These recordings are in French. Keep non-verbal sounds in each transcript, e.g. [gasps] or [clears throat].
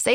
Say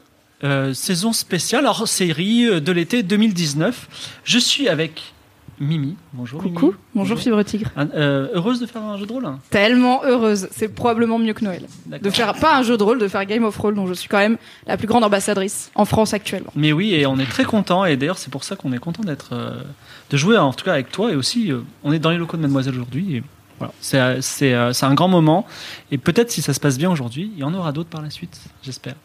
euh, saison spéciale, hors série euh, de l'été 2019. Je suis avec Mimi. Bonjour. Mimi. Coucou, bonjour, Fibre Tigre. Ah, euh, heureuse de faire un jeu de rôle hein Mmh. Tellement heureuse, c'est probablement mieux que Noël. De D'accord. faire pas un jeu de rôle, de faire Game of Thrones dont je suis quand même la plus grande ambassadrice en France actuellement. Mais oui, et on est très content. Et d'ailleurs, c'est pour ça qu'on est content d'être, euh, de jouer en tout cas avec toi. Et aussi, euh, on est dans les locaux de Mademoiselle aujourd'hui. Et voilà, c'est, euh, c'est, euh, c'est un grand moment. Et peut-être si ça se passe bien aujourd'hui, il y en aura d'autres par la suite, j'espère.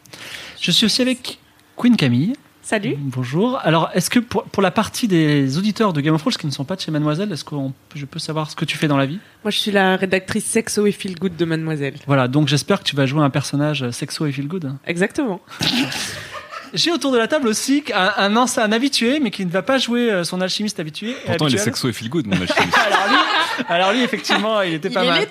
Je suis aussi avec Queen Camille. Salut. Bonjour. Alors, est-ce que pour, pour la partie des auditeurs de Game of Thrones qui ne sont pas de chez Mademoiselle, est-ce que je peux savoir ce que tu fais dans la vie Moi, je suis la rédactrice sexo et feel good de Mademoiselle. Voilà, donc j'espère que tu vas jouer un personnage euh, sexo et feel good. Exactement. J'ai autour de la table aussi un, un, ancien- un habitué, mais qui ne va pas jouer euh, son alchimiste habitué. Pourtant, il est habituel. sexo et feel good, [laughs] mon machin. Alors lui, alors lui, effectivement, il était pas mal.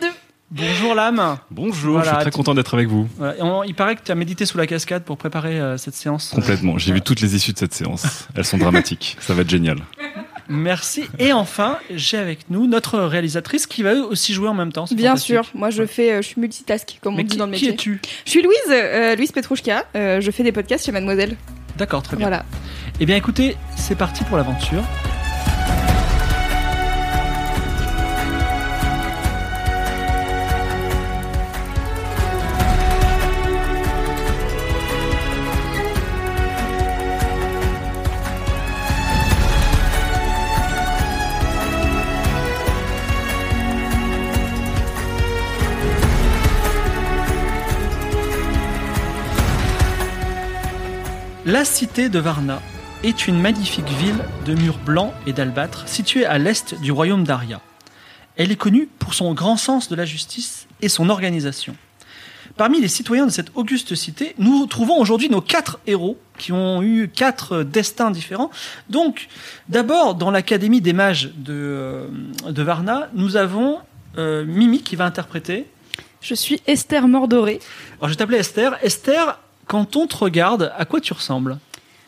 Bonjour l'âme. Bonjour, Voilà, je suis très tu- content d'être avec vous. Voilà, et on- il paraît que tu as médité sous la cascade pour préparer euh, cette séance. Complètement. J'ai vu toutes les issues de cette séance. Elles sont dramatiques. Ça va être génial. Merci. Et enfin, j'ai avec nous notre réalisatrice qui va eux, aussi jouer en même temps. C'est Bien fantastique. sûr, moi je fais, euh, je suis multitask comme Mais on dit qui, dans le qui métier. es-tu Je suis Louise, euh, Louise Petrouchka, euh, je fais des podcasts chez Mademoiselle. D'accord, très bien. Voilà. Eh bien écoutez, c'est parti pour l'aventure. La cité de Varna est une magnifique ville de murs blancs et d'albâtre située à l'est du royaume d'Aria. Elle est connue pour son grand sens de la justice et son organisation. Parmi les citoyens de cette auguste cité, nous trouvons aujourd'hui nos quatre héros qui ont eu quatre euh, destins différents. Donc, d'abord, dans l'Académie des mages de, euh, de Varna, nous avons euh, Mimi qui va interpréter. Je suis Esther Mordoré. Alors, je vais t'appeler Esther. Esther, quand on te regarde, à quoi tu ressembles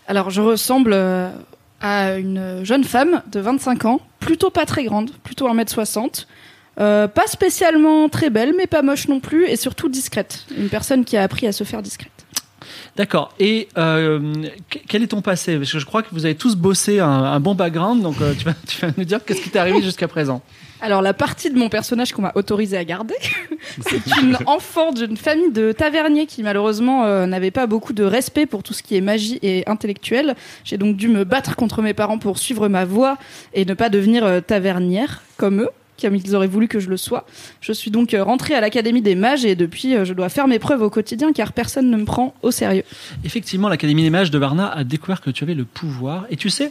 Alors je ressemble euh, à une jeune femme de 25 ans, plutôt pas très grande, plutôt 1m60. euh, pas spécialement très belle, mais pas moche non plus, et surtout discrète. Une personne qui a appris à se faire discrète. D'accord. Et euh, que- quel est ton passé Parce que je crois que vous avez tous bossé un, un bon background, donc euh, tu, vas, tu vas nous dire qu'est-ce qui t'est [laughs] arrivé jusqu'à présent. Alors la partie de mon personnage qu'on m'a autorisé à garder, c'est une enfant d'une famille de taverniers qui malheureusement euh, n'avait pas beaucoup de respect pour tout ce qui est magie et intellectuel. J'ai donc dû me battre contre mes parents pour suivre ma voie et ne pas devenir euh, tavernière comme eux, comme ils auraient voulu que je le sois. Je suis donc euh, rentrée à l'Académie des mages et depuis euh, je dois faire mes preuves au quotidien car personne ne me prend au sérieux. Effectivement, l'Académie des Mages de Varna a découvert que tu avais le pouvoir. Et tu sais,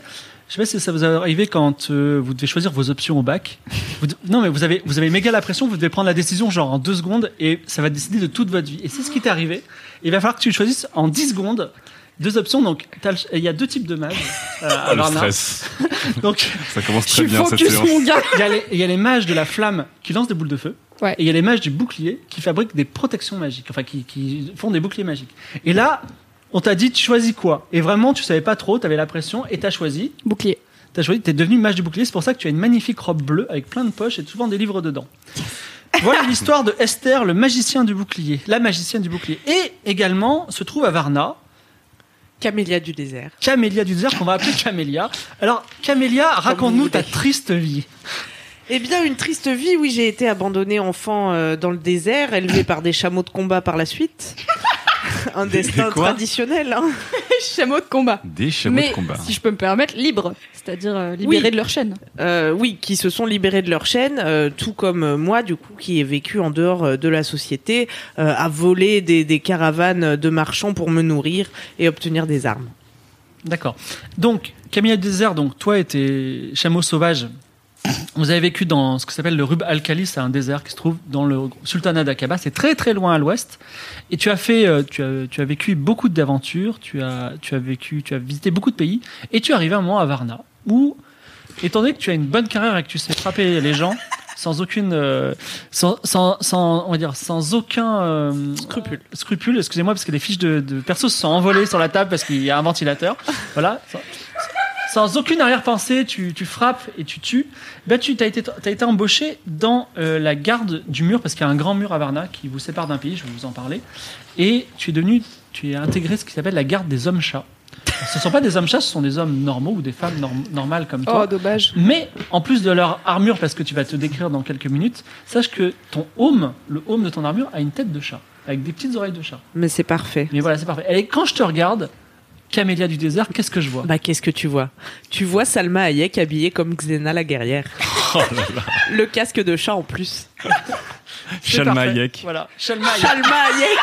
je sais pas si ça vous est arrivé quand euh, vous devez choisir vos options au bac. Vous de- non, mais vous avez, vous avez méga la pression, vous devez prendre la décision genre en deux secondes et ça va décider de toute votre vie. Et c'est ce qui t'est arrivé. Il va falloir que tu choisisses en 10 secondes deux options. Donc, t'as le- il y a deux types de mages euh, à Ah, le Varna. stress. Donc, Ça commence Je très suis bien cette focus séance. mon gars Il y, a les- il y a les mages de la flamme qui lancent des boules de feu. Ouais. Et il y a les mages du bouclier qui fabriquent des protections magiques, enfin qui, qui font des boucliers magiques. Et là, on t'a dit, tu choisis quoi Et vraiment, tu savais pas trop, t'avais la pression et t'as choisi. Bouclier. [laughs] T'as choisi, t'es devenu mage du bouclier, c'est pour ça que tu as une magnifique robe bleue avec plein de poches et souvent des livres dedans. Voilà l'histoire de Esther, le magicien du bouclier, la magicienne du bouclier. Et également se trouve à Varna, Camélia du désert. Camélia du désert, qu'on va appeler Camélia. Alors, Camélia, raconte-nous voulez. ta triste vie. Eh bien, une triste vie. Oui, [laughs] j'ai été abandonnée enfant euh, dans le désert, élevée par des chameaux de combat par la suite. un Des- destin des quoi traditionnel. hein. chameaux de combat. Des chameaux Mais de combat. si je peux me permettre, libres, c'est-à-dire euh, libérés Oui. de leur chaîne. Euh, oui, qui se sont libérés de leur chaîne, euh, tout comme euh, moi, du coup, qui ai vécu en dehors euh, de la société, euh, à voler des, des caravanes de marchands pour me nourrir et obtenir des armes. D'accord. Donc, Camilla Désert, donc, toi et tes chameaux sauvages, vous avez vécu dans ce que s'appelle le Rub Al-Khali, c'est un désert qui se trouve dans le sultanat d'Aqaba, c'est très très loin à l'ouest. Et tu as fait, euh, tu as, tu as vécu beaucoup d'aventures, tu as, tu as vécu, tu as visité beaucoup de pays, et tu es arrivé un moment à Varna, où, étant donné que tu as une bonne carrière et que tu sais frapper les gens, sans aucune, euh, sans, sans, sans- on va dire, sans aucun euh, Scrupule. scrupule, excusez-moi, parce que les fiches de, de perso se sont envolées sur la table parce qu'il y a un ventilateur. Voilà. Sans, sans aucune arrière-pensée, tu, tu frappes et tu tues. Bah, tu as été, t'as été embauché dans euh, la garde du mur, parce qu'il y a un grand mur à Varna qui vous sépare d'un pays, je vais vous en parler. Et tu es devenu, tu es intégré ce qui s'appelle la garde des hommes-chats. Ce ne sont pas des hommes-chats, ce sont des hommes normaux ou des femmes norm- normales comme toi. Oh, dommage. Mais en plus de leur armure, parce que tu vas te décrire dans quelques minutes, sache que ton home, le home de ton armure, a une tête de chat, avec des petites oreilles de chat. Mais c'est parfait. Mais voilà, c'est parfait. Et quand je te regarde, Camélia du désert, qu'est-ce que je vois Bah, qu'est-ce que tu vois Tu vois Salma Hayek habillée comme Xena la guerrière. [laughs] Oh Le casque de chat en plus. C'est Shalma parfait. Hayek. Voilà, Ah, Shalma Hayek. Salma Hayek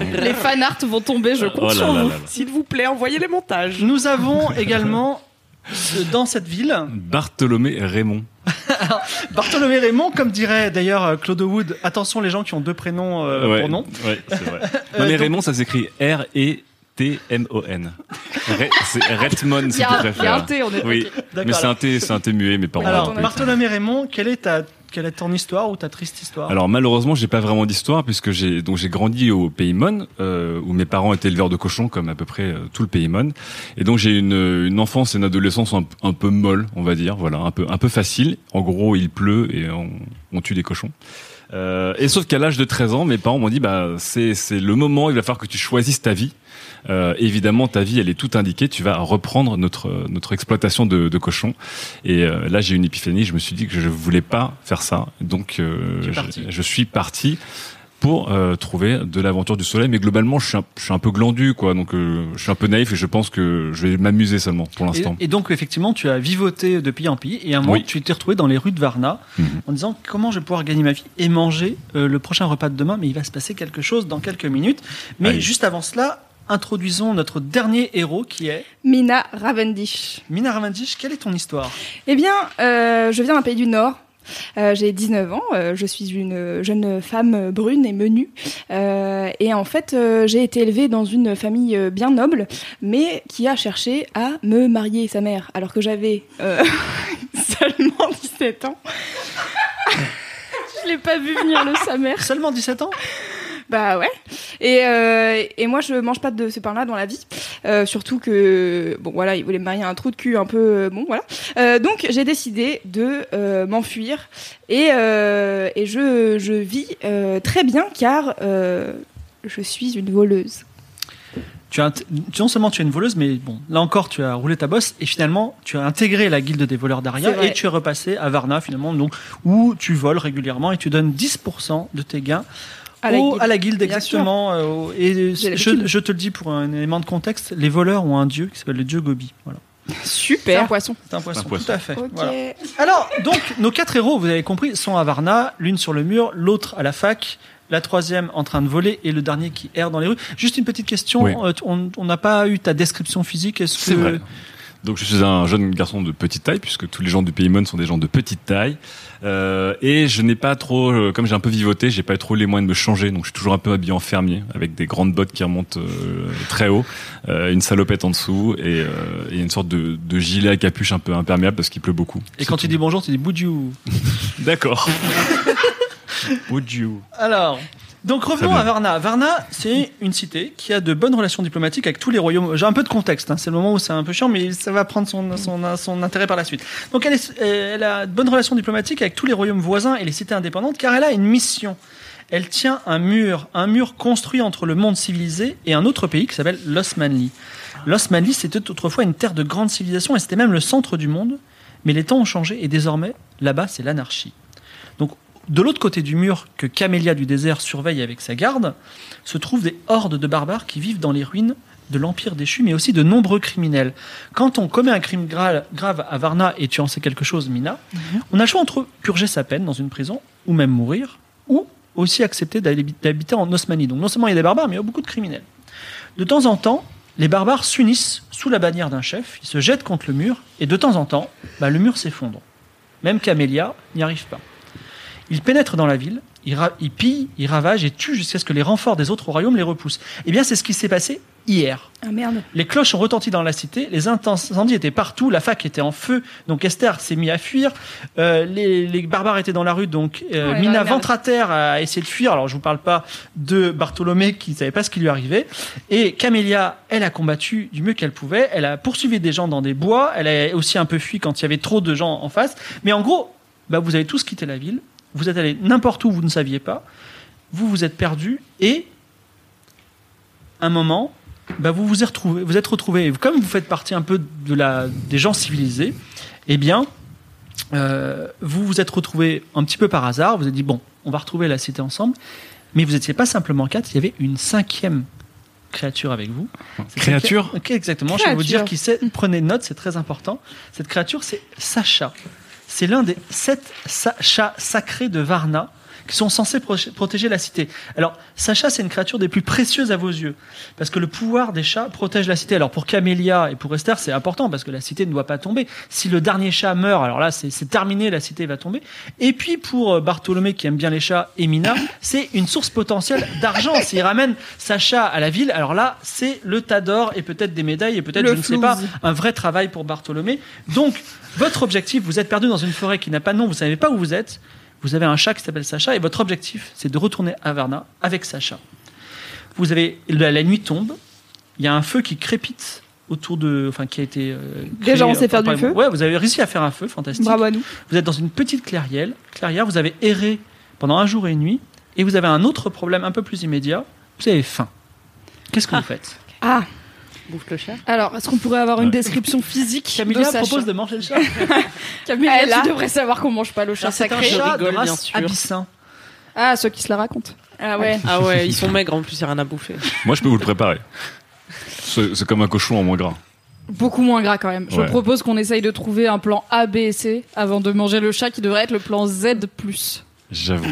Les fanarts vont tomber, je compte Ah. Oh là sur là [laughs] vous. là là. S'il vous plaît, envoyez les montages. Nous avons également euh, dans cette ville Bartholomé Raymond. Bartholomé Raymond, comme dirait d'ailleurs euh, Claude Wood. Attention les gens qui ont deux prénoms euh, ouais, pour nom. ouais, c'est vrai. Euh, non, mais donc- Raymond, ça s'écrit E R-E-T-M-O-N. Re- C'est Redmond, Il si y tu a, il y a un préfères. thé, on est Oui, mais c'est un thé, c'est un thé muet, mes parents. Alors l'ont appelé. Bartholomé Raymond, quelle est ta quelle est ton histoire ou ta triste histoire Alors malheureusement, j'ai pas vraiment d'histoire puisque j'ai donc j'ai grandi au Paymon euh, où mes parents étaient éleveurs de cochons comme à peu près euh, tout le Paymon et donc j'ai une, euh, une enfance et une adolescence un, un peu molle, on va dire, voilà, un peu un peu facile. En gros, il pleut et on, on tue des cochons. Euh, et sauf qu'à l'âge de 13 ans, mes parents m'ont dit bah c'est c'est le moment, il va falloir que tu choisisses ta vie. Euh, évidemment, ta vie, elle est tout indiquée. Tu vas reprendre notre euh, notre exploitation de, de cochons. Et euh, là, j'ai eu une épiphanie. Je me suis dit que je voulais pas faire ça. Donc, euh, Tu es je- parti. je, suis parti pour euh, trouver de l'aventure du soleil. Mais globalement, je suis un, je suis un peu glandu, quoi. Donc, euh, je suis un peu naïf et je pense que je vais m'amuser seulement pour Et, l'instant. et donc, effectivement, tu as vivoté de pays en pays. Et à un moment, Oui. tu t'es retrouvé dans les rues de Varna Mhm. en disant comment je vais pouvoir gagner ma vie et manger euh, le prochain repas de demain. Mais il va se passer quelque chose dans quelques minutes. Mais Aïe. juste avant cela, introduisons notre dernier héros qui est Mina Ravendish. Mina Ravendish. Quelle est ton histoire Eh bien, euh, je viens d'un pays du Nord. Euh, j'ai 19 ans, euh, je suis une jeune femme brune et menue. Euh, et en fait, euh, j'ai été élevée dans une famille euh, bien noble, mais qui a cherché à me marier sa mère, alors que j'avais euh, [laughs] seulement 17 ans. [laughs] je l'ai pas vu venir le sa mère. Seulement 17 ans Bah ouais. Et, euh, et moi, je mange pas de ce pain-là dans la vie. Euh, surtout que, bon voilà, il voulait me marier à un trou de cul un peu. euh, Bon, voilà. Euh, donc, j'ai décidé de euh, m'enfuir. Et, euh, et je, je vis euh, très bien car euh, je suis une voleuse. tu as, int- non seulement tu es une voleuse, mais bon, là encore, tu as roulé ta bosse et finalement, tu as intégré la guilde des voleurs C'est d'Aria vrai. et tu es repassé à Varna finalement, donc où tu voles régulièrement et tu donnes 10% de tes gains Oh, À la au- guilde. à la guilde, Bien sûr. exactement. euh, au- et euh, J'ai je, l'habitude. je te le dis pour un élément de contexte, les voleurs ont un dieu qui s'appelle le dieu Gobi. Voilà, Super. un poisson. c'est un poisson. poisson. Tout à fait. Ok. Voilà. Alors, donc, nos quatre héros, vous avez compris, sont à Varna, l'une sur le mur, l'autre à la fac, la troisième en train de voler et le dernier qui erre dans les rues. Juste une petite question, Oui. euh, on on n'a pas eu ta description physique, est-ce que... C'est vrai. Donc je suis un jeune garçon de petite taille puisque tous les gens du Paymon sont des gens de petite taille Euh, et je n'ai pas trop euh, comme j'ai un peu vivoté j'ai pas trop les moyens de me changer donc je suis toujours un peu habillé en fermier avec des grandes bottes qui remontent euh, très haut euh, une salopette en dessous et, euh, et une sorte de, de gilet à capuche un peu imperméable parce qu'il pleut beaucoup. Et C'est quand tout. tu dis bonjour, tu dis Boudiou. [laughs] d'accord. Would you Alors, donc revenons Très bien. à Varna. Varna, c'est une cité qui a de bonnes relations diplomatiques avec tous les royaumes. J'ai un peu de contexte, hein, c'est le moment où c'est un peu chiant, mais ça va prendre son, son, son intérêt par la suite. Donc elle, est- euh, elle a de bonnes relations diplomatiques avec tous les royaumes voisins et les cités indépendantes, car elle a une mission. Elle tient un mur, un mur construit entre le monde civilisé et un autre pays qui s'appelle l'Osmanli. L'Osmanli, c'était autrefois une terre de grande civilisation et c'était même le centre du monde, mais les temps ont changé et désormais, là-bas, c'est l'anarchie. Donc de l'autre côté du mur que Camélia du désert surveille avec sa garde, se trouvent des hordes de barbares qui vivent dans les ruines de l'Empire déchu, mais aussi de nombreux criminels. Quand on commet un crime gra- grave à Varna, et tu en sais quelque chose, Mina, on a le choix entre purger sa peine dans une prison, ou même mourir, ou aussi accepter d'aller- d'habiter en Osmanie. Donc non seulement il y a des barbares, mais il y a beaucoup de criminels. De temps en temps, les barbares s'unissent sous la bannière d'un chef, ils se jettent contre le mur, et de temps en temps, bah, le mur s'effondre. Même Camélia n'y arrive pas. Ils pénètrent dans la ville, ils, ra- ils pillent, ils ravagent et tuent jusqu'à ce que les renforts des autres royaumes les repoussent. Eh bien, c'est ce qui s'est passé hier. Ah merde. Les cloches ont retenti dans la cité, les incendies étaient partout, la fac était en feu, donc Esther s'est mise à fuir, euh, les, les barbares étaient dans la rue, donc euh, Ouais, dans la Mina merde. ventre à terre a essayé de fuir. Alors je vous parle pas de Bartholomé qui ne savait pas ce qui lui arrivait. Et Camélia, elle a combattu du mieux qu'elle pouvait, elle a poursuivi des gens dans des bois, elle a aussi un peu fui quand il y avait trop de gens en face. Mais en gros, bah, vous avez tous quitté la ville, vous êtes allés n'importe où, vous ne saviez pas, vous vous êtes perdus et un moment, bah, vous vous êtes retrouvés, vous êtes retrouvés. Et comme vous faites partie un peu de la, des gens civilisés, eh bien, euh, vous vous êtes retrouvés un petit peu par hasard. Vous avez dit bon, on va retrouver la cité ensemble, mais vous n'étiez pas simplement quatre. Il y avait une cinquième créature avec vous. Cette Créature cinquième- Ok, exactement. Je vais vous Créature. dire qui c'est. Prenez note, c'est très important. Cette créature, c'est Sacha. C'est l'un des sept sa- chats sacrés de Varna qui sont censés proche- protéger la cité. Alors, Sacha, c'est une créature des plus précieuses à vos yeux, parce que le pouvoir des chats protège la cité. Alors, pour Camélia et pour Esther, c'est important, parce que la cité ne doit pas tomber. Si le dernier chat meurt, alors là, c'est c'est terminé, la cité va tomber. Et puis, pour euh, Bartholomé, qui aime bien les chats, et Mina, [coughs] c'est une source potentielle d'argent. S'il ramène Sacha à la ville, alors là, c'est le tas d'or, et peut-être des médailles, et peut-être, Le je ne sais pas, flouze. un vrai travail pour Bartholomé. Donc, votre objectif, vous êtes perdu dans une forêt qui n'a pas de nom, vous savez pas où vous êtes. Vous avez un chat qui s'appelle Sacha et votre objectif, c'est de retourner à Varna avec Sacha. Vous avez la, la nuit tombe, il y a un feu qui crépite autour de, enfin qui a été. euh, Déjà, on sait enfin, faire du par- feu. Ouais, vous avez réussi à faire un feu, fantastique. Bravo à nous. Vous êtes dans une petite clairière, clairière, vous avez erré pendant un jour et une nuit et vous avez un autre problème un peu plus immédiat. Vous avez faim. Qu'est-ce que vous faites Ah, Bouffe le chat. alors, est-ce qu'on pourrait avoir une Ouais. description physique [laughs] de Camilla Sacha propose de manger le chat. Camilla, Elle a- tu devrais savoir qu'on mange pas le chat Alors, Ah, C'est un sacré. chat rigole, de bien race sûr. abyssin. Ah, ceux qui se la racontent. Ah ouais. [laughs] Ah ouais, ils sont maigres en plus, il a rien à bouffer. Moi, je peux vous le préparer. C'est c'est comme un cochon en moins gras. Beaucoup moins gras quand même. Je Ouais. propose qu'on essaye de trouver un plan A, B et C avant de manger le chat qui devrait être le plan Z. J'avoue.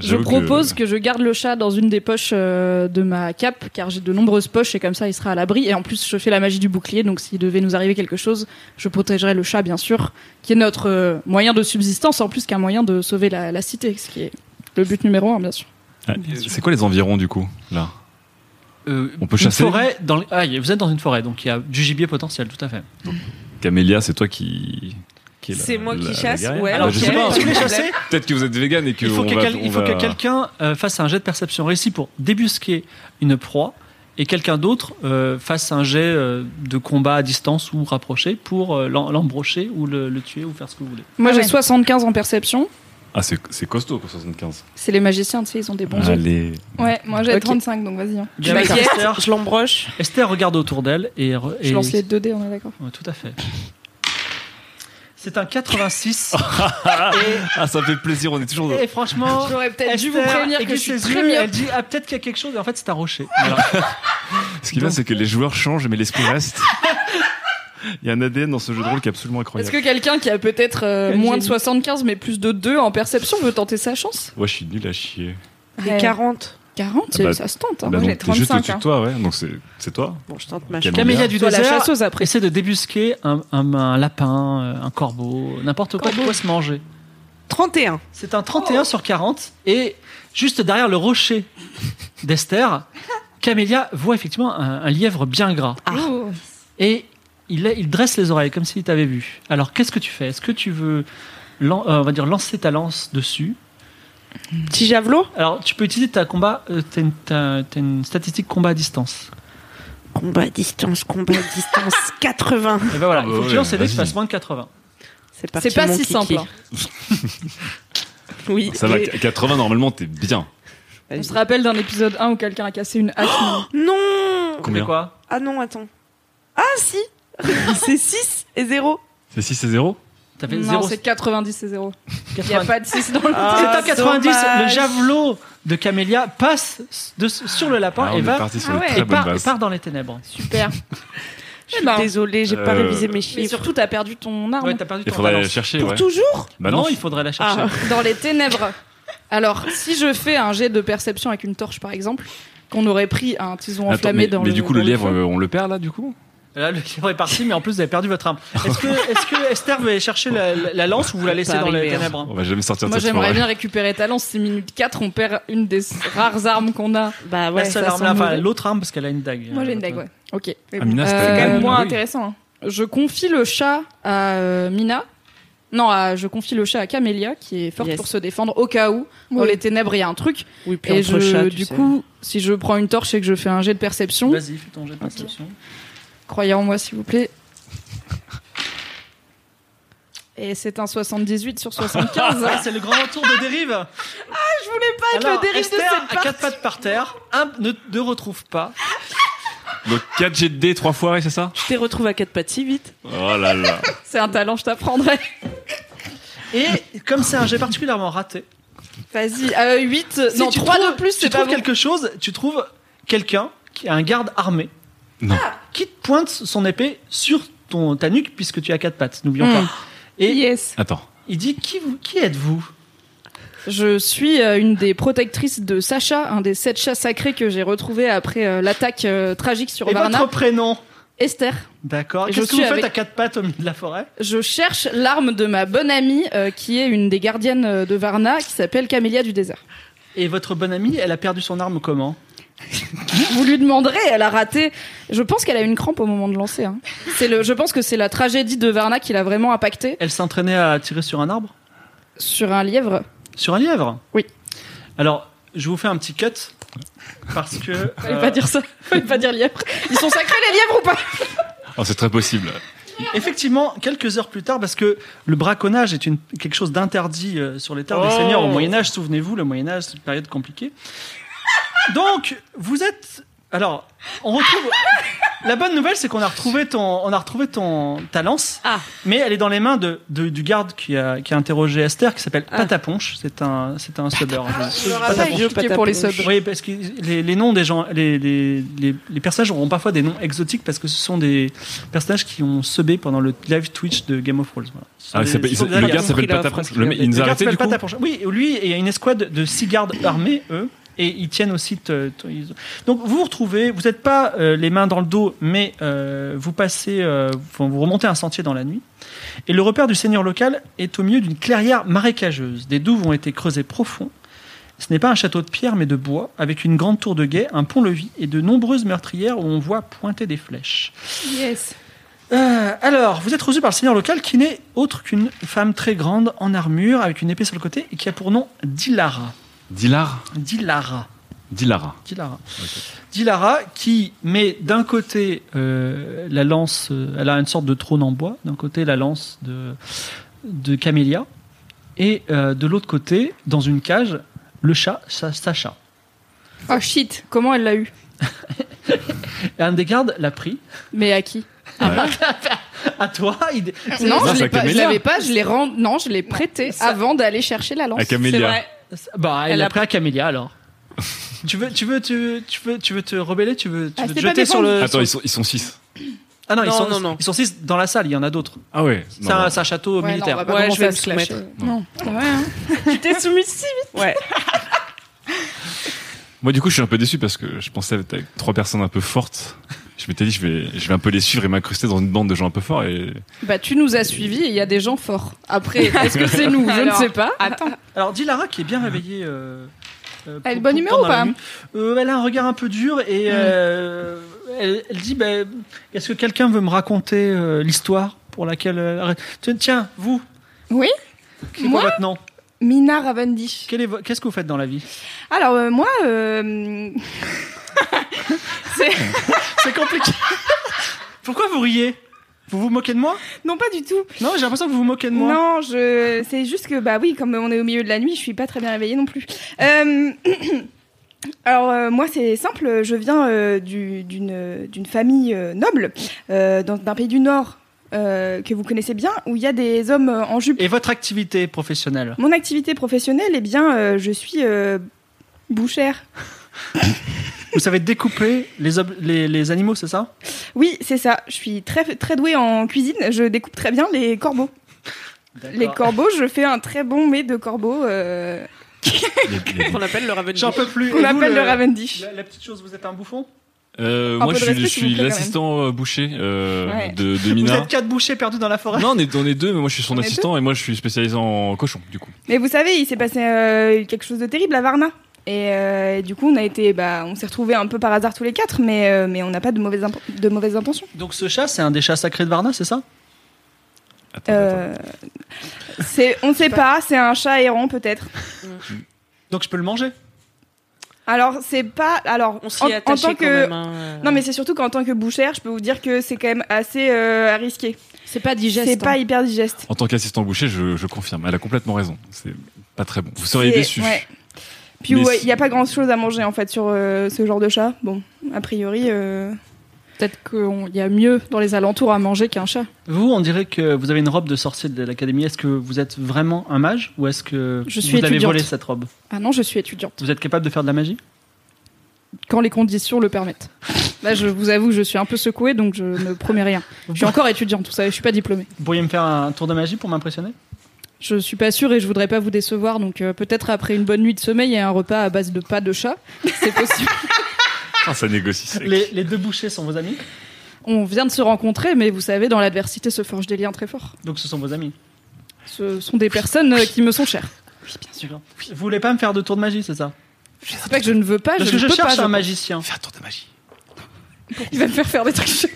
Je J'avoue que- propose que... je garde le chat dans une des poches euh, de ma cape car j'ai de nombreuses poches et comme ça il sera à l'abri. Et en plus je fais la magie du bouclier donc s'il devait nous arriver quelque chose, je protégerai le chat bien sûr qui est notre euh, moyen de subsistance en plus qu'un moyen de sauver la, la cité, ce qui est le but numéro un bien sûr. Ah, C'est quoi les environs du coup là Euh, On peut une chasser forêt dans les- ah, vous êtes dans une forêt, donc il y a du gibier potentiel, tout à fait. Camélia, c'est toi qui. qui est la- C'est moi qui la- la chasse, guerrière ouais. Ah, Alors, je ok. sais pas. Vous voulez chasser Peut-être que vous êtes vegan et que il faut on que, va- quel- on il faut que va- quelqu'un euh, fasse un jet de perception réussi pour débusquer une proie et quelqu'un d'autre euh, fasse un jet euh, de combat à distance ou rapproché pour euh, l'em- l'embrocher ou le, le tuer ou faire ce que vous voulez. Moi Ah j'ai ouais. 75 en perception. Ah, c'est c'est costaud pour 75. C'est les magiciens, tu sais, ils ont des bons yeux. Allez. Ouais, moi j'ai Ok. 35 donc vas-y. hein. Bien, Esther, je l'embroche. Esther regarde autour d'elle et, re- et- Je lance les 2 dés, on est d'accord. Ouais, tout à fait. C'est un [laughs] 86 Oh. Ah, ça fait plaisir, on est toujours dans. et franchement J'aurais peut-être dû vous Esther prévenir que je aiguise suis ses très yeux, myope. elle dit ah peut-être qu'il y a quelque chose et en fait c'est un rocher. Ah, Voilà. Ce qu'il y a, c'est que les joueurs changent, mais l'esprit [laughs] reste. Il y a un ADN dans ce jeu de rôle qui est absolument Est-ce incroyable. que quelqu'un qui a peut-être euh, Quel moins de génie. 75 mais plus de 2 en perception veut tenter sa chance Ouais, je suis nul à chier. Des 40. 40, Ah bah, ça se tente. hein. moi, Bah, donc, j'ai t'es juste 35, au-dessus de hein. toi, ouais. Donc, c'est c'est toi. Bon, je tente ma Quel chance. Camélia du Toi, la désert chasseuse après. essaie de débusquer un, un- un lapin, euh, un corbeau, n'importe quoi qui Corbeau. doit se manger. 31. C'est un 31 sur 40 et juste derrière le rocher d'Esther, Camélia voit effectivement un, un lièvre bien gras Oh. et il, est- il dresse les oreilles comme s'il t'avait vu. Alors qu'est-ce que tu fais Est-ce que tu veux lan- euh, on va dire lancer ta lance dessus Petit javelot Alors tu peux utiliser ta combat, euh, t'as une, t'as- t'as une statistique combat à distance. Combat à distance, combat [laughs] à distance. 80. Et ben voilà, Ah il bah faut que tu ouais, lances les dés, vas-y. tu fasses moins de 80. C'est parti, C'est pas mon si kiki. simple. [laughs] hein. Oui. Ça va, Et- qu- 80, normalement, t'es bien. hein. On se rappelle d'un épisode 1 où quelqu'un a cassé une [gasps] hache. Non Mais Combien quoi Ah non, attends. Ah si [laughs] C'est 6 et 0. C'est 6 et 0 T'as fait Non, 0 c'est 90 et 0. Il n'y a pas de 6 dans le Ah, texte. C'est en 90, le dommage. javelot de Camélia passe de- sur le lapin Ah, et on est va parti sur Ah une ouais. très et bonne part, base. et part dans les ténèbres. [laughs] Super. Je Eh suis ben, désolée, j'ai pas Euh, révisé mes mais chiffres. surtout, t'as perdu ton arme. Ouais, t'as perdu Il ton faudrait balance. aller chercher, Pour ouais. toujours Bah non, non, il faudrait la chercher. Ah. Dans les ténèbres. Alors, si je fais un jet de perception avec une torche, par exemple, qu'on aurait pris un tison Attends, enflammé mais, dans mais le. du coup, dans le lièvre, feu. euh, on le perd là, du coup [laughs] Là, le livre est parti, mais en plus, vous avez perdu votre arme. Ah. Est-ce que, est-ce que Esther veut aller chercher la, la- la lance ou vous la laissez Pas dans les arrivé, hein. ténèbres On va jamais sortir de Moi, cette j'aimerais forêt. bien récupérer ta lance. C'est minute 4, on perd une des rares armes qu'on a. Bah La ouais. seule ça arme là, sent enfin, mauvais. l'autre arme, parce qu'elle a une dague. Moi, j'ai une Euh, dague, ouais. Ok. Ah, Mina, c'était Euh, quand quand même même moins oui. intéressant. hein. Je confie le chat à euh, Mina. Non, à- je confie le chat à Camélia, qui est forte Yes. pour se défendre au cas où, dans Oui. les ténèbres, il y a un truc. Oui, puis Et entre je, chats, tu du sais. coup, si je prends une torche et que je fais un jet de perception, Euh, Vas-y, fais ton jet de perception. croyez en moi, s'il vous [laughs] plaît. Et c'est un 78 sur [laughs] 75. Ah, c'est le grand retour de dérive. Ah, je voulais pas être Alors, le dérive Esther, de cette à partie. quatre pattes par terre, un, ne, ne retrouve pas. Donc 4 jet de dés, 3 foirés, c'est ça Tu t'es retrouvé à quatre pattes si vite. Oh là là. C'est un talent, je t'apprendrai. Et comme c'est un jet particulièrement raté, Vas-y, euh, 8, Si non, tu 3 trouves- de plus, tu c'est pas trouves bon. quelque chose, tu trouves quelqu'un qui a un garde armé. Ah. Non. Qui te pointe son épée sur ton, ta nuque puisque tu as quatre pattes, n'oublions Hmm. pas. Et Yes. Attends. il dit qui, vous- qui êtes-vous Je suis euh, une des protectrices de Sacha, un des sept chats sacrés que j'ai retrouvé après euh, l'attaque euh, tragique sur Et Varna. votre prénom Esther, D'accord. Je Qu'est-ce que suis vous faites avec- à quatre pattes au milieu de la forêt je cherche l'arme de ma bonne amie euh, qui est une des gardiennes euh, de Varna qui s'appelle Camélia du désert. Et votre bonne amie, elle a perdu son arme comment Vous lui demanderez, elle a raté. Je pense qu'elle a eu une crampe au moment de lancer. hein. C'est le, je pense que c'est la tragédie de Varna qui l'a vraiment impactée Elle s'entraînait à tirer sur un arbre sur un lièvre. Sur un lièvre Oui. Alors, je vous fais un petit cut parce que. [laughs] Fallait euh, pas dire ça. Fallait pas dire lièvre. Ils sont sacrés les lièvres ou pas Oh, c'est très possible. Effectivement, quelques heures plus tard, parce que le braconnage est une, quelque chose d'interdit euh, sur les terres des seigneurs au Moyen-Âge, souvenez-vous, le Moyen-Âge, c'est une période compliquée. Donc, vous êtes. Alors, on retrouve. La bonne nouvelle, c'est qu'on a retrouvé ton, on a retrouvé ton, ta lance, Ah. mais elle est dans les mains de, de- du garde qui a, qui a interrogé Esther, qui s'appelle Ah. Pataponche. C'est un, c'est un subber. Je leur ai pas expliqué pour les subs. Oui, parce que les, les noms des gens, les, les, les, les personnages auront parfois des noms exotiques parce que ce sont des personnages qui ont sebé pendant le live Twitch de Game of Thrones. Voilà. Ce sont Ah, il des- s'appelle- ce sont il- des le aliens. gars s'appelle compris la Patapon. phrase qu'il Le mec, avait. Il nous Le a gars arrêté s'appelle du coup. Patapon. Oui, lui, et il y a une escouade de six gardes armés, eux, et ils tiennent aussi. te- te- ils- Donc vous vous retrouvez, vous n'êtes pas euh, les mains dans le dos, mais euh, vous passez, euh, enfin, vous remontez un sentier dans la nuit. Et le repère du seigneur local est au milieu d'une clairière marécageuse. Des douves ont été creusées profond. Ce n'est pas un château de pierre, mais de bois, avec une grande tour de guet, un pont-levis et de nombreuses meurtrières où on voit pointer des flèches. Yes. Euh, alors, vous êtes reçu par le seigneur local qui n'est autre qu'une femme très grande en armure avec une épée sur le côté et qui a pour nom Dilara. Dilar Dilara. Dilara. Dilara. Ok. Dilara qui met d'un côté euh, la lance, euh, elle a une sorte de trône en bois, d'un côté la lance de, de Camélia et euh, de l'autre côté, dans une cage, le chat Sa- Sacha. Oh shit. Comment elle l'a eu Et un des gardes l'a pris. [laughs] Mais à qui À toi, il... Non, Non, je l'ai pas- c'est à je Camélia. l'avais pas, je l'ai rend... non, je l'ai prêté ça- avant d'aller chercher la lance. À Camélia. Bah, elle, Elle l'a a- pris à Camélia alors. [laughs] tu veux, tu veux, tu veux, tu veux, tu veux te rebeller, tu veux, tu Elle veux te s'est Ah, pas jeter sur défendue. le. Attends, sur- ils sont, ils sont 6. Ah non, ils Non, sont, non, non. ils sont six dans la salle. Il y en a d'autres. Ah ouais. C'est un, c'est un château Ouais, non, on militaire. va pas Ouais, commencer je vais à me se clasher. soumettre. Non, ouais, hein. tu t'es soumise si vite. [laughs] Ouais. Moi, du coup, je suis un peu déçu parce que je pensais être avec trois personnes un peu fortes. Je m'étais dit, je vais, je vais un peu les suivre et m'incruster dans une bande de gens un peu [laughs] forts. Et... Bah, tu nous as suivis et il y a des gens forts. [laughs] Après, est-ce que c'est nous Je Alors, ne sais pas. Attends. Alors, Dilara qui est bien réveillée. euh, euh, Elle est de pour- bonne pour- humeur ou pendant la pas Mm. nuit. Euh, Elle a un regard un peu dur et euh, elle, elle dit bah, Est-ce que quelqu'un veut me raconter euh, l'histoire pour laquelle euh, tiens, tiens, vous Oui C'est Moi quoi votre nom Mina Ravendish. Quel est vo- Qu'est-ce que vous faites dans la vie Alors, euh, moi, euh, C'est compliqué. [laughs] Pourquoi vous riez Vous vous moquez de moi non, pas du tout. Non, j'ai l'impression que vous vous moquez de moi. Non, je... c'est juste que, bah oui, comme on est au milieu de la nuit, je suis pas très bien réveillée non plus. [clears throat] Euh, Alors, euh, moi, c'est simple, je viens euh, du- d'une d'une famille euh, noble, euh, dans- d'un pays du Nord. euh, que vous connaissez bien, où il y a des hommes euh, en jupe. Et votre activité professionnelle Mon activité professionnelle, eh bien, euh, je suis euh, bouchère. Vous savez découper les, ob- les, les animaux, c'est ça Oui, c'est ça. Je suis très, très douée en cuisine. Je découpe très bien les corbeaux. Les corbeaux, je fais un très bon mets de corbeaux euh, Il y a- il y a- Qu'on appelle le Raven J'en peux plus. Et qu'on vous, appelle le Ravendish. La, la petite chose, vous êtes un bouffon Euh, Un moi, peu de je suis, je respect, s'il vous suis plaît, l'assistant euh, boucher euh, Ouais. de, de Vous Mina. êtes quatre bouchées perdues dans la forêt Non, on est, on est deux, mais moi je suis son On est assistant et moi je suis spécialisé en cochon, du coup. Mais vous savez, il s'est passé euh, quelque chose de terrible à Varna. Et, euh, et du coup, on a été, bah, on s'est retrouvés un peu par hasard tous les quatre, mais, euh, mais on n'a pas de mauvaises, imp- de mauvaises intentions. Donc ce chat, c'est un des chats sacrés de Varna, c'est ça Attends, attends. Euh, c'est, on ne sait pas, c'est un chat errant peut-être. Donc je peux le manger Alors, c'est pas. Alors, On en, s'y en attache tant quand que. même. hein. Non, mais c'est surtout qu'en tant que bouchère, je peux vous dire que c'est quand même assez euh, risqué. C'est pas digeste. C'est pas hein. hyper digeste. En tant qu'assistant boucher, je, je confirme. Elle a complètement raison. C'est pas très bon. Vous seriez C'est- déçus. ouais. Puis Mais ouais, il si- n'y a pas grand chose à manger en fait sur euh, ce genre de chat. Bon, a priori. euh, Peut-être qu'il y a mieux dans les alentours à manger qu'un chat. Vous, on dirait que vous avez une robe de sorcier de l'académie. Est-ce que vous êtes vraiment un mage ou est-ce que Je vous suis avez étudiante. volé cette robe Ah non, je suis étudiante. Vous êtes capable de faire de la magie Quand les conditions le permettent. Là, je vous avoue, je suis un peu secouée, donc je ne promets rien. Je suis encore étudiante, vous savez, je suis pas diplômée. Vous pourriez me faire un tour de magie pour m'impressionner Je suis pas sûre et je voudrais pas vous décevoir, donc euh, peut-être après une bonne nuit de sommeil et un repas à base de pas de [laughs] chat, c'est possible. [laughs] Ah, ça négocie. sec. les, les deux bouchers sont vos amis On vient de se rencontrer, mais vous savez, dans l'adversité se forgent des liens très forts. Donc ce sont vos amis. Ce sont des personnes euh, qui me sont chères. D'accord. Vous voulez pas me faire de tour de magie, c'est ça C'est pas que je ne veux pas, Ah, je Parce que ne je peux pas. cherche je un pense. magicien. Faire tour de magie. Il va me faire faire des trucs chelous.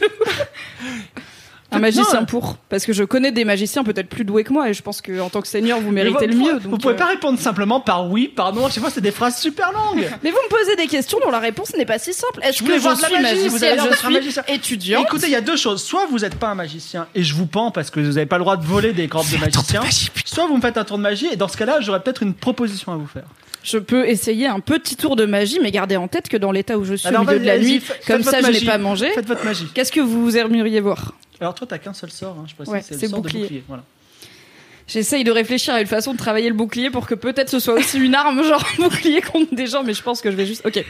Un magicien Non. pour. Parce que je connais des magiciens peut-être plus doués que moi et je pense qu'en tant que seigneur, vous Mais méritez vous, le mieux. Vous donc, pouvez euh, pas répondre simplement par oui, par non. Je sais pas, c'est des phrases super longues. Mais vous me posez des questions dont la réponse n'est pas si simple. Est-ce Je que voulais je voir de la suis magie, vous avez magicien l'air Je d'être un suis magicien. étudiant Écoutez, il y a deux choses. Soit vous n'êtes pas un magicien et je vous pends parce que vous n'avez pas le droit de voler des cordes de magicien. Soit vous me faites un tour de magie et dans ce cas-là, j'aurais peut-être une proposition à vous faire. Je peux essayer un petit tour de magie, mais gardez en tête que dans l'état où je suis Alors, au milieu de la Bah, vas-y, nuit, faites comme votre ça je magie. n'ai pas mangé. Faites votre magie. Qu'est-ce que vous aimeriez voir Alors toi, t'as qu'un seul sort, hein, je précise, Ouais, c'est le c'est sort de bouclier. bouclier. Voilà. J'essaye de réfléchir à une façon de travailler le bouclier pour que peut-être ce soit aussi une arme, [laughs] genre un bouclier contre des gens, mais je pense que je vais juste. Ok.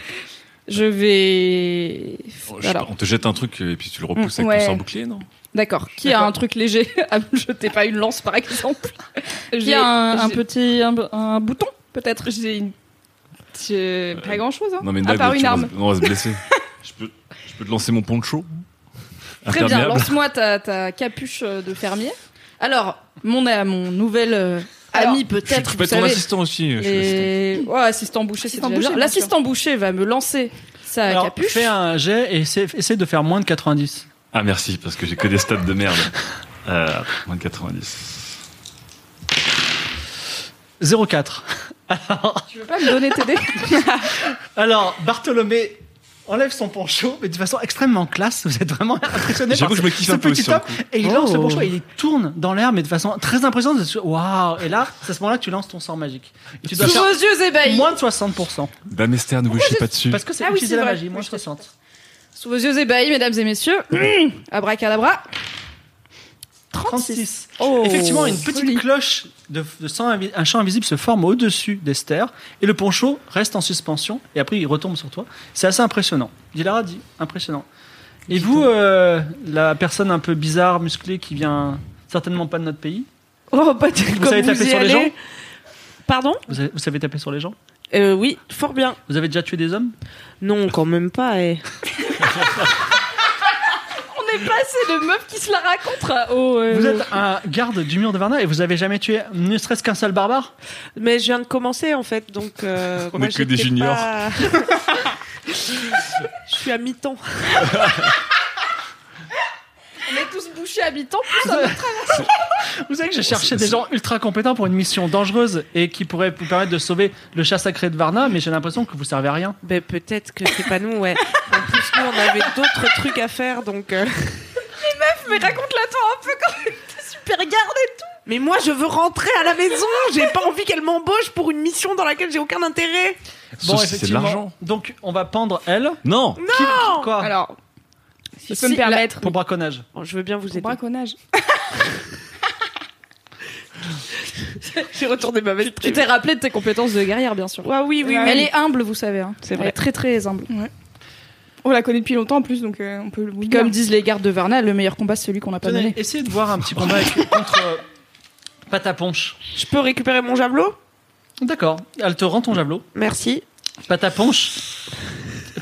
Je vais. Oh, je sais Alors. pas, on te jette un truc et puis tu le repousses avec Ouais. ton sort bouclier, non D'accord. Qui a D'accord. un truc léger à me jeter, pas une lance par exemple [laughs] Qui j'ai- a un, un j'ai- petit un, un bouton peut-être J'ai une. j'ai Pas grand chose, hein. Non, mais à Nag, part tu une vas arme. se- on va se blesser. je, peux, je peux te lancer mon poncho Très bien, Imperméable. lance-moi ta, ta capuche euh, de fermier. Alors, mon, euh, mon nouvel euh, Alors, ami Je suis- peut-être, tu vous peux être ton savez, assistant aussi. je suis l'assistant. les... Ouais, assistant boucher, c'est Assistant déjà boucher, bien bien. sûr. L'assistant boucher va me lancer sa Alors, Ah, capuche. fais un jet et essaie, essaie de faire moins de 90. Ah, merci, parce que j'ai que des stats de merde. Euh, moins de 90. 04. Tu veux pas me donner tes dés Alors, Bartholomé enlève son poncho, mais de façon extrêmement classe. Vous êtes vraiment impressionné par J'avoue, ce, je me kiffe ce un peu petit sur le homme. coup. Et il lance Oh. le poncho et il tourne dans l'air, mais de façon très impressionnante. Waouh Et là, c'est à ce moment-là que tu lances ton sort magique. Et tu dois Sous faire vos yeux ébahis moins de 60%. Damester, Bah, ne bouchez pas dessus. Parce que c'est Ah oui, utiliser c'est la vrai. magie, moins Oui, je 60. Sous vos yeux ébahis, mesdames et messieurs. Mmh. Abracadabra. 36. Oh, Effectivement, une petite joli. cloche de, de sang invi- un champ invisible se forme au-dessus d'Esther et le poncho reste en suspension et après il retombe sur toi. C'est assez impressionnant. Dilara dit impressionnant. Et vous, euh, la personne un peu bizarre, musclée qui vient certainement pas de notre pays, Oh, pas du vous comme savez taper y sur les allez. gens Pardon vous, savez- vous savez taper sur les gens Euh, Oui, fort bien. Vous avez déjà tué des hommes Non, quand même pas. eh. [laughs] On est passé de meuf qui se la raconte à- Oh, euh, Vous êtes un garde du mur de Varna et vous avez jamais tué ne serait-ce qu'un seul barbare Mais je viens de commencer en fait, donc. euh, On moi, est que des j'étais juniors. pas- [laughs] Je suis à mi-temps. On est tous bouchés habitants. Vous savez que j'ai cherché des gens ultra compétents pour une mission dangereuse et qui pourraient vous permettre de sauver le chat sacré de Varna, mais j'ai l'impression que vous servez à rien. Ben peut-être que c'est pas nous, ouais. En plus, nous, on avait d'autres trucs à faire, donc. euh. Mais raconte-la toi un peu quand même. T'es super garde. Mais moi, je veux rentrer à la maison. J'ai pas envie qu'elle m'embauche pour une mission dans laquelle j'ai aucun intérêt. Sauf si c'est de l'argent. Donc, on va pendre elle. Non Qui- qui- quoi Alors, si je peux me permettre. Pour braconnage. Bon, Je veux bien vous Pour aider. braconnage. J'ai retourné ma veste. Tu t'es rappelé de tes compétences de guerrière, bien sûr. Ah oui, oui, Ouais. oui. Elle est humble, vous savez. hein. C'est Elle vrai. est très très humble. On la connaît depuis longtemps en plus, donc euh, on peut le vous dire. Comme disent les gardes de Varna, le meilleur combat c'est celui qu'on n'a pas Tenez, donné. essayez de voir un petit combat [laughs] avec- contre euh, Pataponche. Je peux récupérer mon javelot D'accord. Elle te rend ton javelot. Merci. Pataponche.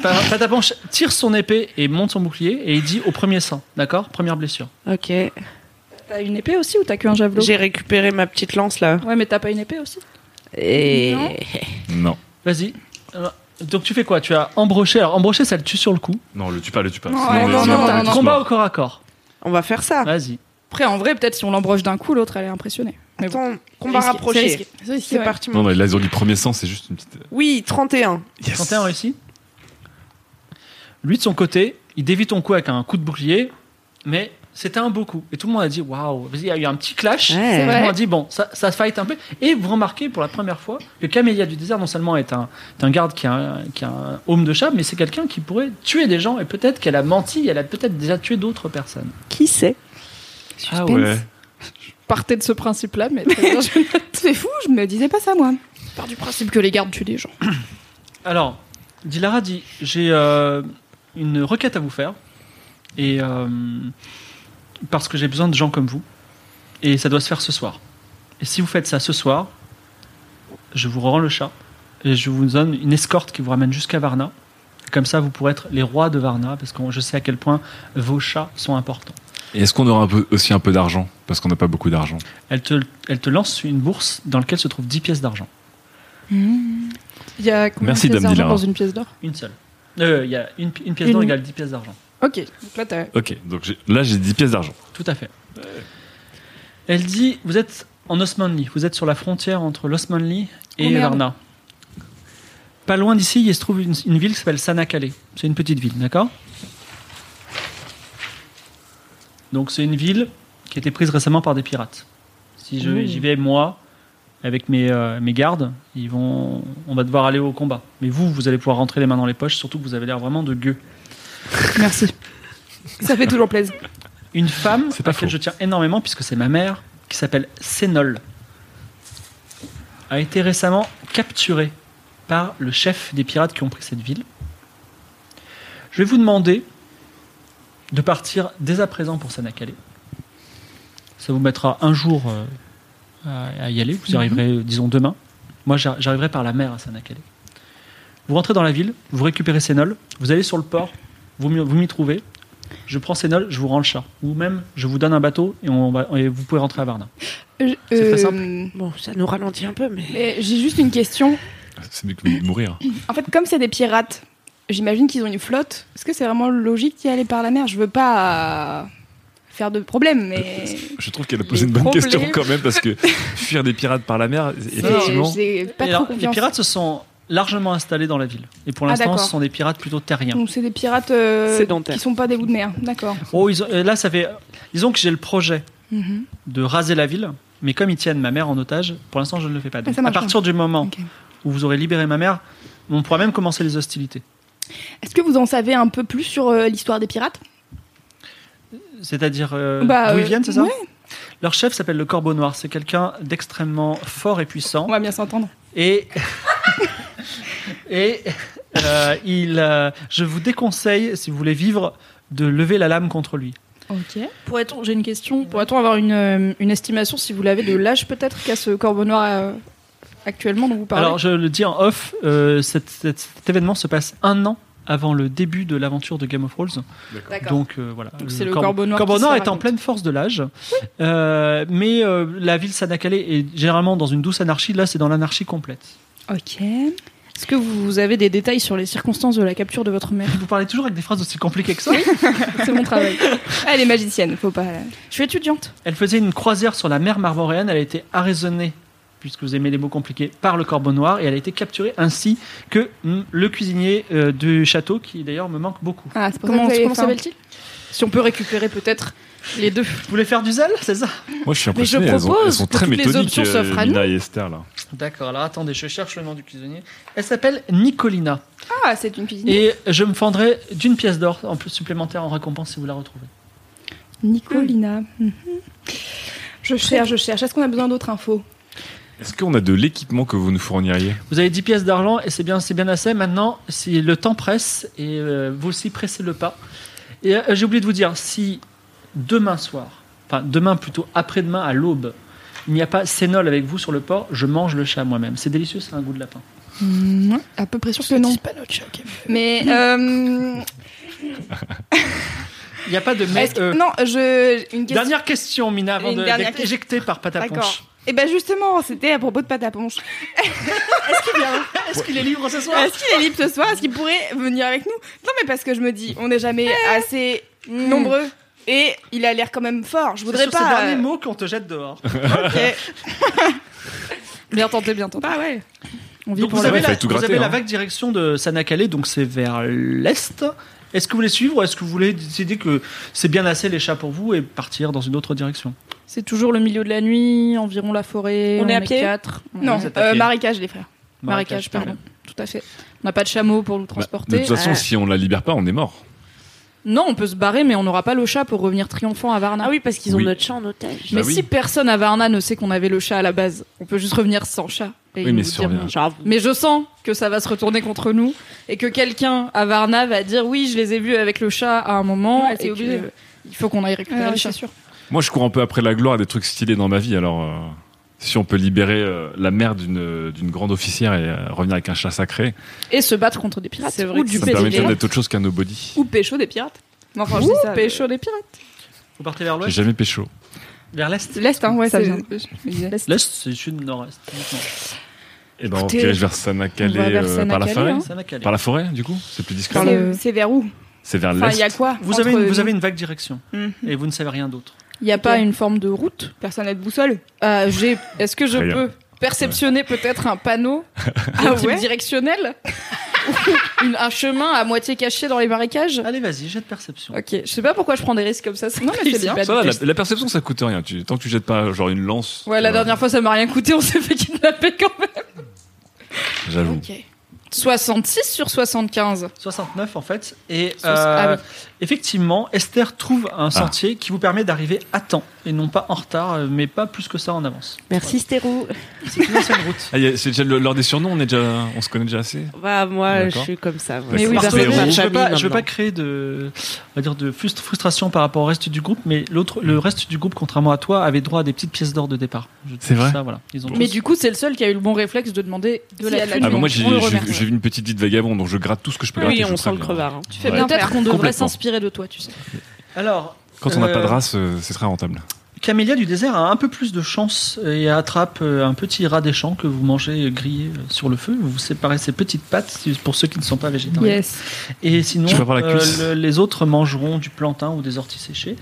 Pa- Pataponche tire son épée et monte son bouclier et il dit au premier sang, d'accord Première blessure. Ok. T'as une épée aussi ou t'as qu'un javelot J'ai récupéré ma petite lance là. Ouais, mais t'as pas une épée aussi Et. Non. Non. Vas-y. Alors, Donc tu fais quoi Tu as embroché. Alors embroché, ça le tue sur le coup. Non, le tue pas, le tue pas. Non, Sinon, ouais, on est- non, sinon, non, on est non, tous non. Ah. Combat morts. au corps à corps. On va faire ça. Vas-y. Après, en vrai, peut-être si on l'embroche d'un coup, l'autre elle est impressionnée. Mais bon. Attends, combat risqué, c'est rapproché. risqué. C'est ouais. parti. Non, non, là, ils ont dit premier sang, c'est juste une petite. euh, Oui, 31. Yes. 31 réussi. Lui de son côté, il dévie ton coup avec un coup de bouclier, mais c'était un beau coup. Et tout le monde a dit waouh. Il y a eu un petit clash. Ouais. Tout le vrai. monde a dit bon, ça, ça fight un peu. Et vous remarquez pour la première fois que Camélia du désert non seulement est un, est un garde qui a, un- qui a un homme de chat, mais c'est quelqu'un qui pourrait tuer des gens et peut-être qu'elle a menti, elle a peut-être déjà tué d'autres personnes. Qui sait Ah Ouais. Partez de ce principe-là, mais [laughs] C'est fou, je me disais pas ça moi. part du principe que les gardes tuent des gens. Alors, Dilara dit j'ai euh, une requête à vous faire. Et euh, parce que j'ai besoin de gens comme vous. Et ça doit se faire ce soir. Et si vous faites ça ce soir, je vous rends le chat. Et je vous donne une escorte qui vous ramène jusqu'à Varna. Comme ça, vous pourrez être les rois de Varna. Parce que je sais à quel point vos chats sont importants. Et est-ce qu'on aura un peu, aussi un peu d'argent Parce qu'on n'a pas beaucoup d'argent. Elle te, elle te lance une bourse dans laquelle se trouvent 10 pièces d'argent. Il y a combien Merci, de Dame pièces d'argent Dilara. dans une pièce d'or Une seule. Euh, Il y a une, pi- une pièce d'or Une- égale 10 pièces d'argent. Ok, donc là t'as. Ok, donc j'ai- là, j'ai 10 pièces d'argent. Tout à fait. Elle dit Vous êtes en Osmanli, vous êtes sur la frontière entre l'Osmanli Oh, et merde. Varna. Pas loin d'ici, il se trouve une, une ville qui s'appelle Sanakale. C'est une petite ville, d'accord Donc c'est une ville qui a été prise récemment par des pirates. Si je- Mmh. Ouh. j'y vais, moi, avec mes, euh, mes gardes, ils vont, on va devoir aller au combat. Mais vous, vous allez pouvoir rentrer les mains dans les poches, surtout que vous avez l'air vraiment de gueux. Merci. Ça fait toujours plaisir. Une femme C'est à pas laquelle faux. je tiens énormément, puisque c'est ma mère, qui s'appelle Sénol, a été récemment capturée par le chef des pirates qui ont pris cette ville. Je vais vous demander de partir dès à présent pour Sanakale. Ça vous mettra un jour euh, à- à y aller. Vous y arriverez, euh, disons, demain. Moi, j'ar- j'arriverai par la mer à Sanakale. Vous rentrez dans la ville, vous récupérez Sénol, vous allez sur le port, vous m'y- vous m'y trouvez, je prends Sénol, je vous rends le chat. Ou même, je vous donne un bateau et, on va, et vous pouvez rentrer à Varna. Euh, C'est très simple. Bon, ça nous ralentit un peu, mais. Mais j'ai juste une question. C'est mieux que de mourir. En fait, comme c'est des pirates, j'imagine qu'ils ont une flotte. Est-ce que c'est vraiment logique d'y aller par la mer Je veux pas euh, faire de problème, mais Je trouve qu'elle a Les posé une bonne problèmes. question quand même, parce que [laughs] fuir des pirates par la mer, effectivement. c'est- j'ai pas Et trop alors, les confiance. pirates se sont largement installés dans la ville. Et pour Ah, l'instant, d'accord. ce sont des pirates plutôt terriens. Donc c'est des pirates euh, Sédentaires. qui sont pas des bouts de mer, d'accord. Oh, ils ont- euh, là, ça fait. Disons que j'ai le projet Mhm. de raser la ville, mais comme ils tiennent ma mère en otage, pour l'instant, je ne le fais pas. Donc, Ah, ça à marche partir du moment Ok. où vous aurez libéré ma mère, on pourra même commencer les hostilités. Est-ce que vous en savez un peu plus sur euh, l'histoire des pirates C'est-à-dire euh, Bah, d'où ils euh, viennent, c'est ça ouais. Leur chef s'appelle le Corbeau Noir. C'est quelqu'un d'extrêmement fort et puissant. On va bien s'entendre. Et, [laughs] et euh, il, euh, je vous déconseille, si vous voulez vivre, de lever la lame contre lui. Ok. Pourrait-on, j'ai une question, pourrait-on avoir une, euh, une estimation, si vous l'avez, de l'âge peut-être qu'a ce corbeau noir euh, actuellement dont vous parlez Alors, je le dis en off, euh, cet, cet- cet événement se passe un an avant le début de l'aventure de Game of Thrones. Donc euh, voilà. Donc, c'est le Corbeau Noir qui se la est en raconte. pleine force de l'âge, Euh, mais euh, la ville Sanakale est généralement dans une douce anarchie. Là, c'est dans l'anarchie complète. Ok. Est-ce que vous avez des détails sur les circonstances de la capture de votre mère Vous parlez toujours avec des phrases aussi compliquées que ça. C'est mon [laughs] travail. Elle est magicienne, faut pas. Je suis étudiante. Elle faisait une croisière sur la mer Marmoréenne, elle a été arraisonnée, puisque vous aimez les mots compliqués, par le corbeau noir, et elle a été capturée ainsi que mm, le cuisinier euh, du château, qui d'ailleurs me manque beaucoup. Ah, c'est pour ça que Comment, vous avez comment faim. s'appelle-t-il Si on peut récupérer peut-être Les deux. Vous voulez faire du zèle, c'est ça Moi, je suis Mais je impressionné. Elles, ont- propose elles sont que très toutes les méthodiques, options s'offrent à euh, nous. Mina et Esther, là. D'accord, alors attendez, je cherche le nom du cuisinier. Elle s'appelle Nicolina. Ah, c'est une cuisine. Et je me fendrai d'une pièce d'or en plus supplémentaire en récompense si vous la retrouvez. Nicolina. Hmm. Mhm. Je cherche, je cherche. Est-ce qu'on a besoin d'autres infos Est-ce qu'on a de l'équipement que vous nous fourniriez Vous avez 10 pièces d'argent et c'est bien, c'est bien assez. Maintenant, si le temps presse et euh, vous aussi pressez le pas. Et euh, j'ai oublié de vous dire, si demain soir, enfin demain plutôt après-demain à l'aube, il n'y a pas Sénol avec vous sur le port, je mange le chat moi-même. C'est délicieux, c'est un goût de lapin. Hmm, à peu près sûr que non. C'est pas notre chat, ok. Hmm. Mais euh, Il n'y a pas de mais. est-ce que- euh, non, je une question. dernière question, Mina, avant Une de- dernière d'être question. éjectée par Pataponche. D'accord. Et ben justement, c'était à propos de pâte à ponche. Est-ce qu'il est libre ce soir Est-ce qu'il est libre ce soir Est-ce qu'il pourrait venir avec nous Non, mais parce que je me dis, on n'est jamais Eh. assez Hmm. nombreux. Et il a l'air quand même fort. Je C'est voudrais sur ces pas. euh, derniers mots qu'on te jette dehors. Ok. Bien tenté, bien tenté. Bah ouais. On vit Donc pour vous le avez, Ouais, la, fallait tout vous gratter, avez la hein. vague direction de Sanakale, donc c'est vers l'est. Est-ce que vous voulez suivre ou est-ce que vous voulez décider que c'est bien assez les chats pour vous et partir dans une autre direction C'est toujours le milieu de la nuit, environ la forêt. On est à pied quatre. On Non, est- vous êtes à euh, pied. marécage, les frères. Marécage, pardon. Tout à fait. On n'a pas de chameau pour le Bah, transporter. De toute façon, Ah. si on la libère pas, on est mort. Non, on peut se barrer, mais on n'aura pas le chat pour revenir triomphant à Varna. Ah oui, parce qu'ils ont Oui. notre chat en otage. mais Bah oui. si personne à Varna ne sait qu'on avait le chat à la base, on peut juste revenir sans chat. et Oui, mais nous si on dire revient- non. J'avoue. Mais je sens que ça va se retourner contre nous et que quelqu'un à Varna va dire oui, je les ai vus avec le chat à un moment. Ouais, c'est et obligé. que il faut qu'on aille récupérer Ouais, le c'est chat. sûr. Moi, je cours un peu après la gloire et des trucs stylés dans ma vie. Alors, euh, si on peut libérer euh, la mère d'une d'une grande officière et euh, revenir avec un chat sacré, Et se battre contre des pirates. C'est vrai ou que du ça pédo- permet pédophile. d'être autre chose qu'un nobody. Ou pécho des pirates. Non, enfin, je Ou dis ça. pécho des pirates. Vous partez vers J'ai l'ouest jamais pécho. Vers l'est euh, L'Est, hein, ouais, Ça c'est- vient. je me disais. L'est, c'est sud-nord-est. uniquement. Et ben, on se Écoutez, dirige vers Sanakale on va vers euh, par la Sanakale, forêt. hein. Sanakale. Par la forêt, du coup C'est plus discret. Par le- C'est- C'est vers où C'est vers Enfin, il y l'est. a quoi Vous entre avez, une, vous nous avez une vague direction Mhm. et vous ne savez rien d'autre. Il n'y a pas une forme de route. Personne n'a de boussole Euh, j'ai- Est-ce que je Rien. peux perceptionner peut-être un panneau [laughs] de Ah type ouais directionnel Ou une- Un chemin à moitié caché dans les marécages Allez, vas-y, jet de perception. Ok, je sais pas pourquoi je prends des risques comme ça. Non, mais c'est bien. Ça va, la, la perception, ça coûte rien. Tu- tant que tu jettes pas genre une lance. euh, Ouais, la dernière fois ça m'a rien coûté, on s'est fait kidnapper quand même. fois. J'avoue. 66 sur 75. 69 en fait. Et Soix- ah euh, effectivement, Esther trouve Ah. un sentier qui vous permet d'arriver à temps et non pas en retard, euh, mais pas plus que ça en avance. Merci Stéro. Voilà. C'est une ancienne route. Ah, y a- c'est déjà le- l'heure des surnoms, on, est déjà, on se connaît déjà assez Bah, moi, je D'accord. suis comme ça. moi. Mais oui, Parce que Barthélemy, je Barthélemy, ne veux, pas- je veux pas maintenant. créer de, on va dire de frust- frustration par rapport au reste du groupe, mais l'autre, le reste du groupe, contrairement à toi, avait droit à des petites pièces d'or de départ. Je te C'est dis vrai ça, voilà. Ils ont Mais tous- du coup, c'est le seul qui a eu le bon réflexe de demander de Si, la elle a thune, Ah, bah, donc moi, j'ai on le j'ai- remercie. j'ai vu une petite vie de vagabond, donc je gratte tout ce que je peux gratter. Oui, je on trouve ça sent le bien. crevard. hein. Tu fais Ouais. bien Peut-être faire. qu'on devrait Complètement. s'inspirer de toi, tu sais. Alors, Quand on n'a pas de Euh, race, euh, c'est très rentable. Camélia du désert a un peu plus de chance et attrape euh, un petit rat des champs que vous mangez grillé euh, sur le feu. Vous séparez ses petites pattes si- pour ceux qui ne sont pas végétariens. Yes. Et sinon, Je peux avoir la euh, cuisse. le- les autres mangeront du plantain ou des orties séchées.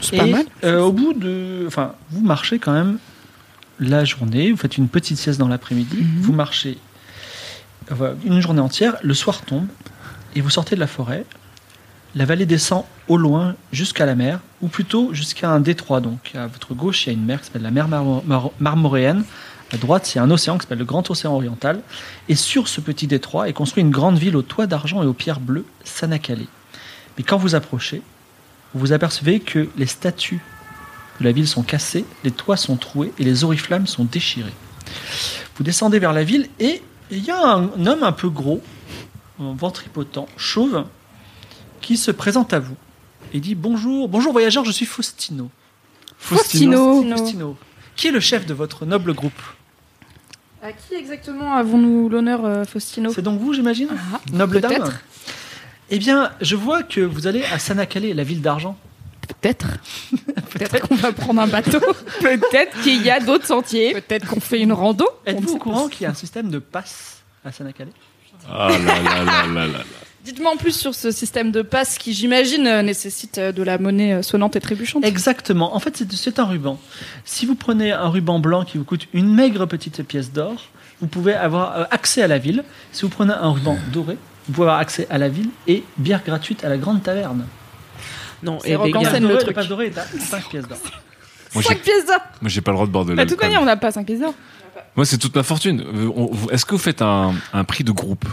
C'est Et, euh, au bout de. Enfin, vous marchez quand même la journée, vous faites une petite sieste dans l'après-midi, vous marchez enfin, une journée entière, le soir tombe, et vous sortez de la forêt. La vallée descend au loin jusqu'à la mer, ou plutôt jusqu'à un détroit. Donc, à votre gauche, il y a une mer qui s'appelle la mer Marmo- Mar- Marmoréenne. À droite, il y a un océan qui s'appelle le Grand Océan Oriental. Et sur ce petit détroit est construite une grande ville au toit d'argent et aux pierres bleues, Sanakale. Mais quand vous approchez, vous vous apercevez que les statues de la ville sont cassées, les toits sont troués et les oriflammes sont déchirés. Vous descendez vers la ville et il y a un homme un peu gros, en ventripotent, chauve, qui se présente à vous et dit Bonjour, bonjour voyageur, je suis Faustino. Faustino. Faustino. Qui est le chef de votre noble groupe À qui exactement avons-nous l'honneur, euh, Faustino C'est donc vous, j'imagine Noble dame peut-être. Eh bien, je vois que vous allez à Sanakale, la ville d'argent. Peut-être. Peut-être qu'on va prendre un bateau. Peut-être qu'il y a d'autres sentiers. Peut-être qu'on fait une rando. On ne Êtes-vous sait au pas. courant qu'il y a un système de passe à Sanakale Ah là là là là là. Dites-moi en plus sur ce système de passe qui, j'imagine, euh, nécessite euh, de la monnaie euh, sonnante et trébuchante. Exactement. En fait, c'est- c'est un ruban. Si vous prenez un ruban blanc qui vous coûte une maigre petite pièce d'or, vous pouvez avoir euh, accès à la ville. Si vous Hmm. prenez un ruban doré, vous pouvez avoir accès à la ville et bière gratuite à la grande taverne. Non, C'est et les Rock en gars, scène. Le le truc. truc. pas doré, t'as 5 pièces d'or. Moi, 5 j'ai- pièces d'or Moi, j'ai pas le droit de boire de Bah, De toute l'alcool. manière, on n'a pas 5 pièces d'or. Moi, c'est toute ma fortune. Euh, on- vous- Est-ce que vous faites un, un prix de groupe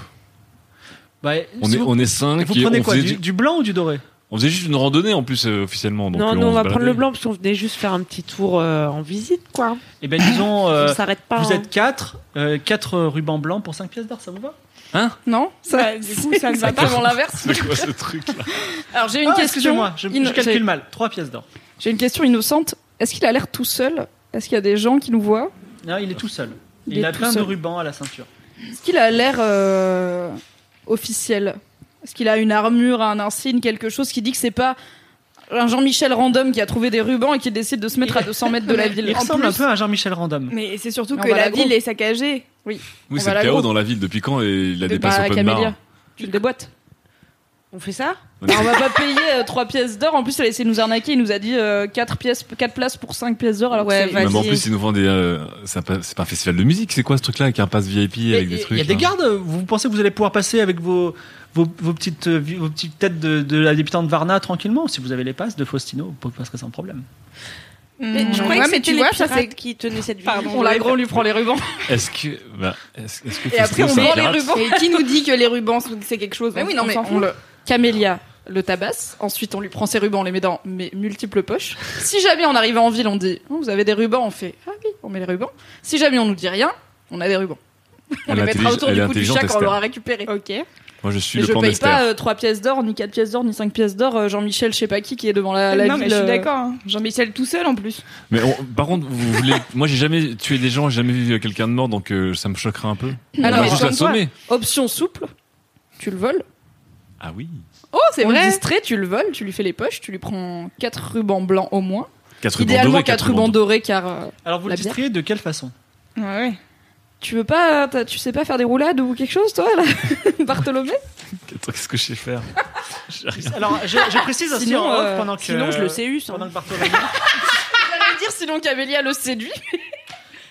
Bah, on si est, vous, on est cinq. vous et prenez on, quoi faisait du, ju- du blanc ou du doré on faisait juste une randonnée en plus euh, officiellement. Donc, non, euh, non, on va se prendre le baladait. blanc parce qu'on venait juste faire un petit tour euh, en visite, quoi. Eh ben disons, [laughs] euh, on s'arrête Ah pas. vous hein. êtes 4, 4 rubans blancs pour 5 pièces d'or, ça vous va Non ça, Ouais, du coup, ça ne va pas. exactement l'inverse. C'est quoi ce truc là Alors j'ai une Ah, question. Excusez-moi, je, Une- je j'ai- calcule mal. 3 pièces d'or. J'ai une question innocente. Est-ce qu'il a l'air tout seul Est-ce qu'il y a des gens qui nous voient Non, il est tout seul. Il Il, est a tout plein seul. de rubans à la ceinture. Est-ce qu'il a l'air euh, officiel Est-ce qu'il a une armure, un insigne, quelque chose qui dit que c'est pas un Jean-Michel random qui a trouvé des rubans et qui décide de se mettre à 200 mètres de la ville Il En ressemble plus, un peu à Jean-Michel Random. Mais c'est surtout Mais que on va à la la ville groupe. est saccagée. Oui, On c'est va à le la chaos groupe. dans la ville. Depuis quand et il a bah, dépassé Open Camélia, Bar tu le [laughs] déboîtes. On fait ça On Bah, on est- va pas payer 3 pièces d'or. En plus, elle a essayé de nous arnaquer. Il nous a dit 4, pièces, 4 places pour 5 pièces d'or. Alors que Ouais, c'est- vas-y. Même en plus, ils nous vendent des. euh, c'est pas c'est pas un festival de musique, c'est quoi ce truc là avec un pass VIP avec des trucs hein Il y a des là gardes, vous pensez que vous allez pouvoir passer avec vos, vos, vos petites, euh, vos petites têtes de, de la députante Varna tranquillement Si vous avez les passes de Faustino, vous passerez sans problème. Mmh. Mais Je croyais Ouais, que mais c'était tu les vois, ça pirates c'est. qui tenaient cette ville. Pardon. On l'a gros, on lui prend les rubans. Est-ce que. Bah, est-ce est-ce que Et après, Faustino, on c'est un vend les pirate rubans. Et qui nous dit que les rubans c'est quelque chose Mais oui, non, mais s'en on fout. le- Camélia le tabasse, ensuite on lui prend ses rubans, on les met dans mes multiples poches. Si jamais on arrive en ville, on dit Oh, Vous avez des rubans On fait Ah oui, on met les rubans. Si jamais on nous dit rien, on a des rubans. On Elle les est mettra intelligente- autour elle du est coup du chat intelligente, quand on Esther. l'aura récupéré. Ok. Moi, je suis Mais le je plan paye d'Esther. pas 3 pièces d'or, ni 4 pièces d'or, ni 5 pièces d'or, euh, Jean-Michel, je sais pas qui, qui est devant la, la non, ville. mais je suis euh, d'accord. hein. Jean-Michel tout seul en plus. Mais on- par contre, vous voulez. Moi, j'ai jamais tué des gens, j'ai jamais vu quelqu'un de mort, donc euh, ça me choquerait un peu. On Alors, va juste comme l'assommer. Option souple, tu le voles. Ah oui. Oh, c'est vrai. vrai. distrait, tu le voles, tu lui fais les poches, tu lui prends 4 rubans blancs au moins. Quatre rubans Idéalement dorés, 4 rubans dorés car. euh, Alors vous La le bière distribuez de quelle façon Ouais, ouais. Tu veux pas, t'as- tu sais pas faire des roulades ou quelque chose, toi, là [laughs] Bartholomé Attends, Qu'est-ce que je sais faire Alors je, je précise aussi Sinon, en off euh, pendant que Sinon, je le hein. séduis. pendant que Bartholomew- J'allais dire sinon Camélia le séduit.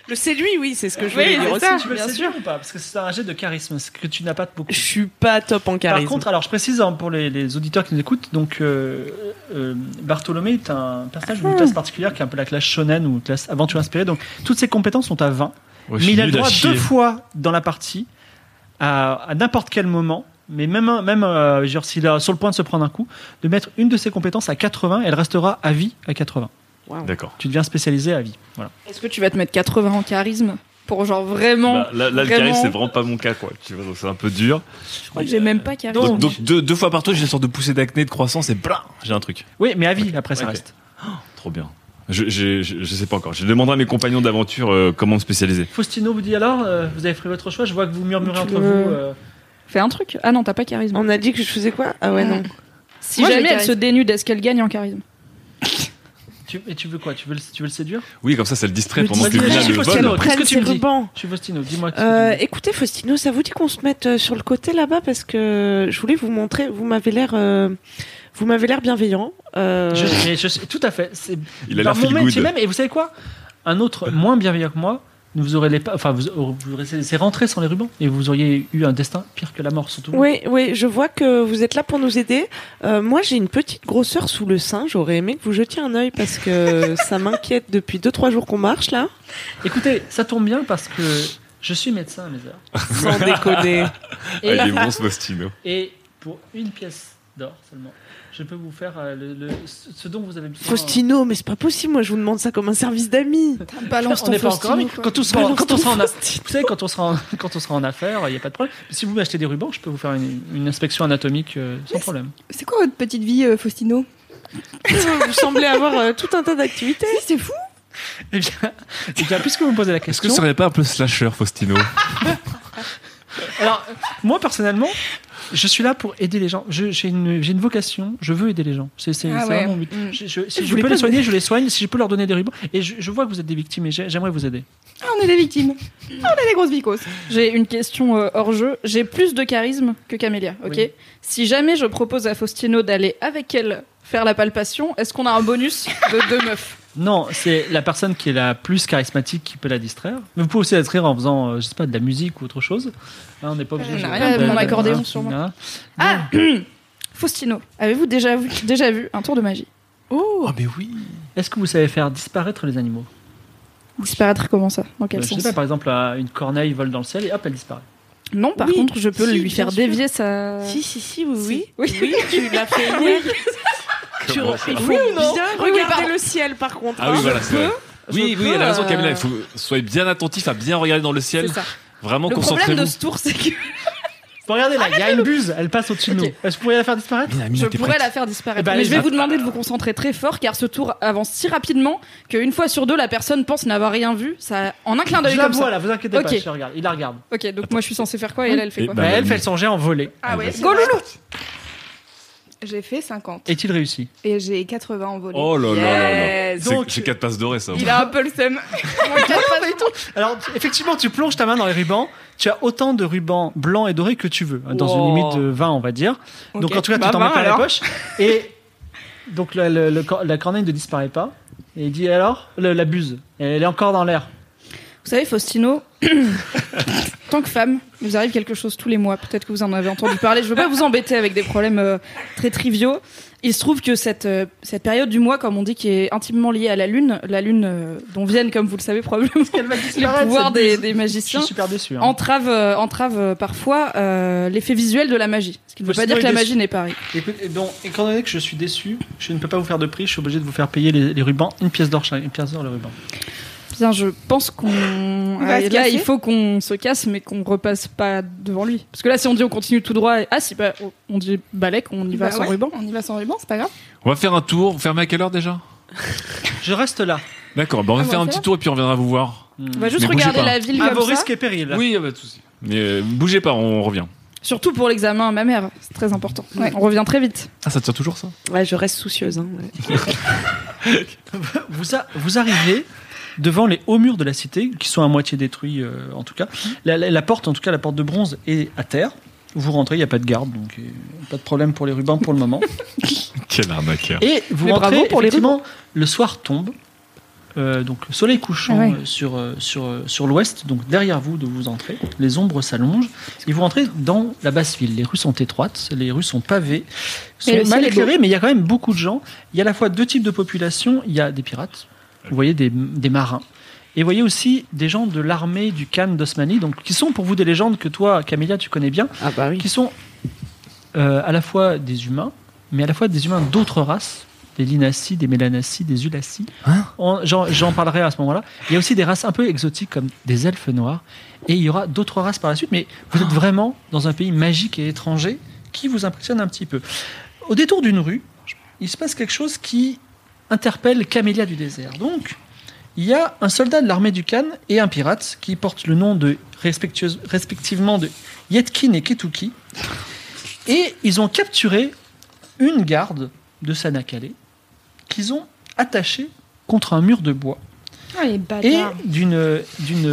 Le séduit, oui, c'est ce que je Oui, voulais c'est dire ça. aussi. tu veux le séduire ou pas Parce que c'est un jet de charisme, ce que tu n'as pas beaucoup. Je suis pas top en charisme. Par contre, alors je précise hein, pour les, les auditeurs qui nous écoutent, donc euh, euh, Bartholomé est un personnage Ah. d'une classe particulière qui est un peu la classe shonen ou classe aventure inspirée. Donc toutes ses compétences sont à 20, Ouais, je mais suis il a le nul à droit chier. deux fois dans la partie à, à n'importe quel moment. Mais même, un- même euh, genre, s'il est sur le point de se prendre un coup, de mettre une de ses compétences à 80, elle restera à vie à 80. Waouh. D'accord. Tu deviens spécialisé à vie. Voilà. Est-ce que tu vas te mettre 80 en charisme Pour genre vraiment. Bah, là, là, le Vraiment. charisme, c'est vraiment pas mon cas, quoi. Tu vois, donc c'est un peu dur. J'ai même pas charisme. Donc, donc, deux, deux fois par tour, j'ai une sorte de poussée d'acné, de croissance, et blam, j'ai un truc. Oui, mais à vie, après, ça Ok. reste. Trop bien. Je, je, je, je sais pas encore. Je demanderai à mes compagnons d'aventure euh, comment me spécialiser. Faustino vous dit alors, euh, vous avez pris votre choix, je vois que vous murmurez Tu entre veux- vous. euh, Fais un truc. Ah non, t'as pas charisme. On a dit que je faisais quoi Ah ouais, non. Si Moi, j'ai jamais elle charisme. se dénude, est-ce qu'elle gagne en charisme tu, et tu veux quoi tu veux, le, tu veux le séduire Oui, comme ça, ça le distrait Le pendant que distrait, Lina je le pense qu'il y a vole. d'autres. qu'est-ce que Prenne tu ses me dis rubans. Je suis Faustino, dis-moi. ce que tu Euh, dis. écoutez, Faustino, ça vous dit qu'on se mette euh, sur le côté là-bas parce que je voulais vous montrer. Vous m'avez l'air, euh, vous m'avez l'air bienveillant. Euh, Je- mais je sais- tout à fait. C'est Il a dans l'air mon feel métier good. même. Et vous savez quoi Un autre moins bienveillant que moi, vous aurez les pas. Enfin, vous, vous aurez- c'est rentré sans les rubans et vous auriez eu un destin pire que la mort, surtout. vous. Oui, oui, je vois que vous êtes là pour nous aider. Euh, moi, j'ai une petite grosseur sous le sein. J'aurais aimé que vous jetiez un œil parce [laughs] que ça m'inquiète depuis deux trois jours qu'on marche là. Écoutez, ça tombe bien parce que je suis médecin à mes heures. Sans [laughs] déconner. Ah, Et, il est bon, ce Faustino. et pour une pièce d'or seulement, je peux vous faire euh, le, le- ce ce dont vous avez besoin. Faustino, mais c'est pas possible. Moi, je vous demande ça comme un service d'amis. Balance on n'est pas encore. arrivé. Quand on sera, Balance quand on ton sera en, a- Faustino. vous savez, quand on sera, en, quand on sera en affaires, il n'y a pas de problème. Si vous m'achetez des rubans, je peux vous faire une, une inspection anatomique euh, sans problème. C'est quoi votre petite vie, euh, Faustino vous semblez avoir euh, tout un tas d'activités. C'est fou. Eh bien, eh bien, puisque vous me posez la Est-ce question, que ça serait pas un peu slasher, Faustino alors euh, moi personnellement, je suis là pour aider les gens. Je- J'ai une, j'ai une vocation. Je veux aider les gens. C'est c'est- Ah c'est ouais. vraiment mon but. Mm. Je- je- si Je je voulais peux pas les vous- soigner, je les soigne. Si je peux leur donner des rubans, et je, je vois que vous êtes des victimes, et j'ai- j'aimerais vous aider. Ah, on est des victimes. Ah, on a des grosses vicoses. J'ai une question euh, hors jeu. J'ai plus de charisme que Camélia, ok Oui. Si jamais je propose à Faustino d'aller avec elle faire la palpation, est-ce qu'on a un bonus de deux meufs Non, c'est la personne qui est la plus charismatique qui peut la distraire. Mais vous pouvez aussi la distraire en faisant, euh, je sais pas, de la musique ou autre chose. Hein, on n'est pas obligé. Euh, de- on Ah a rien, de- mon de- accordéon, hein, sûrement. hein. Faustino, avez-vous déjà vu, déjà vu un tour de magie Ah, Oh, mais oui Est-ce que vous savez faire disparaître les animaux Disparaître comment ça Dans quel Bah, Euh, Je sens sais pas, par exemple, euh, une corneille vole dans le ciel et hop, elle disparaît. Non, par Oui, contre, je peux si, lui faire bien sûr. dévier sa. Si, si, si, oui, oui. Oui. Oui, tu l'as fait hier. Tu Comment re- ça il faut Oui ou non bien Oui, oui, regarder pardon. le ciel, par contre. Ah oui, hein. voilà, c'est vrai. je Oui, oui, peux, elle a raison, euh, Camilla. Il faut, soyez bien attentif à bien regarder dans le ciel. C'est ça. Vraiment Le problème de concentrez-vous. ce tour, c'est que regardez là, il y a une buse, elle passe au-dessus de Ok. nous. Est-ce que vous pourriez la faire disparaître Mina, Mina, je t'es pourrais prête la faire disparaître. Eh ben, mais je vais allez-y. vous demander de vous concentrer très fort, car ce tour avance si rapidement qu'une fois sur deux, la personne pense n'avoir rien vu. Ça, en un clin d'œil Je la comme vois ça. là, vous inquiétez Ok. pas, je la regarde. Il la regarde. Ok, donc moi je suis censée faire quoi et elle, elle fait Et quoi Bah, Bah, elle Mimi. fait son jet en volée. Ah ouais, Vas-y. c'est Go vrai. loulou J'ai fait 50 Est-il réussi et j'ai 80 en volée. Oh là là là là. Yes. C'est- Donc, C'est 4 passes dorées, ça. il a un peu le seum. Alors, tu- effectivement, tu plonges ta main dans les rubans. Tu as autant de rubans blancs et dorés que tu veux, hein, dans Wow. une limite de 20, on va dire. Donc, Ok. en tout cas, Bah, tu t'en mets vingt, pas la alors. poche. Et donc, le- le- le cor- la corneille ne disparaît pas. Et il dit alors le- La buse, elle est encore dans l'air. Vous savez, Faustino, [coughs] tant que femme, il vous arrive quelque chose tous les mois. Peut-être que vous en avez entendu parler. Je veux pas vous embêter avec des problèmes euh, très triviaux. Il se trouve que cette, euh, cette période du mois, comme on dit, qui est intimement liée à la Lune, la Lune euh, dont viennent, comme vous le savez probablement, [laughs] Elle va les disparaître. pouvoirs cette des, buse. des Je suis magiciens, super déçu. hein. entrave, euh, entrave euh, parfois euh, l'effet visuel de la magie. Ce qui ne veut pas Faustino dire que est la déçu. magie n'est pas réelle. Écoute, et donc, étant donné que je suis déçu, je ne peux pas vous faire de prix, je suis obligé de vous faire payer les, les rubans, une pièce d'or chaque, une pièce d'or le ruban. Bien, je pense qu'on. va Ah, se et là, casser il faut qu'on se casse, mais qu'on repasse pas devant lui. Parce que là, si on dit on continue tout droit, et... ah si, bah, on- on dit balèque, on y va Bah sans ouais, ruban. On y va sans ruban, c'est pas grave. On va faire un tour. Fermez à quelle heure déjà Je reste là. Hmm. D'accord, bah on va Ah, faire on un va petit faire tour et puis on reviendra vous voir. On va juste Mais bougez regarder pas. la ville À comme vos ça. risques et périls. Oui, y a pas de souci. Mais euh, bougez pas, on revient. Surtout pour l'examen à ma mère, c'est très important. Ouais. On revient très vite. Ah, ça tient toujours ça Ouais, je reste soucieuse. Hein, ouais. Vous, a- vous arrivez devant les hauts murs de la cité, qui sont à moitié détruits euh, en tout cas. La, la- la porte, en tout cas la porte de bronze, est à terre. Vous rentrez, il n'y a pas de garde, donc euh, pas de problème pour les rubans pour le moment. Quel arnaqueur. Et vous Mais rentrez, bravo pour les effectivement, le soir tombe. Euh, donc le soleil couchant Ah ouais. euh, sur, euh, sur, euh, sur l'ouest, donc derrière vous de vous entrer, les ombres s'allongent et vous rentrez dans la basse ville. Les rues sont étroites, les rues sont pavées, sont Et le ciel mal est éclairées, mais il y a quand même beaucoup de gens. Il y a à la fois deux types de populations, il y a des pirates, vous voyez des, des marins, et vous voyez aussi des gens de l'armée du Khan d'Osmanie, donc qui sont pour vous des légendes que toi, Camilla, tu connais bien, Ah bah oui. qui sont euh, à la fois des humains, mais à la fois des humains d'autres races, des linacies, des mélanacies, des ulacies. En- J'en j'en parlerai à ce moment-là. Il y a aussi des races un peu exotiques comme des elfes noirs, et il y aura d'autres races par la suite, mais vous êtes vraiment dans un pays magique et étranger qui vous impressionne un petit peu. Au détour d'une rue, il se passe quelque chose qui interpelle Camélia du désert. Donc, il y a un soldat de l'armée du Khan et un pirate qui portent le nom de respectueuse- respectivement de Yetkin et Ketuki. Et ils ont capturé une garde de Sanakale qu'ils ont attachée contre un mur de bois Ah, les et bâtards. d'une d'une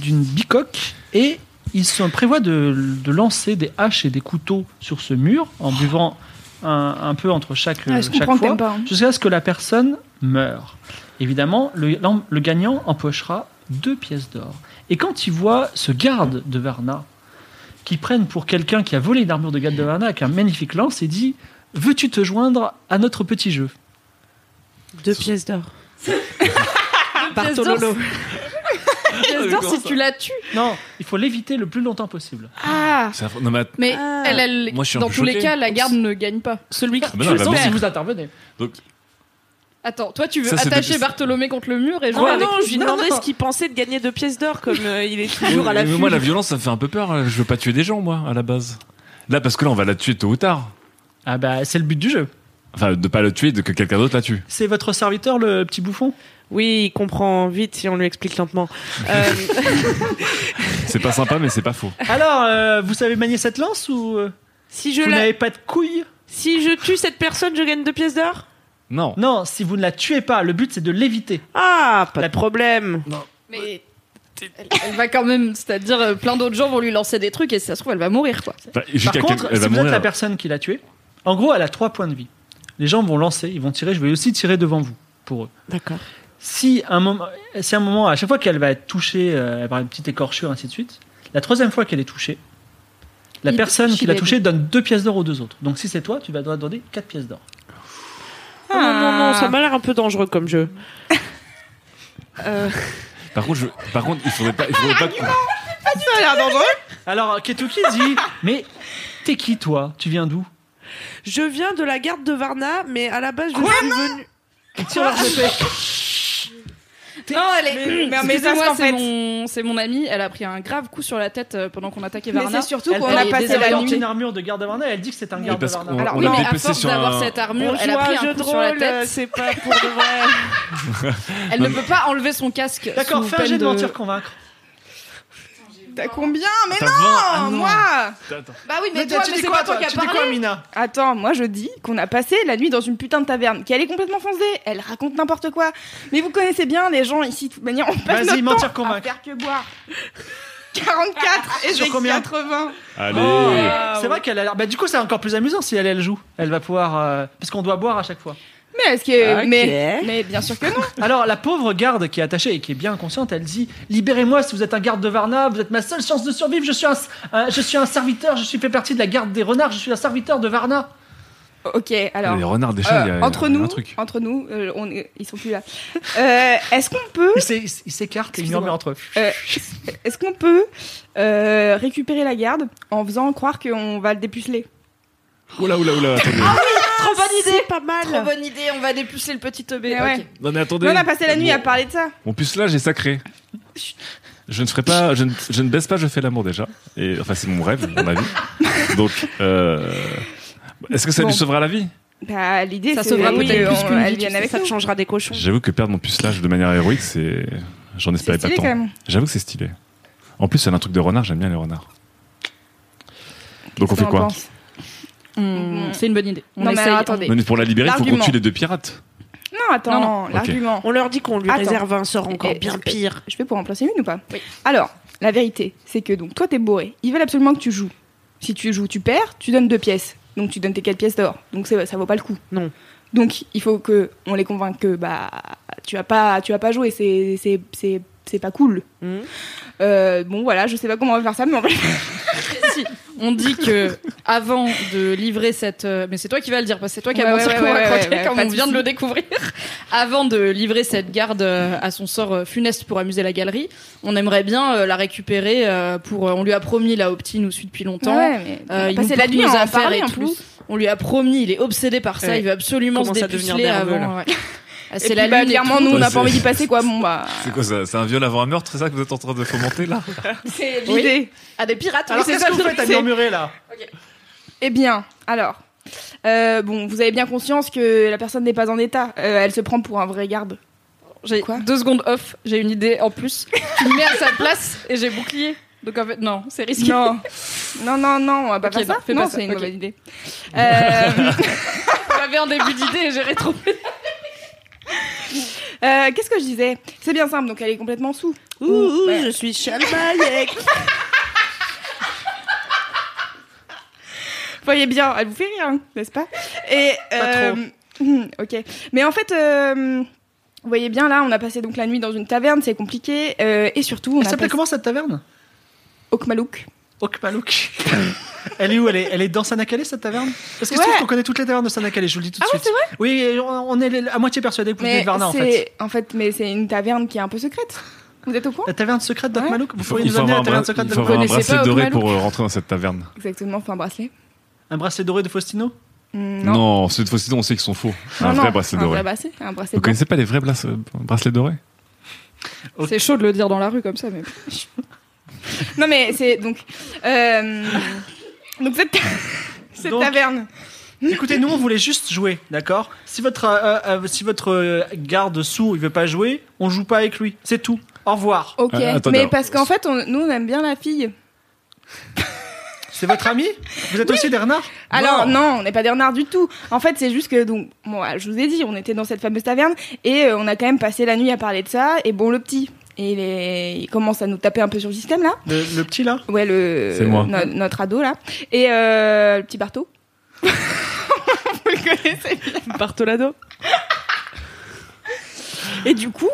d'une bicoque et ils sont, prévoient de, de lancer des haches et des couteaux sur ce mur en buvant un, un peu entre chaque, Ah, je Euh, chaque comprends que fois t'aimes pas. hein. jusqu'à ce que la personne meure. Évidemment, le, l'em- le gagnant empochera deux pièces d'or. Et quand il voit ce garde de Varna, qui prennent pour quelqu'un qui a volé une armure de garde de Varna avec un magnifique lance, il dit Veux-tu te joindre à notre petit jeu Deux pièces d'or. Bartololo. mais Pièce d'or, comment si ça tu la tues. Non, il faut l'éviter le plus longtemps possible. Ah Ça- Non, mais Mais Ah. elle, elle- Moi, je suis un dans peu tous les choqué. cas, la garde ne gagne pas. Celui qui Ah, bah non, elle va Sauf si mourir. vous intervenez. Attends, toi tu veux Ça, c'est attacher de- Bartholomé contre le mur et Ah jouer avec- non, je lui Non, demandais non. ce qu'il pensait de gagner deux pièces d'or, comme euh, il est toujours à Mais la moi, la violence, ça me fait un peu peur. hein. Je veux pas tuer des gens, moi, à la base. Là, parce que là, on va la tuer tôt ou tard. Ah bah c'est le but du jeu. Enfin, de pas la tuer, de que quelqu'un d'autre la tue. C'est votre serviteur le petit bouffon Oui, il comprend vite si on lui explique lentement. Euh, C'est pas sympa, mais c'est pas faux. Alors, euh, vous savez manier cette lance ou euh, si, je vous la... n'avez pas de couilles si je tue cette personne, je gagne deux pièces d'or Non. Non, si vous ne la tuez pas, le but c'est de l'éviter. Ah, pas La- de problème. Mais elle, elle va quand même, c'est-à-dire euh, plein d'autres gens vont lui lancer des trucs et si ça se trouve elle va mourir quoi. Enfin, Par jusqu'à contre, quel- elle si va vous êtes la mourir. personne qui l'a tué, en gros, elle a trois points de vie. Les gens vont lancer, ils vont tirer, je vais aussi tirer devant vous pour eux. D'accord. Si un moment, si un moment, à chaque fois qu'elle va être touchée euh, par une petite écorchure, ainsi de suite, la troisième fois qu'elle est touchée, La Il- personne qui il l'a est- touché donne deux pièces d'or aux deux autres. Donc si c'est toi, tu vas devoir donner quatre pièces d'or. Oh non, non, non, ça m'a l'air un peu dangereux comme jeu. Par contre, je- par contre, il faudrait pas, il faudrait pas. Oh, qu'on- Ça a l'air dangereux Alors Ketuki [laughs] dit Mais t'es qui toi Tu viens d'où Je viens de la garde de Varna, mais à la base, je suis venu. Il tire l'arc de paix. Non, elle est. Mais, mais ça, Excusez-moi, en c'est fait. mon, c'est mon amie. Elle a pris un grave coup sur la tête euh, pendant qu'on attaquait Mais Varna. c'est surtout Elle qu'on paye a des passé la évaluations. une nuit. armure de garde Varna, elle dit que c'est un Mais garde parce Varna. qu'on- Alors, Alors, On oui, a mais à dépecé force sur d'avoir un- cette On armure, elle joue a à pris un un jeu coup sur la drôle, euh, tête. c'est pas pour de vrai. Elle ne peut pas enlever son casque. D'accord, sous fais un peine jet de de mentir convaincre. T'as combien Mais T'as 20 Ah non, non. moi Attends, attends. Bah oui, Mais mais, toi, tu mais dis c'est quoi, pas toi toi qui as Tu dis parlé. quoi, Mina Attends, moi je dis qu'on a passé la nuit dans une putain de taverne, qu'elle est complètement foncée, elle raconte n'importe quoi. Mais vous connaissez bien les gens ici, de toute manière, on Vas-y, passe Bah, notre mentir, temps à convaincre. faire que boire. 44 et Sur j'ai combien 80. Allez. Ah, Ah, C'est vrai qu'elle a l'air. Bah, du coup, c'est encore plus amusant si elle, elle joue. Elle va pouvoir. euh, Parce qu'on doit boire à chaque fois. Mais est-ce Euh, que Ok. mais, mais bien sûr que non. Alors, la pauvre garde qui est attachée et qui est bien consciente, elle dit Libérez-moi si vous êtes un garde de Varna, vous êtes ma seule chance de survivre, je suis un, un- je suis un serviteur, je suis fait partie de la garde des renards, je suis un serviteur de Varna. OK, alors les renards déjà, il y euh, a- il y a entre nous, un truc. entre nous, euh, on est- ils sont plus là. Euh, est-ce qu'on peut Il s'é- il s'écarte et il Excusez-moi. murmure entre eux. Euh, Est-ce qu'on peut euh, récupérer la garde en faisant croire qu'on va le dépuceler Oula, oula, oula. Attendez. Ah Trop bonne idée, Ah, pas mal. Trop bonne idée, on va dépuceler le petit teubé. Mais ouais. Ok. Non mais attendez. Mais On a passé la nuit à parler de ça. Mon pucelage est sacré. Je ne ferai pas, je ne, je ne baisse pas, je fais l'amour déjà. Et enfin, c'est mon rêve, mon avis. Donc, euh, est-ce que ça Bon. lui sauvera la vie Bah, l'idée, Ça c'est sauvera oui, peut-être plus on- qu'une elle vie, vienne tu avec sais, ça nous. te changera des cochons. J'avoue que perdre mon pucelage de manière héroïque, c'est, j'en C'est espérais pas stylé, tant. quand même. J'avoue que c'est stylé. En plus, elle a un truc de renard. J'aime bien les renards. Donc on fait T'en quoi penses Hmm, C'est une bonne idée. On Non, mais essaye. alors, attendez. Non, mais pour la libérer, il faut qu'on L'argument. tue les deux pirates. Non, attends, Non, l'argument. [laughs] On leur dit qu'on lui Attends. réserve un sort encore Eh, bien eh, pire. Je vais pour remplacer une ou pas Alors, la vérité, c'est que donc toi, t'es bourré. Ils veulent absolument que tu joues. Si tu joues, tu perds, tu donnes deux pièces. Donc tu donnes tes quatre pièces d'or. Donc c'est- ça vaut pas le coup. Non. Donc il faut que on les convainque que bah tu vas pas tu vas pas jouer. C'est c'est c'est c'est pas cool. Mmh. Mhm. Euh, bon voilà, je sais pas comment on va faire ça, mais on va [laughs] Si, on dit que avant de livrer cette, euh, mais c'est toi qui vas le dire parce que c'est toi qui as Ouais, pensé ouais, qu'on ouais, va ouais, croquer ouais, ouais, comme pas on de vient de souci. le découvrir. [laughs] avant de livrer cette garde euh, à son sort euh, funeste pour amuser la galerie, on aimerait bien euh, la récupérer euh, pour. euh, on lui a promis la opt-in nous suit depuis longtemps. Euh, il passer nous la porte nuit nos à en affaires parler et en tout. plus. On lui a promis, il est obsédé par ça, Ouais. il veut absolument Commence se à devenir dépuceler nerveux, avant. ouais. Ah, Et C'est puis, la bah, lune. et clairement, tout. nous, on n'a Ouais, pas envie d'y [laughs] c'est- passer, quoi. Bon, bah, C'est quoi ça C'est un viol avant un meurtre, c'est ça que vous êtes en train de fomenter là c'est l'idée. Ah, des pirates. Alors oui, c'est qu'est-ce ça que vous le faites à truc, c'est- murmurer là Eh bien, alors, euh, bon, vous avez bien conscience que la personne n'est pas en état. Euh, elle se prend pour un vrai garde. J'ai Quoi deux secondes off, j'ai une idée en plus. tu me mets à sa place et j'ai bouclier. Donc en fait, non, c'est risqué. Non, non, non, non, on va pas Ok, non, faire fais ça. pas Non, ça, c'est une ok. mauvaise [laughs] idée. Euh, J'avais un début d'idée et j'ai rétropé. euh, Qu'est-ce que je disais C'est bien simple, donc elle est complètement sous. Ouh, Ouh, ouh, ouais. je suis Chalmayek. voyez bien, elle vous fait rire, hein, n'est-ce pas Et Pas euh, hmm, ok. Mais en fait, euh, vous voyez bien là, on a passé donc la nuit dans une taverne, c'est compliqué, euh, et surtout on Elle a s'appelait passé comment cette taverne Okmalouk. Okmalouk. [laughs] elle est où elle est, elle est dans Sanakale cette taverne Parce qu'il se Ouais. trouve qu'on connaît toutes les tavernes de Sanakale, je vous le dis tout de Ah ouais, suite. oui, on on est à moitié persuadé que vous venez de Varna en fait. c'est en fait, mais c'est une taverne qui est un peu secrète. Vous êtes au courant La taverne secrète Ouais. d'Okmalouk Vous pourriez Il nous faut amener à avoir la un, bra- taverne secrète il faut avoir un d'Okmalouk connaissez bracelet pas doré Okmalou pour euh, rentrer dans cette taverne. Exactement, enfin un bracelet. Un bracelet doré de [laughs] Faustino Hmm, Non, ceux de Faustino, on sait qu'ils sont faux. un Non, vrai non, bracelet un doré. vrai bracelet, un bracelet Vous blanc. connaissez pas les vrais brace- bracelets dorés Ok. C'est chaud de le dire dans la rue comme ça, mais. Non mais c'est donc euh, donc cette, ta- [laughs] cette Donc- taverne. Écoutez, nous on voulait juste jouer, d'accord Si votre, euh, euh, si votre euh, garde sous il veut pas jouer, on joue pas avec lui, c'est tout. Au revoir. Ok. Euh, attendez, mais alors. parce qu'en fait, on- nous on aime bien la fille. C'est votre ami Vous êtes aussi des renards Alors Bon. non, on n'est pas des renards du tout. En fait, c'est juste que donc moi, je vous ai dit, on était dans cette fameuse taverne et euh, on a quand même passé la nuit à parler de ça. Et bon, le petit, et il, est- il commence à nous taper un peu sur le système là. le, le petit là Ouais, le C'est moi. no- notre ado là et euh, le petit [laughs] Barto. vous le connaissez. Bartolado. Et du coup,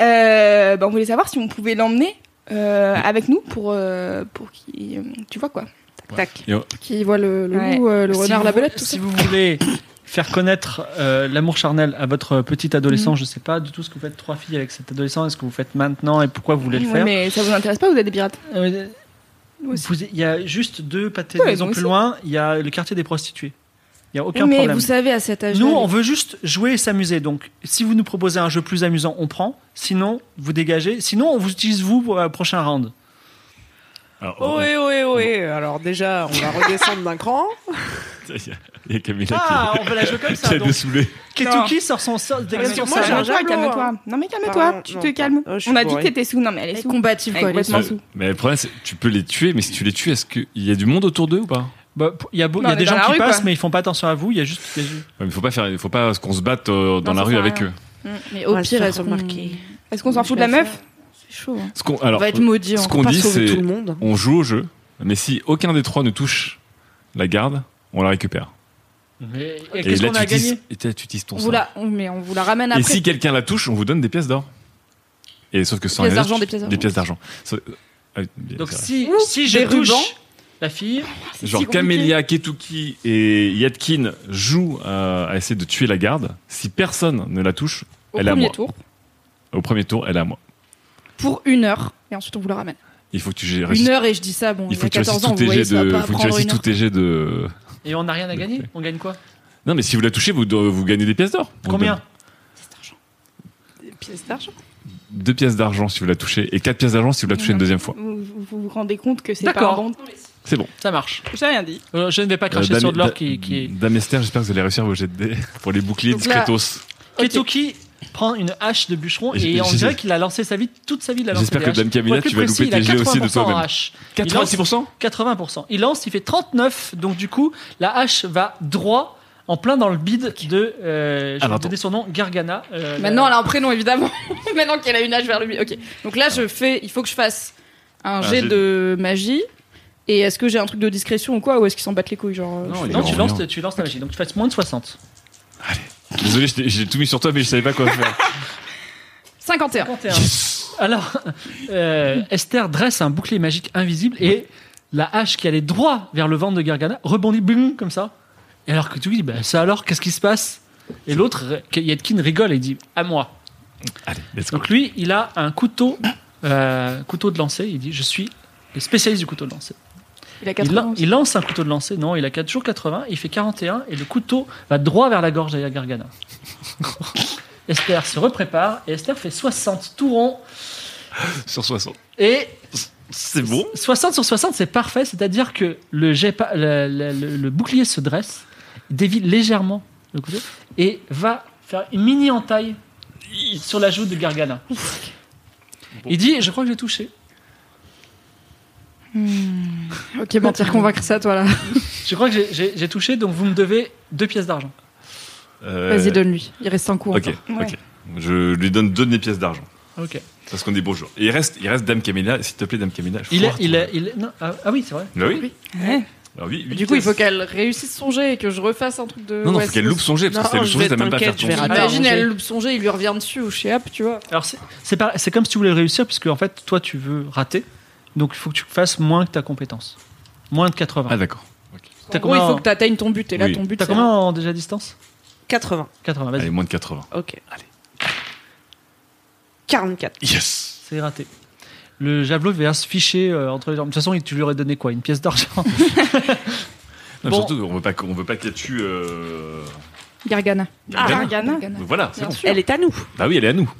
euh, bah, on voulait savoir si on pouvait l'emmener euh, avec nous pour euh, pour qu'il, tu vois quoi. spectacle. Et, euh, Qui voit le, le Ouais. loup, euh, le Si renard, vous- la belette, tout Si ça. vous voulez faire connaître euh, l'amour charnel à votre petit adolescent, je sais pas du tout ce que vous faites trois filles avec cet adolescent, est-ce que vous faites maintenant et pourquoi vous voulez le Ouais, faire. mais ça vous intéresse pas, vous êtes des pirates Euh, Nous aussi. vous- Il y a juste deux pâtés Ouais, de maison nous plus aussi. loin, il y a le quartier des prostituées. Il n'y a aucun mais problème. vous savez, à cet âge-là, Nous, les- on veut juste jouer et s'amuser. Donc, si vous nous proposez un jeu plus amusant, on prend. Sinon, vous dégagez. Sinon, on vous utilise vous pour le prochain round. alors, Ohé, ohé, ohé. Alors déjà, on va redescendre d'un cran. [laughs] Il y a- il y a Camilla qui- Ah, on peut la jouer comme [laughs] qui ça. a Donc, dessoulé. Ketuki sort son sort. Parce dégage que son moi, j'ai sort. un calme-toi, tableau, calme-toi. hein. Non mais calme-toi, Pardon, tu non, te calmes. euh, je suis On a dit que bourré. t'étais sous. Non mais elle elle est est sous. combative, Elle quoi. est elle est- complètement Ouais. sous. Mais le problème, c'est tu peux les tuer, mais si tu les tues, est-ce qu'il y a du monde autour d'eux ou pas Bah, pour- Il y a, beau- il y Non, a on des est dans gens la qui rue, passent, quoi. mais ils font pas attention à vous. Il y a juste. il y a juste- Ouais, mais faut pas faire, faut pas qu'on se batte euh, dans Non, la ça rue sert à avec rien. eux. Mais au Ouais, pire, ça est-ce qu'on- remarqué. Est-ce qu'on s'en Je fout de la vais meuf C'est chaud. hein. Ce qu'on, alors, on va être maudit. ce hein. qu'on Pas dit, sauver c'est tout le monde. on joue au jeu, mais si aucun des trois ne touche la garde, on la récupère. Et qu'est-ce là, qu'on a tu utilises- gagné et là, tu utilises ton On vous sort. la, Ah, on, mais on vous la ramène Et après. si quelqu'un la touche, on vous donne des pièces d'or. Et sauf que sans pièces les autres, d'argent, des pièces Des d'argent. pièces d'argent. Ça- ah oui, bien, Donc, c'est vrai. si, Ouh, si je des touche rubans. la fille, C'est Genre si compliqué. Camélia, Ketuki et Yatkin jouent euh, à, à essayer de tuer la garde. Si personne ne la touche, Au elle est à premier moi. tour. Au premier tour, elle est à moi. Pour une heure. Et ensuite, on vous la ramène. Il faut que tu gères- Une heure, et je dis ça, bon, Il il, faut a que tu réussisses 14 ans, tous vous tes voyez, jets ça de. va Faut pas que tu prendre réussisses une tous heure. tes jets de. et on n'a rien à gagner. On gagne quoi Non, mais si vous la touchez, vous, do- vous gagnez des pièces d'or. On Combien donne Des pièces d'argent. Deux pièces d'argent si vous la touchez et quatre pièces d'argent si vous la touchez une deuxième fois. Vous vous vous vous rendez compte que c'est D'accord. pas bon C'est bon. Ça marche. J'ai rien dit. Euh, je ne vais pas cracher Euh, Dame- sur de l'or Da- qui, qui est. Dame Esther, j'espère que vous allez réussir vos jets de dés [laughs] pour les boucliers Donc là- discretos. Ok. Ketuki prend une hache de bûcheron Et j'ai- et on j'ai- dirait qu'il a lancé sa vie, toute sa vie, il a lancé J'espère des que haches. Dame Pour Camilla, être tu plus vas louper précis, il a tes jets aussi de 80% en toi-même. hache. Il lance- 86% 80%. Il lance, il fait 39, donc du coup, la hache va droit en plein dans le bide de. Euh, je Alors, vais attends. donner son nom, Gargana. euh, Maintenant, la- elle a un prénom, évidemment. [laughs] Maintenant qu'elle a une âge vers le milieu. Ok. Donc là, je fais, il faut que je fasse un jet jet de magie. Et est-ce que j'ai un truc de discrétion ou quoi Ou est-ce qu'ils s'en battent les couilles genre, euh, Non, je fais- il Non, est tu en lances, rien. tu lances ta magie, donc tu fasses moins de 60. Désolé, je t'ai- j'ai tout mis sur toi, mais je savais pas quoi [laughs] faire. 51. 51. Alors, euh, Esther dresse un bouclier magique invisible et la hache qui allait droit vers le ventre de Gargana rebondit boum, comme ça. Et alors que tu dis, bah, ça alors, qu'est-ce qui se passe Et l'autre, Yetkin rigole et dit, à moi. Allez, let's go. Donc lui, il a un couteau, euh, couteau de lancer. Il dit, je suis le spécialiste du couteau de lancer. Il a Il, 80. lan- il lance un couteau de lancer. Non, il a quatre- toujours 80. Il fait 41 et le couteau va droit vers la gorge de Gargana. Esther se reprépare et Esther fait 60 tout rond Sur 60. et C'est bon 60 sur 60, c'est parfait. C'est-à-dire que le, jet pa- le, le- le- le bouclier se dresse, dévie légèrement le couteau et va faire une mini entaille sur la joue de Gargana. Il dit Je crois que j'ai touché. Ok, mentir, convaincre ça, toi là. Je crois que j'ai- j'ai j'ai touché, donc vous me devez deux pièces d'argent. Euh, Vas-y, donne-lui. Il reste un coup. Ok, encore. Ouais. ok. Je lui donne deux de mes pièces d'argent. Ok. Parce qu'on dit bonjour. Et il reste, il reste Dame Camilla, s'il te plaît, Dame Camilla. Il est. foire-toi. Il est, il est- non, ah, ah oui, c'est vrai. Bah oui. Ouais. Alors, Ah oui, Et oui, Du coup, il pièces. faut qu'elle réussisse son jet et que je refasse un truc de. Non, non, ouais, faut qu'elle c'est- loupe son jet, parce que si elle Non, loupe son je jet, vais t'as même pas à faire t'inquiète, ton je vais jet. rater. Imagine, Ah, elle j'ai- loupe son jet, il lui revient dessus ou je sais hop, tu vois. Alors c'est- c'est par- c'est comme si tu voulais réussir, puisque en fait, toi, tu veux rater. Donc il faut que tu fasses moins que ta compétence. Moins de 80. Ah, d'accord. T'as En gros, il combien- faut que t'atteignes ton but et là, Oui. ton but. T'as c'est- combien en déjà distance 80. 80, Allez, vas-y. moins de 80. Ok. Allez. 44. Yes C'est raté. Le javelot va se ficher euh, entre les jambes. De toute façon, il- tu lui aurais donné quoi Une pièce d'argent [laughs] Non, mais Bon. Surtout, on veut pas, qu'on- on veut pas qu'elle tue. Euh... Gargana. Ah, Gargana. Gargana. Gargana. Donc voilà, c'est Bien bon. sûr. Elle est à nous. Bah oui, elle est à nous.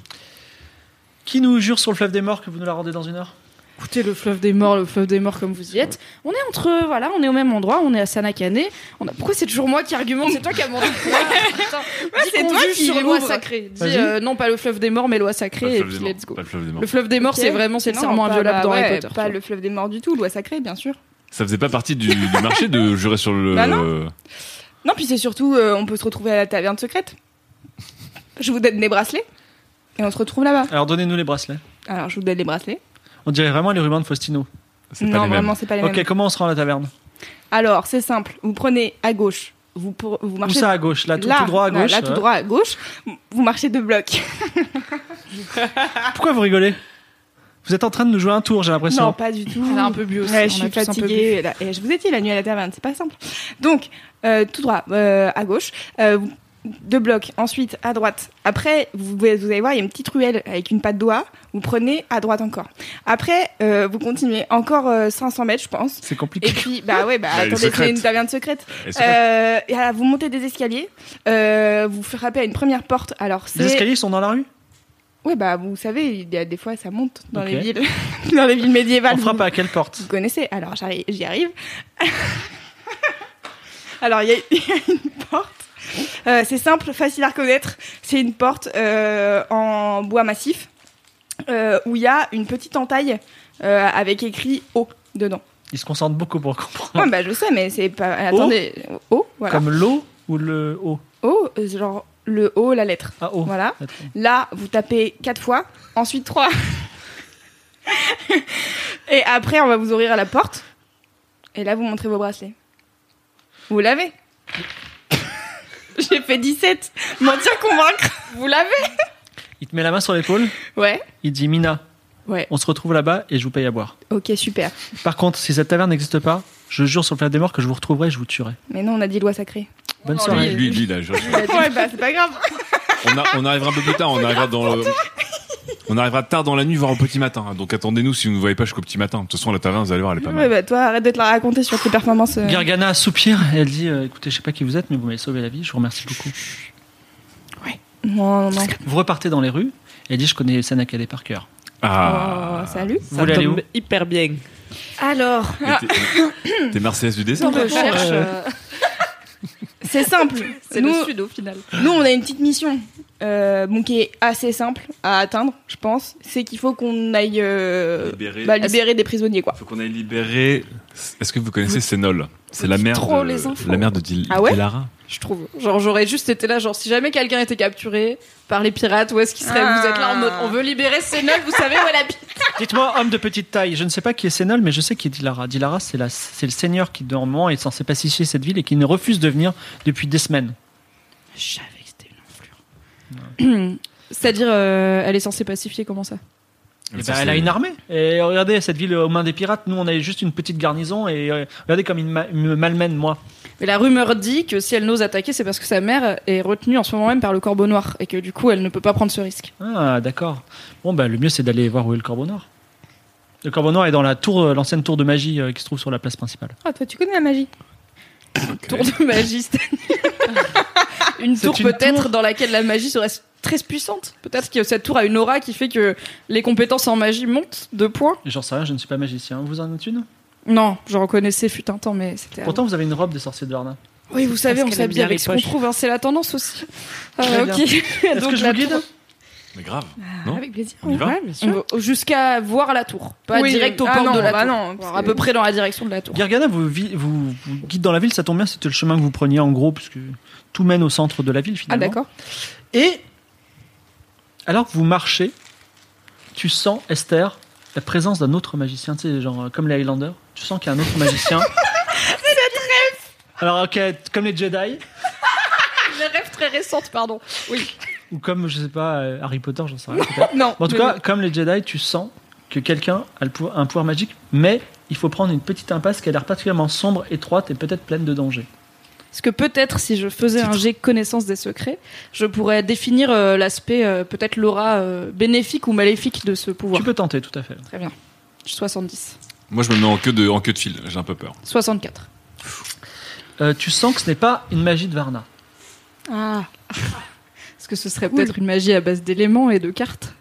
Qui nous jure sur le fleuve des morts que vous nous la rendez dans une heure Écoutez, le fleuve des morts, le fleuve des morts comme vous y êtes. On est entre, voilà, on est au même endroit, on est à Sanakane. On a... Pourquoi c'est toujours moi qui argumente C'est toi qui as mon [laughs] c'est toi qui sur loi l'ouvre. sacrée. Dis, Vas-y. euh, non, pas le fleuve des morts, mais loi Pas le sacrée, et fleuve des puis morts. let's go. Pas le fleuve des morts. Le fleuve des morts, c'est Ok. vraiment, c'est le Non, serment pas- inviolable bah dans ouais, Harry Potter. Pas le fleuve des morts du tout, loi sacrée, bien sûr. Ça faisait pas partie du, du marché de jurer sur le. Bah Non, puis c'est surtout, euh, on peut se retrouver à la taverne secrète. Je vous donne des bracelets et on se retrouve là-bas. Alors donnez-nous les bracelets. Alors, je vous donne des bracelets. On dirait vraiment les rubans de Faustino. C'est pas Non, les mêmes. vraiment, c'est pas les mêmes. Ok, comment on se rend à la taverne Alors, c'est simple. Vous prenez à gauche. Vous, pour- vous Où marchez ça à gauche Là, tout, tout droit à là, gauche euh. Là, tout ouais. droit à gauche. Vous marchez deux blocs. Pourquoi vous rigolez Vous êtes en train de nous jouer un tour, j'ai l'impression. Non, pas du tout. Elle a un peu bu aussi. Ouais, je on a suis tous un peu bu. fatiguée. Et là- Et je vous ai dit, la nuit à la taverne, c'est pas simple. Donc, euh, tout droit, euh, à gauche, euh, deux blocs, ensuite à droite. Après, vous, vous allez voir, il y a une petite ruelle avec une patte d'oie. Vous prenez à droite encore. Après, euh, vous continuez encore euh, 500 mètres, je pense. C'est [laughs] Et compliqué. puis, bah ouais, bah Bah, elle est attendez, c'est secrète. une taverne secrète. Et c'est- Euh, et alors, vous montez des escaliers, euh, vous frappez à une première porte. Alors, Les c'est. escaliers sont dans la rue Ouais, bah vous savez, il y a des fois, ça monte dans Ok. les villes, [laughs] dans les villes médiévales. On frappe vous- à quelle porte vous connaissez. Alors j'arri- j'y arrive. [laughs] Alors il y, a- il y a une porte. Euh, c'est simple, facile à reconnaître. C'est une porte euh, en bois massif euh, où il y a une petite entaille euh, avec écrit eau dedans. Ils se concentrent beaucoup pour comprendre. Ouais, bah je sais, mais c'est pas. Attendez, eau, voilà. Ah. Comme l'eau ou le O Eau, euh, genre le O, la lettre. Ah, O. Voilà. Attends. Là, vous tapez quatre fois, ensuite [laughs] trois. et après, on va vous ouvrir à la porte. Et là, vous montrez vos bracelets. Vous [laughs] l'avez J'ai fait 17. Mentir, convaincre. Vous l'avez Il te met la main sur l'épaule, Ouais. il dit Mina, Ouais. on se retrouve là-bas et je vous paye à boire. Ok, super. Par contre, si cette taverne n'existe pas, je jure sur le planète des morts que je vous retrouverai et je vous tuerai. Mais non, on a dit loi sacrée. Bonne Oh, soirée. lui, lui, lui, là, je- ouais, bah c'est pas grave. on, a- on arrivera un peu plus tard. On arrivera dans le- On arrivera tard dans la nuit, voire au petit matin. hein. Donc attendez-nous si vous ne voyez pas jusqu'au petit matin. De toute façon, la taverne, vous allez voir, elle est pas Ouais, mal. bah toi, arrête de te la raconter sur tes performances. euh. Gargana soupire et elle dit euh, Écoutez, je sais pas qui vous êtes, mais vous m'avez sauvé la vie, je vous remercie beaucoup. Non, non, non. Vous repartez dans les rues et elle dit Je connais Sanakade par cœur. Ah. Oh, salut. Vous Ça voulez aller où tombe hyper bien. Alors, Mais t'es- T'es Marseillaise du désert. On recherche. euh, euh, [laughs] c'est simple. C'est Nous, le sud au final. Nous, on a une petite mission, euh, bon, qui est assez simple à atteindre, je pense. C'est qu'il faut qu'on aille euh, Libérer- bah, libérer des prisonniers, quoi. Faut qu'on aille libérer. Est-ce que vous connaissez Sénol C'est la mère trop, de les enfants. la mère de Dil- Ah ouais Dilara. Je trouve. Genre, j'aurais juste été là, genre, si jamais quelqu'un était capturé par les pirates, où est-ce qu'il serait Ah. Vous êtes là en mode, on veut libérer Sénol, vous savez où elle habite [laughs] Dites-moi, homme de petite taille, je ne sais pas qui est Sénol, mais je sais qui est Dilara. Dilara, c'est la- c'est le seigneur qui, normalement, est censé pacifier cette ville et qui ne refuse de venir depuis des semaines. Je savais que c'était une enflure. C'est-à-dire, euh, elle est censée pacifier, comment ça Eh ben, Ça, elle a c'est- une armée. Et regardez, cette ville euh, aux mains des pirates, nous, on avait juste une petite garnison et euh, regardez comme ils ma- me malmènent, moi. Mais la rumeur dit que si elle n'ose attaquer, c'est parce que sa mère est retenue en ce moment même par le corbeau noir et que du coup, elle ne peut pas prendre ce risque. Ah, d'accord. Bon, bah, le mieux, c'est d'aller voir où est le corbeau noir. Le corbeau noir est dans la tour, euh, l'ancienne tour de magie euh, qui se trouve sur la place principale. Ah, toi, tu connais la magie. Ok. Tour [laughs] de magie, c'est-à-dire une C'est tour une peut-être tour. dans laquelle la magie serait très puissante. Peut-être que cette tour a une aura qui fait que les compétences en magie montent de points. Et J'en sais rien, je ne suis pas magicien. Vous en êtes une Non, je reconnaissais fut un temps, mais c'était. avant. Pourtant, vous avez une robe des sorciers de Varna. Oui, vous savez, Parce on qu'elle aime s'habille bien les avec ce qu'on poches. trouve, hein, c'est la tendance aussi. Ah, Très bien. ok. [laughs] Est-ce que je vous la guide tour- Mais grave. Non Avec plaisir. On y va. bien on va Jusqu'à voir la tour, pas Oui, direct au ah port non, de la bah tour. non, parce Voir à que- peu près dans la direction de la tour. Gargana vous, vi- vous, vous guide dans la ville, ça tombe bien, c'était le chemin que vous preniez en gros, puisque tout mène au centre de la ville Ah, finalement. d'accord. Et alors que vous marchez, tu sens, Esther, la présence d'un autre magicien, tu sais, genre euh, comme les Highlanders, tu sens qu'il y a un autre magicien. Alors, ok, comme les Jedi, Les rêves très récentes, pardon. Oui. ou comme, je sais pas, euh, Harry Potter, j'en sais rien. peut-être. Non. Bon, en tout mais cas, comme les Jedi, tu sens que quelqu'un a le pou- un pouvoir magique, mais il faut prendre une petite impasse qui a l'air particulièrement sombre, étroite et peut-être pleine de danger. Parce que peut-être si je faisais un jet connaissance des secrets, je pourrais définir euh, l'aspect, euh, peut-être l'aura euh, bénéfique ou maléfique de ce pouvoir. Tu peux tenter, tout à fait. Très bien. 70. Moi, je me mets en queue de, en queue de fil. J'ai un peu peur. 64. Euh, tu sens que ce n'est pas une magie de Varna. Ah. Parce que ce serait peut-être une magie à base d'éléments et de cartes.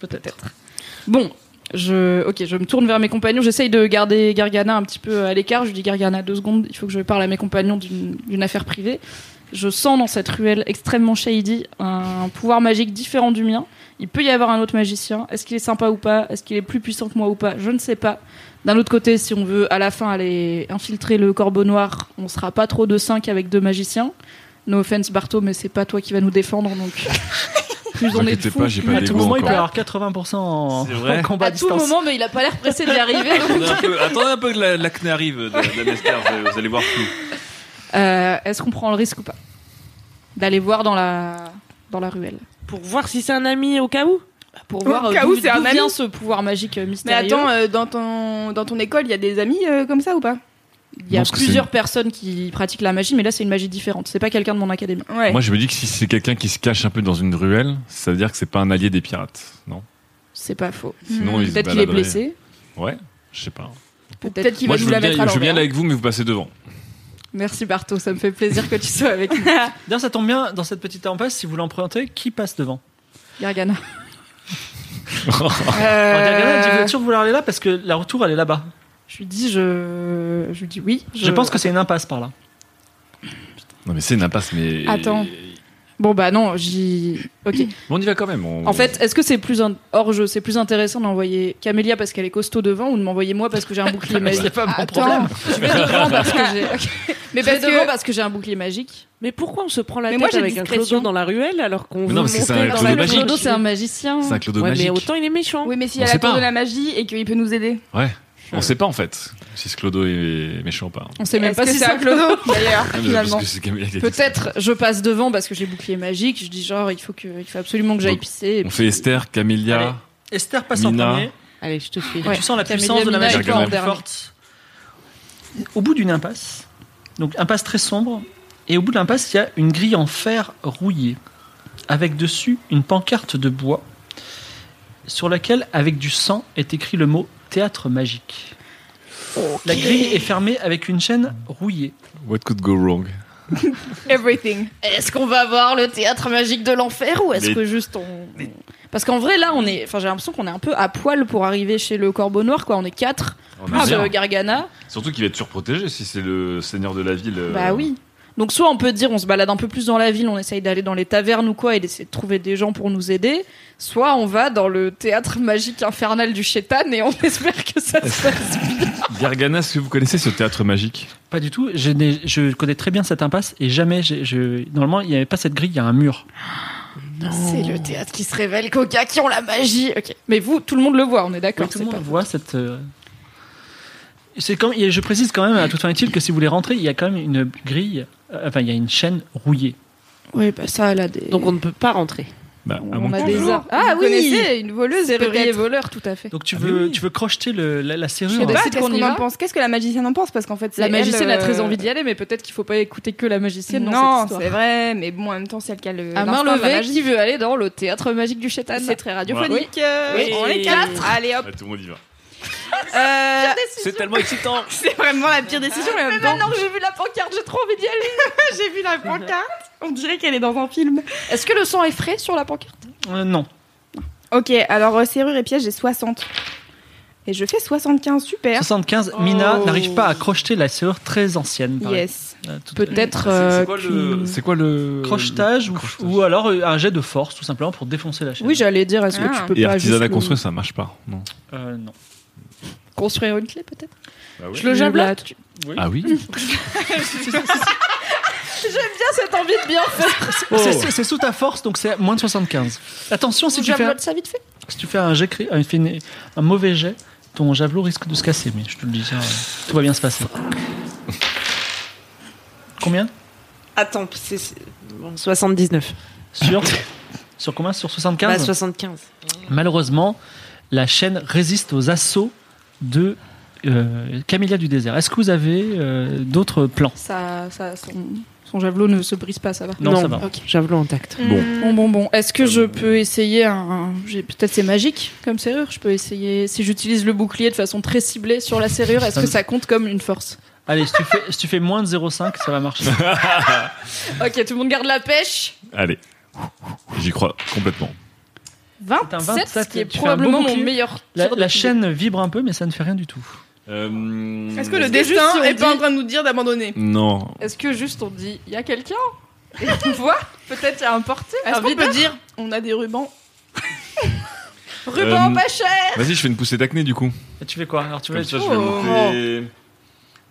Peut-être. Bon, je, ok, je me tourne vers mes compagnons. J'essaye de garder Gargana un petit peu à l'écart. Je dis Gargana deux secondes. Il faut que je parle à mes compagnons d'une d'une affaire privée. Je sens dans cette ruelle extrêmement shady un pouvoir magique différent du mien. Il peut y avoir un autre magicien. Est-ce qu'il est sympa ou pas Est-ce qu'il est plus puissant que moi ou pas Je ne sais pas. D'un autre côté, si on veut à la fin aller infiltrer le corbeau noir, on sera pas trop de 5 avec deux magiciens. No offense Barto, mais c'est pas toi qui va nous défendre donc. [laughs] Plus Vous on est inquiétez de fous, pas, j'ai À pas tout d'ego moment, il peut encore. avoir 80% en, C'est vrai. en combat à à tout distance. moment, mais il a pas l'air pressé d'y arriver. Attendez un peu, que l'acné arrive de, vous allez voir flou. [laughs] Euh, Est-ce qu'on prend le risque ou pas d'aller voir dans la dans la ruelle Pour voir si c'est un ami au cas où Pour Au voir euh, cas d'où où c'est un d'où ami. vient ce pouvoir magique euh, Mais mystérieux. attends, euh, dans, ton, dans ton école, il y a des amis euh, comme ça ou pas il y a Non, parce que plusieurs c'est- personnes qui pratiquent la magie, mais là c'est une magie différente. C'est pas quelqu'un de mon académie. Ouais. Moi, je me dis que si c'est quelqu'un qui se cache un peu dans une ruelle, ça veut dire que c'est pas un allié des pirates, non C'est pas faux. Mmh. Sinon, il se Peut-être qu'il est baladeraient. blessé. Ouais, je sais pas. Peut-être Peut-être. qu'il Moi, va je nous veux la bien, mettre à je veux bien l'envers. aller avec vous, mais vous passez devant. Merci Barto, ça me fait plaisir que tu sois avec [laughs] nous. D'ailleurs, ça tombe bien, dans cette petite impasse, si vous l'empruntez, qui passe devant Gargana. Euh, Oh, Alors, Gargana, elle dit, Vous Euh, êtes sûr de vouloir aller là Parce que la retour, elle est là-bas. Je lui dis, je, je lui dis oui. Je pense que c'est une impasse par là. Non, mais c'est une impasse, mais. Attends. Bon bah non, j'y. Ok. Mais on y va quand même. on- En fait, Mmh. est-ce que c'est plus un... hors jeu, c'est plus intéressant d'envoyer Camélia parce qu'elle est costaud devant ou de m'envoyer moi parce que j'ai un bouclier Ah, Mais c'est magique pas mon Attends, problème. Je vais devant parce que [laughs] j'ai. ok. Mais Je vais parce devant que. parce que j'ai un bouclier magique. Mais pourquoi on se prend la Mais tête moi, j'ai avec un discrétion. clodo dans la ruelle alors qu'on Mais veut non, mais c'est monter un dans clodo la Le magique. clodo, c'est un magicien. c'est un clodo Ouais, magique. mais autant il est méchant. Oui, mais s'il y On a sait la tour pas. de la magie et qu'il peut nous aider. Ouais. On sait pas en fait si ce clodo est méchant ou pas. On sait même Est-ce pas que si c'est c'est un [laughs] un clodo. [laughs] clodo d'ailleurs Non, Ah, mais Ah, finalement parce que c'est Camélia qui a dit ça. Peut-être je passe devant parce que j'ai bouclier magique. Je dis genre il faut que il faut absolument que j'aille Donc, pisser. et On puis- fait Esther, Camélia. Esther passe Mina. en premier. Allez, je te suis. Tu sens la Camélia, puissance de la Mina magie et qui est toi en plus dernier. forte. Au bout d'une impasse, donc impasse très sombre, et au bout de l'impasse, il y a une grille en fer rouillé, avec dessus une pancarte de bois, sur laquelle, avec du sang, est écrit le mot théâtre magique. La grille est fermée avec une chaîne rouillée. What could go wrong Everything. Est-ce qu'on va voir le théâtre magique de l'enfer ou est-ce Mais- que juste on parce qu'en vrai là on est enfin j'ai l'impression qu'on est un peu à poil pour arriver chez le corbeau noir quoi on est quatre On a Ah, bah, plus rien. euh, Gargana Surtout qu'il va être surprotégé si c'est le seigneur de la ville. euh, bah oui donc soit on peut dire on se balade un peu plus dans la ville on essaye d'aller dans les tavernes ou quoi et d'essayer de trouver des gens pour nous aider soit on va dans le théâtre magique infernal du chétan et on [laughs] espère que ça se passe bien Gargana, est-ce que vous connaissez ce théâtre magique Pas du tout, je, n'ai- je connais très bien cette impasse, et jamais, j'ai- je, normalement, il n'y avait pas cette grille, il y a un mur. c'est le théâtre qui se révèle qu'aux gars qui ont la magie ok mais vous tout le monde le voit on est d'accord Oui, tout c'est le monde pas- voit cette. euh, C'est comme, et je précise quand même à toute fin utile que si vous voulez rentrer, il y a quand même une grille, euh, enfin il y a une chaîne rouillée. oui bah ça elle a des Donc on ne peut pas rentrer. Bah, à on mon a coup, des je- arts ah Vous oui connaissez une voleuse Serrurier peut-être voleur, tout à fait. Donc tu Ah, veux, mais oui. tu veux crocheter le- la, la Je serrure. sais hein. Bah, Décide qu'est-ce qu'on qu'on y va. en pense Qu'est-ce que la magicienne en pense Parce qu'en fait, c'est la elle, magicienne a euh, très envie d'y aller, mais peut-être qu'il faut pas écouter que la magicienne dans Non, cette c'est histoire. vrai, mais bon, en même temps, c'est elle qui a le. À l'instinct main de la levée, magie. qui veut aller dans le théâtre magique du chétan C'est très radiophonique. radiophonique. euh, Oui. On est quatre. Allez hop. Ouais, tout le monde y va. Euh, C'est tellement excitant [laughs] C'est vraiment la pire décision. Ah, Mais, en même temps, Maintenant que j'ai vu la pancarte, j'ai trop envie d'y aller. [laughs] j'ai vu la pancarte. On dirait qu'elle est dans un film. Est-ce que le sang est frais sur la pancarte Euh, non. Ok, alors euh, serrure et piège, j'ai 60. Et je fais 75, super. 75, Mina Oh. n'arrive pas à crocheter la serrure très ancienne. pareil. Yes. Euh, tout- Peut-être. C'est euh, quoi, qu'une- le... c'est quoi le. Crochetage, ou, Crochetage. ou alors euh, un jet de force tout simplement pour défoncer la chaîne. Oui, j'allais dire, est-ce que Ah. tu peux Et pas artisanat juste le- construit, ça marche pas. Non. Euh, non. construire une clé peut-être Bah oui. Je le jablote. Tu- Ah oui J'aime bien cette envie de bien faire. C'est- C'est c'est sous ta force donc c'est moins de 75. Attention si tu, Tu fais un, jablotes ça vite fait. si tu fais un jet cri- un, fin- un mauvais jet, ton javelot risque de se casser mais je te le dis ça, euh, tout va bien se passer. Combien Attends, c'est. c'est- bon, 79. Sur, sur combien Sur 75 Bah, 75. Malheureusement, la chaîne résiste aux assauts de euh, Camélia du désert. Est-ce que vous avez euh, d'autres plans Ça, ça, son, son javelot ne se brise pas, ça va. Non, ça va. Ok. Javelot intact. Bon. Bon, bon, bon. Est-ce que je peux essayer un. j'ai- Peut-être c'est magique comme serrure. Je peux essayer. Si j'utilise le bouclier de façon très ciblée sur la serrure, est-ce que ça compte comme une force Allez, si tu, fais, si tu fais moins de 0,5, ça va marcher. Ok, tout le monde garde la pêche. [laughs] Allez. J'y crois complètement. 27, un 27, ce qui est tu fais un bon probablement mon bouclier. La, meilleur. tir de la bouclier. chaîne vibre un peu, mais ça ne fait rien du tout. Euh, Est-ce que le que juste destin si on est pas dit- en train de nous dire d'abandonner Non. Est-ce que juste on dit, il y a quelqu'un Et on voit, peut-être il y a un porté. Est-ce un qu'on videur. peut dire on a des rubans Ruban Euh, pas cher Vas-y, je fais une poussée d'acné du coup. Et tu fais quoi Alors, tu, veux- Comme ça, je vais monter.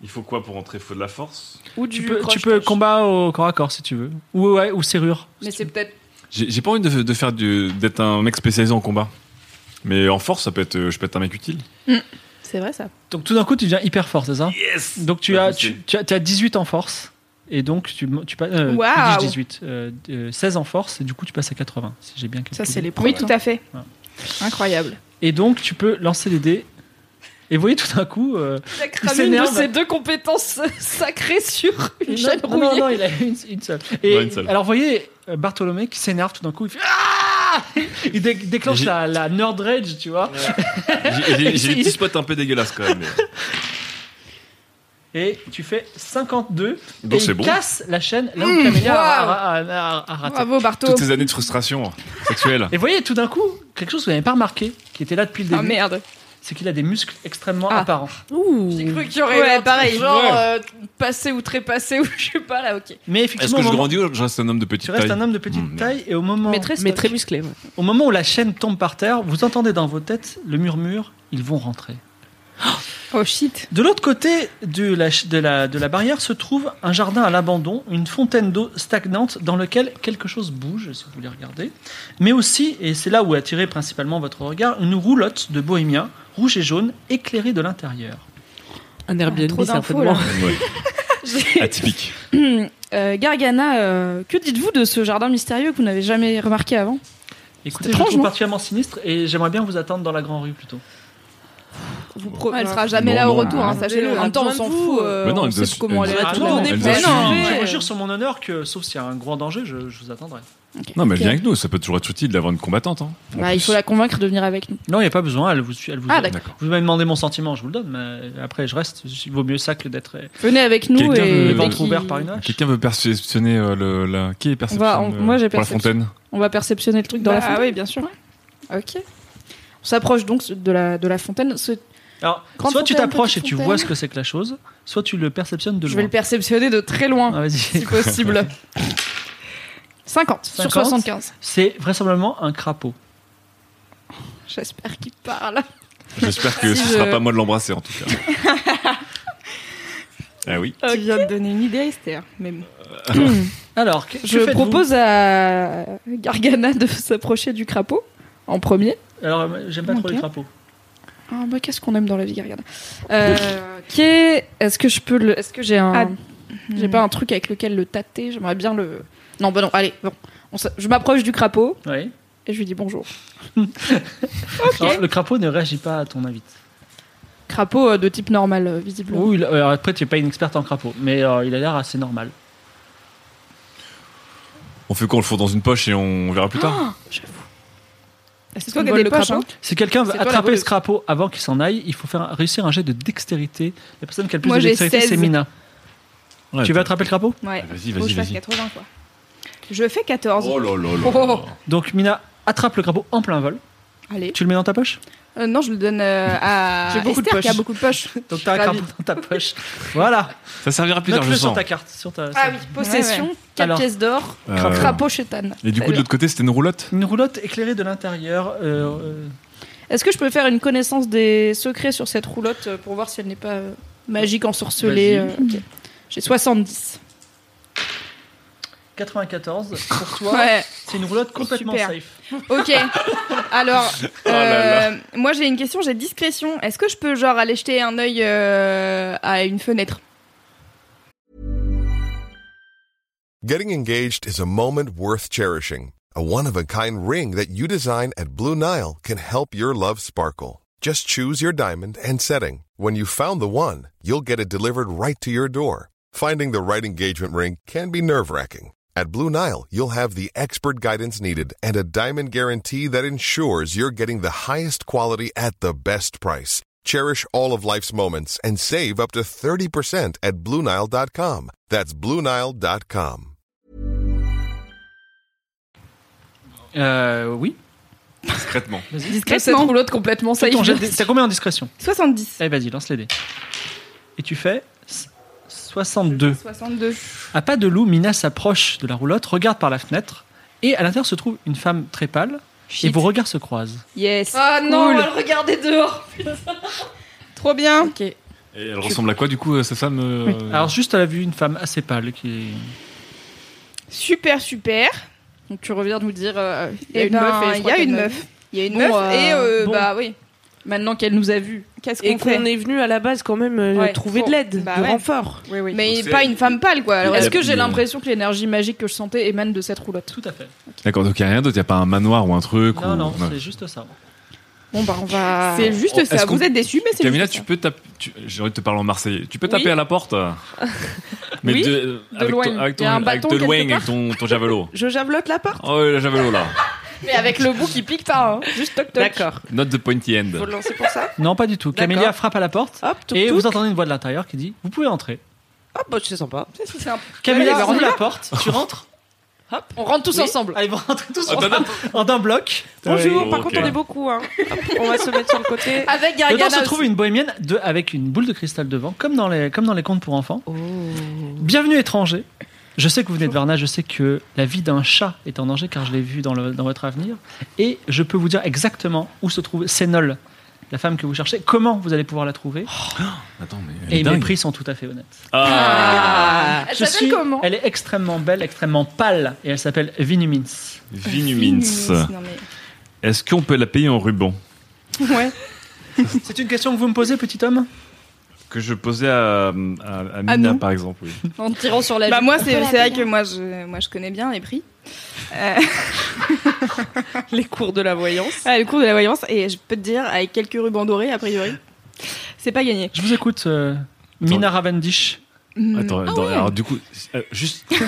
Il faut quoi pour entrer Il faut de la force Ou tu du peux, tu crochetage. peux combat au corps à corps si tu veux. Ou, ouais, ou serrure. Mais c'est peut-être. J'ai j'ai pas envie de, de faire du- d'être un mec spécialisé en combat. Mais en force, ça peut être, je peux être un mec utile. C'est vrai ça. Donc tout d'un coup, tu deviens hyper fort, c'est ça Yes Bah, Donc tu Pas as, possible. tu, tu as, tu as 18 en force. Et donc tu, tu passes. euh, Waouh. 18, euh, euh, 16 en force, et du coup tu passes à 80, si j'ai bien calculé. Ça, c'est les Oui, points. tout à fait. Voilà. Incroyable. Et donc, tu peux lancer les dés. Et vous voyez, tout d'un coup, euh, Il a cramé une de s'énerve. ses deux compétences [laughs] sacrées sur [laughs] une chaîne non, non, rouillée. non, il a une, une seule. Et Ouais, une seule. alors, vous voyez, euh, Bartholomé qui s'énerve tout d'un coup, il fait Ah Il dé- déclenche J'ai- la, la nerd rage, tu vois. J'ai- J'ai j'ai des petits spots un peu dégueulasses quand même. mais- Et tu fais 52. Donc et c'est il bon. casse la chaîne là où Camélia Mmh, waouh. a, a- a- a- a raté. Bravo Barto. Toutes ces années de frustration sexuelle. Et vous voyez, tout d'un coup, quelque chose que vous n'avez pas remarqué, qui était là depuis le Ah début, merde. c'est qu'il a des muscles extrêmement Ah. apparents. J'ai cru qu'il y aurait Ouais, un truc pareil. genre Ouais. euh, passé [laughs] ou trépassé ou je sais pas là, ok. Mais Est-ce effectivement, que je au moment- grandis ou je reste un homme de petite tu restes taille un homme de petite Mmh, taille et au moment, Mais très Mais stock. très musclé. ouais. au moment où la chaîne tombe par terre, vous entendez dans vos têtes le murmure ils vont rentrer. Oh [laughs] shit. De l'autre côté de la, ch- de, la, de la barrière se trouve un jardin à l'abandon, une fontaine d'eau stagnante dans lequel quelque chose bouge, si vous voulez regarder. Mais aussi, et c'est là où attiré principalement votre regard, une roulotte de bohémien, rouge et jaune, éclairée de l'intérieur. Un Airbnb, trop d'infos, certainement. là. Ouais, [laughs] atypique. Euh, Gargana, euh, que dites-vous de ce jardin mystérieux que vous n'avez jamais remarqué avant Écoutez, C'est je étrange, le trouve non particulièrement sinistre et j'aimerais bien vous attendre dans la grande rue plutôt. Vous pro- Elle sera jamais Non, là au non, retour, non. hein, sachez-le. En même temps, on s'en fout, euh, Mais non, on elle sait doit- pas comment elle elle est doit- retournée. Ah non, elle Mais doit non, suivre. je mais- jure sur mon honneur que, sauf s'il y a un grand danger, je, je vous attendrai. Non, mais elle vient avec nous, ça peut toujours être utile d'avoir une combattante. Hein, en Bah, plus. il faut la convaincre de venir avec nous. Non, il n'y a pas besoin, elle vous suit. Elle vous Ah, D'accord. vous m'avez demandé mon sentiment, je vous le donne, mais après je reste. Il vaut mieux ça que d'être euh, Venez avec nous Quelqu'un et veut- dès ventre ventre qu'il- ouvert par une hache. Quelqu'un veut perceptionner euh, le, la. Qui est perception va- on- euh, moi, j'ai Pour la perception. fontaine. on va perceptionner le truc dans la Bah, fontaine. oui, bien sûr. Ok. On s'approche donc de la, de la fontaine. Ce- Alors, Grande soit tu fontaine, t'approches et petite tu vois fontaine. ce que c'est que la chose, soit tu le perceptionnes de Je vais loin. le perceptionner de très loin, Ah, vas-y. si [laughs] possible. 50, sur 50. 75. C'est vraisemblablement un crapaud. J'espère qu'il parle. J'espère que [laughs] Si ce je- sera pas moi de l'embrasser en tout cas. [laughs] ah oui. Tu viens euh, de donner une idée, Esther. Mais bon. Alors, que- que Je faites-vous propose à Gargana de s'approcher du crapaud en premier. Alors, euh, j'aime pas trop Ok. les crapauds. Ah bah qu'est-ce qu'on aime dans la vie, Gargana [laughs] euh, ok, Est-ce que je peux le Est-ce que j'ai un Ah. J'ai pas un truc avec lequel le tâter J'aimerais bien le. Non bah non. Allez bon. On s- je m'approche du crapaud Oui. et je lui dis bonjour. Alors, le crapaud ne réagit pas à ton invite. Crapaud euh, de type normal euh, visiblement. Oui, il- alors, après, tu n'es pas une experte en crapaud, mais euh, il a l'air assez normal. On fait quoi On le fout dans une poche et on verra plus tard Ah, C'est qu'on toi qui as vole des le poches, crapaud hein. Si quelqu'un veut C'est toi la attraper voleuse. ce crapaud avant qu'il s'en aille, il faut faire réussir un jet de dextérité. La personne qui a le plus Moi, de j'ai dextérité, 16. c'est Mina. Ouais, tu attends. veux attraper le crapaud Ouais. Ah, Vas-y, Faut que vas-y, je fasse vas-y. 80, quoi. Je fais 14. Oh là là Oh. là. Donc Mina attrape le crapaud en plein vol. Allez. Tu le mets dans ta poche Euh, non, je le donne euh, à J'ai beaucoup de Esther qui a poches. beaucoup de poches. Donc t'as un ravie. crapaud dans ta poche. [laughs] voilà. [laughs] Ça servira plus tard, je Note-le sur sens. ta carte. Sur ta, Ah sur- oui, possession, Ouais, 4 Alors. pièces d'or, Euh, crapaud chétane. Et du coup, de l'autre côté, c'était une roulotte Une roulotte éclairée de l'intérieur. euh, euh, Est-ce que je peux faire une connaissance des secrets sur cette roulotte euh, pour voir si elle n'est pas euh, magique, ensorcelée Vas-y. euh, ok. J'ai 70. 94. Pour toi, Ouais. c'est une roulotte complètement Super. safe. [laughs] Ok. [laughs] Alors, Oh là euh, moi j'ai une question, j'ai discrétion. Est-ce que je peux genre aller jeter un œil euh, à une fenêtre Getting engaged is a moment worth cherishing. A one of a kind ring that you design at Blue Nile can help your love sparkle. Just choose your diamond and setting. When you found the one, you'll get it delivered right to your door. Finding the right engagement ring can be nerve wracking. At Blue Nile, you'll have the expert guidance needed and a diamond guarantee that ensures you're getting the highest quality at the best price. Cherish all of life's moments and save up to 30% at BlueNile.com. That's BlueNile.com. Euh, oui. [laughs] Discrètement. Que Cette Discrètement. roulotte complètement Fais safe. ton jet de- T'as combien en discrétion 70. Allez, Eh, vas-y, lance les dés. Et tu fais s- 62. 62. À pas de loup, Mina s'approche de la roulotte, regarde par la fenêtre, et à l'intérieur se trouve une femme très pâle, et vos regards se croisent. Yes. Ah non, on Cool. va le regarder dehors. [laughs] Trop bien. Ok. Et elle ressemble à quoi, du coup, euh, cette femme euh, Alors juste à la vue, une femme assez pâle qui Super, super. Donc tu reviens de nous dire. euh, il y a Et une meuf. ben, et je il y crois a une qu'elle m'a meuf. vu. Il y a une Bon, meuf euh, et euh, bon. bah oui. Maintenant qu'elle nous a vus. Qu'est-ce Et qu'on fait qu'on est venu à la base quand même euh, Ouais. trouver Bon, de l'aide, bah du ouais. renfort. Oui, oui. Mais Donc, c'est- pas une femme pâle, quoi. Alors, Ouais. Est-ce que j'ai Mais- l'impression que l'énergie magique que je sentais émane de cette roulotte Tout à fait. D'accord, donc il n'y a rien d'autre, il n'y a pas un manoir ou un truc. Non, ou- non, Ouais. c'est juste ça. Bon, bah, on va. C'est Oh, juste est-ce ça. qu'on- Vous êtes déçus, mais c'est Camilla, juste tu ça. peux taper. tu- J'ai envie de te parler en marseillais. Tu peux Oui. taper à la porte. euh, Mais Oui, de, de avec, loin. ton, avec Il y a un ton, avec bâton de quelque loin, avec part. ton, ton javelot. Je javelote la part. Oh, le javelot là. Mais avec le bout qui pique pas, hein. Juste toc toc. D'accord. Not the pointy end. Faut le lancer pour ça. Non, pas du tout. D'accord. Camélia frappe à la porte Hop, tout. et vous entendez une voix de l'intérieur qui dit Vous pouvez entrer. Hop, bah, c'est sympa. C'est un- Allez, Camélia bah, on ouvre y la porte, tu rentres. On rentre tous Oui. ensemble. Allez, vous rentrez tous Attends, attends. en en un bloc. Bonjour, par Ok. contre, on est beaucoup. Hein. Hop, on va se mettre sur le côté. Avec Dedans Gargana. se trouve Ah, aussi. une bohémienne de, avec une boule de cristal devant, comme dans les, comme dans les contes pour enfants. Bienvenue étranger. Je sais que vous venez de Varna, je sais que la vie d'un chat est en danger car je l'ai vu dans, le- dans votre avenir. Et je peux vous dire exactement où se trouve Sénol, la femme que vous cherchez, comment vous allez pouvoir la trouver. Oh, Attends, mais. elle est Et mes dingue. prix sont tout à fait honnêtes. Ah, Ah. Elle Je s'appelle suis- comment Elle est extrêmement belle, extrêmement pâle et elle s'appelle [laughs] Vinumins. Vinumins. Non, mais. Est-ce qu'on peut la payer en ruban Ouais. C'est une question que vous me posez, petit homme Que je posais à, à, à Mina, nous par exemple. Oui. En tirant sur la Bah, joue. moi, c'est la c'est vrai payer. que moi je, moi, je connais bien les prix. Les cours de la voyance. Ah, le cours de la voyance, et je peux te dire, avec quelques rubans dorés, a priori, c'est pas gagné. Je vous écoute, euh, Mina Ravendish. Mm. Attends, attends, alors du coup, euh, juste, on Ça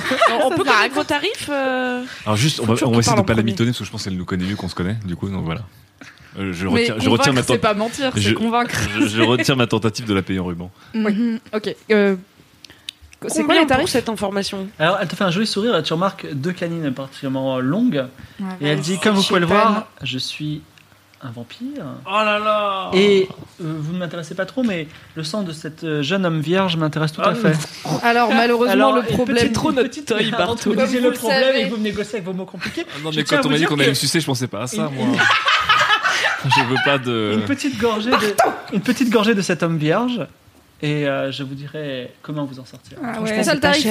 peut sert à connaître vos tarifs euh, alors juste, on va, toujours on va qu'on essayer parle de en pas la premier. mitonner parce que je pense qu'elle nous connaît mieux qu'on se connaît. Du coup, donc voilà. Euh, je Mais retire, je retire ma convaincre, c'est tentative. pas mentir, Je- c'est convaincre. [laughs] Je, je retire ma tentative de la payer en ruban. Ok. euh, c'est quoi combien les pour tarifs cette information Alors, elle te fait un joli sourire et tu remarques deux canines particulièrement longues. Et elle dit, c'est comme vous pouvez le Chopin. voir, je suis un vampire. Oh là là Et euh, vous ne m'intéressez pas trop, mais le sang de cette euh, jeune homme vierge m'intéresse tout à fait. Alors malheureusement Alors, le une problème petite- une petite- [laughs] avant que Vous Comme disiez vous le le problème savez. et que vous me négociez avec vos mots compliqués. Ah Non, Je mais tiens à quand on vous m'a dit dire qu'on que- allait me sucer, je pensais pas à ça, Une- moi. [laughs] je veux pas de. Une petite gorgée de, une petite gorgée de cet homme vierge. Et euh, je vous dirai comment vous en sortir. Ah C'est ouais. ça le tarif.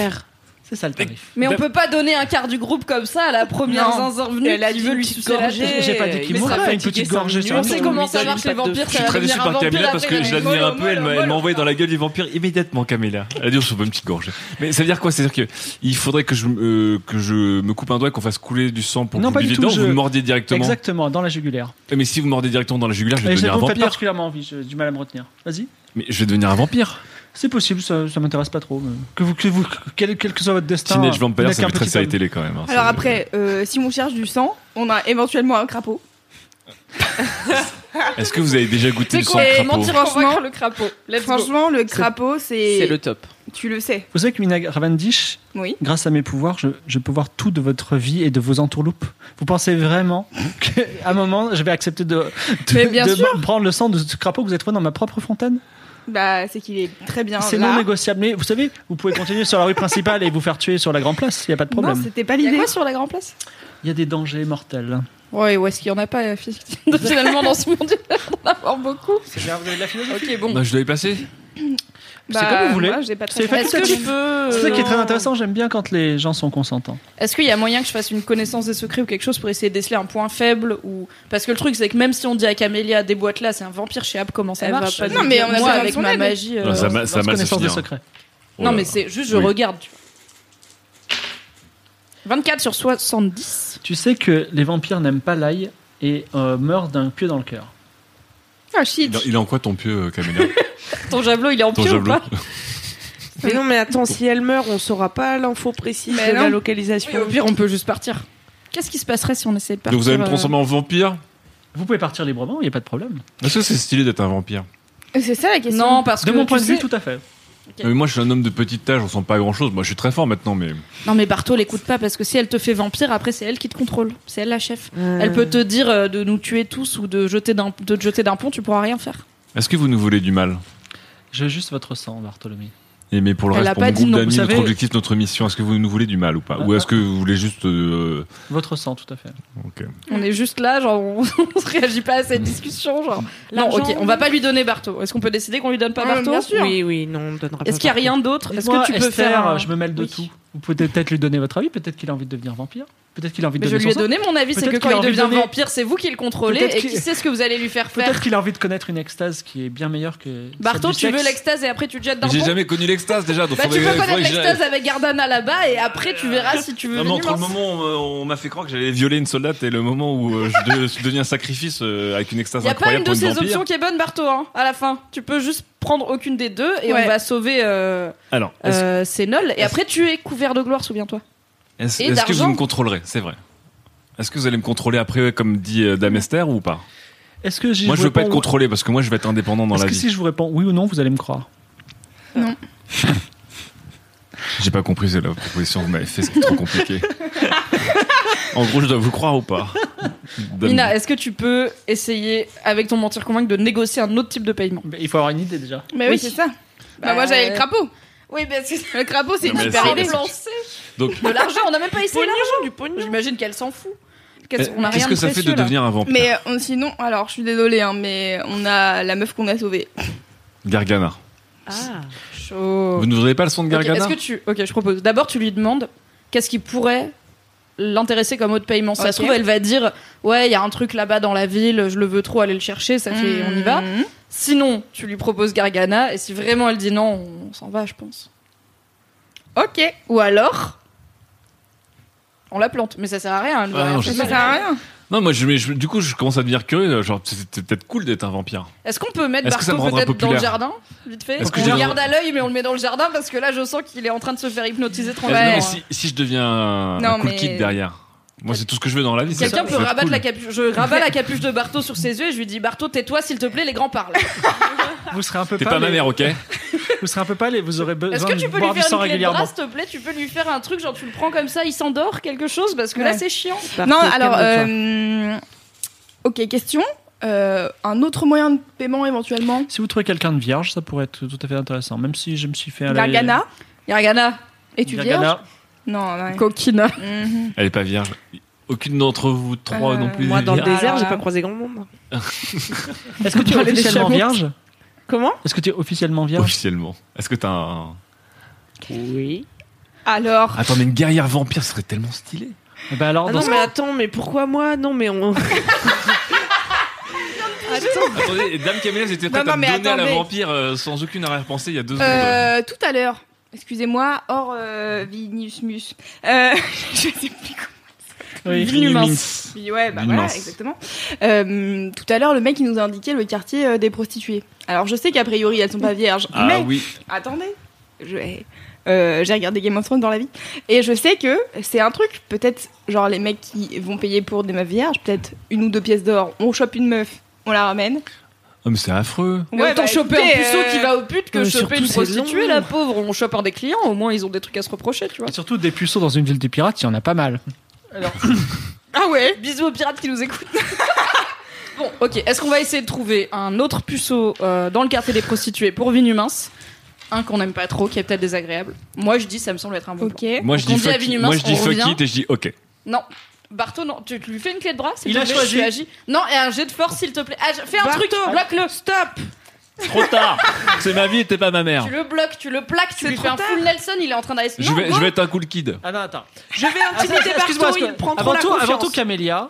C'est ça le tarif. Mais Ben- on peut pas donner un quart du groupe comme ça à la première Non. zinzin venue Elle a qui dit veut une lui petite sucer la gorgée. tête. Je- J'ai pas dit Mais qu'il ça mourrait. va Une petite fatiguer gorgée, cinq c'est On minutes. un sait Sur comment le ça visage, marche pas les de- vampires. Je ça suis va très déçu devenir un par vampire Camilla parce après, que je elle est l'admire un molle, peu. Elle m'a- molle, elle m'a molle. envoyé dans la gueule du vampire immédiatement, Camilla. Elle a dit on se veut une petite gorgée. Mais ça veut dire quoi C'est-à-dire que il faudrait que je, euh, que je me coupe un doigt et qu'on fasse couler du sang pour Non, que pas vous du tout, buvez dedans, je- Vous me mordiez directement. Exactement, dans la jugulaire. Mais si vous mordez directement dans la jugulaire, je vais Et ça devenir un vous fait vampire. particulièrement envie, j'ai du mal à me retenir. Vas-y. Mais je vais devenir un vampire. C'est possible, ça, ça m'intéresse pas trop. mais Que vous, que vous, quel, quel que soit votre destin. Teenage vous Vampire, n'êtes ça qu'un fait très petit série homme. télé quand même. hein. Alors C'est- après, euh, si on cherche du sang, on a éventuellement un crapaud. Est-ce que vous avez déjà goûté le C'est sang quoi de et crapaud mentir franchement le crapaud. Let's go. Franchement, le crapaud, c'est. C'est le top. Tu le sais, Vous savez que Mina Ravendish, oui. grâce à mes pouvoirs, je, je peux voir tout de votre vie et de vos entourloupes. Vous pensez vraiment [laughs] qu'à un moment, je vais accepter de, de- Mais bien de sûr. prendre le sang de ce crapaud que vous avez trouvé dans ma propre fontaine Bah, c'est qu'il est très bien. C'est là. non négociable. Mais vous savez, vous pouvez continuer sur la rue principale et vous faire tuer sur la grande place, il n'y a pas de Non, problème. c'était pas Il y a l'idée. quoi sur la grand place Il y a des dangers mortels. Ouais, ou est-ce qu'il y en a pas euh, fi- finalement dans ce monde Il en avoir beaucoup. C'est bien, vous avez de la philosophie. Ok, bon. Non, je dois y passer C'est comme vous voulez. Bah, moi, j'ai pas très C'est faim. fait. Est-ce que je facultatif. peux C'est ça qui est très euh, intéressant, j'aime bien quand les gens sont consentants. Est-ce qu'il y a moyen que je fasse une connaissance des secrets ou quelque chose pour essayer de déceler un point faible ou parce que le truc c'est que même si on dit à Camélia déboîte là c'est un vampire chez Ab comment ça Elle va marche pas Je nous veux dire. Non, dire, mais on a moi besoin de avec son ma aide. magie euh, Non, ça m'a- ça Lorsque m'a connaissance suffi, des hein. secrets. Oh non là mais là. c'est juste je Oui. regarde. tu vois. 24 sur 70. Tu sais que les vampires n'aiment pas l'ail et euh, meurent d'un pieu dans le cœur. Ah, shit. Il est- Il est en quoi ton pieu, euh, [laughs] Camilla Ton javelot il est en Ton pied ou javelot pas Mais non, mais attends, si elle meurt, on saura pas l'info précise Mais de non. la localisation. Au pire on peut juste partir. Qu'est-ce qui se passerait si on essayait de partir Donc vous allez me euh, transformer en vampire Vous pouvez partir librement, il n'y a pas de problème. Est-ce que c'est stylé d'être un vampire C'est ça la question. euh, Non parce De que mon tu point de vue, sais- tout à fait. Mais moi, je suis un homme de petite taille, on sent pas grand chose. Moi, je suis très fort maintenant, mais. Non mais Bartol écoute pas parce que si elle te fait vampire après c'est elle qui te contrôle, c'est elle la chef. Elle peut te dire euh, de nous tuer tous ou de jeter d'un de te jeter d'un pont, tu pourras rien faire. Est-ce que vous nous voulez du mal J'ai juste votre sang, Bartholomew. Et mais pour le Elle reste, a pour pas mon dit groupe non, vous d'amis, notre savez- objectif, notre mission, est-ce que vous nous voulez du mal ou pas Ah, Ou est-ce que vous voulez juste. euh, Votre sang, tout à fait. On est juste là, genre on, [laughs] on se réagit pas à cette discussion, genre. Non, L'argent. Ah, ok, on va pas lui donner Barto. Est-ce qu'on peut décider qu'on lui donne pas Barto bien sûr. Oui, oui, non, on donnera pas. Est-ce qu'il y a Ah, bah, Bartho. rien d'autre Est-ce Dites-moi, que tu peux Esther, faire un- Je me mêle de Oui. tout. Vous pouvez peut-être lui donner votre avis, peut-être qu'il a envie de devenir vampire, peut-être qu'il a envie de Mais je devenir lui ai sorcier, donné mon avis, c'est Peut-être que qu'il quand a il envie de devient donner- vampire, c'est vous qui le contrôlez Peut-être et qu'il- qui sait ce que vous allez lui faire Peut-être faire. qu'il a envie de connaître une extase qui est bien meilleure que. celle Barton, du tu veux sexe. l'extase et après tu te jettes dans le J'ai pont jamais connu l'extase déjà, donc Bah, tu faudrait- peux connaître faudrait que j'aille- l'extase avec Gardana là-bas et après tu verras si tu veux Non, mais entre devenir le moment où on m'a- on m'a fait croire que j'allais violer une soldate et le moment où euh, je, de- [laughs] je deviens sacrifice euh, avec une Il extase n'y a pas incroyable une de pour une ces vampire. options qui est bonne, Barto, hein, à la fin. Tu peux juste prendre aucune des deux et Ouais. on va sauver euh, Alors, est-ce euh, Sénol. Et après, tu es couvert de gloire, souviens-toi. est-ce- et est-ce que vous d'argent. me contrôlerez C'est vrai. Est-ce que vous allez me contrôler après, ouais, comme dit euh, Damester, ou pas Est-ce que j'ai. Moi, je veux pas être contrôlé parce que moi, je vais être indépendant dans Est-ce la que vie. si je vous réponds oui ou non, vous allez me croire J'ai pas compris c'est la proposition que vous m'avez fait, c'est trop [laughs] compliqué. en gros, je dois vous croire ou pas Dame- Nina, est-ce que tu peux essayer, avec ton mentir convaincre, de négocier un autre type de paiement Mais Il faut avoir une idée déjà. Mais oui, Oui. c'est ça. Bah, Bah, moi j'avais le euh, crapaud. Oui, mais c'est Le crapaud c'est une Non, Ah, mais super c'est- idée. lancé. Donc, De l'argent, on n'a même pas essayé l'argent. du pognon. J'imagine qu'elle s'en fout. euh, Qu'elle- on n'a qu'est-ce rien que de ça fait précieux, de là. devenir un vampire Mais euh, on- sinon, alors je suis désolée, hein, mais on a la meuf qu'on a sauvée. Gargana. Ah. Chaud. Vous ne voudriez pas le son de Oh. Ok, Gargana Est-ce que tu. Ok, je propose. D'abord, tu lui demandes qu'est-ce qui pourrait l'intéresser comme autre paiement. Si ça se Ok. trouve, elle va dire Ouais, il y a un truc là-bas dans la ville, je le veux trop, aller le chercher, ça fait, on y va. Mhm. Sinon, tu lui proposes Gargana, et si vraiment elle dit non, on s'en va, je pense. Ok. Ou alors. On la plante, mais ça sert à rien. elle va Ah, rien non, faire. je Ça sert à rien. Non, moi, je, mais je- du coup, je commence à devenir curieux. Genre, c'est c'est peut-être cool d'être un vampire. Est-ce qu'on peut mettre Est-ce que ça me Barto rendra peut-être dans le populaire jardin, vite fait Est-ce que On j'ai le le garde à l'œil, mais on le met dans le jardin parce que là, je sens qu'il est en train de se faire hypnotiser Eh, non, tranquillement. hein. mais si, si je deviens un, Non, un cool mais- kid derrière, moi, c'est tout ce que je veux dans la vie. c'est- Quelqu'un c'est peut être rabattre cool. la capuche. Je rabats la capuche de Barto sur ses yeux et je lui dis Barto, tais-toi s'il te plaît, les grands parlent. Vous serez un peu T'es pas ma les- mère, ok Vous serez un peu pâle et vous aurez besoin Est-ce que tu de peux lui boire du faire sang une clé de bras, régulièrement. s'il te plaît Tu peux lui faire un truc, genre tu le prends comme ça, il s'endort, quelque chose Parce que là, Ouais. c'est chiant. Non, alors, euh, ok, question. Euh, un autre moyen de paiement éventuellement Si vous trouvez quelqu'un de vierge, ça pourrait être tout à fait intéressant. Même si je me suis fait un. Gargana Gargana, Et tu vierge Gargana. Non, ouais. Coquina. Mhm. Elle est pas vierge. Aucune d'entre vous trois Euh, non plus. Moi, est dans le vierge. Alors désert, j'ai là. pas croisé grand monde. Est-ce que tu es Parler des officiellement chameaux. vierge Comment Est-ce que tu es officiellement vierge Officiellement. Est-ce que t'as un. Oui. Alors, Attends, mais une guerrière vampire, ce serait tellement stylé. Eh ben alors, Ah dans non, ce- mais attends, mais pourquoi moi Non, mais on. Ah, attends. Attendez, et Dame Camilla, c'était prête Non, non, à me mais donner à la attendez. vampire euh, sans aucune arrière-pensée il y a deux secondes. euh, tout à l'heure, excusez-moi, hors euh, Vinusmus. Euh, [laughs] je sais plus comment. Oui. Vilnumince. Oui, Ouais, bah Vilnumince. voilà, exactement. Euh, tout à l'heure, le mec, il nous a indiqué le quartier euh, des prostituées. Alors, je sais qu'a priori, elles sont pas vierges. Ah mais oui. attendez, je- eh, euh, j'ai regardé Game of Thrones dans la vie et je sais que c'est un truc. Peut-être, genre les mecs qui vont payer pour des meufs vierges, peut-être une ou deux pièces d'or, on chope une meuf, on la ramène. Oh, mais c'est affreux. On va Ouais, autant bah, choper écoutez, un puceau euh, qui va au pute que euh, choper surtout, une c'est prostituée, long. la pauvre. On chope un des clients, au moins ils ont des trucs à se reprocher, tu vois. Et surtout, des puceaux dans une ville des pirates, il y en a pas mal. Ah ouais Bisous aux pirates qui nous écoutent. [laughs] bon, ok. Est-ce qu'on va essayer de trouver un autre puceau euh, dans le quartier des prostituées pour Vinumens Un qu'on n'aime pas trop, qui est peut-être désagréable. Moi, je dis, ça me semble être un bon plan. Ok. Moi, je Donc, on dis dit à fuck it. Vinumens, Moi, je dis on fuck revient. it et je dis ok. Non. Barto, non, tu tu lui fais une clé de bras s'il Il te a plaît, choisi. tu agis. Non, et un jet de force, s'il te plaît. Ah, je- fais un Barto, truc, bloque-le. Stop Trop tard. C'est ma vie et t'es pas ma mère. Tu le bloques, tu le plaques, tu lui fais un full Nelson, il est en train d'aller se. Je Non, vais, go. je vais être un cool kid. Ah non, attends. Je vais intimider Excuse-moi, Barto, est-ce que- il prend trop avant la tout, avant tout, confiance. Camélia,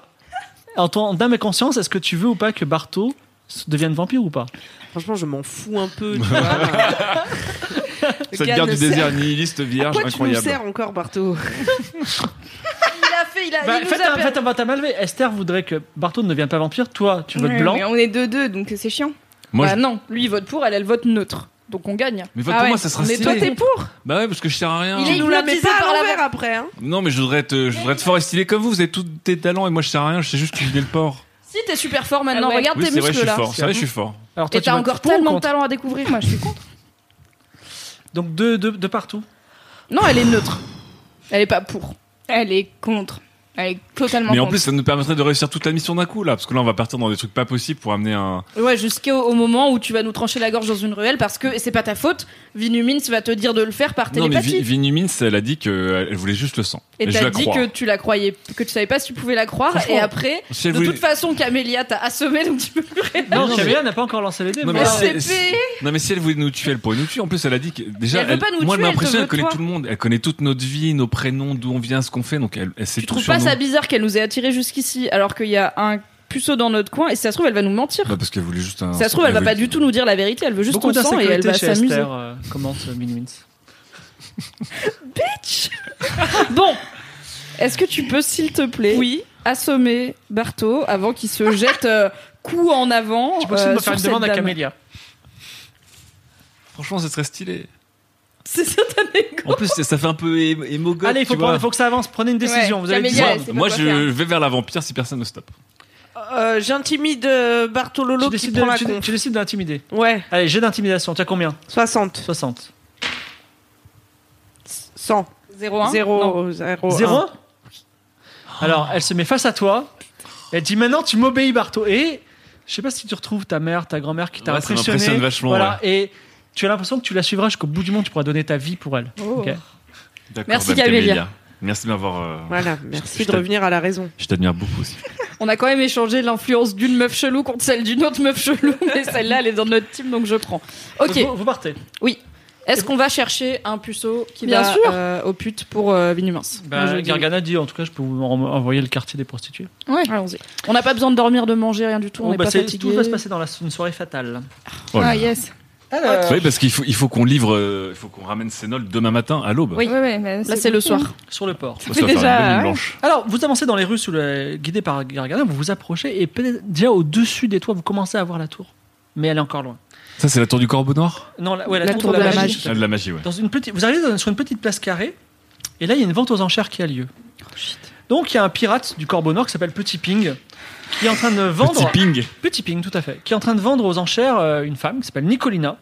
en ton dame et conscience, est-ce que tu veux ou pas que Barto se- devienne vampire ou pas Franchement, je m'en fous un peu, tu vois. Cette guerre du désert nihiliste vierge, Pourquoi tu nous incroyable. sers encore, Barto il a fait, il a. Bah, il nous Faites a un, fait- faites un bâtard mal levé. Esther voudrait que Barto ne devienne pas vampire. Toi, tu votes Ouais, blanc. mais on est deux deux, donc c'est chiant. Moi, Bah je- non, lui il vote pour, elle elle vote neutre. Donc on gagne. Mais vote Ah pour moi, ouais. ça sera Mais toi, t'es stylé. pour Bah ouais, parce que je sers à rien. Il est Tu nous la mets hypnotisé pas par à la l'envers voix. après, hein Non, mais je voudrais être, je voudrais être fort et stylé comme vous. Vous avez tous tes talents et moi, je sers à rien. Je sais juste cuisiner le porc. Si t'es super fort maintenant, Ah ouais. regarde Oui, tes c'est vrai, je muscles suis là. fort. C'est vrai, je suis fort. Alors, toi, Et tu t'as votes encore pour ou tellement de contre talent à découvrir, moi je suis contre. Donc, de, de, de partout. Non, elle est neutre. Elle est pas pour. Elle est contre. Elle est totalement Mais en contre. plus, ça nous permettrait de réussir toute la mission d'un coup, là, parce que là, on va partir dans des trucs pas possibles pour amener un. Ouais, jusqu'au au moment où tu vas nous trancher la gorge dans une ruelle parce que et c'est pas ta faute. Vinumins va te dire de le faire par Non, mais télépathie. Vi- Vinnie Mintz, elle a dit qu'elle voulait juste le sang. et je t'as la dit crois. que tu la croyais, que tu savais pas si tu pouvais la croire. Franchement, Et après, si elle de voulait- toute façon, Camélia t'a assommé, donc tu peux plus rien. Non, mais- Camélia n'a pas encore lancé les dés. Non, mais mais alors- c'est- C'est fait. Non, mais si elle voulait nous tuer, elle pourrait nous tuer. En plus, elle a dit que déjà. elle veut pas nous moi, tuer, elle elle te m'impressionne, elle veut, connaît toi. tout le monde. Elle connaît toutes nos vies, nos prénoms, d'où on vient, ce qu'on fait. Donc, elle, elle sait Tu tout trouves sur pas nous. ça bizarre qu'elle nous ait attirés jusqu'ici alors qu'il y a un puceau dans notre coin et si ça se trouve, elle va nous mentir. Bah, parce qu'elle voulait juste un. Si ça se trouve, elle va voulait- pas du tout nous dire la vérité, elle veut juste Beaucoup ton sang et elle va d'insécurité chez Esther, s'amuser. euh, commente Minwins. Bon, Est-ce que tu peux, s'il te plaît, oui. assommer Barto avant qu'il se jette euh, coup en avant Tu peux aussi euh, me faire sur une cette demande à dame. Camélia. Franchement, c'est très stylé. C'est ça ta En plus, ça- ça fait un peu émo émo goth, Allez, il faut, tu vois. prendre- faut que ça avance. Prenez une décision. vous avez Camélia, dit- elle sait pas Moi, quoi je faire. vais vers la vampire si personne ne stoppe. Euh, J'intimide euh, tu Bartololo qui décides prend de- la tu- con. tu décides d'intimider. Ouais, Allez, j'ai d'intimidation. Tu as combien 60. 60. 100. Hein 0-1. 0, Oh, 0, 0 Alors, elle se met face à toi. Elle dit maintenant, tu m'obéis, Barto. Et je sais pas si tu retrouves ta mère, ta grand-mère qui t'a Ouais, ça impressionné. m'impressionne vachement, Voilà. Et tu as l'impression que tu la suivras jusqu'au bout du monde. Tu pourras donner ta vie pour elle. Oh. Ok. D'accord, Merci, Madame Camélia. Merci de m'avoir. euh, Voilà, Je merci de t'aime. revenir à la raison. Je t'admire beaucoup aussi. On a quand même échangé l'influence d'une meuf chelou contre celle d'une autre meuf chelou, [laughs] mais celle-là, elle est dans notre team, donc je prends. Ok, Vous, vous partez. est-ce qu'on va chercher un puceau qui Bien va sûr. euh, au pute pour euh, Vinumens Bah, Gargana dit en tout cas, je peux vous en- envoyer le quartier des prostituées. Allons-y. On n'a pas besoin de dormir, de manger, rien du tout, on Bon, n'est bah, pas c'est- fatigué. tout va se passer dans la- une soirée fatale. Oh là Ah, là. yes. Oui, parce qu'il faut, il faut qu'on livre, euh, il faut qu'on ramène Sénol demain matin à l'aube. Oui. Ouais, ouais, mais Là, c'est le soir. Sur le port. Ça va faire déjà, une bonne nuit ouais. blanche. Alors, vous avancez dans les rues sous le- guidé par Gargana, vous vous approchez et peut-être déjà au-dessus des toits, vous commencez à voir la tour. Mais elle est encore loin. Ça, c'est la tour du corbeau noir Non, la, ouais, la La tour, de la, magie. Ah, De la magie, ouais. Dans une petite, vous arrivez dans- sur une petite place carrée et là, il y a une vente aux enchères qui a lieu. Donc, il y a un pirate du Corbeau Nord qui s'appelle Petit Ping qui est en train de Petit vendre. ping. Petit Ping, tout à fait. Qui est en train de vendre aux enchères euh, une femme qui s'appelle Nicolina.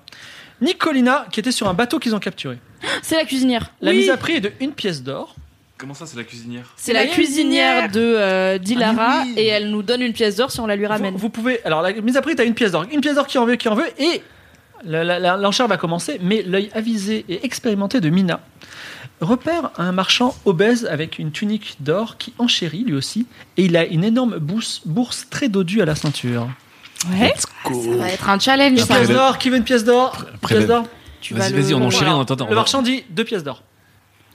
Nicolina qui était sur un bateau qu'ils ont capturé. C'est la cuisinière. La Oui, mise à prix est de une pièce d'or. Comment ça, c'est la cuisinière C'est la La cuisinière cuisinière. de euh, Dilara Ah oui. et elle nous donne une pièce d'or si on la lui ramène. Vous, vous pouvez. Alors, la mise à prix, t'as une pièce d'or. Une pièce d'or qui en veut, qui en veut. Et la- la- la- l'enchère va commencer. Mais l'œil avisé et expérimenté de Mina repère un marchand obèse avec une tunique d'or qui enchérit lui aussi. Et il a une énorme bourse, bourse très dodue à la ceinture. Ça va être un challenge. Une ça. pièce d'or, qui veut une pièce d'or Une Prélève. pièce d'or Tu vas Vas-y, le- vas-y, on enchaîne Voilà. en attendant. Le marchand dit deux pièces d'or.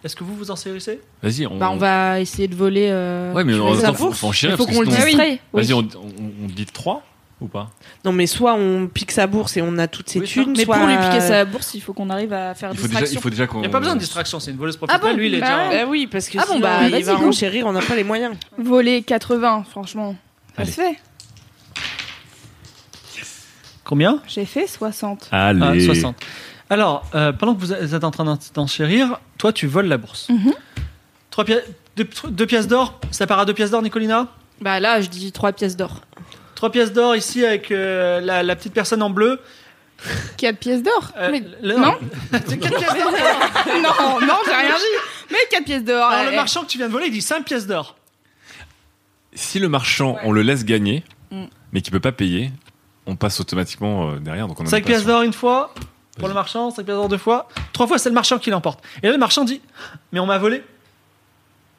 Est-ce que vous vous en saisissez Vas-y, on. Bah, on va essayer de voler. euh, Ouais, mais tu en veux attendant, ça faut, faut enchaîner. Il faut parce qu'on que le sinon- dise. Ah oui. Vas-y, on, on, on dit 3 ou pas Non, mais soit on pique sa bourse et on a toutes ses Oui, thunes, Mais soit... pour lui piquer sa bourse, il faut qu'on arrive à faire Il faut distraction. déjà, il faut déjà qu'on. Il n'y a pas besoin de distraction, c'est une voleuse professionnelle. lui, il est bah déjà- Bah oui, parce que Ah bon, sinon, bah, vas-y, il va go. renchérir, on n'a pas les moyens. Voler 80, franchement. Ça Allez. se fait. Combien J'ai fait 60. Allez. Ah, 60. Alors, euh, pendant que vous êtes en train d'en- d'enchérir, toi, tu voles la bourse. Mhm. Trois pi- deux, tr- deux pièces d'or, ça part à deux pièces d'or, Nicolina Bah là, je dis trois pièces d'or. Trois pièces d'or ici avec euh, la, la petite personne en bleu. 4 pièces d'or Euh, Mais le- non. C'est quatre pièces d'or. non, non, j'ai rien dit. Mais 4 pièces d'or. Alors, eh, le marchand que tu viens de voler, il dit 5 pièces d'or. Si le marchand, on le laisse gagner, Mm. mais qu'il peut pas payer, on passe automatiquement euh, derrière. Donc on a 5 pas pièces le choix. d'or une fois pour le marchand, 5 pièces d'or deux fois. Trois fois, c'est le marchand qui l'emporte. Et là, le marchand dit Mais on m'a volé.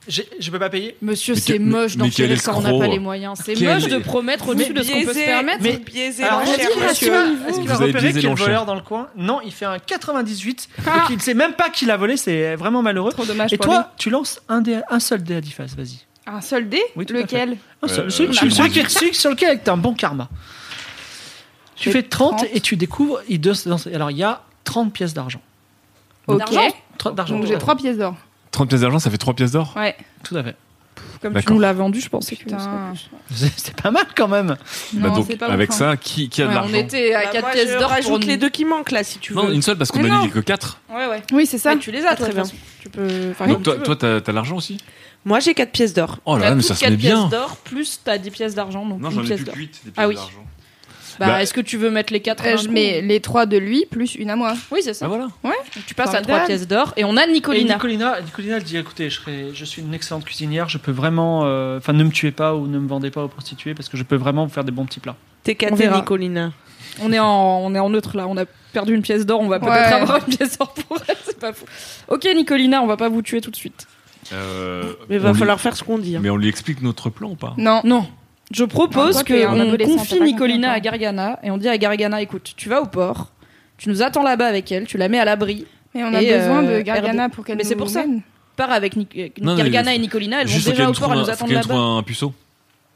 J'ai- Je peux pas payer. Monsieur, Mais c'est que- moche mais quel d'enquêter quand on n'a escroc. pas les moyens. C'est Quel- moche de promettre au-dessus de ce qu'on peut se permettre. mais- biaisé Alors, l'enchère, vas-y, monsieur. Est-ce qu'il va Vous repérer avez biaisé qu'il y a le l'enchère. voleur dans le coin Non, il fait un 98. Ah. Donc il ne sait même pas qu'il a volé, c'est vraiment malheureux. Ah. Trop dommage Et pour toi, tu lances un, dé à- un seul dé à 10 faces, vas-y. lui. Un seul dé Oui, tout à Lequel Un seul. Euh, celui, euh, celui- je- celui qui- celui sur lequel tu as un bon karma. Tu J'ai fais 30, 30. et tu découvres. il doit- alors il y a 30 pièces d'argent. Ok. D'argent 30 d'argent. Donc tout j'ai à fait. 3 pièces d'or. 30 pièces d'argent, ça fait 3 pièces d'or Ouais. Tout à fait. Comme tu D'accord. nous l'as vendu, je pensais que Putain. ça serait plus. C'est c'est pas mal quand même. Bah Non, donc, c'est pas avec ouf, hein. ça, qui, qui a de Ouais, on l'argent était à Bah, quatre moi, pièces je d'or rajoute pour les deux qui manquent là, si tu veux. Non, une seule parce qu'on Mais a dit non. que 4. Ouais, ouais. Oui, c'est ça. Ouais, tu les as, Ah, très très bien. bien. Tu peux. Enfin, Donc comme toi, tu veux. toi, t'as t'as de l'argent aussi Moi, j'ai 4 pièces d'or. Oh là T'as là, mais toutes ça se quatre met bien pièces d'or, plus t'as 10 pièces d'argent, donc Non, une j'en ai pièce plus d'or. que 8 des pièces Ah oui. d'argent. Bah, Bah, est-ce que tu veux mettre les quatre Euh, d'un je coup mets les trois de lui plus une à moi. Oui, c'est ça. Ah, voilà. Tu passes à Formidable. trois pièces d'or et on a Et Nicolina. Nicolina, Nicolina, elle dit écoutez, je, serai- je suis une excellente cuisinière, je peux vraiment. euh, Enfin, ne me tuez pas ou ne me vendez pas aux prostituées parce que je peux vraiment vous faire des bons petits plats. T'es On caté, verra. Nicolina. On est, en, on est en neutre là, on a perdu une pièce d'or, on va peut-être Ouais. avoir une pièce d'or pour elle, [laughs] c'est pas fou. Ok Nicolina, on va pas vous tuer tout de suite. Euh, Mais on va lui- falloir faire ce qu'on dit. hein. Mais on lui explique notre plan ou pas Non. Non. Je propose Non, quoique, un qu'on adolescent, t'as confie pas Nicolina compris hein. à encore. Gargana et on dit à Gargana écoute, tu vas au port, tu nous attends là-bas avec elle, tu la mets à l'abri, Mais on a Et, besoin euh, de Gargana pour qu'elle Mais c'est nous pour ça. mène. pars avec Nic- euh, Non, mais Gargana faut- et Nicolina, elles Juste vont faut qu'elle déjà au nous port, trouve elles un- nous faut attendent qu'elle nous là-bas. trouve un puceau.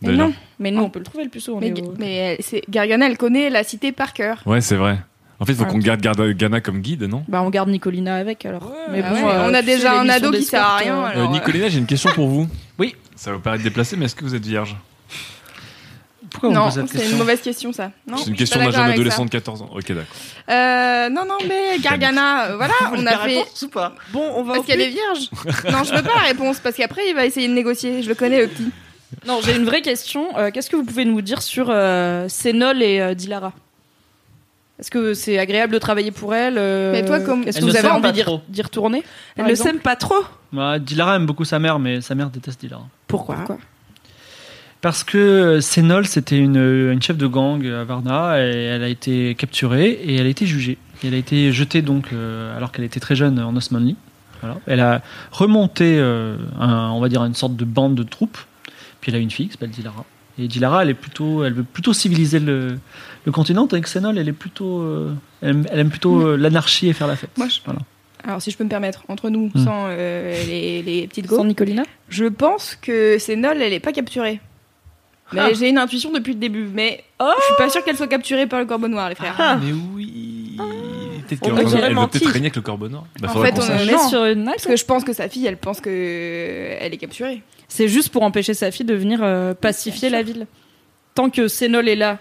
Mais D'ailleurs. non. Mais nous on peut le trouver le puceau. on Ah. Mais, est au- mais elle- c'est Gargana, elle connaît la cité par cœur. Ouais, c'est vrai. En fait, il faut Ouais. qu'on garde Garda- Ghana comme guide, non Bah on garde Nicolina avec alors. mais Ah bon, ouais, euh, on a tu sais, déjà les un missions ado qui sert à d'escorte, rien. euh, Euh, alors, Nicolina, j'ai une question pour vous. Oui. Ça va vous paraître déplacé, mais est-ce que vous êtes vierge Pourquoi on non, pose cette c'est question une mauvaise question ça. Non, C'est je une suis question pas d'un d'accord jeune avec adolescent de 14 ans. Ok, d'accord. ça. Euh, non, non, mais Gargana, euh, voilà, on a fait. ou pas Bon, on va au Parce qu'elle est vierge. non, je veux pas la réponse parce qu'après il va essayer de négocier. Je le connais le petit. Non, j'ai une vraie question. Euh, Qu'est-ce que vous pouvez nous dire sur euh, Sénol et euh, Dilara Est-ce que c'est agréable de travailler pour elle euh, Mais toi, comme- Est-ce Elle que vous ne avez s'aime envie pas d'y trop. d'y retourner Elle par le exemple sème pas trop. Bah, Dilara aime beaucoup sa mère, mais sa mère déteste Dilara. Pourquoi, Parce que euh, Sénol, c'était une, une chef de gang à Varna, et elle a été capturée et elle a été jugée. Et elle a été jetée, donc, euh, alors qu'elle était très jeune, en Osmanli. Voilà. Elle a remonté, euh, un- on va dire, une sorte de bande de troupes. Puis elle a une fille qui s'appelle Dilara. Et Dilara, elle, est plutôt, elle veut plutôt civiliser le, le continent, avec Sénol, elle, est plutôt, euh, elle, aime, elle aime plutôt euh, l'anarchie et faire la fête. Moi, je- Voilà. Alors si je peux me permettre, entre nous, Hmm. sans euh, les, les petites Sans go, Nicolina je pense que Sénol, elle est pas capturée. Mais Ah. j'ai une intuition depuis le début, mais oh, je suis pas sûre qu'elle soit capturée par le corbeau noir, les frères. Ah. Mais oui. Peut-être On qu'elle nous va- aurait Ah. elle va menti. peut-être régner avec le corbeau noir. Bah, En faudrait fait, qu'on on sache. est- On non. est sur une Parce que je pense que sa fille, elle pense que elle est capturée. C'est juste pour empêcher sa fille de venir euh, pacifier la ville. Tant que Sénol est là,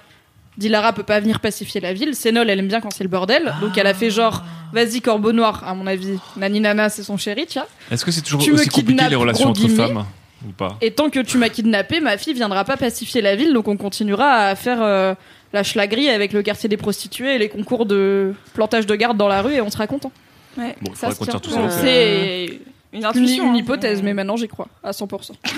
Dilara peut pas venir pacifier la ville. Sénol, elle aime bien quand c'est le bordel. Donc elle a Ah. fait genre, vas-y corbeau noir, à mon avis. Nani Nana, c'est son chéri, tiens. Est-ce que c'est toujours Tu me aussi compliqué kidnappes, les relations gros entre guillemets. femmes ou pas Et tant que tu m'as kidnappé, ma fille viendra pas pacifier la ville, donc on continuera à faire euh, la schlagerie avec le quartier des prostituées et les concours de plantage de garde dans la rue et on sera content. Ouais, Bon, ça faudrait se qu'on tient. tire tout ça au clair. C'est une Une, intuition. une hein. hypothèse, mais maintenant j'y crois, à 100%. [laughs]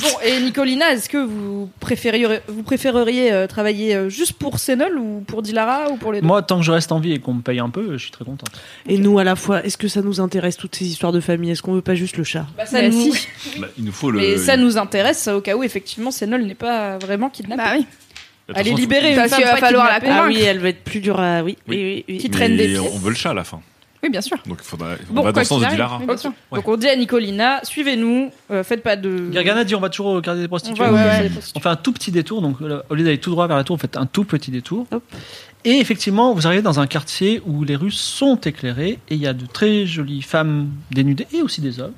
bon, et Nicolina, est-ce que vous préféreriez, vous préféreriez euh, travailler euh, juste pour Sénol ou pour Dilara ou pour les deux Moi, tant que je reste en vie et qu'on me paye un peu, je suis très contente. Et nous, à la fois, est-ce que ça nous intéresse toutes ces histoires de famille Est-ce qu'on veut pas juste le chat Bah, ça Mais nous- si. Bah, Il nous faut le. Mais ça nous intéresse au cas où effectivement Sénol n'est pas vraiment kidnappé. Bah oui. Elle est Attention, il faut- libérée, Parce une qu'il femme va pas falloir la kidnappée. Ah convaincre. oui, elle va être plus dure à. Oui, oui, Oui. oui. Qui traîne des Mais pièces. on veut le chat à la fin. Oui, bien sûr. Donc il faudra. On Bon, va dans quoi le sens qu'il de arrive, Dilara. mais bien sûr. Donc on dit à Nicolina, suivez-nous, euh, faites pas de... Gargana dit on va toujours au quartier des On prostituées. va, ouais, [laughs] ouais, les On prostituées. fait un tout petit détour, donc euh, au lieu d'aller tout droit vers la tour, vous faites un tout petit détour. Hop. Et effectivement, vous arrivez dans un quartier où les rues sont éclairées et il y a de très jolies femmes dénudées et aussi des hommes.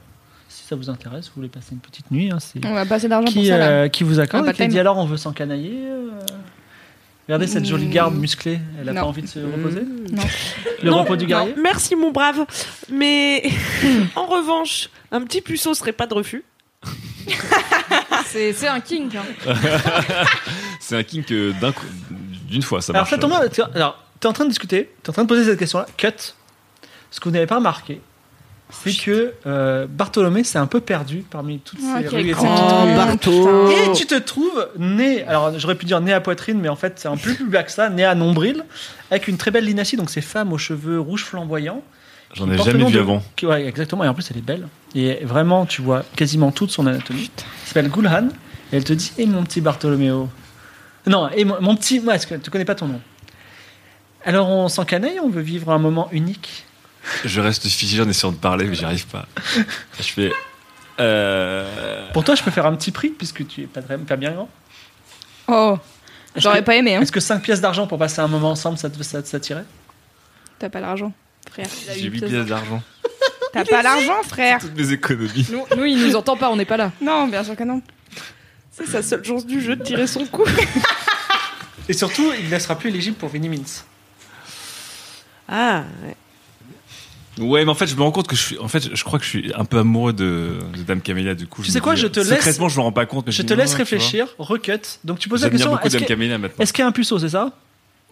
Si ça vous intéresse, vous voulez passer une petite nuit, hein, c'est On a pas assez d'argent pour qui, ça. là. euh, qui vous accorde Un et qui baptême. dit alors on veut s'encanailler. euh, Regardez cette jolie Mmh. garde musclée, elle a Non. pas envie de se reposer. Non. Le Non, repos du non. guerrier. Merci, mon brave. Mais [laughs] en revanche, un petit puceau serait pas de refus. C'est c'est un kink. hein. C'est un kink euh, d'un coup- d'une fois, ça Alors, marche. ça tombe bien, tu- alors, t'es en train de discuter, t'es en train de poser cette question-là. Cut. Ce que vous n'avez pas remarqué, c'est que euh, Bartholomé s'est un peu perdu parmi toutes Ah, ces quel rues et con. ces petites rues. Barto. Et tu te trouves né, alors j'aurais pu dire né à poitrine, mais en fait c'est un peu plus bas que ça, né à nombril, avec une très belle linacie, donc ces femmes aux cheveux rouges flamboyants. J'en qui ai portent le jamais nom vu de- avant. qui- ouais, exactement, et en plus elle est belle. Et vraiment, tu vois quasiment toute son anatomie. Elle s'appelle Gulhan, et elle te dit Et mon petit Bartholoméo Non, et mon, mon petit. Moi, est-ce que tu connais pas ton nom Alors on s'encanaille, on veut vivre un moment unique. Je reste figé en essayant de parler, mais j'y arrive pas. Je fais. Euh... Pour toi, je peux faire un petit prix, puisque tu es pas, très- pas bien grand. Oh, j'aurais pas aimé. Hein. Est-ce que 5 pièces d'argent pour passer un moment ensemble, ça te ça, ça t'irait T'as pas l'argent, frère. J'ai 8 pièces d'argent. T'as pas l'argent, frère. Toutes mes économies. Nous, nous, il nous entend pas, on n'est pas là. Non, bien sûr que non. C'est sa seule chance du jeu de tirer son coup. Et surtout, il ne sera plus éligible pour Vinnie Mintz. Ah, ouais. Ouais, mais en fait, je me rends compte que je suis. En fait, je crois que je suis un peu amoureux de, de Dame Camélia, du coup. Tu me sais quoi, dis, je te euh, laisse- Secrètement, je me rends pas compte. mais Je me te dis, laisse ah, tu réfléchir, recut. Donc tu vois. poses la J'admire question beaucoup est-ce Dame que- Camélia maintenant. est-ce qu'il y a un puceau, c'est ça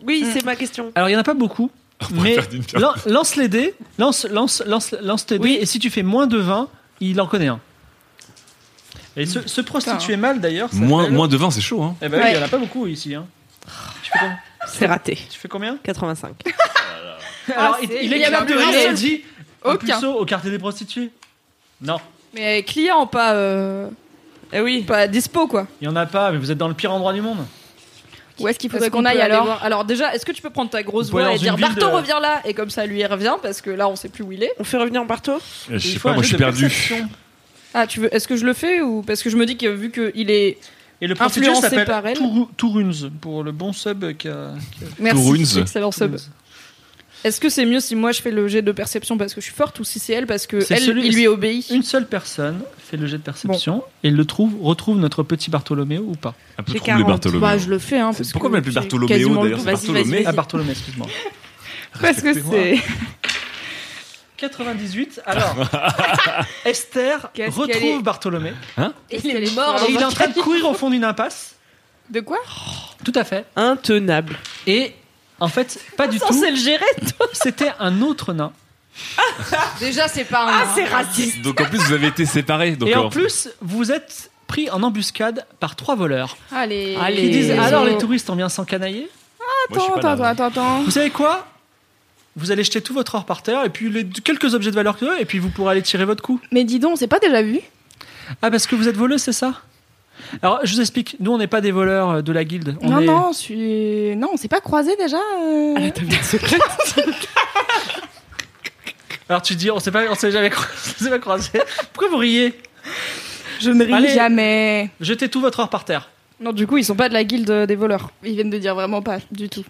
Hmm. Oui, c'est ma question. Alors il y en a pas beaucoup, pourrait mais faire d'une pierre. lan- lance les dés, lance, lance, lance, lance tes dés, Oui. et si tu fais moins de 20, il en connaît un. Et se, se prostituer mal d'ailleurs. ça Moins, s'appelle- moins de 20, c'est chaud, hein. Eh ben oui, Ouais. il y en a pas beaucoup ici. hein. Tu fais com- C'est raté. tu fais combien 85. Alors, il, Ah, c'est- il est il y en a capable de plus rire un et seul. dit Aucun. Aucun. au quartier des prostituées Non, Mais client, pas, euh, Eh oui. pas dispo, quoi. il y en a pas, mais vous êtes dans le pire endroit du monde. Où est-ce qu'il Parce faudrait qu'on peut aille aller alors voir- Alors déjà, est-ce que tu peux prendre ta grosse Vous pouvez voix et aller dans dire une ville Barton de- revient là Et comme ça, lui il revient parce que là, on sait plus où il est. On fait revenir Barto Je sais Il faut pas, un moi, je jeu suis de perdu. perception. Ah, tu veux Est-ce que je le fais ou parce que je me dis que vu que il est Et le prostitué Influencé s'appelle par elle. Touru- Touruns, pour le bon sub qui a. Touruns. merci excellent sub. Est-ce que c'est mieux si moi je fais le jet de perception parce que je suis forte ou si c'est elle parce que C'est elle celui- il lui obéit Une seule personne fait le jet de perception et le trouve, retrouve notre petit Bartholoméo ou pas Un peu J'ai troublé, 40. Bartholoméo. Bah je le fais hein. Parce Pourquoi on que m'appelle j'ai Bartholoméo, quasiment le d'ailleurs, double. c'est Vas-y, vas-y, Bartholomé. vas-y. Ah, Bartholoméo, excuse-moi. Parce que Respectez-moi. c'est. 98, alors [laughs] Esther Qu'est-ce qu'elle retrouve est- Bartholoméo Il est mort et il est en train de courir au fond d'une impasse. De quoi Tout à fait. Intenable. Et en fait, pas du Attends, tout. c'est le gérer C'était un autre nain. Déjà, c'est pas Ah, un. raciste. Donc, en plus, vous avez été séparés. Donc, euh, Et en alors, plus, vous êtes pris en embuscade par trois voleurs Allez. qui Allez. Et- disent Et- alors les touristes on vient s'encanailler. moi, je suis Attends, pas là. attends, attends, attends. Vous savez quoi Vous allez jeter tout votre or par terre et puis les quelques objets de valeur que eux et puis vous pourrez aller tirer votre coup. Mais dis donc, on s'est pas déjà vu Ah, parce que vous êtes voleux, c'est ça Alors, je vous explique. Nous, on n'est pas des voleurs euh, de la guilde. On Non, est- non, je suis. Non, on s'est pas croisés déjà. euh. Ah, Alors, tu dis, on s'est pas, on s'est jamais cro- on s'est pas croisés. [laughs] Pourquoi vous riez Je ne ris Allez. jamais. Jetez tout votre or par terre. Ah, Non, du coup, ils sont pas de la guilde euh, des voleurs. Ils viennent de dire vraiment pas du tout.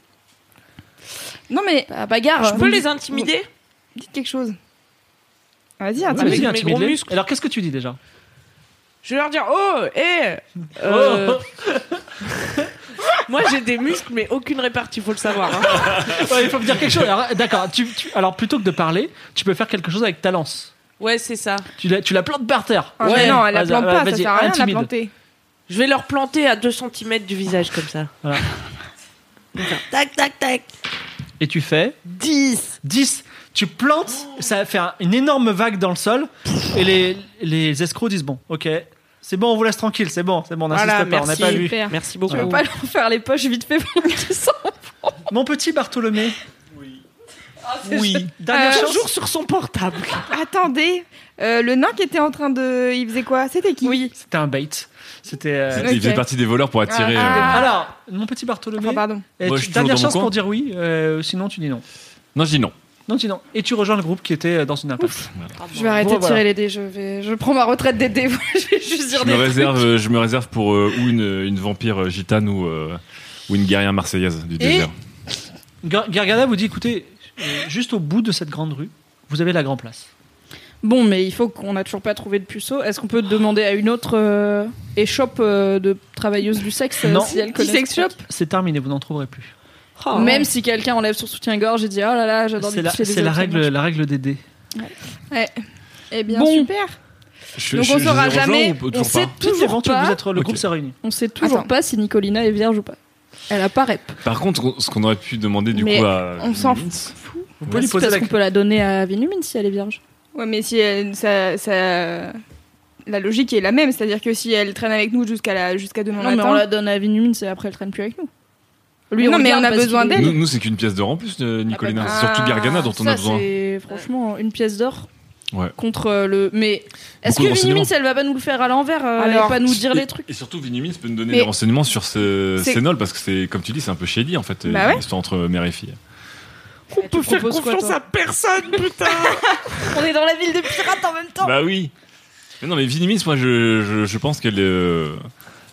Non, mais Bah, bagarre. Je peux les intimider dites quelque chose. Vas-y, Ah, intimide. vas-y, mes intimide-les. gros muscles. Alors, qu'est-ce que tu dis déjà Je vais leur dire Oh, hé euh, [laughs] Moi j'ai des muscles, mais aucune répartie, faut le savoir. hein. Oh, ouais, Il faut me dire quelque chose. Alors, d'accord. tu- tu- alors, plutôt que de parler, tu peux faire quelque chose avec ta lance. Ouais, c'est ça. Tu la, tu la plantes par terre. Ah, mais non, elle la Vas-y, euh, plante pas, ça vas-y, sert à rien de la intimide. Ah, planter. Je vais leur planter à 2 cm du visage comme ça. Voilà. Tac, tac, tac. Et tu fais 10. 10. Tu plantes, ça fait un- une énorme vague dans le sol. Et les, les escrocs disent Bon, ok, c'est bon, on vous laisse tranquille, c'est bon, c'est bon, on n'insiste Voilà, pas, on n'a merci. pas vu. Super. Merci beaucoup. Tu veux pas leur faire les poches vite fait pendant qu'ils sont Mon petit Bartholomé. Ah Oui. oui. Dernière Euh, chose. Toujours sur son portable. [laughs] Attendez, euh, le nain qui était en train de. Il faisait quoi C'était qui Oui. C'était un bait. C'était. euh, Il faisait Ok. partie des voleurs pour attirer. Ah. euh, Alors, mon petit Bartholomé. Ah, Enfin, pardon. euh, Moi, tu- je suis toujours dernière dans mon chance coin. pour dire oui. euh, sinon, tu dis non. Non, je dis non. Non, tu dis non. Et tu rejoins le groupe qui était euh, dans une impasse. Je vais arrêter Bon, de tirer voilà. les dés, je vais je prends ma retraite des dés. [laughs] je vais juste Je dire me des trucs. réserve, euh, je me réserve pour euh, ou une, une vampire euh, gitane ou, euh, ou une guerrière marseillaise du désert. Gar- Gargada vous dit écoutez, euh, juste au bout de cette grande rue, vous avez la grande place. Bon, mais il faut qu'on n'a toujours pas trouvé de puceau. Est-ce qu'on peut demander à une autre euh, échoppe euh, de travailleuse du sexe euh, Non. si elle Petit connaît sex ce truc shop C'est terminé, vous n'en trouverez plus. Oh. Même si quelqu'un enlève son soutien-gorge et dit oh là là, j'adore C'est les la, pieds des c'est la autres, règle, la règle des dés. Eh bien, Bon. super. Je- Donc je- on je saura les rejoins jamais, ou p- on toujours sait pas Tout Toujours est bon, tout- pas. vous êtes, le Ok. groupe s'est réuni. On sait toujours Attends. pas si Nicolina est vierge ou pas. Elle a pas rep. Par contre, on- ce qu'on aurait pu demander du Mais coup à. on s'en Vince, Vous pouvez Ouais. lui Parce poser la qu'on peut la donner à Vinumine si elle est vierge. Ouais, mais si elle, ça, ça- la logique est la même, c'est-à-dire que si elle traîne avec nous jusqu'à la, jusqu'à demain Non, mais matin. on la donne à Vinumine, c'est après elle traîne plus avec nous. Non, mais garde on a parce besoin qu'il est- d'elle. Nous, nous, c'est qu'une pièce d'or en plus, euh, Nicolina. bah, C'est Surtout Gargana dont on a Ah Ça, besoin. C'est franchement une pièce d'or. Ouais. Contre euh, le. Mais est-ce Beaucoup de que renseignements. Vinumine, elle va pas nous le faire à l'envers euh, Elle va Alors, pas nous dire Et- les trucs Et surtout, Vinimis peut nous donner Mais- des renseignements sur ce, C'est- ces nolles, parce que c'est, comme tu dis, c'est un peu shady en fait, euh, Bah ouais. l'histoire entre mère et fille. On peut faire proposes quoi, confiance toi à personne, putain. On est dans la ville des pirates en même temps. Bah oui. Mais non, mais Vinimis, moi, je, je, je pense qu'elle. euh,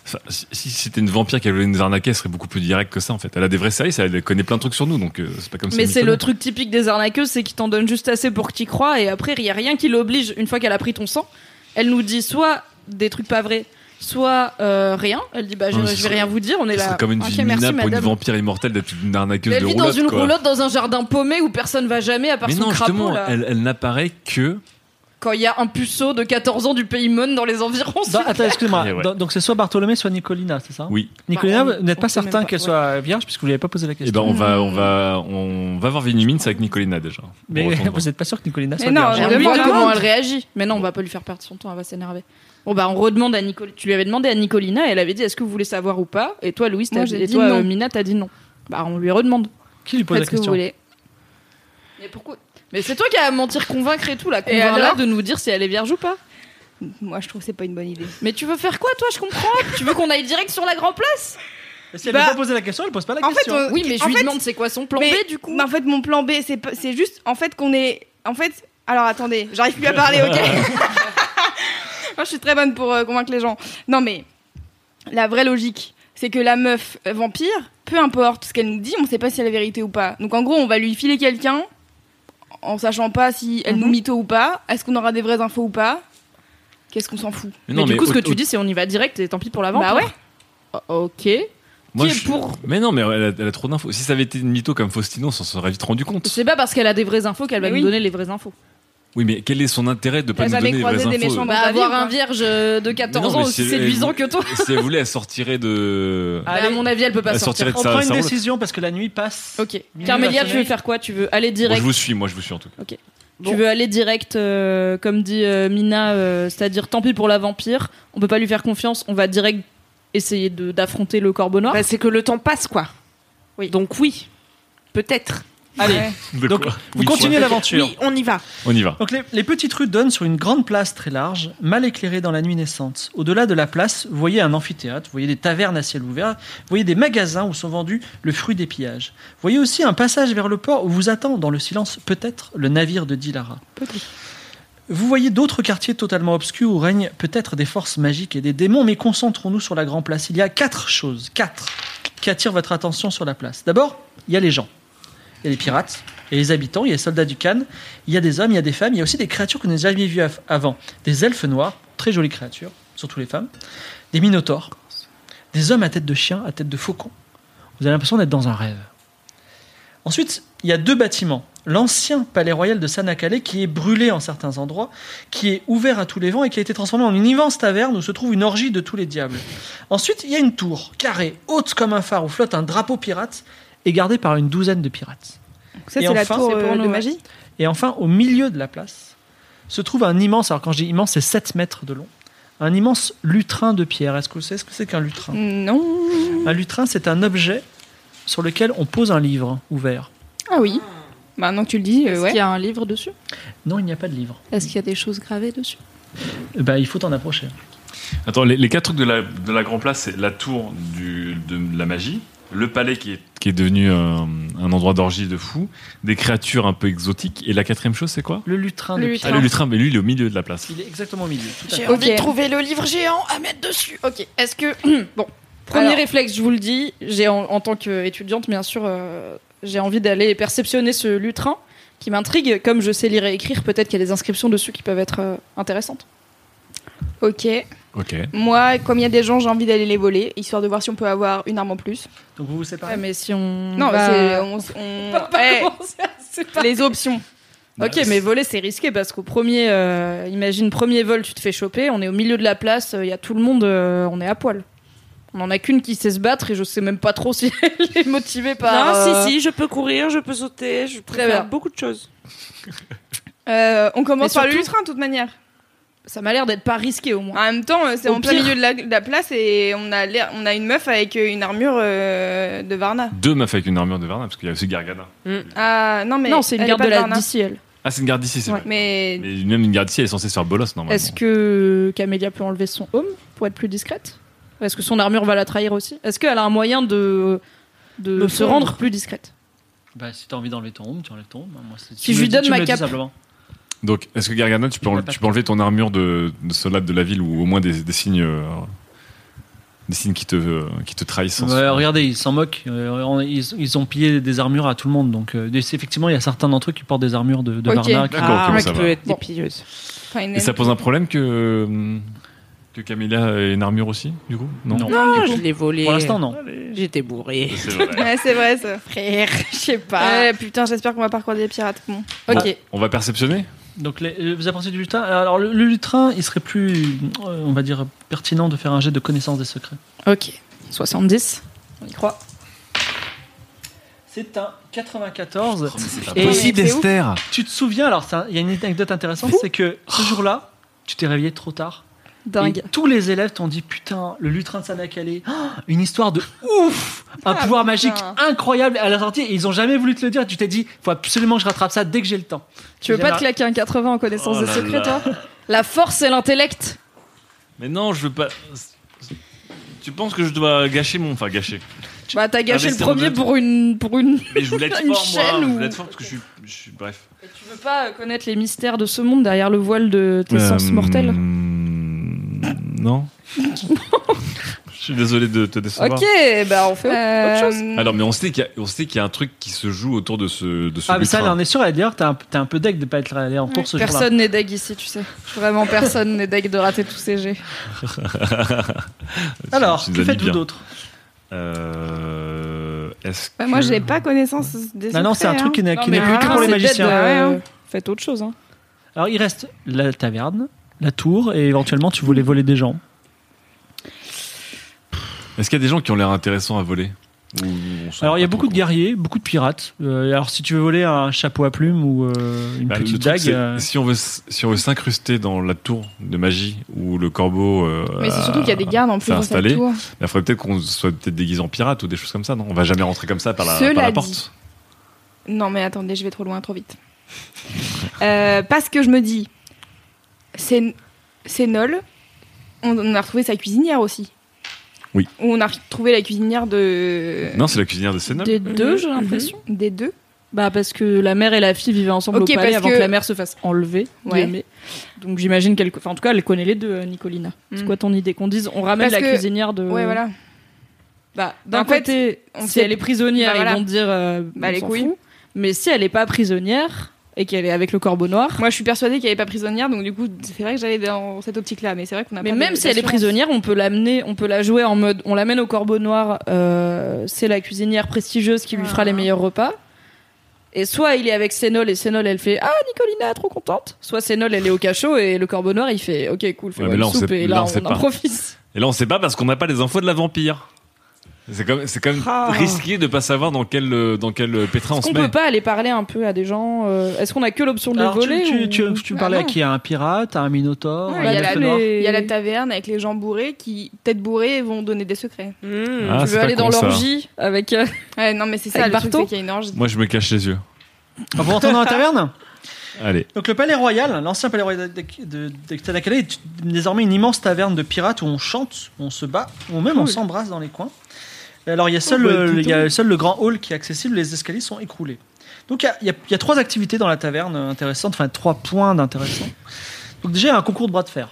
enfin, si si c'était une vampire qui voulait nous arnaquer, elle serait beaucoup plus directe que ça en fait. Elle a des vrais services, elle connaît plein de trucs sur nous, donc euh, c'est pas comme ça. Mais c'est le truc typique des arnaqueuses, c'est qu'ils t'en donnent juste assez pour que t'y crois, et après, il y a rien qui l'oblige, une fois qu'elle a pris ton sang, elle nous dit soit des trucs pas vrais, soit euh, rien. Elle dit bah je, Ouais, je ce vais rien serait- vous dire, on est Ce là. serait comme une Ok, vie merci, minable pour une madame. vampire immortelle d'être une Mais arnaqueuse elle de vit dans roulotte. une quoi. roulotte dans un jardin paumé où personne va jamais à part Mais son non, crapaud. justement, là. elle, elle n'apparaît que. Quand il y a un puceau de 14 ans du pays Mon dans les environs. Dans- Bah, attends, excuse-moi. Et Eh ouais. Dans- Donc c'est soit Bartholomé, soit Nicolina, c'est ça Oui. Nicolina, Bah, on- vous n'êtes on pas sait même certain pas, qu'elle ouais. soit vierge puisque vous n'avez pas posé la Et question. ben on va, on va, on va voir Vénumine, c'est avec Nicolina déjà. On [laughs] Mais retourne vous voir. n'êtes pas sûr que Nicolina soit Mais non, vierge. On On lui demande demande. comment elle réagit. Mais non, on va pas lui faire perdre son temps, elle va s'énerver. Bon bah on redemande à Nicole. Tu lui avais demandé à Nicolina, elle avait dit est-ce que vous voulez savoir ou pas Et toi Louise, t'as- Moi, j'ai et dit toi non. euh, Mina, t'as dit non. Bah on lui redemande. Qui lui pose la Faites ce que vous question voulez. Mais pourquoi Mais c'est toi qui as à mentir, convaincre et tout là, Et convaincre là alors de nous dire si elle est vierge ou pas. Moi, je trouve que c'est pas une bonne idée. Mais tu veux faire quoi toi Je comprends. [laughs] tu veux qu'on aille direct sur la grand place Et Si elle Bah, n'a pas posé la question, elle pose pas la en fait, question. euh, on- Oui, mais je En lui fait- demande c'est quoi son plan Mais- B du coup. Mais en fait, mon plan B, c'est pas- c'est juste en fait qu'on est. En fait, alors attendez, j'arrive plus à parler, [laughs] ok [laughs] Moi, je suis très bonne pour euh, convaincre les gens. Non, mais la vraie logique, c'est que la meuf euh, vampire, peu importe ce qu'elle nous dit, on sait pas si elle est la vérité ou pas. Donc en gros, on va lui filer quelqu'un en sachant pas si elle Mhm. nous mytho ou pas. Est-ce qu'on aura des vraies infos ou pas Qu'est-ce qu'on s'en fout Mais Mais non, du mais coup, ce au- que tu au- dis, c'est on y va direct et tant pis pour l'avant. Bah ouais. Ok. moi, qui est je- pour- Mais non, mais elle a, elle a trop d'infos. Si ça avait été une mytho comme Faustino, on s'en serait vite rendu compte. C'est pas parce qu'elle a des vraies infos qu'elle va Mais nous oui. donner les vraies infos. Oui, mais quel est son intérêt de pas Elle nous avait donner les croisé vraies infos euh, des méchants Bah, Dans ta vie avoir hein. ou quoi un vierge euh, de 14 Mais non, ans mais aussi si- séduisant que toi. Si elle voulait, elle sortirait de. Allez, Bah, à mon avis, elle peut pas Elle sortir. sortirait de on sa prend sa une roulotte. décision parce que la nuit passe. Ok. Minuit Carmélia, va tu veux sonner. faire quoi Tu veux aller Bon, direct je vous suis, moi je vous suis en tout cas. Tu veux aller direct, euh, comme dit euh, Mina, euh, c'est-à-dire tant pis pour la vampire. On peut pas lui faire confiance. On va direct essayer de- d'affronter le corbeau noir. Bah, c'est que le temps passe, quoi. Oui. Donc oui, peut-être. Allez, De donc quoi vous Oui, continuez l'aventure. Oui, on y va. On y va. Donc les, les petites rues donnent sur une grande place très large, mal éclairée dans la nuit naissante. Au-delà de la place, vous voyez un amphithéâtre, vous voyez des tavernes à ciel ouvert, vous voyez des magasins où sont vendus le fruit des pillages. Vous voyez aussi un passage vers le port où vous attend dans le silence peut-être le navire de Dilara. Vous voyez d'autres quartiers totalement obscurs où règnent peut-être des forces magiques et des démons, mais concentrons-nous sur la grande place. Il y a quatre choses, quatre, qui attirent votre attention sur la place. D'abord, il y a les gens. Il y a les pirates, il y a les habitants, il y a les soldats du Khan, il y a des hommes, il y a des femmes, il y a aussi des créatures que vous n'avez jamais vues av- avant. Des elfes noirs, très jolies créatures, surtout les femmes. Des minotaures. Des hommes à tête de chien, à tête de faucon. Vous avez l'impression d'être dans un rêve. Ensuite, il y a deux bâtiments. L'ancien palais royal de Sanakale, qui est brûlé en certains endroits, qui est ouvert à tous les vents et qui a été transformé en une immense taverne où se trouve une orgie de tous les diables. Ensuite, il y a une tour, carrée, haute comme un phare, où flotte un drapeau pirate et gardée par une douzaine de pirates. Ça, Et c'est la enfin, tour c'est euh, pour de nous, magie Et enfin, au milieu de la place, se trouve un immense, alors quand je dis immense, c'est 7 mètres de long, un immense lutrin de pierre. Est-ce que vous savez ce que c'est qu'un lutrin Non. Mm. Un lutrin, c'est un objet sur lequel on pose un livre ouvert. Ah oui. Maintenant que tu le dis, euh, Est-ce ouais. qu'il y a un livre dessus Non, il n'y a pas de livre. Est-ce qu'il y a des choses gravées dessus Eh ben, il faut t'en approcher. Attends, les, les quatre trucs de la, de la Grand Place, c'est la tour du, de la magie, le palais qui est, qui est devenu un, un endroit d'orgie de fou, des créatures un peu exotiques, et la quatrième chose, c'est quoi Le lutrin Le de lutrin. Ah, le lutrin, mais lui, il est au milieu de la place. pierre. Il est exactement au milieu. tout à fait. J'ai Ok. envie de trouver le livre géant à mettre dessus. Ok. Est-ce que bon, premier Alors- réflexe, je vous le dis, j'ai en, en tant qu'étudiante, bien sûr, euh, j'ai envie d'aller perceptionner ce lutrin qui m'intrigue. Comme je sais lire et écrire, peut-être qu'il y a des inscriptions dessus qui peuvent être euh, intéressantes. Ok. Ok. Moi, comme il y a des gens, j'ai envie d'aller les voler, histoire de voir si on peut avoir une arme en plus. Donc vous vous séparez. Ouais, mais si on Non, va- c'est. On, s- [laughs] on- Eh, les options. Ok, mais voler c'est risqué parce qu'au premier, euh, imagine premier vol, tu te fais choper, on est au milieu de la place, il y a tout le monde, euh, on est à poil. On en a qu'une qui sait se battre et je sais même pas trop [laughs] si elle est motivée par. non, euh, si, si, je peux courir, je peux sauter, je peux Très faire bien. beaucoup de choses. Euh, on commence Mais par le surtout- train de toute manière. Ça m'a l'air d'être pas risqué au moins. En même temps, euh, c'est Au en plein pire. milieu de la, de la place et on a, l'air- on a une meuf avec euh, une armure euh, de Varna. Deux meufs avec une armure de Varna, parce qu'il y a aussi Gargana. Ah non, mais. non, c'est une elle garde est de pas la Varna. DCL. Ah, c'est une garde d'ici, c'est vrai. Mais. Mais même une garde d'ici, elle est censée se faire bolos, normalement. Est-ce que Camélia peut enlever son home pour être plus discrète Est-ce que son armure va la trahir aussi Est-ce qu'elle a un moyen de, de Le se fondre. rendre plus discrète Bah, si t'as envie d'enlever ton homme, tu enlèves ton homme. Moi, c'est- Si tu je me lui le- donne tu me ma le dis cape. simplement. Donc, est-ce que Gargana, tu peux, enle- tu peux enlever ton armure de, de soldat de la ville, ou au moins des, des signes... euh, des signes qui te, euh, qui te trahissent sans- Ouais, regardez, ils s'en moquent. Euh, on- ils, ils ont pillé des armures à tout le monde. Donc, euh, c'est- effectivement, il y a certains d'entre eux qui portent des armures de, de Ok. Ah, Varna. D'accord, ok, bon, ça va. peut être Bon. des pilleuses. Enfin, une- Et ça pose un problème que. euh, Que Camilla ait une armure aussi, du coup Non. du Ah, coup, je l'ai volé. pour l'instant, non. J'étais bourré. C'est vrai. Ouais, c'est vrai [laughs] ça. Frère, je sais pas. Ouais, Eh, putain, j'espère qu'on va pas croiser les pirates. Bon. ok. [laughs] On va perceptionner Donc les- euh, vous apportez du lutin. Alors le, le lutin, il serait plus, euh, on va dire, pertinent de faire un jet de connaissance des secrets. bah, Ok. 70. On y croit. C'est un 94. Et Et possible, aussi Oh, c'est ouf. d'Esther tu te souviens alors, ça- il y a une anecdote intéressante, c'est que ce oh. jour-là, tu t'es réveillé trop tard. Dingue. Et tous les élèves t'ont dit putain, le lutrin de Sanakale, [gasps] oh, une histoire de ouf, un pouvoir magique incroyable à la sortie. Et ils ont jamais voulu te le dire. Tu t'es dit, faut absolument que je rattrape ça dès que j'ai le temps. Tu veux pas te J'aimerais- claquer un 80 en connaissance Oh des là secrets, là. toi La force et l'intellect. Mais non, je veux pas. Tu penses que je dois gâcher mon. Enfin, gâcher. Bah, t'as gâché le Investir premier deux. pour une. Pour une... Mais [laughs] je voulais être [laughs] Une fort, moi. chaîne Je ou- voulais être fort parce que je suis. je suis- Bref. Tu veux pas connaître les mystères de ce monde derrière le voile de tes Euh, sens mortels [laughs] Non. Je suis désolé de te décevoir. Ok, bah on fait autre chose. Euh, Alors, mais on sait qu'il y, a- on sait qu'il y a un truc qui se joue autour de ce. De ce Ah mais ça, lutrin. elle en est sûre. Et D'ailleurs, t'es un, t'es un peu deck de pas être allé en cours ce jour-là. Personne n'est deg ici, tu sais. Vraiment personne n'est deg de rater tous ces jets. Tu- Alors, tu nous que as mis faites-vous bien. d'autre Euh, Est-ce bah, moi, que- j'ai pas connaissance des Bah hein. Non, non, c'est un truc qui n'est qui n'est mais plus que voilà, pour les c'est magiciens. dead, euh, ouais, Faites autre chose. Hein. Alors, il reste la taverne, la tour, et éventuellement, tu voulais voler des gens. Est-ce qu'il y a des gens qui ont l'air intéressants à voler Ou on s'en Alors, il y a rend pas beaucoup trop de guerriers, beaucoup de pirates. Euh, alors, si tu veux voler un chapeau à plumes ou euh, une Bah, le petite truc, dague, c'est, euh, Si on veut, s- si on veut s'incruster dans la tour de magie où le corbeau. euh, Mais c'est surtout qu'il y a des a- gardes en plus c'est dans cette installé. tour. Il faudrait peut-être qu'on soit peut-être déguisé en pirate ou des choses comme ça, non On va jamais rentrer comme ça par la, Cela par la dit. porte. Non, mais attendez, je vais trop loin, trop vite. Euh, parce que je me dis, c'est c'est Nol. On, on a retrouvé sa cuisinière aussi. Oui. Ou on a retrouvé la cuisinière de. Non, c'est la cuisinière de Sénat. Des deux, j'ai Mhm. l'impression. Des deux. Bah parce que la mère et la fille vivaient ensemble Ok, au palais parce avant que- que... la mère se fasse enlever. Ouais. guillemets. Donc j'imagine qu'elle... Enfin en tout cas, elle connaît les deux, euh, Nicolina. C'est Mm. quoi ton idée Qu'on dise, on ramène Parce la que- cuisinière de... Ouais, voilà. Bah, d'un En fait, côté, on si sait- elle est prisonnière, Bah, voilà. ils vont te dire... euh, Bah, on les s'en couilles. fout. Mais si elle est pas prisonnière et qu'elle est avec le corbeau noir... Moi, je suis persuadée qu'elle n'est pas prisonnière, donc du coup, c'est vrai que j'allais dans cette optique-là, mais c'est Ah, vrai qu'on a Mais pas même de- si elle est d'assurance. prisonnière, on peut l'amener, on peut la jouer en mode, on l'amène au corbeau noir, euh, c'est la cuisinière prestigieuse qui lui fera Ah. les meilleurs repas. Et soit il est avec Sénol et Sénol elle fait Ah Nicolina trop contente. Soit Sénol elle est au cachot et le corbeau noir il fait Ok cool fais Ouais, mais une là, on soupe sait- et là, là, on sait on, pas. [laughs] en profite. Et là, on sait pas parce qu'on n'a pas les infos de la vampire. C'est quand même, c'est quand même Ah. risqué de pas savoir dans quel, euh, dans quel pétrin on Est-ce se qu'on met. Ah, peut pas aller parler un peu à des gens euh, Est-ce qu'on a que l'option de alors, le voler tu, ou- tu, tu, tu parlais Ah, à non. qui À un pirate, à un minotaure, Ouais, à un il y a elfe la- noir Il y a la taverne avec les gens bourrés qui, peut-être bourrés, vont donner des secrets. Mmh. Ah, Tu c'est veux pas aller con, dans ça. l'orgie avec euh, Ouais, non, mais c'est ça, Avec le truc, Barto c'est qu'il y a une orgie. Moi, je me cache les yeux. Ah, Vous rentrez dans [laughs] la taverne Allez. Donc le palais royal, l'ancien palais royal d'Ec- de- d'Ectanacalé est désormais une immense taverne de pirates où on chante, on se bat, ou même on s'embrasse dans les coins. Alors il y a seul, bah, euh, dis il y a seul le grand hall qui est accessible, les escaliers sont écroulés. Donc il y a- il y, a- il y a trois activités dans la taverne euh, intéressantes, enfin trois points d'intéressants. Donc déjà il y a un concours de bras de fer.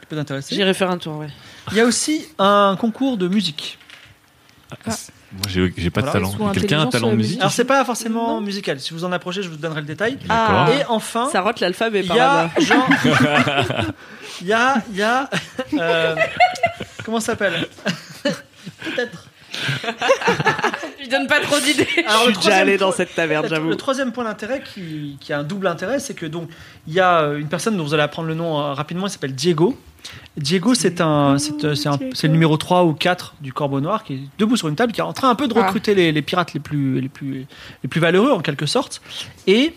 qui peut t'intéresser. J'irai faire un tour, ouais. Il y a aussi un concours de musique. Ah, Moi, j'ai j'ai pas de Voilà. talent. Soit Quelqu'un a un intelligence, talent en euh, musique Alors c'est pas forcément musical, si vous en approchez je vous donnerai le détail. D'accord. Ah. Et enfin... Ça rote l'alphabet Il par y a là-bas. genre. [laughs] Il y a. Il y a euh, comment ça s'appelle Peut-être. Je lui donne pas trop d'idées. Alors, Je Ah, le suis déjà troisième allé dans point- cette taverne, Le j'avoue. troisième point d'intérêt qui, qui a un double intérêt, c'est que donc il y a euh, une personne dont vous allez apprendre le nom euh, rapidement, il s'appelle Diego. Diego, c'est un, c'est, euh, c'est un- c'est le numéro 3 ou 4 du Corbeau Noir qui est debout sur une table, qui est en train un peu de recruter les, les pirates les plus, les, plus, les plus valeureux en quelque sorte. Et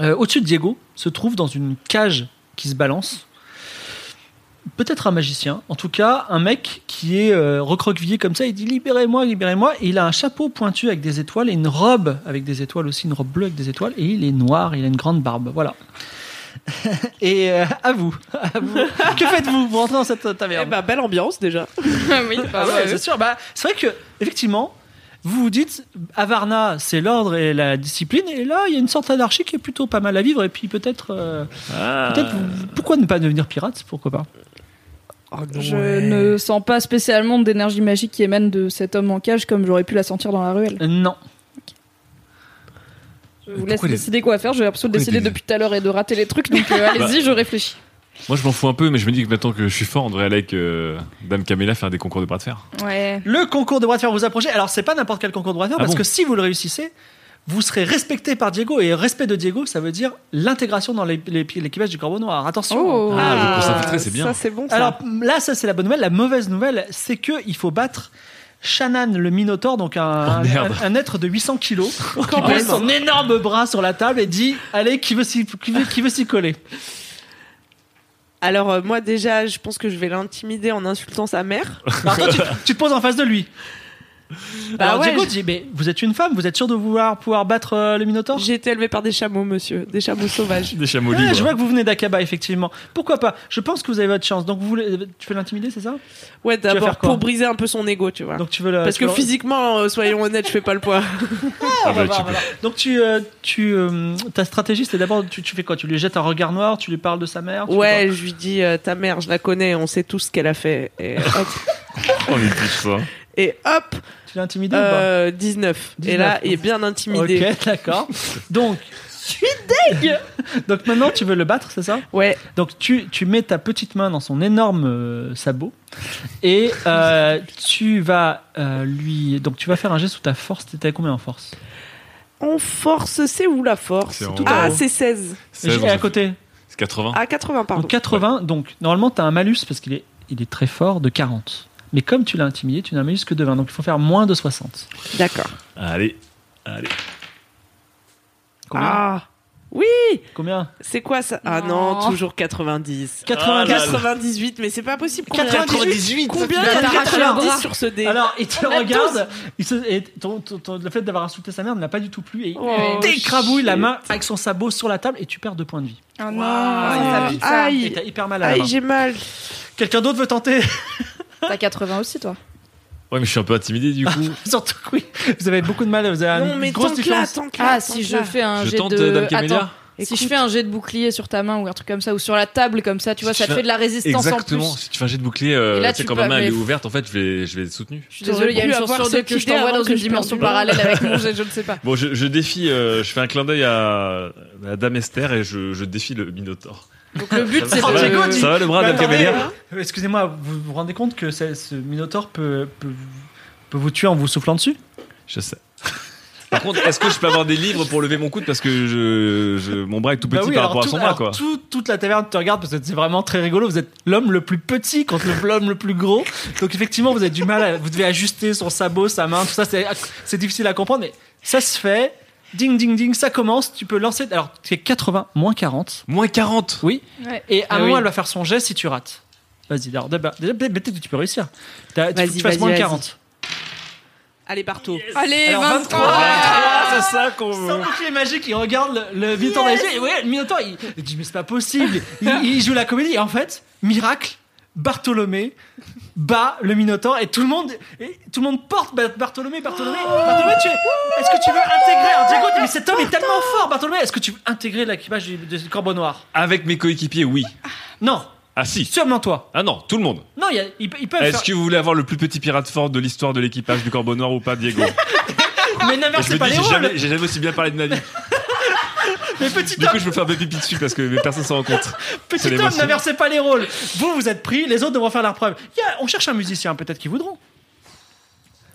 euh, au-dessus de Diego se trouve dans une cage qui se balance. Peut-être un magicien, en tout cas un mec qui est euh, recroquevillé comme ça, il dit libérez-moi, libérez-moi, et il a un chapeau pointu avec des étoiles et une robe avec des étoiles aussi, une robe bleue avec des étoiles, et il est noir, il a une grande barbe, voilà. [laughs] et euh, à vous, [laughs] à vous. que faites-vous Vous rentrez dans cette Eh taverne bah, belle ambiance déjà. oui, Ah ouais, c'est sûr. Bah, c'est vrai que effectivement, vous vous dites, Avarna, c'est l'ordre et la discipline, et là, il y a une sorte d'anarchie qui est plutôt pas mal à vivre. Et puis peut-être, euh, Ah. peut-être, vous- pourquoi ne pas devenir pirate Pourquoi pas Je ne sens pas spécialement d'énergie magique qui émane de cet homme en cage comme j'aurais pu la sentir dans la ruelle. Euh, Non. Je vous laisse Pourquoi les- décider quoi faire. J'ai l'impression de pourquoi les Bah. décider dés- [laughs] depuis tout à l'heure et de rater les trucs, donc euh, allez-y, je réfléchis. Moi, je m'en fous un peu, mais je me dis que maintenant que je suis fort, on devrait aller avec euh, Dame Camilla faire des concours de bras de fer. Ouais. Le concours de bras de fer, vous approchez. Alors, c'est pas n'importe quel concours de bras de fer, Ah parce bon que si vous le réussissez, vous serez respecté par Diego. Et respect de Diego, ça veut dire l'intégration dans l'ép- l'ép- l'équipage du Corbeau Noir. Attention. hein. Oh. Ah, pour s'infiltrer, c'est bien. Ça, c'est bon. ça. Alors là, ça c'est la bonne nouvelle. La mauvaise nouvelle, c'est que il faut battre Shannon le Minotaure, donc un, Oh, merde. un, un être de 800 kilos, qui pose son énorme bras sur la table et dit Allez, qui veut s'y qui veut, qui veut s'y coller Alors, euh, moi, déjà, je pense que je vais l'intimider en insultant sa mère. Alors toi, tu, tu te poses en face de lui. Bah Alors ouais, Diego je- dit Mais vous êtes une femme, vous êtes sûre de vouloir pouvoir battre euh, le Minotaure J'ai été élevée par des chameaux, monsieur. [laughs] Des chameaux sauvages. Des chameaux Ouais, libres. Ah, je vois que vous venez d'Akaba, effectivement. Pourquoi pas Je pense que vous avez votre chance. Donc, vous voulez, tu veux l'intimider, c'est ça vas Ouais, d'abord faire quoi pour briser un peu son ego, tu Ah. vois. Donc, tu veux le- Parce tu que veux- physiquement, euh, soyons honnêtes, je fais pas [laughs] le poids. Ah, bah, Ouais, bah, tu voilà. Donc, tu, euh, tu, euh, ta stratégie, c'est d'abord, tu, tu fais quoi Tu lui jettes un regard noir, tu lui parles de sa mère tu fais Ouais, je lui dis, euh, ta mère, je la connais, on sait tous ce qu'elle a fait. [laughs] Et hop, On est tous forts. et hop quoi Tu l'as intimidé euh, 19. Et 19. là, il est bien ou pas intimidé. bah. Ok, [laughs] d'accord. Donc. Je suis deg [laughs] Donc, maintenant, tu veux le battre, c'est ça Ouais, Donc, tu, tu mets ta petite main dans son énorme euh, sabot et euh, tu vas euh, lui. Donc, tu vas faire un geste sous ta force. T'étais à combien en force on force, c'est où la force C'est en Ah, haut. c'est 16. 16, Et à côté C'est 80. Ah, 80, pardon. Donc 80, donc normalement tu as un malus parce qu'il est, il est très fort de 40. Mais comme tu l'as intimidé, tu n'as un malus que de 20, donc il faut faire moins de 60. D'accord. ah, Allez. Allez. Combien Ah Oui Combien C'est quoi ça Ah Non. non, toujours 90. 90. Ah là là. 98, mais c'est pas possible. Combien 98 Combien Il va t'arracher le bras. 90 sur ce dé Alors, il te On a regarde, il se- et ton- ton- ton- le fait d'avoir insulté sa mère ne l'a pas du tout plu, et il Oh, t'écrabouille la shit. main avec son sabot sur la table, et tu perds deux points de vie. Oh non, Ah, ça pique ça. Et aïe t'as hyper mal à la Aïe, main. j'ai mal. Quelqu'un d'autre veut tenter [laughs] T'as 80 aussi, toi. Ouais, mais je suis un peu intimidé du coup. Surtout que oui, vous avez beaucoup de mal, vous avez Non, une mais grosse tente là, différence. tente là. Ah, si je fais [laughs] un je jet tente de. euh, Dame Attends, Camélia. si je fais un jet de bouclier sur ta main ou un truc comme ça, ou sur la table comme ça, tu vois, Si ça tu te fais- fait de la résistance en Exactement. plus. Si tu fais un jet de bouclier, Et euh, là, tu sais, tu quand peux ma main elle est appeler- ouverte, en fait, je vais, je vais être soutenu. Je suis désolée, il y a T'aurais une pu chance avoir sur deux cette que je idée t'envoie avant dans que une je perde dimension le bras. parallèle avec mon jet, je ne sais pas. Bon, je, je défie, euh, je fais un clin d'œil à, à Dame Esther et je, je défie le Minotaur. Donc le [laughs] but, c'est ça, Oh, Diego, va, dis- de. ça va le Ah, bras, Mais Dame attendez, Camélia euh, Excusez-moi, vous vous rendez compte que ce, ce Minotaure peut, peut, vous- peut vous tuer en vous soufflant dessus Je sais. Par contre, est-ce que je peux avoir des livres pour lever mon coude parce que je, je- mon bras est tout petit Bah oui, par alors rapport à tout- son bras alors quoi. tout- toute la taverne te regarde parce que c'est vraiment très rigolo. Vous êtes l'homme le plus petit contre le- l'homme le plus gros. Donc effectivement, vous avez du mal. à- vous devez ajuster son sabot, sa main, tout ça. C'est c'est difficile à comprendre, mais ça se fait. Ding, ding, ding, ça commence. Tu peux lancer. Alors, tu fais 80 moins 40. Moins 40 Oui. Ouais. Et à Ah un moment, oui. elle va faire son geste si tu rates. Vas-y, alors, d'abord- déjà, peut-être que tu peux réussir. T'as- Il faut que Vas-y, tu fasses vas-y, moins vas-y. 40. Allez, partout. Allez, Alors, 23 c'est ça qu'on Sans bouclier magique, il regarde le, le Minotaure dans les yeux, et ouais, le Minotaure, il, il dit, mais c'est pas possible. Il, il joue la comédie. Et en fait, miracle, Bartholomé bat le Minotaure, et tout le monde, et tout le monde porte Ba- Bartholomé, Bartholomé. Bartholomé, tu es- est-ce que tu veux intégrer, alors Diego, dit, mais cet homme est tellement fort, Bartholomé, est-ce que tu veux intégrer l'équipage du, du Corbeau Noir? Avec mes coéquipiers, oui. Non, Ah si. sûrement toi. Ah non, tout le monde. Non, il y a- ils, ils peuvent Est-ce faire- que vous voulez avoir le plus petit pirate fort de l'histoire de l'équipage du Corbeau Noir ou pas, Diego mais Je n'inversez me pas les dis, j'ai rôles. jamais, j'ai jamais aussi bien parlé de [laughs] ma vie. Mais petit Du homme, coup, je peux faire des pipis dessus parce que les personnes s'en rendent compte. c'est petit homme, l'émotion. n'inversez pas les rôles. Vous, vous êtes pris, les autres devront faire leur preuve. Il y a- on cherche un musicien, peut-être qu'ils voudront.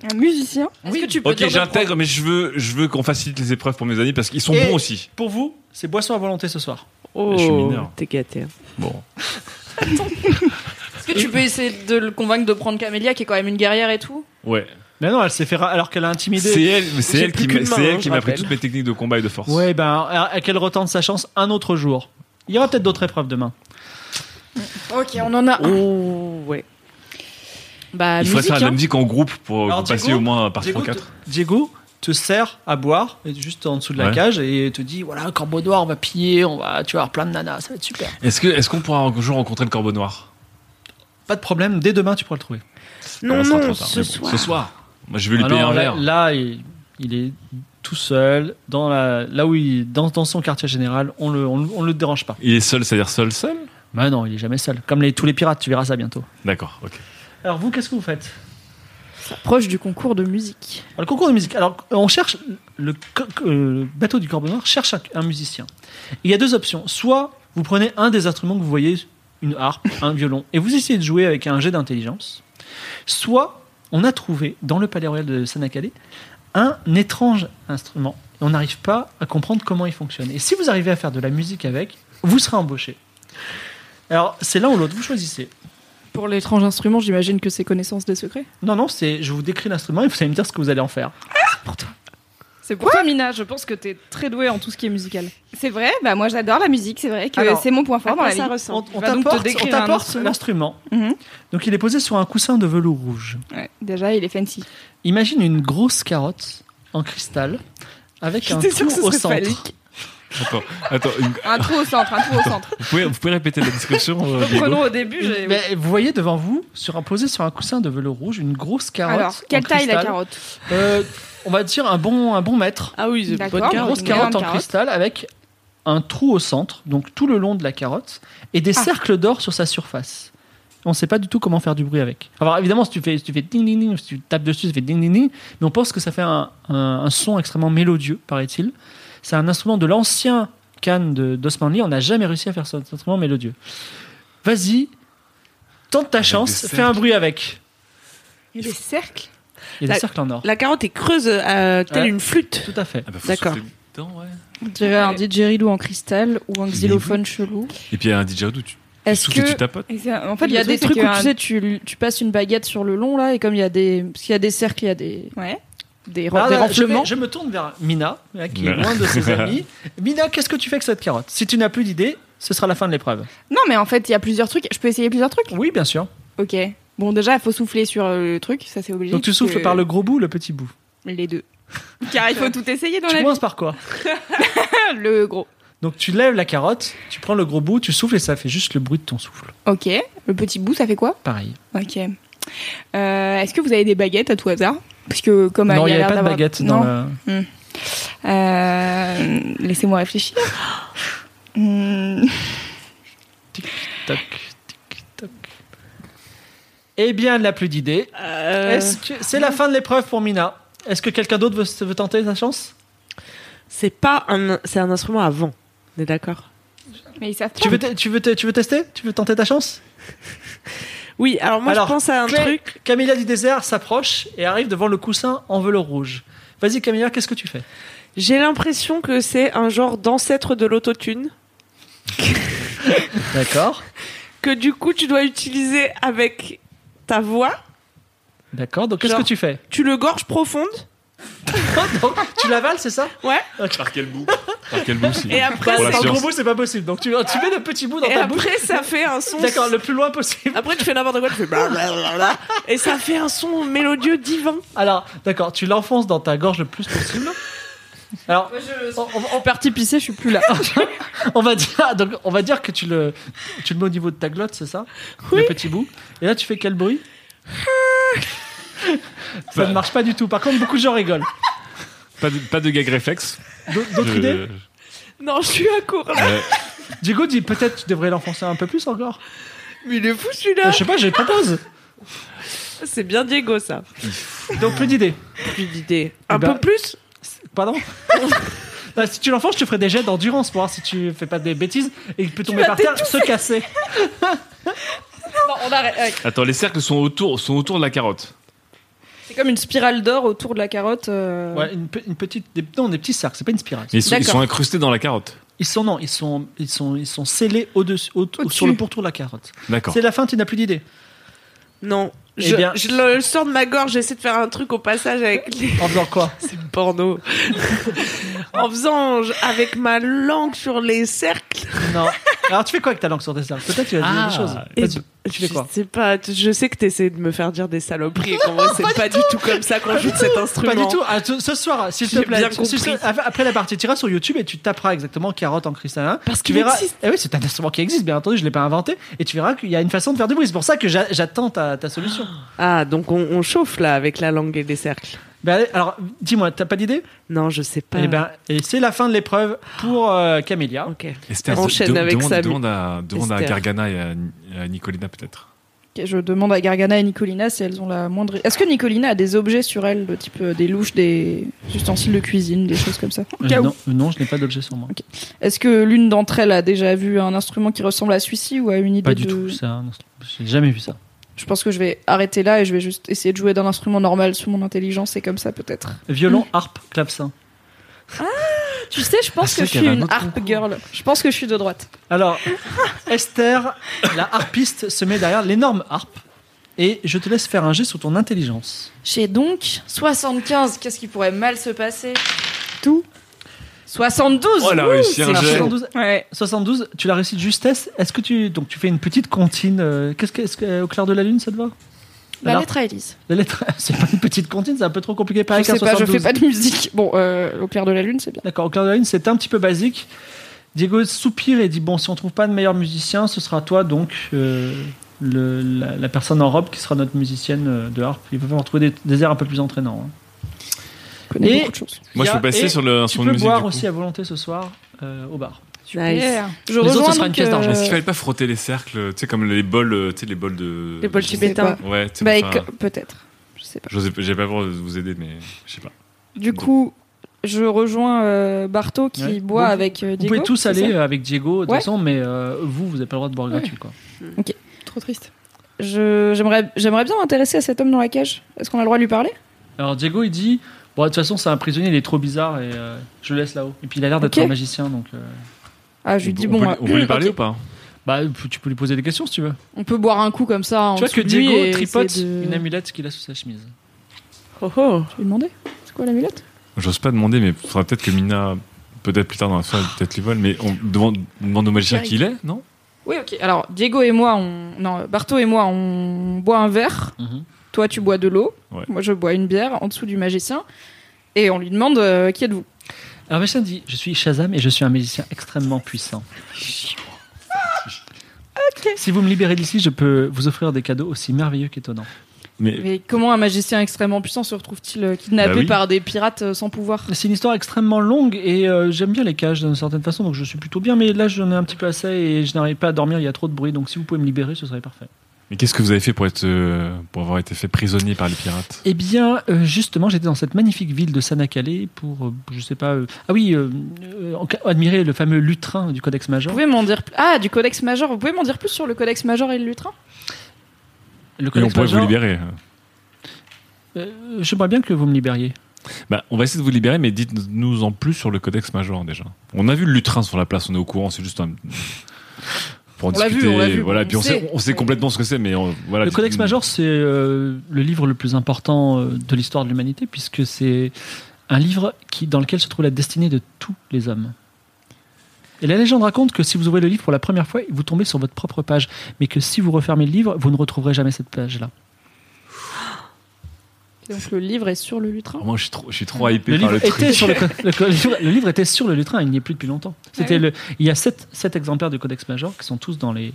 Un musicien Est-ce que tu peux Ok, dire de j'intègre, mais je veux, je veux qu'on facilite les épreuves pour mes amis parce qu'ils sont Et- bons aussi. Pour vous, c'est boisson à volonté ce soir. Oh, suis mineur. t'es gâté. hein. Bon. Est-ce que tu peux essayer de le convaincre de prendre Camélia, qui est quand même une guerrière et tout Ouais. Mais non, elle s'est fait ra- alors qu'elle a intimidé. C'est elle, mais c'est J'ai elle qui plus m'a qu'une main, c'est elle hein, qui je m'a appris rappelle. toutes mes techniques de combat et de force. Ouais, ben à, à qu'elle retente sa chance un autre jour. Il y aura peut-être d'autres épreuves demain. Ok, on en a un. Oh, ouais. Bah, Il faudrait musique. faire de la hein. musique en groupe pour Alors, pour passer Diego, au moins par Diego 3-4. te, Diego te sert à boire et juste en dessous de la Ouais. cage et te dit voilà corbeau noir on va piller on va tu vas avoir plein de nanas ça va être super. Est-ce que est-ce qu'on pourra un jour rencontrer le Corbeau Noir Pas de problème dès demain tu pourras le trouver. Ah, Non, ça sera non, trop tard, ce mais bon. soir. Ce soir. Moi, je vais lui Ah payer non, un là, verre. là, il, il est tout seul dans la là où il dans, dans son quartier général on le on, le- on le dérange pas. Il est seul, c'est-à-dire seul, seul Bah non il est jamais seul comme les tous les pirates tu verras ça bientôt. D'accord, ok. Alors vous qu'est-ce que vous faites? Proche du concours de musique. Alors, le concours de musique. Alors, on cherche. Le, co- co- euh, bateau du Corbeau Noir cherche un, un musicien. Il y a deux options. Soit vous prenez un des instruments que vous voyez une harpe, un violon, et vous essayez de jouer avec un jet d'intelligence, soit on a trouvé dans le palais royal de Sanakale un étrange instrument, et on n'arrive pas à comprendre comment il fonctionne. Et si vous arrivez à faire de la musique avec, vous serez embauché. Alors, c'est l'un ou l'autre, vous choisissez. Pour l'étrange instrument, j'imagine que c'est connaissance des secrets. Non, non, c'est, je vous décris l'instrument et vous allez me dire ce que vous allez en faire. C'est pour toi, Mina. Je pense que t'es très douée en tout ce qui est musical. C'est vrai, bah moi j'adore la musique, c'est vrai que Alors, c'est mon point fort dans la vie. On, on va donc te t'apporte, on décrire un t'apporte instrument. l'instrument. Mhm. Donc, il est posé sur un coussin de velours rouge. Ouais, déjà, il est fancy. Imagine une grosse carotte en cristal avec un J'étais sûre que trou ce au serait centre. phallique. Attends, attends une- Un trou au centre, un trou au [laughs] centre. vous, pouvez, vous pouvez répéter la description euh, Diego Prenons au début. j'ai- Mais vous voyez devant vous, sur un, posé sur un coussin de velours rouge, une grosse carotte. Alors, quelle en taille la cristal. carotte Euh, On va dire un bon, un bon mètre. Ah oui, c'est D'accord. Une bonne Carotte, carte. grosse une carotte en grande carotte. cristal avec un trou au centre, donc tout le long de la carotte, et des Ah. cercles d'or sur sa surface. On ne sait pas du tout comment faire du bruit avec. Alors évidemment, si tu fais, si tu fais ding ding ding, si tu tapes dessus, ça fait ding ding ding, mais on pense que ça fait un, un- un son extrêmement mélodieux, paraît-il. C'est un instrument de l'ancien canne de- d'Osmanli, on n'a jamais réussi à faire cet instrument mélodieux. Vas-y, tente ta Avec chance, des fais un cercles. bruit avec. Il y a des cercles Il y a des La- cercles en or. La carotte est creuse, euh, telle Ouais. une flûte. Tout à fait. Ah bah, faut D'accord. souffler dedans, ouais. J'avais un didgeridoo en cristal ou un xylophone chelou. Et puis il y a un DJ où tu, tu Est-ce souffles et que tu tapotes. Et c'est- En fait, il y a le des truc, trucs c'est où qu'il y a tu sais, tu, tu passes une baguette sur le long là et comme il y a des parce qu'il y a des cercles, il y a [laughs] des un- Ouais. des, Alors, des là, Ah je, vais- renflements. je me tourne vers Mina, là, qui est Voilà. loin de ses amis. Mina, qu'est-ce que tu fais avec cette carotte Si tu n'as plus d'idée, ce sera la fin de l'épreuve. Non, mais en fait, il y a plusieurs trucs. Je peux essayer plusieurs trucs Oui, bien sûr. Ok. Bon, déjà, il faut souffler sur euh, le truc, ça c'est obligé. Donc tu parce souffles que- par le gros bout, ou le petit bout. Les deux. Car [laughs] il faut tout essayer dans Tu la vie. commences par quoi Le gros. Donc tu lèves la carotte, tu prends le gros bout, tu souffles et ça fait juste le bruit de ton souffle. Ok. Le petit bout, ça fait quoi Pareil. Ok. Euh, Est-ce que vous avez des baguettes à tout hasard Parce que comme non, il y a avait l'air pas de d'avoir- baguette non. dans la... Euh, [gasps] Laissez-moi réfléchir. Hmm. Toc, tic, toc. Eh bien, elle n'a plus d'idée. Euh, Est-ce que- C'est la fin de l'épreuve pour Mina. Est-ce que quelqu'un d'autre veut, veut tenter sa chance C'est pas un, c'est un instrument à vent. On est d'accord. Mais ils savent tu pas. veux, te- tu, veux te- tu veux tester Tu veux tenter ta chance Oui, alors moi Alors, je pense à un Claire- truc. Camilla du désert s'approche et arrive devant le coussin en velours rouge. Vas-y Camilla, qu'est-ce que tu fais J'ai l'impression que c'est un genre d'ancêtre de l'autotune D'accord. que du coup tu dois utiliser avec ta voix. D'accord, donc qu'est-ce Genre. que tu [laughs] fais Tu le gorges profonde Donc, Tu l'avales, c'est ça Par quel bout [laughs] Par quel bout [laughs] si et après, Pour la ça, Sans science. gros bout, c'est pas possible. Donc tu, tu mets le petit bout dans et ta bouche. après ça fait un son. D'accord, le plus loin possible. Après tu fais n'importe quoi, tu [laughs] fais blablabla, et ça fait un son mélodieux divin. Alors, d'accord, tu l'enfonces dans ta gorge le plus possible. Alors, on, on- on- Parti pisser, je suis plus là. [laughs] on va dire, ah, donc, on va dire que tu le, tu le mets au niveau de ta glotte, c'est ça Oui. Le petit bout. Et là, tu fais quel [laughs] bruit Ça ne marche pas du tout. Par contre, beaucoup de gens rigolent. Pas de, pas de gag réflexe. D'autres d'autres Je- idées Non, je suis à court. là. Euh, Diego dit peut-être tu devrais l'enfoncer un peu plus encore. Mais il est fou Euh, celui-là. Je sais pas, je propose. Ah, C'est bien Diego ça. Donc plus d'idées. Plus d'idées. Un Eh ben- peu plus Pardon Bah, Si tu l'enfonces, je te ferai des jets d'endurance pour voir si tu fais pas des bêtises et il peut tomber par terre, se casser. Non, on arrête. Ouais. Attends, les cercles sont autour, sont autour de la carotte. C'est comme une spirale d'or autour de la carotte. euh, Ouais, une, pe- une petite, des, non, des petits cercles, c'est pas une spirale. Mais Ils sont, ils D'accord. sont incrustés dans la carotte. Ils sont non, ils sont, ils sont, ils sont scellés au dessus, Au-dessus. sur le pourtour de la carotte. D'accord. C'est la fin, tu n'as plus d'idées. Non. Eh Je, bien- je le sors de ma gorge, j'essaie de faire un truc au [laughs] passage avec les En faisant quoi [laughs] porno. en faisant je- avec ma langue sur les cercles. Non. Alors tu fais quoi avec ta langue sur tes cercles Peut-être tu vas dire des choses. Eh Vas-y, ben, tu fais quoi Je sais pas, tu- je sais que t'essaies de me faire dire des saloperies et qu'en [laughs] vrai, c'est pas, du tout comme ça qu'on joue de cet instrument. Pas du tout. Ah, ce ce soir, s'il te J'ai plaît. bien tu- s'il te- compris. af- après la partie, tu iras sur YouTube et tu taperas exactement carotte en cristallin. Parce tu qu'il verras. existe. Eh oui, c'est un instrument qui existe, bien entendu, je l'ai pas inventé. Et tu verras qu'il y a une façon de faire du bruit. C'est pour ça que j'a- j'attends ta, ta [gasps] solution. Ah, donc on, on chauffe là avec la langue et les cercles. Ben, allez, alors, dis-moi, t'as pas d'idée Non, je sais pas. Eh ben, et c'est la fin de l'épreuve pour euh, Camélia. Ok. Esther, Enchaîne de- avec demande, Samy. demande à, demande à Esther. Gargana et à, à Nicolina peut-être. Et Je demande à Gargana et Nicolina si elles ont la moindre. Est-ce que Nicolina a des objets sur elle, de type euh, des louches, des ustensiles de cuisine, des choses comme ça Euh, Cas où. non, non, je n'ai pas d'objet sur moi. Est-ce que l'une d'entre elles a déjà vu un instrument qui ressemble à celui-ci ou à une idée Pas du de... tout. C'est un instrument. J'ai jamais vu ça. Je pense que je vais arrêter là et je vais juste essayer de jouer d'un instrument normal sous mon intelligence et comme ça peut-être. Violon, harpe, clavecin. Tu sais, je pense Ah, c'est que je suis qu'elle a un une autre harp girl. Je pense que je suis de droite. [laughs] Alors, Esther, la harpiste, se met derrière l'énorme harpe. Et je te laisse faire un jet sur ton intelligence. J'ai donc 75. Qu'est-ce qui pourrait mal se passer Tout. 72 Oh, elle a Ouh, réussi un c'est jet. chaud. 72, 72, tu l'as réussi de justesse. Est-ce que tu donc tu fais une petite comptine euh, Qu'est-ce que, est-ce que, euh, au clair de la lune ça te va La Alors, lettre à Elise. la lettre, [laughs] c'est pas une petite comptine, c'est un peu trop compliqué. Pareil je qu'un sais pas, je 72. fais pas de musique. Bon, euh, au clair de la lune, c'est bien. D'accord, au clair de la lune, c'est un petit peu basique. Diego soupire et dit Bon, si on trouve pas de meilleur musicien, ce sera toi, donc euh, le- la, la personne en robe qui sera notre musicienne euh, de harpe. Il va falloir trouver des, des airs un peu plus entraînants. hein. Je connais Et- beaucoup de choses. Moi, je Il y a- peux passer et sur le Tu sur peux de musique. boire du coup. aussi à volonté ce soir euh, au bar. Nice. Je autres, ce rejoins sera une donc, pièce d'argent. euh, Est-ce qu'il fallait pas frotter les cercles, tu sais, comme les bols, euh, tu sais, les bols de. Les bols je sais tibétains. pas. Ouais, tu sais, Bah, enfin, éc- peut-être. Je sais pas. j'osais- j'ai pas pour vous aider, mais je sais pas. Du coup, je rejoins euh, Barto qui Ouais. boit Vous- avec euh, Vous Diego. pouvez tous c'est ça aller euh, avec Diego, de toute Ouais. façon, mais euh, vous, vous n'avez pas le droit de boire gratuit. Quoi. Trop triste. Je- J'aimerais j'aimerais bien m'intéresser à cet homme dans la cage. Est-ce qu'on a le droit de lui parler Alors Diego, il dit Bon, de toute façon, c'est un prisonnier, il est trop bizarre et euh, je le laisse là-haut. Et puis il a l'air d'être Ok. un magicien, donc euh, Ah, je lui dis on bon. peut, euh, on peut [clears throat] lui parler ok. ou pas bah, tu peux lui poser des questions si tu veux. On peut boire un coup comme ça. en tu vois que dessous de lui Diego et tripote essayer de- une amulette qu'il a sous sa chemise. Oh, oh. Je vais lui demander. C'est quoi l'amulette J'ose pas demander, mais il faudra peut-être que Mina, peut-être plus tard dans la soirée, peut-être lui vole, mais on demande, on demande au magicien qui il est, non Oui, ok. Alors, Diego et moi, on... non, Barto et moi, on boit un verre. Mhm. Toi, tu bois de l'eau. Ouais. Moi, je bois une bière en dessous du magicien. Et on lui demande euh, qui êtes-vous Alors Machin dit Je suis Shazam et je suis un magicien extrêmement puissant. Si vous me libérez d'ici, je peux vous offrir des cadeaux aussi merveilleux qu'étonnants. Mais Mais comment un magicien extrêmement puissant se retrouve-t-il euh, kidnappé Bah oui. par des pirates euh, sans pouvoir C'est une histoire extrêmement longue et euh, j'aime bien les cages d'une certaine façon, donc je suis plutôt bien. Mais là, j'en ai un petit peu assez et je n'arrive pas à dormir, il y a trop de bruit, donc si vous pouvez me libérer, ce serait parfait. Mais qu'est-ce que vous avez fait pour, être, euh, pour avoir été fait prisonnier par les pirates Eh bien, euh, justement, j'étais dans cette magnifique ville de Sanacalé pour, euh, je sais pas, euh, ah oui, euh, euh, admirer le fameux lutrin du Codex Vous Major. pouvez m'en dire plus Ah, du Codex Major. Vous pouvez m'en dire plus sur le Codex Major et le lutrin Le Et on Codex pourrait vous Major, libérer. euh, j'aimerais bien que vous me libériez. Bah, on va essayer de vous libérer, mais dites-nous en plus sur le Codex Major déjà. On a vu le lutrin sur la place, on est au courant, c'est juste un. Pour en On l'a vu, discuter, on l'a vu, voilà, on puis on sait, sait. on sait complètement ce que c'est, mais on- voilà. Le dites- Codex Major, c'est euh, le livre le plus important euh, de l'histoire de l'humanité, puisque c'est un livre qui, dans lequel se trouve la destinée de tous les hommes. Et la légende raconte que si vous ouvrez le livre pour la première fois, vous tombez sur votre propre page, mais que si vous refermez le livre, vous ne retrouverez jamais cette page-là. Donc le livre est sur le lutrin. Oh, moi, je suis trop, je suis trop hypé Le par livre, le truc. était sur [laughs] le, co- le co- le livre- le livre était sur le lutrin, il n'y est plus depuis longtemps. C'était Ah le, il y a sept, sept exemplaires du Codex Major qui sont tous dans les.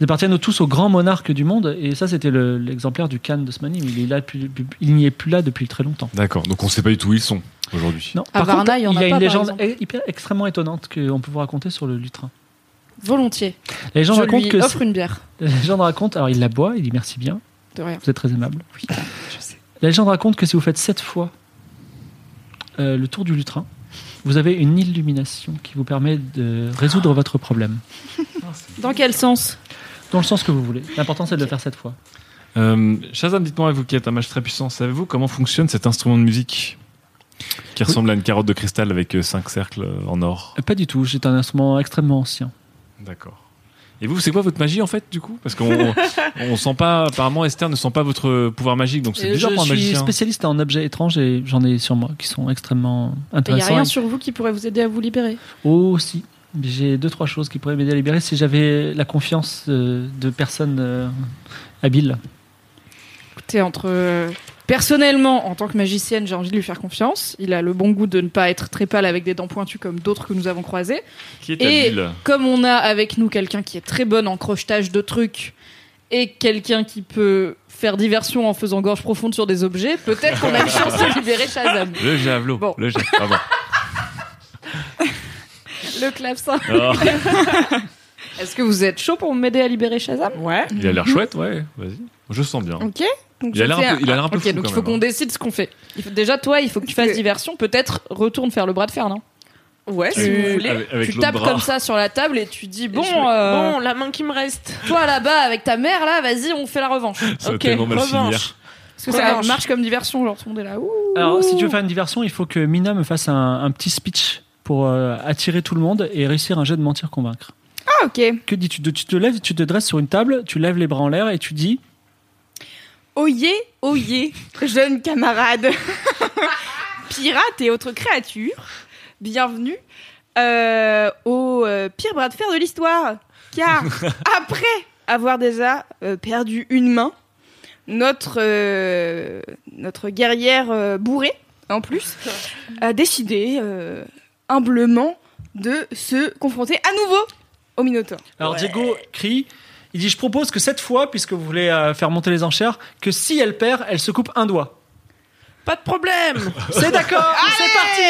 Ils appartiennent tous aux grands monarques du monde, et ça, c'était le- l'exemplaire du Khan de Smanim. Il est là depuis- depuis- il n'y est plus là depuis très longtemps. D'accord, donc on sait pas du tout où ils sont aujourd'hui. Non. À Par Varna, contre, il y il en y a a pas, une par légende exemple. e- hyper extrêmement étonnante qu'on peut vous raconter sur le lutrin. Volontiers. La légende je raconte lui que [laughs] offre une bière. la légende raconte, alors il la boit, il dit merci bien, De rien. vous êtes très aimable. Je sais. La légende raconte que si vous faites sept fois euh, le tour du lutrin, vous avez une illumination qui vous permet de résoudre votre problème. Dans quel sens Dans le sens que vous voulez. L'important, c'est de le faire cette fois. Euh, Shazam, dites-moi, vous qui êtes un mage très puissant, savez-vous comment fonctionne cet instrument de musique qui ressemble à une carotte de cristal avec euh, cinq cercles euh, en or Euh, Pas du tout, c'est un instrument extrêmement ancien. D'accord. Et vous, c'est quoi votre magie en fait, du coup [laughs] Parce qu'on on sent pas, apparemment Esther ne sent pas votre pouvoir magique, donc c'est Euh, déjà je pour un suis magicien. spécialiste en objets étranges et j'en ai sur moi qui sont extrêmement Il n'y a intéressants. rien sur vous qui pourrait vous aider à vous libérer. Oh si, j'ai deux trois choses qui pourraient m'aider à libérer si j'avais la confiance euh, de personnes euh, habiles. Écoutez, entre. euh, Personnellement, en tant que magicienne, j'ai envie de lui faire confiance. Il a le bon goût de ne pas être très pâle avec des dents pointues comme d'autres que nous avons croisés. Qui est Et- habile Comme on a avec nous quelqu'un qui est très bonne en crochetage de trucs et quelqu'un qui peut faire diversion en faisant gorge profonde sur des objets, peut-être qu'on a une chance [laughs] de libérer Shazam. Le javelot. Bon. Le javelot. [laughs] Pardon. Oh, Le clavecin. Alors, Est-ce que vous êtes chaud pour m'aider à libérer Shazam Ouais. Il a l'air chouette, ouais. Vas-y. Je sens bien. Ok. Donc, Il a l'air c'est un peu, il a l'air un peu Ok, fou donc quand il faut même, hein. qu'on décide ce qu'on fait. Il faut- déjà, toi, il faut que tu fasses diversion. Peut-être retourne faire le bras de fer, non Ouais, si Tu- vous voulez. Avec- avec Tu l'autre tapes bras. comme ça sur la table et tu dis bon, Je vais- euh, bon, la main qui me reste. toi là-bas avec ta mère là, vas-y, on fait la revanche. Ça va ok, tellement mal revanche. finir. Parce que ça Revanche. marche comme diversion, genre tout le monde est là. Ouh. Alors, si tu veux faire une diversion, il faut que Mina me fasse un, un petit speech pour euh, attirer tout le monde et réussir un jeu de mentir convaincre. Ah, ok. Que dis-tu Tu te lèves, tu te dresses sur une table, tu lèves les bras en l'air et tu dis Oyez, oyez, jeunes camarades, [laughs] pirates et autres créatures, bienvenue euh, au euh, pire bras de fer de l'histoire. [laughs] Car après avoir déjà euh, perdu une main, notre, euh, notre guerrière euh, bourrée, en plus, a décidé euh, humblement de se confronter à nouveau au Minotaure. Alors Diego crie. Il dit Je propose que cette fois, puisque vous voulez euh, faire monter les enchères, que si elle perd, elle se coupe un doigt. Pas de [laughs] problème. C'est Ah, d'accord C'est [laughs] parti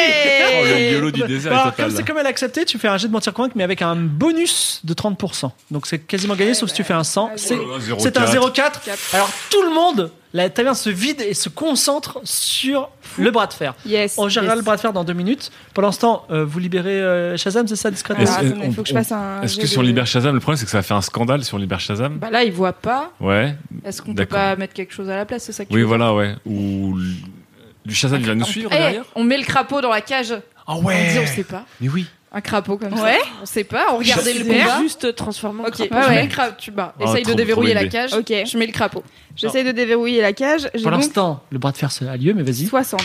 Oh, le yolo du désert, Bah, Alors, il s'appelle. comme, c'est- comme elle a accepté, tu fais un jet de mentir convaincre, mais avec un bonus de 30%. Donc c'est quasiment gagné, sauf si tu fais un 100. C'est, Oh là là, c'est un 0,4. 0,4. Alors tout le monde, la taverne se vide et se concentre sur le bras de fer. Yes. On gérera yes. le bras de fer dans deux minutes. Pendant ce temps, euh, vous libérez euh, Shazam, c'est ça discrètement Est-ce- Alors, Ah, attendez, on- faut que je on- fasse un Est-ce jet que si on de- libère Shazam, le problème c'est que ça va faire un scandale si on libère Shazam Bah là, il voit pas. Ouais. Est-ce qu'on peut D'accord. pas mettre quelque chose à la place C'est ça que tu Oui, veux voilà, ouais. Ou l- du Shazam, il va nous suivre Eh, derrière on met le crapaud dans la cage. Ah On dit on sait pas. Mais oui. Un crapaud comme ça. Ouais. On sait pas. On regardait le Eh Je combat. ben. vais Juste transformer. en Ok. crapaud. je ouais. mets le crapaud. Tu bah, Ah, Essaye trop- de déverrouiller trop la idée. cage. Ok. Je mets le crapaud. J'essaye de déverrouiller la cage. J'ai Pour donc l'instant, le bras de fer se- a lieu, mais vas-y. 60.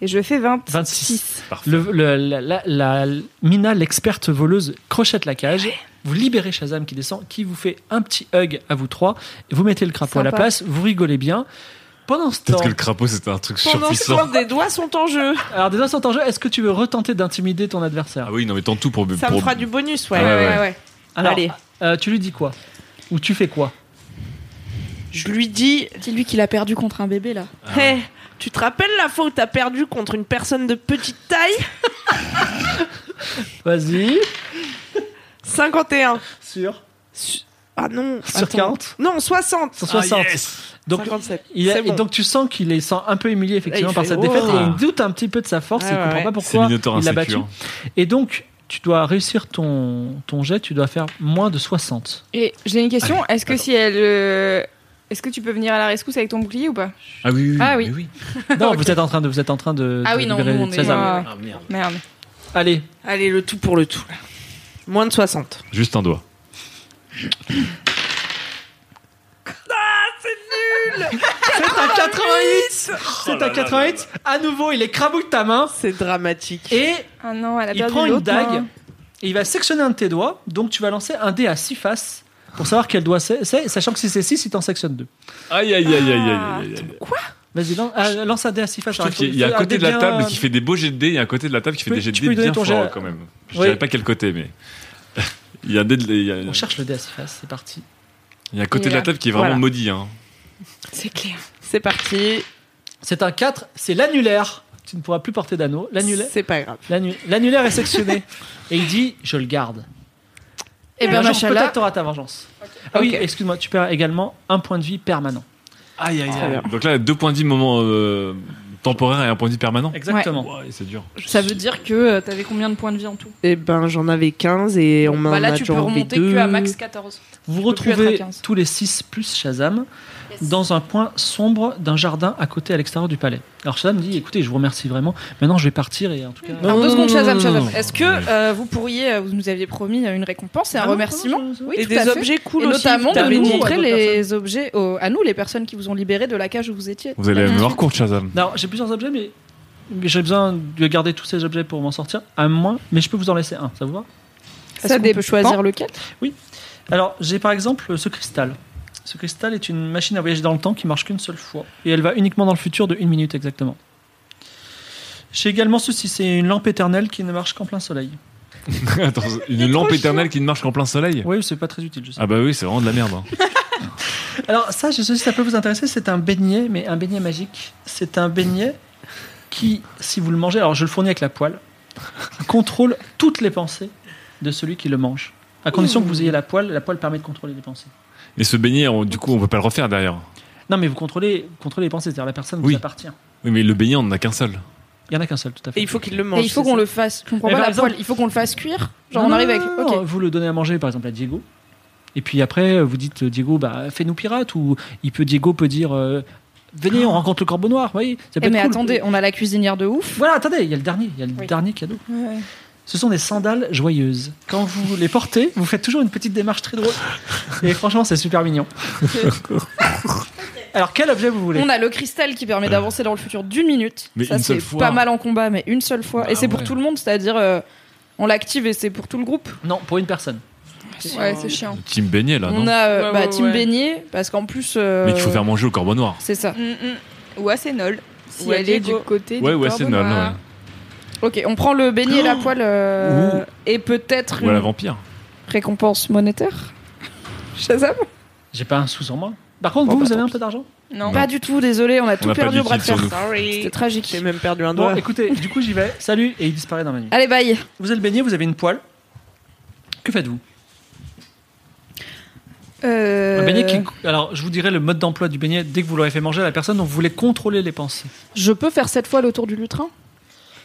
Et je fais 20. 26. Parfait. Le, le- la, la- la- Mina, l'experte voleuse, crochette la cage. Vous libérez Shazam qui descend, qui vous fait un petit hug à vous trois. Vous mettez le crapaud à la Sympa. place, vous rigolez bien. Pendant ce temps, Peut-être que le crapaud c'était un truc Pendant ce temps, surpuissant. des doigts sont en jeu. alors déjà c'est en jeu, est-ce que tu veux retenter d'intimider ton adversaire Ah oui, non, mais tant tout pour. Ça me pour- fera du bonus, ouais. Ah ouais, ouais. Alors, Allez. euh, tu lui dis quoi Ou tu fais quoi Je lui dis, C'est lui qui l'a perdu contre un bébé là. Ah hé, tu te rappelles la fois où t'as perdu contre une personne de petite taille Vas-y. 51. Sur Su- Ah non. Sur attends. 40? Non, 60. Sur 60. Ah, Donc, 57. il a- C'est et bon. donc tu sens qu'il est sent un peu humilié effectivement il par fait, cette défaite oh. et il doute un petit peu de sa force, Ouais, il ouais, comprend ouais. pas C'est pourquoi Minotaur il l'a battu. insécure. Et donc, tu dois réussir ton, ton jet, tu dois faire moins de [laughs] 60. Et j'ai une question. Est-ce que attends. si elle. euh, Est-ce que tu peux venir à la rescousse avec ton bouclier ou pas Ah oui, oui, Ah oui. mais oui. Non, vous êtes en train de vous êtes en train de Ah de oui, non, libérer nous, on est- Shazam. Ah, Ah merde. Merde. Allez, Allez, le tout pour le tout. là. Moins de 60. Juste un doigt. c'est à 88. C'est à 88. À nouveau, il écraboute ta main C'est dramatique. et Ah non, elle a il perdu prend une l'autre hein. dague main. et il va sectionner un de tes doigts, donc tu vas lancer un dé à 6 faces pour savoir quel doigt c'est, c'est, sachant que si c'est 6, il t'en sectionne 2. Aïe, aïe, aïe, aïe, aïe, aïe, aïe. Vas-y, lan- ah, lance, un dé à 6 faces. Je trouve qu'il y a un côté de la table qui fait des beaux jets de dés, il y a un côté de la table qui fait peux- des jets de tu peux lui dés donner bien ton forts jet. quand même. Je Oui. savais pas quel côté, mais. [laughs] Il y a un dé de- il y a- On cherche le dé à 6 faces, c'est parti. il y a un côté de la table qui est Voilà. vraiment maudit. hein. C'est clair. C'est parti. C'est un 4, c'est l'annulaire. Tu ne pourras plus porter d'anneau. L'annulaire. C'est pas grave. L'annu- L'annulaire est [laughs] sectionné. et il dit Je le garde. Et ben Un jour, machallah. Peut-être t'auras ta vengeance. Ah oui, Ok. excuse-moi, tu perds également un point de vie permanent. Aïe, aïe, Très bien. Donc là, deux points de vie moment euh, temporaire et un point de vie permanent. Exactement. Ouais, c'est dur. Ça veut dire que euh, t'avais combien de points de vie en tout Eh ben, j'en avais 15 et on m'a Bah là, tu peux remonter que à max 14. Vous vous peux plus être à retrouvez 15. tous les 6 plus Shazam dans un point sombre d'un jardin à côté à l'extérieur du palais. Alors Shazam dit Écoutez, je vous remercie vraiment. Maintenant, je vais partir et en tout cas. Alors, non, deux secondes, non, Shazam, non, Shazam. non. Est-ce que euh, vous pourriez, euh, vous nous aviez promis une récompense et un Ah non, remerciement Oui, Et tout à des fait. objets cool Et aussi. notamment de t'avais nous dit. montrer les objets aux- à nous, les personnes qui vous ont libéré de la cage où vous étiez. Vous allez à la mémoire courte, Shazam. Non, j'ai plusieurs objets, mais. mais j'ai besoin de garder tous ces objets pour m'en sortir, à moins, mais je peux vous en laisser un, ça vous va Ça dépend. peut choisir lequel Alors, j'ai par exemple euh, ce cristal. Ce cristal est une machine à voyager dans le temps qui marche qu'une seule fois. Et elle va uniquement dans le futur de une minute exactement. J'ai également ceci, c'est une lampe éternelle qui ne marche qu'en plein soleil. [laughs] Attends, une lampe éternelle qui ne marche qu'en plein soleil Oui, c'est pas très utile, je sais. Ah bah oui, c'est vraiment de la merde. hein. Alors ça, je sais si ça peut vous intéresser, c'est un beignet, mais un beignet magique. C'est un beignet qui, si vous le mangez, alors je le fournis avec la poêle, contrôle toutes les pensées de celui qui le mange. à condition que vous ayez la poêle. La poêle permet de contrôler les pensées. Et se baigner, on- du coup, on peut pas le refaire derrière. Non, mais vous contrôlez, vous contrôlez les pensées, c'est-à-dire la personne vous Oui. appartient. Oui, mais le baigner, on en a qu'un seul. Il y en a qu'un seul, tout à fait. Et il faut qu'il le mange. Et il faut c'est qu'on ça le fasse. Je comprends Mais pas par la exemple- poêle. Il faut qu'on le fasse cuire. Genre Non, on non, arrive avec. non, Ok. non, Vous le donnez à manger, par exemple, à Diego. Et puis après, vous dites euh, Diego, bah, fais-nous pirate. Ou il peut, Diego peut dire euh, Venez, on rencontre le corbeau noir. Vous voyez, ça peut Ah. Eh être mais cool. attendez, on a la cuisinière de ouf. Voilà, attendez, il y a le dernier, il y a le dernier cadeau. Ce sont des sandales joyeuses. Quand vous les portez, vous faites toujours une petite démarche très drôle. Et franchement, c'est super [laughs] mignon. Alors, quel objet vous voulez On a le cristal qui permet d'avancer dans le futur d'une minute. Mais ça une seule c'est fois. pas mal en combat, mais une seule fois. Bah et c'est pour ouais. tout le monde, c'est-à-dire euh, on l'active et c'est pour tout le groupe. Non, pour une personne. Ouais, Oh. c'est chiant. Le team baigner, là, on non a euh, Ouais, bah, ouais, Team ouais. Beignet, parce qu'en plus. euh, Mais qu'il faut faire manger au corbeau noir. C'est ça. Mm, Ou à Sénol, si Ou à elle est du Diego. côté Ouais, du ouais, corbeau c'est nul. noir. Ouais. Ok, on prend le beignet et Oh. la poêle euh, et peut-être Ou à la une vampire. récompense monétaire. [laughs] Shazam J'ai pas un sou sur moi. Par contre, Bon, vous, bah, vous avez tant un peu d'argent Non. Bah. Pas du tout, désolé, on a tout n'a pas perdu au bras de d'utile fer. sur C'était Sorry. tragique. J'ai même perdu un Bon, doigt. écoutez, du coup, j'y vais. Salut, et il disparaît dans la nuit. Allez, bye. Vous êtes baigné, vous avez une poêle. Que faites-vous Euh, Un beignet qui. Alors, je vous dirai le mode d'emploi du beignet dès que vous l'aurez fait manger à la personne dont vous voulez contrôler les pensées. Je peux faire cette fois le tour du lutrin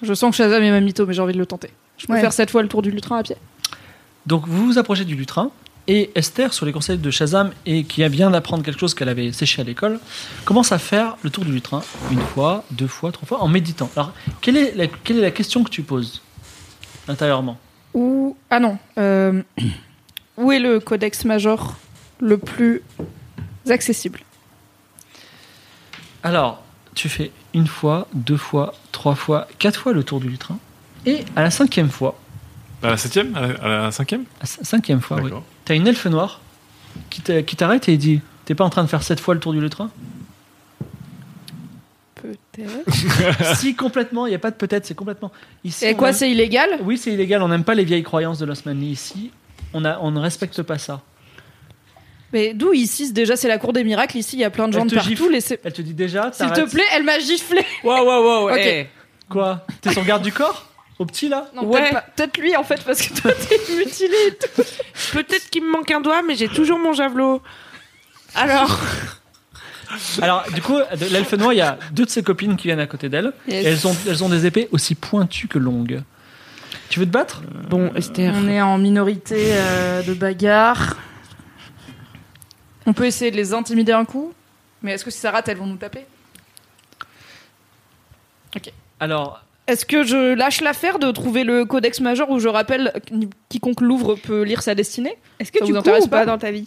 Je sens que Shazam est ma mytho, mais j'ai envie de le tenter. Je peux Ouais. faire cette fois le tour du lutrin à pied Donc, vous vous approchez du lutrin. Et Esther, sur les conseils de Shazam, et qui vient d'apprendre quelque chose qu'elle avait séché à l'école, commence à faire le tour du lutrin une fois, deux fois, trois fois, en méditant. Alors, quelle est la, quelle est la question que tu poses intérieurement Où. Ah non. euh, [clears throat] Où est le codex major le plus accessible Alors, tu fais une fois, deux fois, trois fois, quatre fois le tour du lutrin. Et à la cinquième fois, À la septième À la, à la cinquième à la Ah, cinquième fois, oui, D'accord. T'as une elfe noire qui t'a- qui t'arrête et dit T'es pas en train de faire sept fois le tour du lutrin Peut-être. Si, complètement, il n'y a pas de peut-être, c'est complètement. Ici, Et on quoi, aime- c'est illégal Oui, c'est illégal, on n'aime pas les vieilles croyances de Lost Manly ici. On, a, on ne respecte pas ça. Mais d'où ici Déjà, c'est la cour des miracles. Ici, il y a plein de gens Elle de te partout. gifle. laissez- Elle te dit déjà S'il te t'arrêtes. plaît, elle m'a giflé Waouh, waouh, waouh. Ok. eh. Quoi T'es sur garde du corps Au petit là Non, Ouais. peut-être pas- peut-être lui en fait, parce que toi t'es mutilé. et tout. Peut-être qu'il me manque un doigt, mais j'ai toujours mon javelot. Alors, Alors, du coup, de l'elfe noire, il y a deux de ses copines qui viennent à côté d'elle. Yes. Et Elles ont, elles ont des épées aussi pointues que longues. Tu veux te battre bon, Esther. On est en minorité euh, de bagarre. On peut essayer de les intimider un coup, mais est-ce que si ça rate, elles vont nous taper Alors, Est-ce que je lâche l'affaire de trouver le codex majeur où je rappelle que quiconque l'ouvre peut lire sa destinée Est-ce que Ça tu vous cours intéresse ou pas pas dans ta vie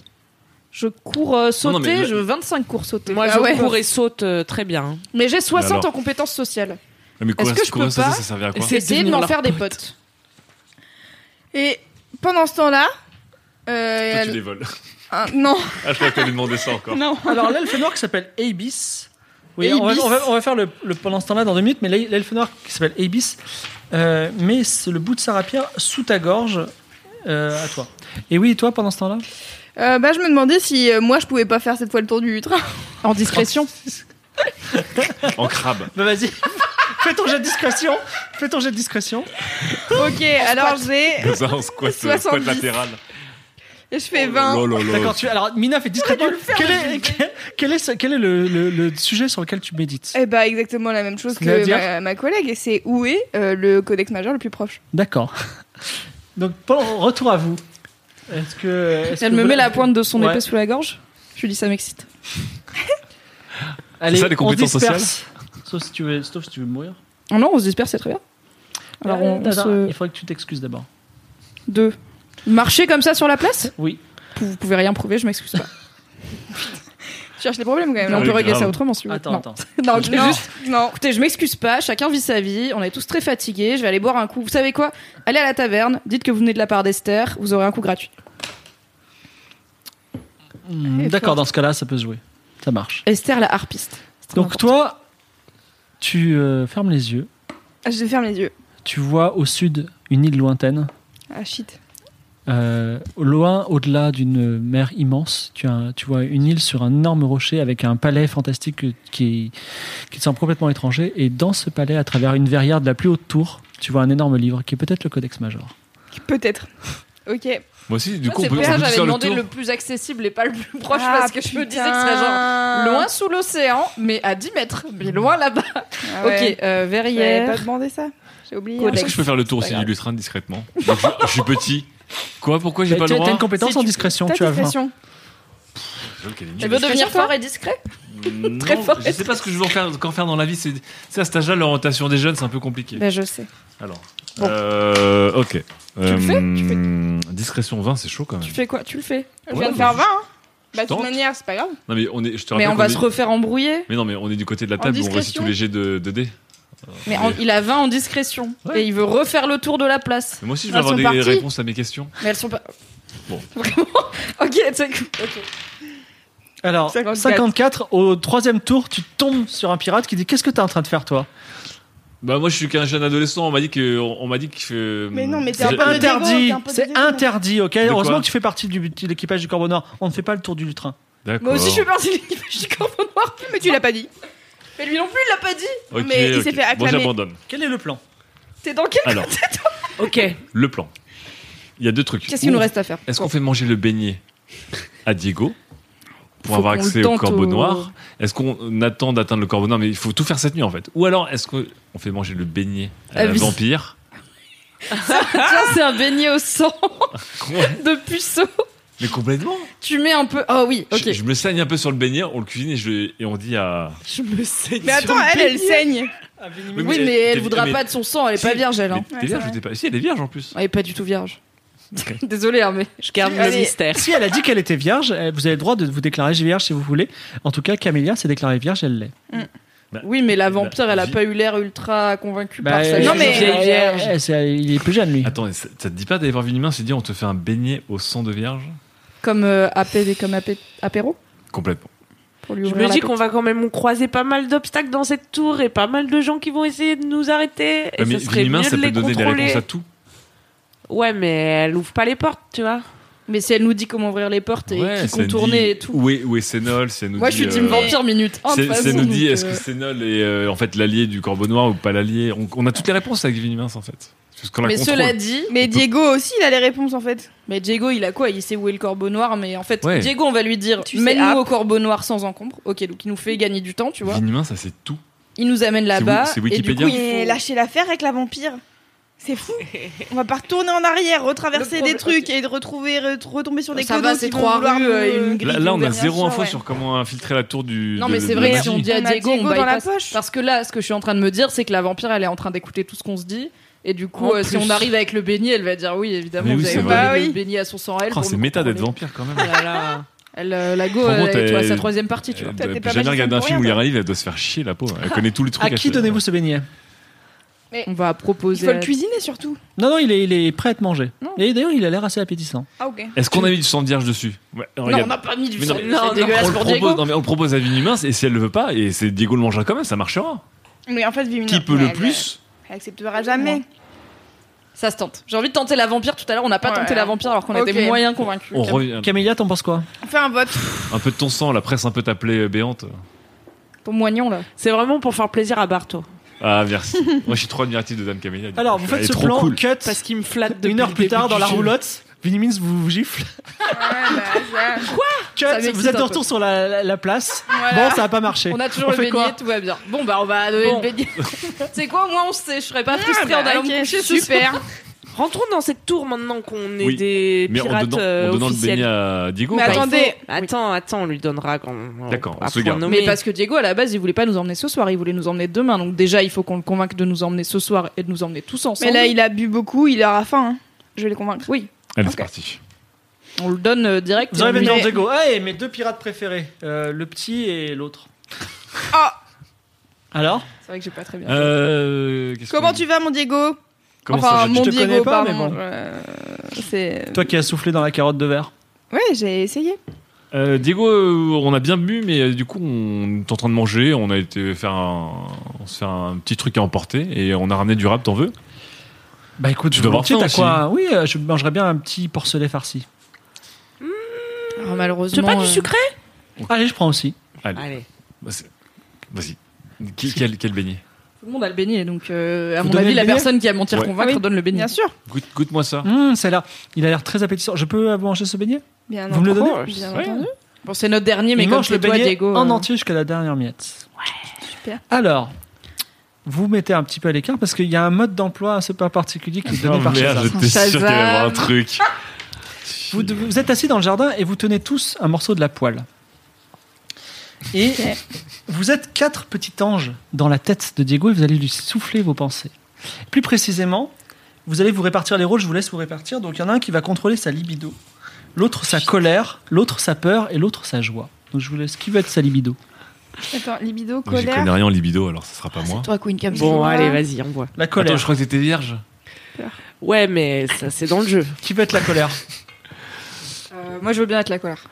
Je cours euh, sauter, Non, non, mais le- je 25 cours sauter. Moi, Ah je ouais. cours et saute euh, très bien. Mais j'ai 60 Mais alors- en compétences sociales. Ah, Mais quoi, que je quoi, peux ça, pas ça, ça servait à quoi C'est Essayez de devenir m'en leur faire des potes. Et pendant ce temps-là. euh, Toi, tu les voles. [laughs] un- non, [laughs] Ah, je crois que t'allais demander ça encore. non. Alors l'elfe noir qui s'appelle Abis. Oui, On, va, Abis. on va- on va faire le, le- pendant ce temps-là dans deux minutes, mais l'el- l'elfe noir qui s'appelle Abis euh, met ce- le bout de sa rapière sous ta gorge euh, à toi. Et oui, et toi pendant ce temps-là Euh, bah, je me demandais si euh, moi je pouvais pas faire cette fois le tour du train. En discrétion. En crabe. Bah vas-y, [laughs] fais ton jet de discrétion. Fais ton jet de discrétion. Oh, [laughs] ok, alors j'ai. Comme ça, on squatte, euh, squat 70. latéral. Je fais 20. Oh là là là. D'accord, tu, alors Mina fait discrètement. Quel est, quel, quel est, ce- quel est le, le- le sujet sur lequel tu Euh. médites Eh bah exactement la même chose que C'est-à-dire ma, ma collègue, et c'est où est euh, le codex majeur le plus proche D'accord. Donc, pendant- retour à vous. Est-ce que. est-ce Elle que me vous- met la pointe de son Ouais. épée sous la gorge. Je lui dis ça m'excite. Allez, C'est ça, les on compétences disperse. Sauf si tu veux, sauf si tu veux mourir. Oh non, on se disperse, c'est très bien. Alors Euh, on, on Attends, se... Il faudrait que tu t'excuses d'abord. Deux. Marcher comme ça sur la place Oui. Pou- Vous pouvez rien prouver, je m'excuse pas. Je cherche les problèmes quand Mais même. Ah on oui, peut régler grave. ça autrement si vous voulez. Attends, non. attends. Non, je vais Non. juste- Non. Écoutez, je m'excuse pas, chacun vit sa vie, on est tous très fatigués, je vais aller boire un coup. Vous savez quoi Allez à la taverne, dites que vous venez de la part d'Esther, vous aurez un coup gratuit. Hmm, Et D'accord, toi dans ce cas-là, ça peut se jouer. Ça marche. Esther la harpiste. C'est très Donc important. toi, tu euh, fermes les yeux. Ah, Je ferme les yeux. Tu vois au sud une île lointaine. Ah shit. Euh, loin, au-delà d'une mer immense, tu, as, tu vois une île sur un énorme rocher avec un palais fantastique que- qui, qui te semble complètement étranger. Et dans ce palais, à travers une verrière de la plus haute tour, tu vois un énorme livre qui est peut-être le Codex Major. [laughs] Peut-être. Ok. Moi aussi, du Ouais, coup, c'est on peut, pour on ça que peut tous j'avais faire le demandé tour. le, plus accessible et pas le plus proche Ah, parce que je me disais que ce serait genre putain. loin sous l'océan, mais à 10 mètres, mais loin là-bas. Ah ouais. Ok, euh, J'avais Verrières. pas demandé ça. J'ai oublié. Codex. Est-ce que je peux faire le tour C'est aussi pas du lutrin discrètement Donc, je, je suis petit. Quoi Pourquoi j'ai Bah, pas tu as le une droit compétence Si en tu- discrétion, T'as tu as 20. discrétion. Tu veux devenir toi fort et discret Non, Très fort. Je sais pas ce que je veux en faire, qu'en faire dans la vie. C'est c'est à cet âge-là, l'orientation des jeunes, c'est un peu compliqué. Ben, je sais. Alors. Bon. Euh, ok. Euh, le fais Tu Discrétion 20, c'est chaud quand même. Tu fais quoi Tu le fais. Je Ouais, viens de bah, faire je- 20. hein. Bah, de tente. toute manière, c'est pas grave. Non, mais on est, je te Mais rappelle on qu'on va est- se refaire embrouiller. Mais non, mais on est du côté de la En table où on réussit discrétion. tous les jets de, de dés. Euh, Mais en- mais- il a 20 en discrétion. Ouais. Et il veut refaire le tour de la place. mais moi aussi, je Elles veux avoir sont des parties. réponses à mes questions. Mais elles sont pas. Bon. [laughs] Vraiment Ok, c'est ok. Alors, 54. 54. au troisième tour, tu tombes sur un pirate qui dit Qu'est-ce que t'es en train de faire, toi Bah, moi, je suis qu'un jeune adolescent. On m'a dit que. On, on m'a dit que. euh, Mais non, mais t'es je- un peu de dégo, Interdit t'es un peu de C'est dégo. interdit, ok quoi Heureusement que tu fais partie du- de l'équipage du Corbeau Noir. On ne fait pas le tour du lutrin. D'accord. Moi aussi, je fais partie de l'équipage du Corbeau Noir. Mais tu l'as pas dit. Mais lui non plus, il l'a pas dit. Ok, mais il s'est ok. fait acclamer. Bon, j'abandonne. Quel est le plan T'es dans quel Alors, Ok. le plan. Il y a deux trucs. Qu'est-ce qu'il nous reste à faire Est-ce qu'on fait manger le beignet à Diego pour Faut avoir qu'on accès le au tente corbeau au- noir Est-ce qu'on attend d'atteindre le corbeau noir Mais il faut tout faire cette nuit en fait. Ou alors est-ce qu'on fait manger le beignet à Ah la oui. vampire Ah, Tiens, c'est un beignet [laughs] au sang Quoi de puceau. Mais complètement Tu mets un peu. Oh oui, ok. je, je me saigne un peu sur le beignet, on le cuisine et, je- et on dit à. Je me saigne. Mais attends, elle, elle saigne. Oui, mais elle voudra mais- pas de son sang, elle est Si. pas vierge, elle. mais Hein. t'es Ouais, c'est vierge ou vrai. t'es pas Si, elle est vierge en plus. Elle est pas du tout vierge. Ok. [laughs] Désolée, hein, mais. Je garde le Allez. mystère. Si elle a dit qu'elle était vierge, euh, vous avez le droit de vous déclarer vierge si vous voulez. En tout cas, Camélia s'est déclarée vierge, elle l'est. Oui, Eh mais la ben, vampire, elle a vie- pas eu l'air ultra convaincue Bah, par sa euh, Non, vie. mais- vieille vierge. euh, c'est- il est plus jeune, lui. Attends, et ça, ça te dit pas d'aller voir Vinimain, c'est dire on te fait un beignet au sang de vierge Comme euh, APV, comme apé- apéro Complètement. pour lui Je ouvrir me la dis porte. qu'on va quand même croiser pas mal d'obstacles dans cette tour et pas mal de gens qui vont essayer de nous arrêter. Et Ouais, mais ça serait Vinimain, mieux ça de peut les donner des contrôler. réponses à tout. Ouais, mais elle ouvre pas les portes, tu vois. Mais si elle nous dit comment ouvrir les portes et Ouais, qui ça nous contourner dit et tout. Où est, où est Sénol si elle nous Moi, je dit, suis team euh, vampire minute. un, de C'est- toute ça façon, nous dit, Oh, donc, est-ce euh, que Sénol est euh, en fait l'allié du Corbeau Noir ou pas l'allié on, on a toutes les réponses avec Vinnie Mince en fait. Parce qu'on la Mais contrôle. cela dit, Mais Diego aussi, il a les réponses en fait. mais Diego, il a quoi Il sait où est le corbeau noir, mais en fait, Ouais. Diego, on va lui dire Tu sais, hop. mène-nous au corbeau noir sans encombre. Ok, donc il nous fait gagner du temps, tu vois. Vinnie Mince, ça c'est tout. Il nous amène Mmh. C'est là-bas. Wi- c'est et du Wikipédia coup, il Mais faut- lâcher l'affaire avec la vampire. C'est fou. On va pas retourner en arrière, retraverser Le problème- des trucs et de retrouver, re- retomber sur des Ça codos va, c'est qui vont trois vouloir rues, nous- euh, une grille. Là, là, on Bien a zéro sûr, info ouais. sur comment infiltrer la tour du. Non, de- mais de la c'est Oh, vrai, magie. si on dit à On a Diego, Diego on dans la bypass. poche. Parce que là, ce que je suis en train de me dire, c'est que la vampire, elle est en train d'écouter tout ce qu'on se dit. Et du coup, En euh, si plus. on arrive avec le beignet, elle va dire oui, évidemment, Mais oui, vous c'est avez vrai. Bah donné oui. le beignet à son sang à elle. Oh, pour c'est nous méta d'être contrôler. vampire [laughs] quand même. Oh Elle, euh, la go, Franchement, elle est t'es- Euh, toi à sa troisième partie, tu vois. Elle T'es doit pas jamais magicienne regarder un pour film où il rien, arrive, elle doit se faire chier la peau. Elle connaît tous les [laughs] trucs. À elle qui fait- donnez-vous ce beignet On va Il proposer. faut le à- cuisiner surtout. Non, non, il est, il est prêt à te manger. Non. Et d'ailleurs, il a l'air assez appétissant. Ah ok. euh, Est-ce qu'on a mis du sang de vierge dessus Ouais, Non, regarde. on n'a pas mis du Mais sang. non, C'est mais- non, dégueulasse on le pour propose, Diego. non, mais on le propose à Vinnie Mince et si elle le veut pas, et c'est Diego le mangera quand même, ça marchera. Mais en fait, Vimina, Qui peut elle- le plus Elle acceptera jamais. Ça se tente. J'ai envie de tenter la vampire tout à l'heure. On n'a pas Ouais. tenté la vampire alors qu'on Ok. était moyen convaincus. On revient. Camélia, t'en penses quoi On fait un vote. Un peu de ton sang, la presse un peu t'appelait euh, béante. Ton moignon, là. C'est vraiment pour faire plaisir à Barto. Ah, merci. Moi, je suis trop admiratif de Dan Camélia. du Alors, coup. vous Elle faites est ce trop plan cool. cut. Parce qu'il me flatte depuis Une heure le plus début tard, dans du la jeu. roulotte, Vinimins vous, vous gifle. bah, [laughs] Cut, [laughs] Ça m'excite vous êtes de un retour sur la, la- la place. Voilà. Bon, ça a pas marché. On a toujours On le fait quoi beignet, tout va bien. Bon, bah, on va donner Bon. le beignet. C'est quoi, moi, on sait. Je serais pas frustrée bah, en allant ok, me coucher ce super. soir. Rentrons dans cette tour maintenant qu'on est Oui, des Mais en pirates donnant, en euh, donnant le officiels. beignet à Diego. bah, Mais ou pas attendez, Attends, attends, on lui donnera quand. D'accord, on après, se garde. nomme- Mais parce que Diego, à la base, il voulait pas nous emmener ce soir, il voulait nous emmener demain. Donc déjà, il faut qu'on le convainque de nous emmener ce soir et de nous emmener tous ensemble. Mais là, il a bu beaucoup, il aura faim. hein. Je vais le convaincre. Oui, Allez, Ok. c'est parti. on le donne euh, direct. Vous arrivez Mais- dans Diego. Ah, et mes deux pirates préférés, euh, le petit et l'autre. Ah Alors C'est vrai que j'ai pas très bien. Euh, qu'est-ce Comment que- tu vas, mon Diego comment ça Enfin, va mon te connais Diego, pas, mais pardon. bon. euh, C'est. Toi qui as soufflé dans la carotte de verre. Ouais, j'ai essayé. Euh, Diego, euh, on a bien bu, mais euh, du coup, on est en train de manger. On a été faire un, on se fait un petit truc à emporter et on a ramené du rap. T'en veux Bah écoute, Tu dois avoir volontiers, faim t'as quoi Oui, euh, je mangerais bien un petit porcelet farci. Alors, Tu veux malheureusement. pas du euh, sucré Allez, je prends aussi. Allez, Allez. Bah, c'est- vas-y. Qui- quel, quel beignet Tout le monde a le beignet, donc euh, à Vous mon donnez avis, le la beignet personne qui a mentir Ouais. convaincre Oui. donne le beignet. Bien sûr. Goûte- Goûte-moi ça. Hum, c'est là. Il a l'air très appétissant. Je peux euh, manger ce beignet Bien Vous me le entendu, donnez Bien Ouais. entendu. Bon, c'est notre dernier, mais Il comme mange le c'est toi, beignet Diego. en euh, entier jusqu'à la dernière miette. super. Alors, vous mettez un petit peu à l'écart parce qu'il y a un mode d'emploi assez pas particulier qui est Oh donné par merde, Shazam. j'étais sûr qu'il y allait y avoir un truc. Vous, de- vous êtes assis dans le jardin et vous tenez tous un morceau de la poêle. Et vous êtes quatre petits anges dans la tête de Diego et vous allez lui souffler vos pensées. Plus précisément, vous allez vous répartir les rôles, je vous laisse vous répartir. Donc il y en a un qui va contrôler sa libido, l'autre sa colère, l'autre sa peur et l'autre sa joie. Donc je vous laisse, qui veut être sa libido Attends, libido, Moi, J'y colère. connais rien en libido, alors ça sera pas moi. Toi, Queen Cam. Bon, allez, vas-y, on voit. La colère. crois que t'étais vierge. Ouais, mais ça, c'est dans le jeu. Qui veut être la colère euh, moi, je veux bien être la colère.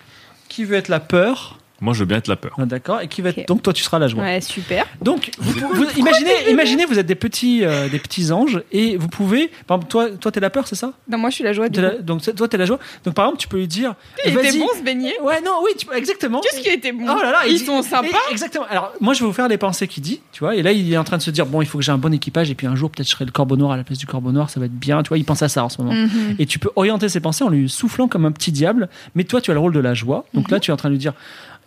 Qui veut être la peur Moi, je veux bien être la peur. Ah, D'accord. Et qui va être... Ok. Donc toi, tu seras la joie. Ouais, super. Donc, vous, pouvez- vous- imaginez, imaginez, vous êtes des petits, euh, des petits anges et vous pouvez. Par exemple, toi, toi, t'es la peur, c'est ça Non, moi, je suis la joie. T'es Du la- Donc, c'est- toi, t'es la joie. Donc, par exemple, tu peux lui dire. Il était vas-y. bon ce beignet. Ouais, non, oui, tu peux- exactement. Qu'est-ce qui était bon Oh là là, il Ils dit- sont sympas. Et- Exactement. Alors, moi, je vais vous faire les pensées qu'il dit, tu vois. Et là, il est en train de se dire, bon, il faut que j'ai un bon équipage, et puis un jour, peut-être, je serai le corbeau noir à la place du corbeau noir, ça va être bien. Tu vois, il pense à ça en ce moment. Mhm. Et tu peux orienter ses pensées en lui soufflant comme un petit diable. Mais toi, tu as le rôle de la joie. Donc Mhm. là, tu es en train de lui dire,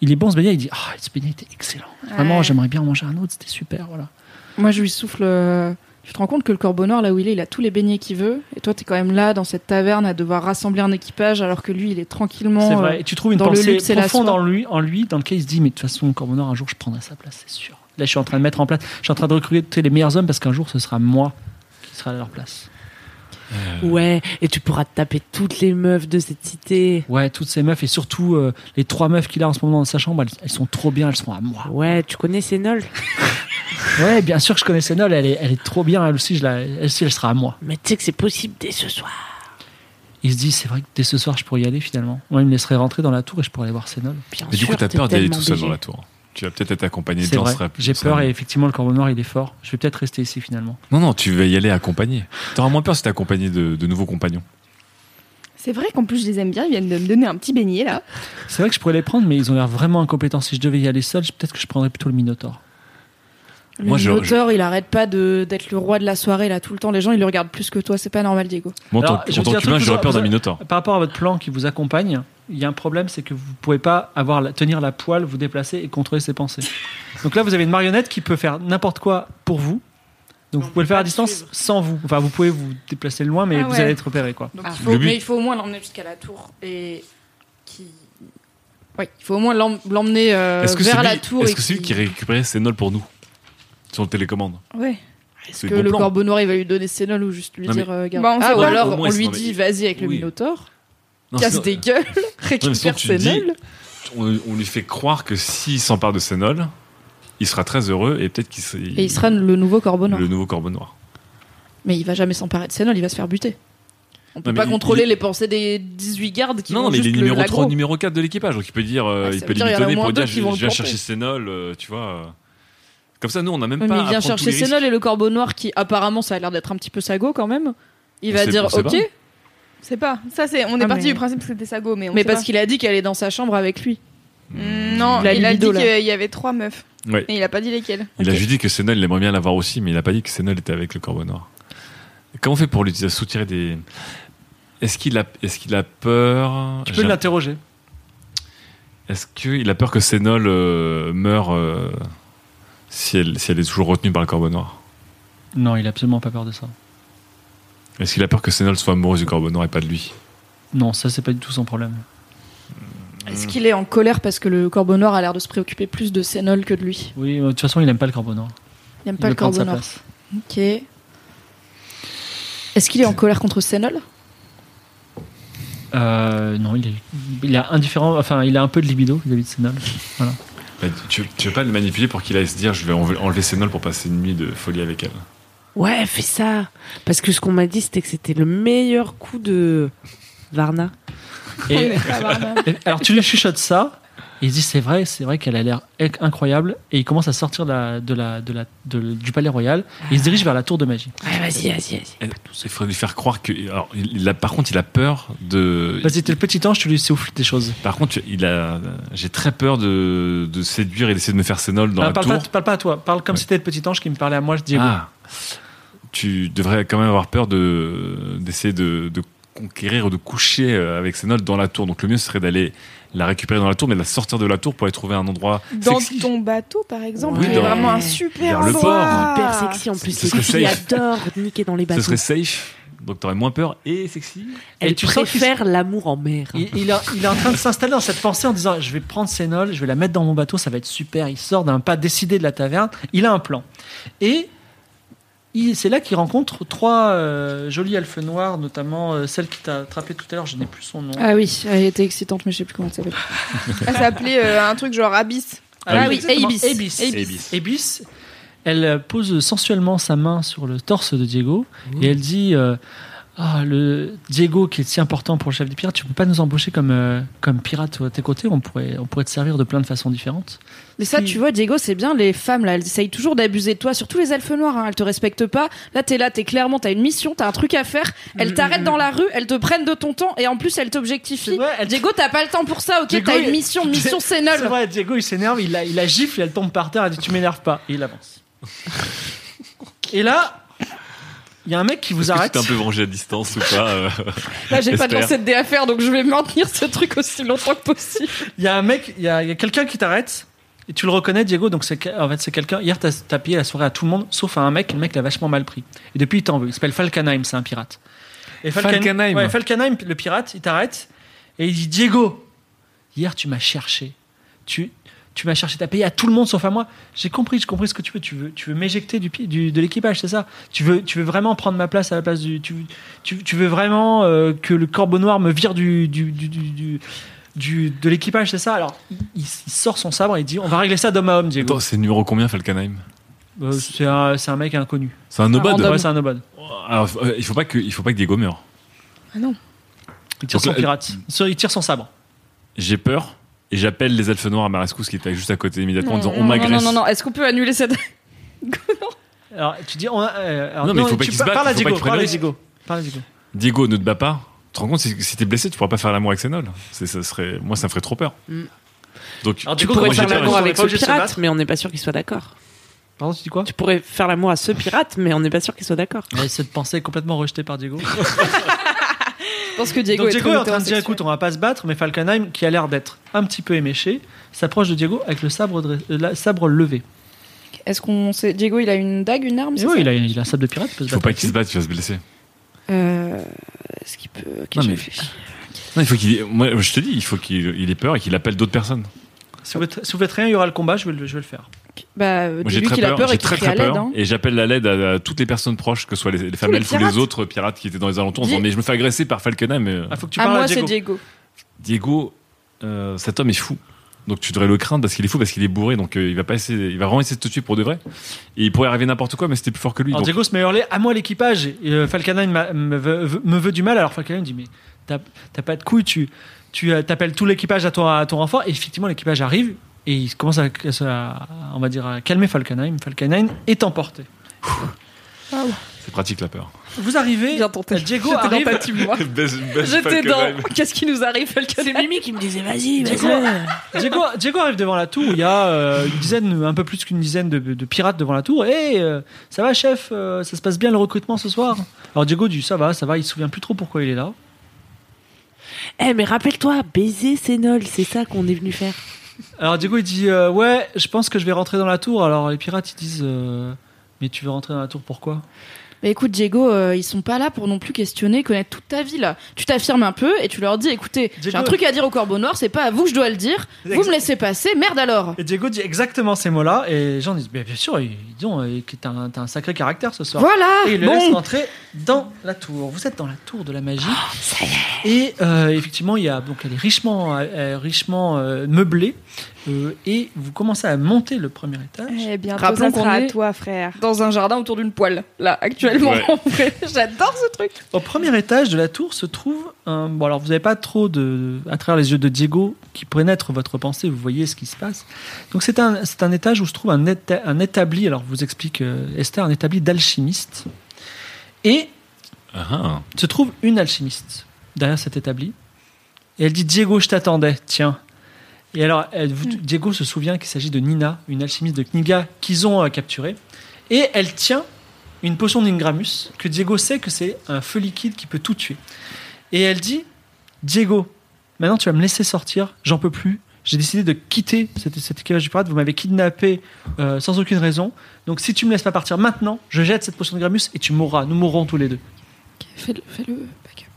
il est bon ce beignet. Il dit, ah, ce beignet était excellent. Vraiment, Ouais. j'aimerais bien en manger un autre. C'était super, voilà. Moi, je lui souffle. euh, Tu te rends compte que le corbeau noir, là où il est, il a tous les beignets qu'il veut. Et toi, t'es quand même là, dans cette taverne, à devoir rassembler un équipage, alors que lui, il est tranquillement. C'est euh, vrai. Et tu trouves une dans le pensée luxe et la profonde soie. en lui, en lui, dans lequel il se dit, mais de toute façon, Corbeau Noir, un jour, je prendrai sa place, c'est sûr. Là, je suis en train de mettre en place, je suis en train de recruter les meilleurs hommes parce qu'un jour, ce sera moi qui sera à leur place. Euh. Ouais, et tu pourras te taper toutes les meufs de cette cité. Ouais, toutes ces meufs et surtout euh, les trois meufs qu'il a en ce moment dans sa chambre, elles, elles sont trop bien, elles sont à moi. Ouais, tu connais Sénol Ouais, bien sûr que je connais Sénol, elle est, elle est trop bien, elle aussi, je la, elle aussi, elle sera à moi. Mais tu sais que c'est possible dès ce soir. Il se dit, c'est vrai que dès ce soir, je pourrais y aller finalement. Moi, il me laisserait rentrer dans la tour et je pourrais aller voir Sénol. Bien Mais du coup, sûr, t'as t'es peur d'y aller tellement tout seul BG. dans la tour. Tu vas peut-être être accompagné de C'est gens. vrai, ce sera- j'ai ça- peur et effectivement, le Corbeau Noir, il est fort. Je vais peut-être rester ici finalement. Non, non, tu vas y aller accompagné. T'auras moins peur si t'es accompagné de, de nouveaux compagnons. C'est vrai qu'en plus, je les aime bien. Ils viennent de me donner un petit beignet là. C'est vrai que je pourrais les prendre, mais ils ont l'air vraiment incompétents. Si je devais y aller seul, je- peut-être que je prendrais plutôt le Minotaur. Le Moi, je- Minotaure, il arrête pas de- d'être le roi de la soirée, là, tout le temps. Les gens, ils le regardent plus que toi. C'est pas normal, Diego. Moi, en Alors, tant- je vais en tant dire un qu'humain, truc, j'aurais vous- peur d'un vous- minotaure. Par rapport à votre plan qui vous accompagne, il y a un problème, c'est que vous ne pouvez pas avoir la- tenir la poêle, vous déplacer et contrôler ses pensées. Donc là, vous avez une marionnette qui peut faire n'importe quoi pour vous. Donc On vous pouvez le peut faire à pas le distance suivre. sans vous. Enfin, vous pouvez vous déplacer loin, mais Ah vous ouais. allez être repéré, quoi. Donc, Ah. il faut, Le but- mais il faut au moins l'emmener jusqu'à la tour et qui. Oui, il faut au moins l'em- l'emmener euh, Est-ce que c'est vers la lui, tour. est-ce et que c'est lui qu'il- qui récupérait Sénol pour nous Sur le télécommande Ouais. C'est que bon le plan. corbeau noir il va lui donner ses nols ou juste lui Non, mais- dire euh, garde. Bah, on sait ah, ou pas. Au alors moins, on lui sinon, dit mais- vas-y avec le Oui. minotaure, Non, casse sinon- des gueules, [laughs] récupère tu ses dis- nols. on, on lui fait croire que s'il s'empare de Sénol, il sera très heureux et peut-être qu'il se- Et il sera le nouveau corbeau noir. le nouveau corbeau noir. Mais il va jamais s'emparer de ses nols, il va se faire buter. On peut mais pas il- contrôler il- les pensées des 18 gardes qui non, vont mais il est juste numéro le 3, l'aggro. numéro 4 de l'équipage, donc il peut dire, euh, Ouais, ça il veut peut dire, il y en a l'imitonner au moins pour dire deux je, qui vont je viens le chercher planter. Sénol, euh, tu vois. euh. Comme ça, nous, on n'a même Oui, pas. mais à il vient prendre tous chercher les ses nols risques. et le corbeau noir qui apparemment ça a l'air d'être un petit peu sago quand même. Il On va sait- on dire sait ok, pas. C'est pas. Ça, c'est. On est Ah, parti mais- du principe que c'était Sago, mais on mais sait parce pas. qu'il a dit qu'elle est dans sa chambre avec lui. Mm, Non, La il a dit libido, là. qu'il y avait trois meufs. Ouais. Et il a pas dit lesquelles. Il a juste dit que Sénol, il aimerait bien l'avoir aussi, mais il n'a pas dit que Sénol était avec le corbeau noir. Comment on fait pour lui soutirer des. Est-ce qu'il a, est qu'il a peur Tu peux J'ai- l'interroger. Est-ce qu'il a peur que Sénol euh, meure euh, si, elle, si elle est toujours retenue par le corbeau noir Non, il a absolument pas peur de ça. Est-ce qu'il a peur que Sénol soit amoureuse du corbeau noir et pas de lui Non, ça, c'est pas du tout son problème. Hmm. Est-ce qu'il est en colère parce que le corbeau noir a l'air de se préoccuper plus de ses nols que de lui Oui, euh, de toute façon, il aime pas le corbeau noir. Il n'aime Il pas veut le prendre sa corbeau noir. place. Ok. Est-ce qu'il est en colère contre Sénol Euh, non, il est, il a indifférent. Enfin, il a un peu de libido vis-à-vis de Sénol. Bah, tu, tu veux pas le manipuler pour qu'il aille se dire je vais enle- enlever Sénol pour passer une nuit de folie avec elle Ouais, fais ça. Parce que ce qu'on m'a dit, c'était que c'était le meilleur coup de Varna. Et- Ah, bah, bah. [laughs] Et- Alors tu lui chuchotes ça, Et il se dit c'est vrai, c'est vrai qu'elle a l'air inc- incroyable. Et il commence à sortir de la, de la, de la, de- du palais royal. Et il se dirige vers la tour de magie. Ouais, vas-y, vas-y, vas-y. Eh, Il faudrait lui faire croire que. Alors, il il a, par contre, il a peur de. Vas-y, t'es le petit ange, tu lui souffles des choses. Par contre, il a. J'ai très peur de, de séduire et d'essayer de me faire sénol dans Ah, la parle, tour. Pas, parle pas à toi, parle comme Ouais. si t'étais le petit ange qui me parlait à moi, je dis Ah. Tu devrais quand même avoir peur de d'essayer de, de conquérir ou de coucher euh, avec ces notes dans la tour. Donc le mieux serait d'aller la récupérer dans la tour, mais de la sortir de la tour pour aller trouver un endroit Dans sexy. ton bateau, par exemple, Oui, c'est dans- vraiment un vers super le endroit. Hyper Oh, sexy en plus. Ah. Ce Les serait filles safe. adorent niquer dans les Bah, Ce bateaux. serait safe, donc t'aurais moins peur et sexy. Elles Et tu sens qu'ils- préfèrent l'amour en mer. Il, il est- il est en train de s'installer dans cette pensée en disant je vais prendre Sénol, je vais la mettre dans mon bateau, ça va être super. Il sort d'un pas décidé de la taverne, il a un plan. Et il- c'est là qu'il rencontre trois euh, jolies elfes noires, notamment euh, celle qui t'a attrapé tout à l'heure, je n'ai plus son nom. Ah oui, elle était excitante, mais je sais plus comment elle s'appelle. Elle s'appelait euh, un truc genre Abyss. Ah oui, exactement, Ibis. Ibis. Ibis. Ibis, elle euh, pose sensuellement sa main sur le torse de Diego et elle dit euh, Ah, le Diego qui est si important pour le chef des pirates, tu peux pas nous embaucher comme, euh, comme pirate à tes côtés, on pourrait, on pourrait te servir de plein de façons différentes. Mais ça, Si. tu vois, Diego, c'est bien, les femmes, là, elles essayent toujours d'abuser de toi, surtout les elfes noirs, hein, elles te respectent pas. Là, t'es là, t'es clairement, t'as une mission, t'as un truc à faire, elles t'arrêtent dans la rue, elles te prennent de ton temps, et en plus, elles C'est t'objectifient. vrai, elle- Diego, t'as pas le temps pour ça, ok, Diego, t'as il- une [laughs] mission, mission c'est C'est nul. vrai, Diego il s'énerve, il la, il la gifle et elle tombe par terre, elle dit tu m'énerves pas. Et il avance. et là, il y a un mec qui vous Est-ce que tu arrête. t'es un peu vengé à distance ou pas euh, Là, j'ai pas de J'espère. lancer de dé à faire, donc je vais maintenir ce truc aussi longtemps que possible. Il y a un mec, il y a, il y a quelqu'un qui t'arrête. Et tu le reconnais, Diego, donc c'est que- en fait c'est quelqu'un. Hier, t'as t'as payé la soirée à tout le monde, sauf à un mec. et Le mec l'a vachement mal pris. Et depuis, il t'en veut. Il s'appelle Falkenheim, c'est un pirate. Et Falken- Falkenheim. ouais, Falkenheim, le pirate, il t'arrête et il dit Diego, hier tu m'as cherché. Tu, tu m'as cherché. T'as payé à tout le monde sauf à moi. J'ai compris, j'ai compris ce que tu veux. Tu veux, tu veux m'éjecter du, pi- du de l'équipage, c'est ça Tu veux, tu veux vraiment prendre ma place à la place du. Tu, tu, tu veux vraiment euh, que le corbeau noir me vire du- du, du, du, du du, de l'équipage, c'est ça Alors, il, il- il sort son sabre et il dit On va régler ça d'homme à homme, Diego. Attends, c'est numéro combien Falkenheim Euh, c'est un, c'est un mec inconnu. C'est un nobod. Ouais, c'est un nobod. Alors euh, il faut pas que il faut pas que Diego meure. Il tire Donc, son euh, pirate. Sur- Il tire son sabre. J'ai peur et j'appelle les elfes noirs à ma rescousse qui étaient juste à côté immédiatement en disant on non, non, m'agresse. non, non, non, est-ce qu'on peut annuler cette. [laughs] Alors, tu dis on a- euh, alors, Non, mais il faut pas tu qu'il se par- batte, Parle à il faut pas Diego. qu'il prenne Parle le à risque. Diego. Parle à Diego. Diego, ne te bats pas. Tu te rends compte, si, si t'es blessé, tu pourras pas faire l'amour avec Sénol. C'est- Ça serait, moi, ça me ferait trop peur. Mm. Donc, Alors, Tu Diego, pourrais comment faire j'ai l'amour peur, avec ils sont ce obligés de se pirate, battre. mais on n'est pas sûr qu'il soit d'accord. Pardon, tu dis quoi Tu pourrais faire l'amour à ce pirate, mais on n'est pas sûr qu'il soit d'accord. Mais cette pensée est complètement rejetée par Diego. Je pense que Diego Donc est Diego est en train de dire hétérosexuel. écoute, on va pas se battre, mais Falkenheim, qui a l'air d'être un petit peu éméché, s'approche de Diego avec le sabre, dre- euh, la- sabre levé. Est-ce qu'on sait. Diego, il a une dague, une arme Et c'est oui, ça il a, il a un sabre de pirate, il peut se il faut battre. pas qu'il se batte, il va se blesser. Euh, Est-ce qu'il peut. Ok, Non, je mais- réfléchis. Non, il faut qu'il, ait- moi, je te dis, il faut qu'il il ait peur et qu'il appelle d'autres personnes. Si vous, faites- si vous faites rien, il y aura le combat, je vais le, je vais le faire. Bah, euh, Moi, dis j'ai très qu'il a peur, peur j'ai et qu'il très crie à très l'aide. peur. hein. Et j'appelle à l'aide à, à toutes les personnes proches, que ce soit les, les femmes les elfes ou les pirates. autres pirates qui étaient dans les alentours, en disant, mais je me fais agresser par Falkenheim. euh, Ah, faut que tu À parles à moi, c'est Diego. Diego, Diego. euh, cet homme est fou. Donc tu devrais le craindre parce qu'il est fou, parce qu'il est bourré, donc euh, il va pas essayer, il va vraiment essayer de te tuer pour de vrai. Et il pourrait arriver n'importe quoi, mais c'était plus fort que lui. Alors donc- Diego se met à hurler à moi l'équipage. Et, euh, Falkenhayn m'a- me, veut- veut- me veut du mal. Alors Falkenhayn dit mais t'as t'as pas de couilles, tu tu euh, t'appelles tout l'équipage à ton à ton renfort. Et effectivement l'équipage arrive et il commence à, à- on va dire à calmer Falkenhayn. Falkenhayn est emporté. C'est pratique la [laughs] peur. Vous arrivez. Bien tenté. Diego J'étais dans arrive. ta team, [laughs] moi. J'étais dans. [laughs] Qu'est-ce qui nous arrive, Falcon Mimi qui me disait vas-y, Diego, Diego, Diego arrive devant la tour. Il y a euh, une dizaine, un peu plus qu'une dizaine de, de pirates devant la tour. Et ça va, chef euh, Ça se passe bien le recrutement ce soir Alors Diego dit ça va, ça va. Il se souvient plus trop pourquoi il est là. Eh, mais rappelle-toi, baiser Sénol, c'est ça qu'on est venu faire. Alors Diego il dit euh, ouais, je pense que je vais rentrer dans la tour. Alors les pirates ils disent euh, mais tu veux rentrer dans la tour pourquoi Bah écoute, Diego, euh, ils sont pas là pour non plus questionner, connaître toute ta vie là. Tu t'affirmes un peu et tu leur dis écoutez, j'ai Diego- un truc à dire au corbeau noir, c'est pas à vous que je dois le dire, vous me laissez passer, merde alors Et Diego dit exactement ces mots-là et les gens disent bien, bien sûr, ils ils disent euh, que t'as un, t'as un sacré caractère ce soir. Voilà Et il le laisse Ah, Bon rentrer dans la tour. Vous êtes dans la tour de la magie. Et euh, effectivement, il y a donc elle est richement, euh, richement euh, meublée Euh, et vous commencez à monter le premier étage. Eh bien, Rappelons rappelons qu'on qu'on à est- toi, frère. Dans un jardin autour d'une poêle, là, actuellement. Ouais. [laughs] en vrai. J'adore ce truc. Au premier étage de la tour se trouve un. Bon, alors vous n'avez pas trop de. À travers les yeux de Diego qui pénètre votre pensée, vous voyez ce qui se passe. Donc c'est un, c'est un étage où se trouve un, éta- un établi, alors vous explique euh, Esther, un établi d'alchimistes. Et Ah, se trouve une alchimiste derrière cet établi. Et elle dit Diego, je t'attendais, tiens. Et alors, elle- vous- Diego se souvient qu'il s'agit de Nina, une alchimiste de Kniga qu'ils ont euh, capturée. Et elle tient une potion d'Ingramus que Diego sait que c'est un feu liquide qui peut tout tuer. Et elle dit Diego, maintenant tu vas me laisser sortir, j'en peux plus. J'ai décidé de quitter cette, cette équipage du pirate, vous m'avez kidnappé euh, sans aucune raison. Donc si tu me laisses pas partir maintenant, je jette cette potion d'Ingramus et tu mourras, nous mourrons tous les deux. Fais-le, fais-le backup.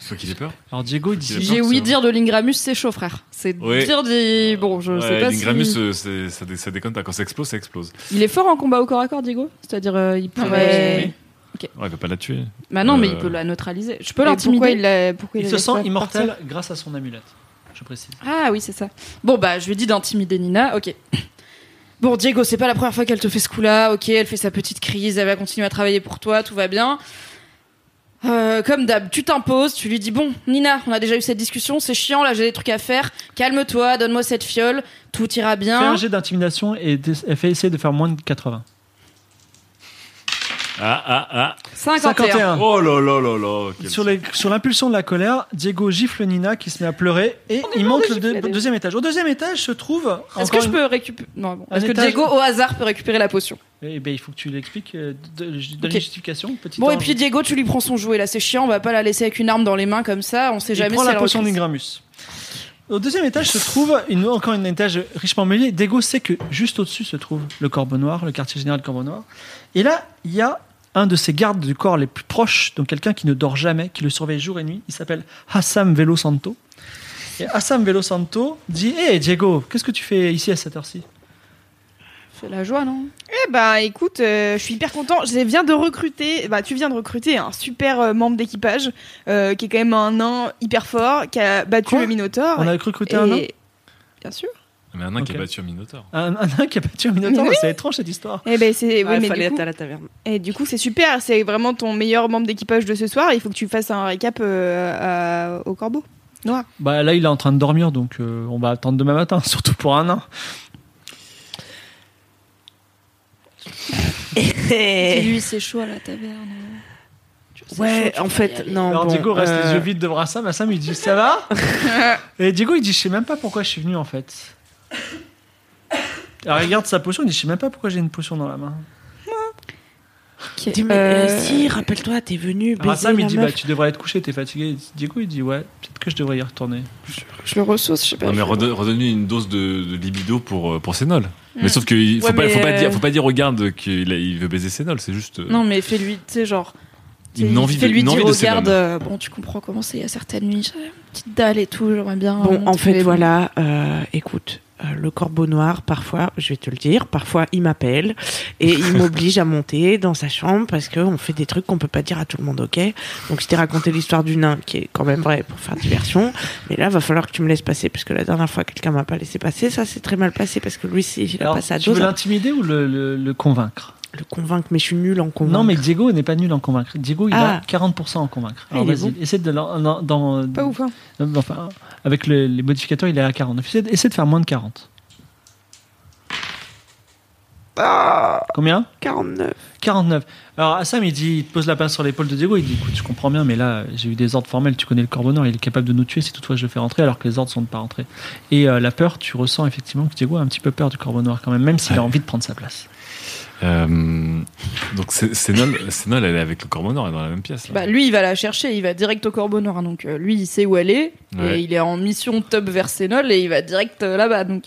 faut qu'il ait peur. Alors Diego il dit J'ai J'ai peur, oui ça. dire de l'Ingramus, c'est chaud, frère. C'est Ouais. dire des. Bon, je sais pas L'Ingramus, si. euh, c'est- ça, dé- ça déconne pas. Quand ça explose, ça explose. Il est fort en combat au corps à corps, Diego C'est-à-dire, euh, il peut. Ah ouais. Ouais, il peut pas la tuer. Bah non, mais Euh. il peut la neutraliser. Je peux Et Pourquoi l'intimider. il, l'a- pourquoi Il la se laisse sent pas immortel partir grâce à son amulette, je précise. Ah oui, c'est ça. Bon, bah, je lui dis d'intimider Nina, ok. Bon, Diego, c'est pas la première fois qu'elle te fait ce coup-là, ok, elle fait sa petite crise, elle va continuer à travailler pour toi, tout va bien. Euh, comme d'hab, tu t'imposes, tu lui dis Bon, Nina, on a déjà eu cette discussion, c'est chiant, là j'ai des trucs à faire, calme-toi, donne-moi cette fiole, tout ira Fait un bien. jet d'intimidation et dé- elle fait essayer de faire moins de 80. Ah, ah, 51. ah. Oh là là là là. Oh, quel- Sur les- sur l'impulsion de la colère, Diego gifle Nina qui se met à pleurer et il manque le deux- deuxième étage. Au deuxième étage se trouve. Est-ce encore que je une- peux récupérer. Non, bon. Un Est-ce que étage- Diego, au hasard, peut récupérer la potion Eh ben, il faut que tu l'expliques. euh, de- de- je donne Ok. une justification. Petit Bon, et ange. puis Diego, tu lui prends son jouet, là c'est chiant, on va pas la laisser avec une arme dans les mains comme ça, on sait Il jamais prend si la elle potion recrute- d'Ingramus. Au deuxième étage se trouve une, encore un étage richement mêlé. Diego sait que juste au-dessus se trouve le Corbeau Noir, le quartier général Corbeau Noir. Et là, il y a un de ses gardes du corps les plus proches, donc quelqu'un qui ne dort jamais, qui le surveille jour et nuit. Il s'appelle Hassam Velo Santo. Et Hassam Velo Santo dit Hé Diego, qu'est-ce que tu fais ici à cette heure-ci C'est la joie, non Eh ben, écoute, euh, je suis hyper content. Je viens de recruter, bah, tu viens de recruter un super euh, membre d'équipage euh, qui est quand même un nain hyper fort, qui a battu Quoi le Minotaur. On a Ah et... recruté un nain Bien sûr. Mais un nain qui Ok. a battu un Minotaur. un, un nain qui a battu un minotaure, Oui. c'est étrange cette histoire. Eh ben, c'est, oui, Ouais, mais fallait du coup, être à la [laughs] taverne. et du coup, c'est super. C'est vraiment ton meilleur membre d'équipage de ce soir. Il faut que tu fasses un récap euh, à- au corbeau. Bah là, il est en train de dormir, donc euh, on va attendre demain matin, [laughs] surtout pour un nain. lui, c'est chaud à la taverne. ouais, en fait, non. Alors bon, Diego reste euh, les yeux vides devant Assam, Assam il dit ça va [laughs] Et Diego il dit je sais même pas pourquoi je suis venu en fait. Alors il regarde sa potion, il dit je sais même pas pourquoi j'ai une potion dans la main. dis, mais, euh, si, rappelle-toi, t'es venu Alors baiser Assam la il dit bah meuf. tu devrais être couché, t'es fatigué. Diego il dit ouais, peut-être que je devrais y retourner. Je le ressource, je sais pas. Non, mais redon- redonne-lui une dose de, de libido pour, euh, pour Sénol. Mais sauf qu'il faut, Ouais, pas, mais, faut, pas euh, dire, faut pas dire, regarde, qu'il a- il veut baiser Sénol. C'est juste euh, Non, mais fais-lui, tu sais, genre. une envie de fais-lui une dire, envie de Sénol. regarde, euh, bon, tu comprends comment c'est, il y a certaines nuits, j'ai une petite dalle et tout, j'aimerais bien. euh, Bon, en montrer fait, les- voilà, euh, écoute, euh, le corbeau noir, parfois, je vais te le dire, parfois il m'appelle et il [laughs] m'oblige à monter dans sa chambre parce qu'on fait des trucs qu'on peut pas dire à tout le monde, ok Donc je t'ai raconté l'histoire du nain qui est quand même vrai pour faire diversion, mais là, va falloir que tu me laisses passer parce que la dernière fois, quelqu'un m'a pas laissé passer, ça c'est très mal passé parce que lui, c'est- il a Alors, passé à tu dose veux à l'intimider ou le, le- le convaincre le convaincre, mais je suis nul en convaincre. Non mais Diego n'est pas nul en convaincre. Diego il a Ah. 40% en convaincre. Alors Ah, il est vas-y, essaie de l'en- l'en- dans- Pas ouf. Hein. Non, mais Enfin, avec le- les modificateurs, il est à 40. Essaie, de- essaie de faire moins de 40. Combien 49. 49. Alors, Assam, il, dit, il te pose la pince sur l'épaule de Diego. Il dit Écoute, je comprends bien, mais là, j'ai eu des ordres formels. Tu connais le corbeau noir, il est capable de nous tuer si toutefois je le fais rentrer, alors que les ordres sont de pas rentrer. Et euh, la peur, tu ressens effectivement que Diego a un petit peu peur du corbeau noir quand même, même s'il a envie de prendre sa place. Euh, donc Sé- Sénol, Sénol, elle est avec le corbeau noir, elle est dans la même pièce. là. Bah, lui, il va la chercher, il va direct au Corbeau Noir. Donc, euh, lui, il sait où elle est, Ouais. et il est en mission top vers Sénol, et il va direct euh, là-bas. Donc,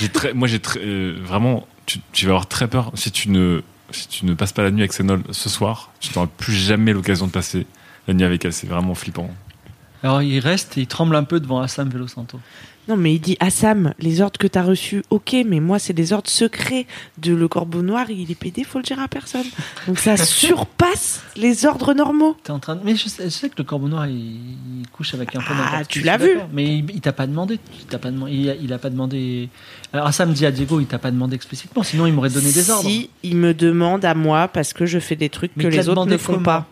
J'ai très, moi, j'ai très, euh, vraiment, tu, tu vas avoir très peur si tu ne, si tu ne passes pas la nuit avec Sénol ce soir. Tu n'auras plus jamais l'occasion de passer la nuit avec elle. C'est vraiment flippant. Alors, il reste et il tremble un peu devant Assam Velosanto. Non, mais il dit à Sam, les ordres que t'as reçus, ok, mais moi, c'est des ordres secrets de le corbeau noir, il est pédé, faut le dire à personne. [laughs] Donc ça surpasse les ordres normaux. T'es en train de... Mais je sais, je sais que le corbeau noir, il, il couche avec un peu Ah, n'importe tu qui, l'as je suis vu. d'accord. Mais il, il t'a pas demandé. Il t'a pas demandé. Il, a- il a pas demandé. Alors ça me dit à Diego, il t'a pas demandé explicitement. Sinon, il m'aurait donné des ordres. Si, il me demande à moi parce que je fais des trucs Mais que il te l'a les autres demandé ne font comment [laughs] pas.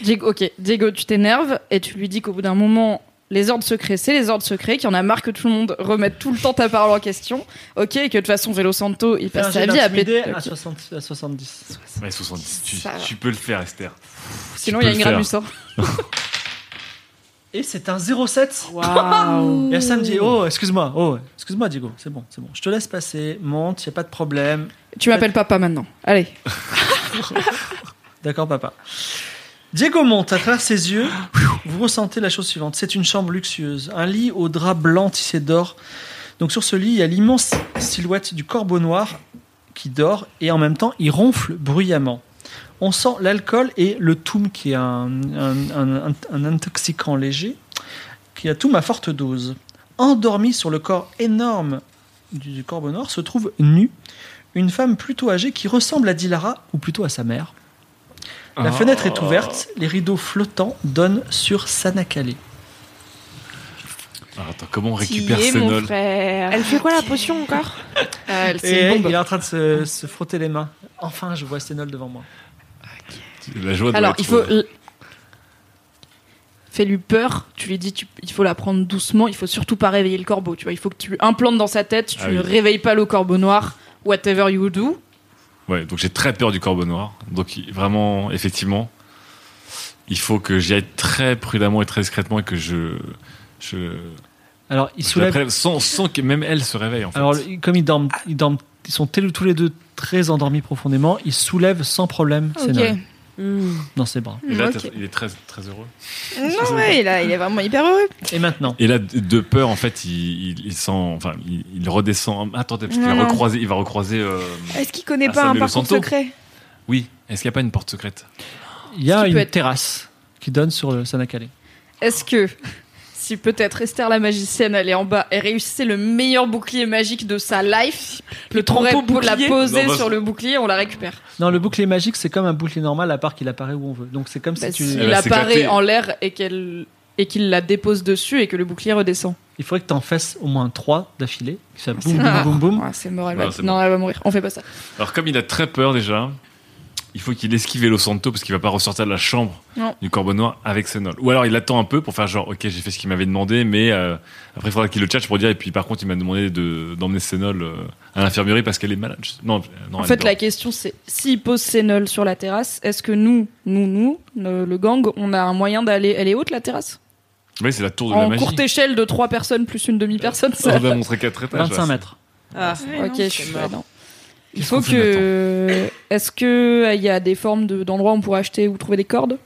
Diego, ok, Diego, tu t'énerves et tu lui dis qu'au bout d'un moment, les ordres secrets, c'est les ordres secrets, qu'il y en a marre que tout le monde remette tout le temps ta parole en question, ok, et que de toute façon, Velo Santo, Bah, il Fais un passe sa jet vie à d'intimider péter. à, Ok. 60 à 70. Ouais, 70. Tu, Ça va. tu peux le faire, Esther. Sinon, peux il y a le une faire. gramus. hein. Et c'est un 07. Waouh Et là, ça me dit, oh, excuse-moi, oh, excuse-moi, Diego, c'est bon, c'est bon. Je te laisse passer, monte, y a pas de problème. Tu m'appelles papa maintenant. Allez. D'accord, papa. Diego monte à travers ses yeux. Vous ressentez la chose suivante. C'est une chambre luxueuse. Un lit au drap blanc tissé d'or. Donc sur ce lit, il y a l'immense silhouette du corbeau noir qui dort et en même temps, il ronfle bruyamment. On sent l'alcool et le toum qui est un, un- un- un- un intoxicant léger, qui est un toum à forte dose. Endormi sur le corps énorme du, du corbeau noir se trouve nue une femme plutôt âgée qui ressemble à Dilara ou plutôt à sa mère. La Oh. fenêtre est ouverte, les rideaux flottants donnent sur Sanakale. Alors, attends, comment on Qui récupère est ces mon nols frère Elle fait quoi la potion encore Ah, Et il est en train de se, se frotter les mains. Enfin, je vois Sénol devant moi. La joie doit Alors, être- il faut. l- Fais-lui peur, tu lui dis, tu- il faut la prendre doucement, il faut surtout pas réveiller le corbeau, tu vois. Il faut que tu lui implantes dans sa tête, tu Ah ne oui. réveilles pas le corbeau noir, whatever you do. Ouais, donc j'ai très peur du corbeau noir. Donc il- vraiment, effectivement, il faut que j'y aille très prudemment et très discrètement et que je. je, Alors, il je soulève. la prélève sans, sans que même elle se réveille en fait. Alors, le- comme ils dorment, ils dorment, ils sont tel- tous les deux très endormis profondément. Il soulève sans problème Sénol Hmm. dans ses bras. et là, Ok. t'as- il est très, très heureux. Non, ouais, il, a- il est vraiment hyper heureux. Et maintenant, Et là, de de peur, en fait, il, il, il sent. Enfin, il, il redescend. Attendez, parce qu'il Non, va non. recroiser. Il va recroiser. euh, Est-ce qu'il connaît Ah, pas ça, un mais le parcours santo. secret Oui, est-ce qu'il n'y a pas une porte secrète il y a qui peut une être- terrasse qui donne sur euh, le Sanakale. Est-ce que, [laughs] si peut-être Esther la magicienne allait en bas et réussissait le meilleur bouclier magique de sa life, le trompeau pour la poser Non, bah, sur le bouclier, on la récupère. Non, le bouclier magique, c'est comme un bouclier normal, à part qu'il apparaît où on veut. Donc, c'est comme Bah, si tu. S'il Elle va s'éclater. apparaît en l'air et qu'elle et qu'il la dépose dessus et que le bouclier redescend. Il faudrait que tu en fasses au moins trois d'affilée. Que ça boum, boum, boum, boum. Ah, c'est mort, elle va- Hum. Non, c'est non, elle va mourir. On fait pas ça. Alors, comme il a très peur déjà, il faut qu'il esquive Los Santo parce qu'il va pas ressortir de la chambre Non. du corbeau noir avec ses nols. Ou alors il attend un peu pour faire genre, ok, j'ai fait ce qu'il m'avait demandé, mais euh, après il faudra qu'il le tchatche pour dire, et puis par contre, il m'a demandé de- d'emmener ses nols euh, à l'infirmerie parce qu'elle est malade. Je- Non, euh, non En elle fait, dort. la question, c'est s'il pose ses nulls sur la terrasse, est-ce que nous, nous, nous, le, le gang, on a un moyen d'aller. Elle est haute la terrasse Oui, c'est la tour de la En magie. courte échelle de trois personnes plus une demi-personne, ça. On va montrer quatre étages. 25 là. mètres. Ah, ok, je suis ouais, non. Il Qu'est-ce faut qu'on fait que. Est-ce que euh, il y a des formes de- d'endroits où on pourrait acheter ou trouver des cordes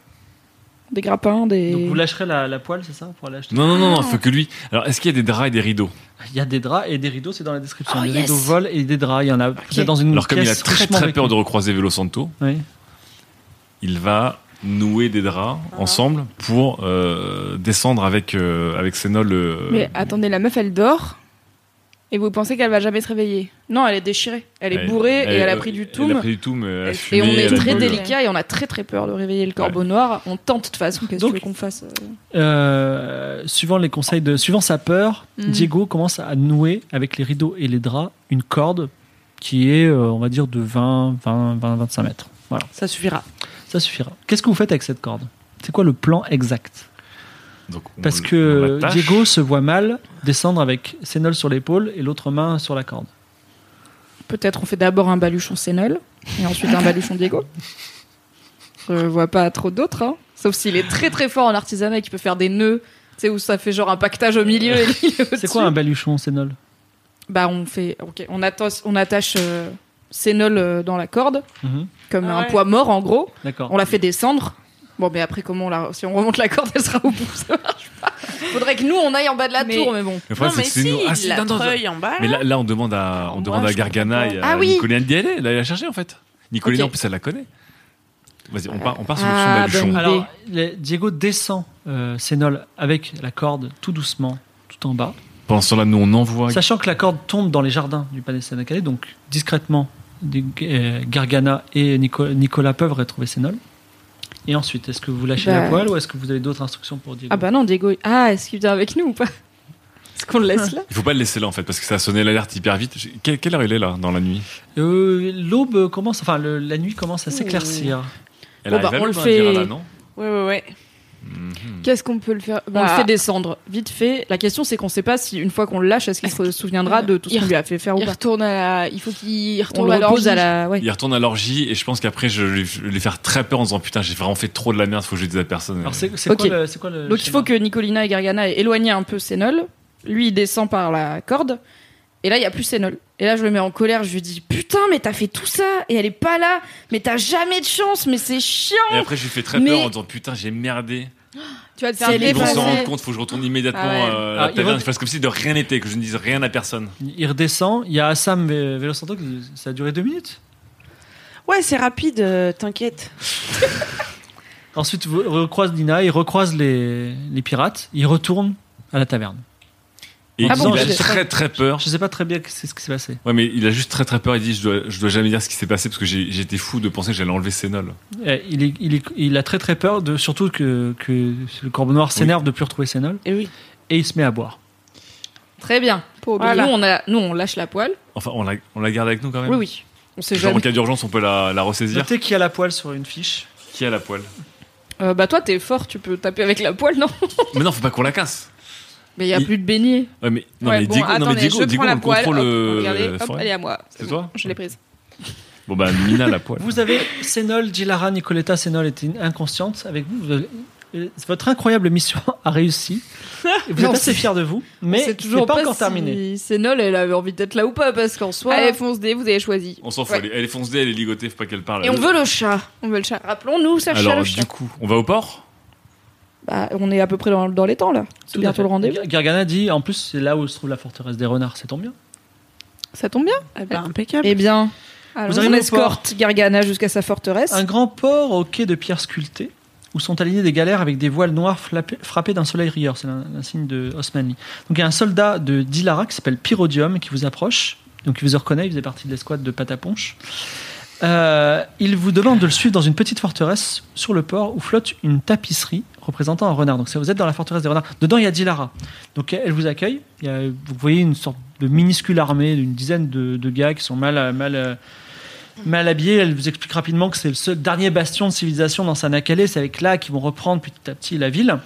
Des grappins, des. Donc, vous lâcherez la, la poêle, c'est ça Pour aller acheter Non, non, Ah. non, non, faut que lui. Alors, est-ce qu'il y a des draps et des rideaux Il y a des draps et des rideaux, c'est dans la description. Oh, des yes. rideaux volent et des draps. Il y en a peut-être dans Mm. une Alors, comme il a pièce très richement très peur de vêtue. recroiser Velo Santo, Oui. il va nouer des draps ensemble pour euh, descendre avec, euh, avec ses nols. euh, Mais attendez, la meuf, elle dort. Et vous pensez qu'elle va jamais se réveiller Non, elle est déchirée. Elle est bourrée et elle a pris du Elle a toum. pris du toum. euh, elle a Et Et fumé, on elle a est très bu, euh, délicat et on a très très peur de réveiller le corbeau noir. On tente de toute façon. Qu'est-ce que Donc- tu veux qu'on fasse euh Euh, suivant les conseils de, suivant sa peur, Mhm. Diego commence à nouer avec les rideaux et les draps une corde qui est, euh, on va dire, de 20, 20, 20, 25 mètres. Voilà, Ça suffira. ça suffira. Qu'est-ce que vous faites avec cette corde C'est quoi le plan exact donc on- Parce on que l'attache. Diego se voit mal descendre avec Sénol sur l'épaule et l'autre main sur la corde. Peut-être on fait d'abord un baluchon Sénol et ensuite un baluchon Diego. Je vois pas trop d'autres, hein. sauf s'il est très très fort en artisanat et qu'il peut faire des nœuds, tu sais, où ça fait genre un pactage au milieu et lui, il est C'est quoi un au-dessus. baluchon, Sénol Bah on fait, ok, on, attache- on attache euh, Sénol euh, dans la corde, Mhm, Ah. comme Ah un ouais. poids mort en gros, D'accord. on la fait descendre. Bon, mais après, comment on la... si on remonte la corde, elle sera au bout, ça marche pas. Faudrait que nous on aille en bas de la Mais- tour, mais bon. Le problème, c'est que c'est nous- Ah, si, non, non, en bas. Mais là, là, on demande à, Alors, on moi, demande à je Gargana comprends et Ah à oui. Nicolina d'y aller. Là, elle a cherché en fait. Nicolina, Ok. en plus, elle la connaît. Vas-y, on part, on part sur Ah, le champ bonne baluchon. Alors, les- Diego descend euh, Sénol avec la corde tout doucement, tout en bas. Pendant ce temps-là, nous, on envoie. Sachant que la corde tombe dans les jardins du palais Sénacalé, donc discrètement, des- euh, Gargana et Nico- Nicolas peuvent retrouver Sénol. Et ensuite, est-ce que vous lâchez Bah. la poêle ou est-ce que vous avez d'autres instructions pour Diego Ah bah non, Diego. Ah, est-ce qu'il vient avec nous ou [laughs] pas Est-ce qu'on le laisse là Il faut pas le laisser là, en fait, parce que ça a sonné l'alerte hyper vite. J'ai- Quelle, quelle heure il est là, dans la nuit Euh, L'aube commence, enfin le- la nuit commence à s'éclaircir. Elle Bon, arrive bah, à on le pas fait- dire là, non Ouais, ouais, ouais. Mhm. Qu'est-ce qu'on peut le faire Bah, On le fait descendre, vite fait. La question c'est qu'on sait pas si une fois qu'on le lâche, est-ce qu'il se souviendra de tout ce qu'on lui a fait faire ou Il pas. retourne à la... Il faut qu'il On retourne le à repose l'orgie. à la. Ouais. Il retourne à l'orgie et je pense qu'après, je vais lui- je vais lui faire très peur en disant Putain, j'ai vraiment fait trop de la merde, faut que je le dise à personne. Alors Euh, c'est c'est Ok. quoi le. c'est quoi le Donc il schéma faut que Nicolina et Gargana aient éloigné un peu Sénol. Lui, il descend par la corde. Et là, il y a plus Sénol. Et là, je le mets en colère. Je lui dis Putain, mais t'as fait tout ça et elle est pas là. Mais t'as jamais de chance. Mais c'est chiant. Et après, je lui fais très Mais- peur en disant Putain, j'ai merdé. Tu vas te C'est faire elle est Ils vont passée. s'en dépasser. rendre compte, faut que je retourne immédiatement Ah ouais. euh, Ah, à la ils taverne. vont- Je fasse comme si de rien n'était, que je ne dise rien à personne. Il redescend, il y a Assam Vé- Vélosanto qui dit, ça a duré deux minutes. Ouais, c'est rapide, euh, t'inquiète. Ensuite, vous- recroise Nina, il recroise les, les pirates, il retourne à la taverne. Et Ah il bon, a je- très très peur. Je sais pas très bien c'est ce qui s'est passé. Ouais, mais il a juste très très peur. Il dit Je dois, je dois jamais dire ce qui s'est passé parce que j'ai- j'étais fou de penser que j'allais enlever Sénol. Euh, Il, est- il, est- il a très très peur, de, surtout que, que le corbeau noir s'énerve de plus retrouver Sénol, Et oui. et il se met à boire. Très bien. Voilà. Nous, on a, nous, on lâche la poêle. Enfin, on la, on la garde avec nous quand même. Oui, oui. On sait Genre en jamais. cas d'urgence, on peut la, la ressaisir. Notez qu'il y a la poêle sur une fiche. Qui a la poêle Euh, bah toi, t'es fort. Tu peux taper avec la poêle, non Mais non, faut pas qu'on la casse. Mais il y a Il- plus de beignet. Ouais, mais, non, Ouais, mais bon, Diego, non, mais attendez, Diego, je Diego, prends on la le poêle, contrôle hop, euh, regardez, la hop, forêt. elle est à moi. C'est toi Je l'ai prise. Bon, bah, Mina, la poêle. Vous avez Sénol, Dilara, Nicoletta, Sénol était inconsciente avec vous. vous avez- euh, votre incroyable mission [laughs] a [laughs] réussi. Et Vous Non, êtes assez c'est- fiers de vous, mais c'est pas, encore terminé. si Sénol, elle avait envie d'être là ou pas, parce qu'en soi. Allez, fonce D, vous avez choisi. On s'en fout. Ouais. Elle, est- elle est foncée, elle est ligotée, faut pas qu'elle parle. Et on veut le chat. On veut le chat. Rappelons-nous, ça chat, Alors, le chat. du coup, on va au port Bah, on est à peu près dans, dans les temps là. Tout C'est à fait. bientôt le rendez-vous. Gar- Gargana dit en plus, c'est là où se trouve la forteresse des renards, c'est tant bien. Ça tombe bien. Bah, impeccable. Eh bien, Alors, Vous on arrivez au escorte Gargana jusqu'à sa forteresse. Un grand port au quai de pierre sculptée, où sont alignées des galères avec des voiles noires flappé- frappées d'un soleil rieur. C'est un, un signe de Osmanli. Donc il y a un soldat de Dilara qui s'appelle Pyrodium qui vous approche. Donc il vous reconnaît, il faisait partie de l'escouade de Pataponche. Euh, il vous demande de le suivre dans une petite forteresse sur le port où flotte une tapisserie représentant un renard. Donc ça, vous êtes dans la forteresse des renards. Dedans, il y a Dilara. Donc elle vous accueille. Il y a- vous voyez une sorte de minuscule armée d'une dizaine de, de gars qui sont mal, euh, mal, euh, mal habillés. Elle vous explique rapidement que c'est le seul dernier bastion de civilisation dans Sanakale. C'est avec là qu'ils vont reprendre petit à petit la ville.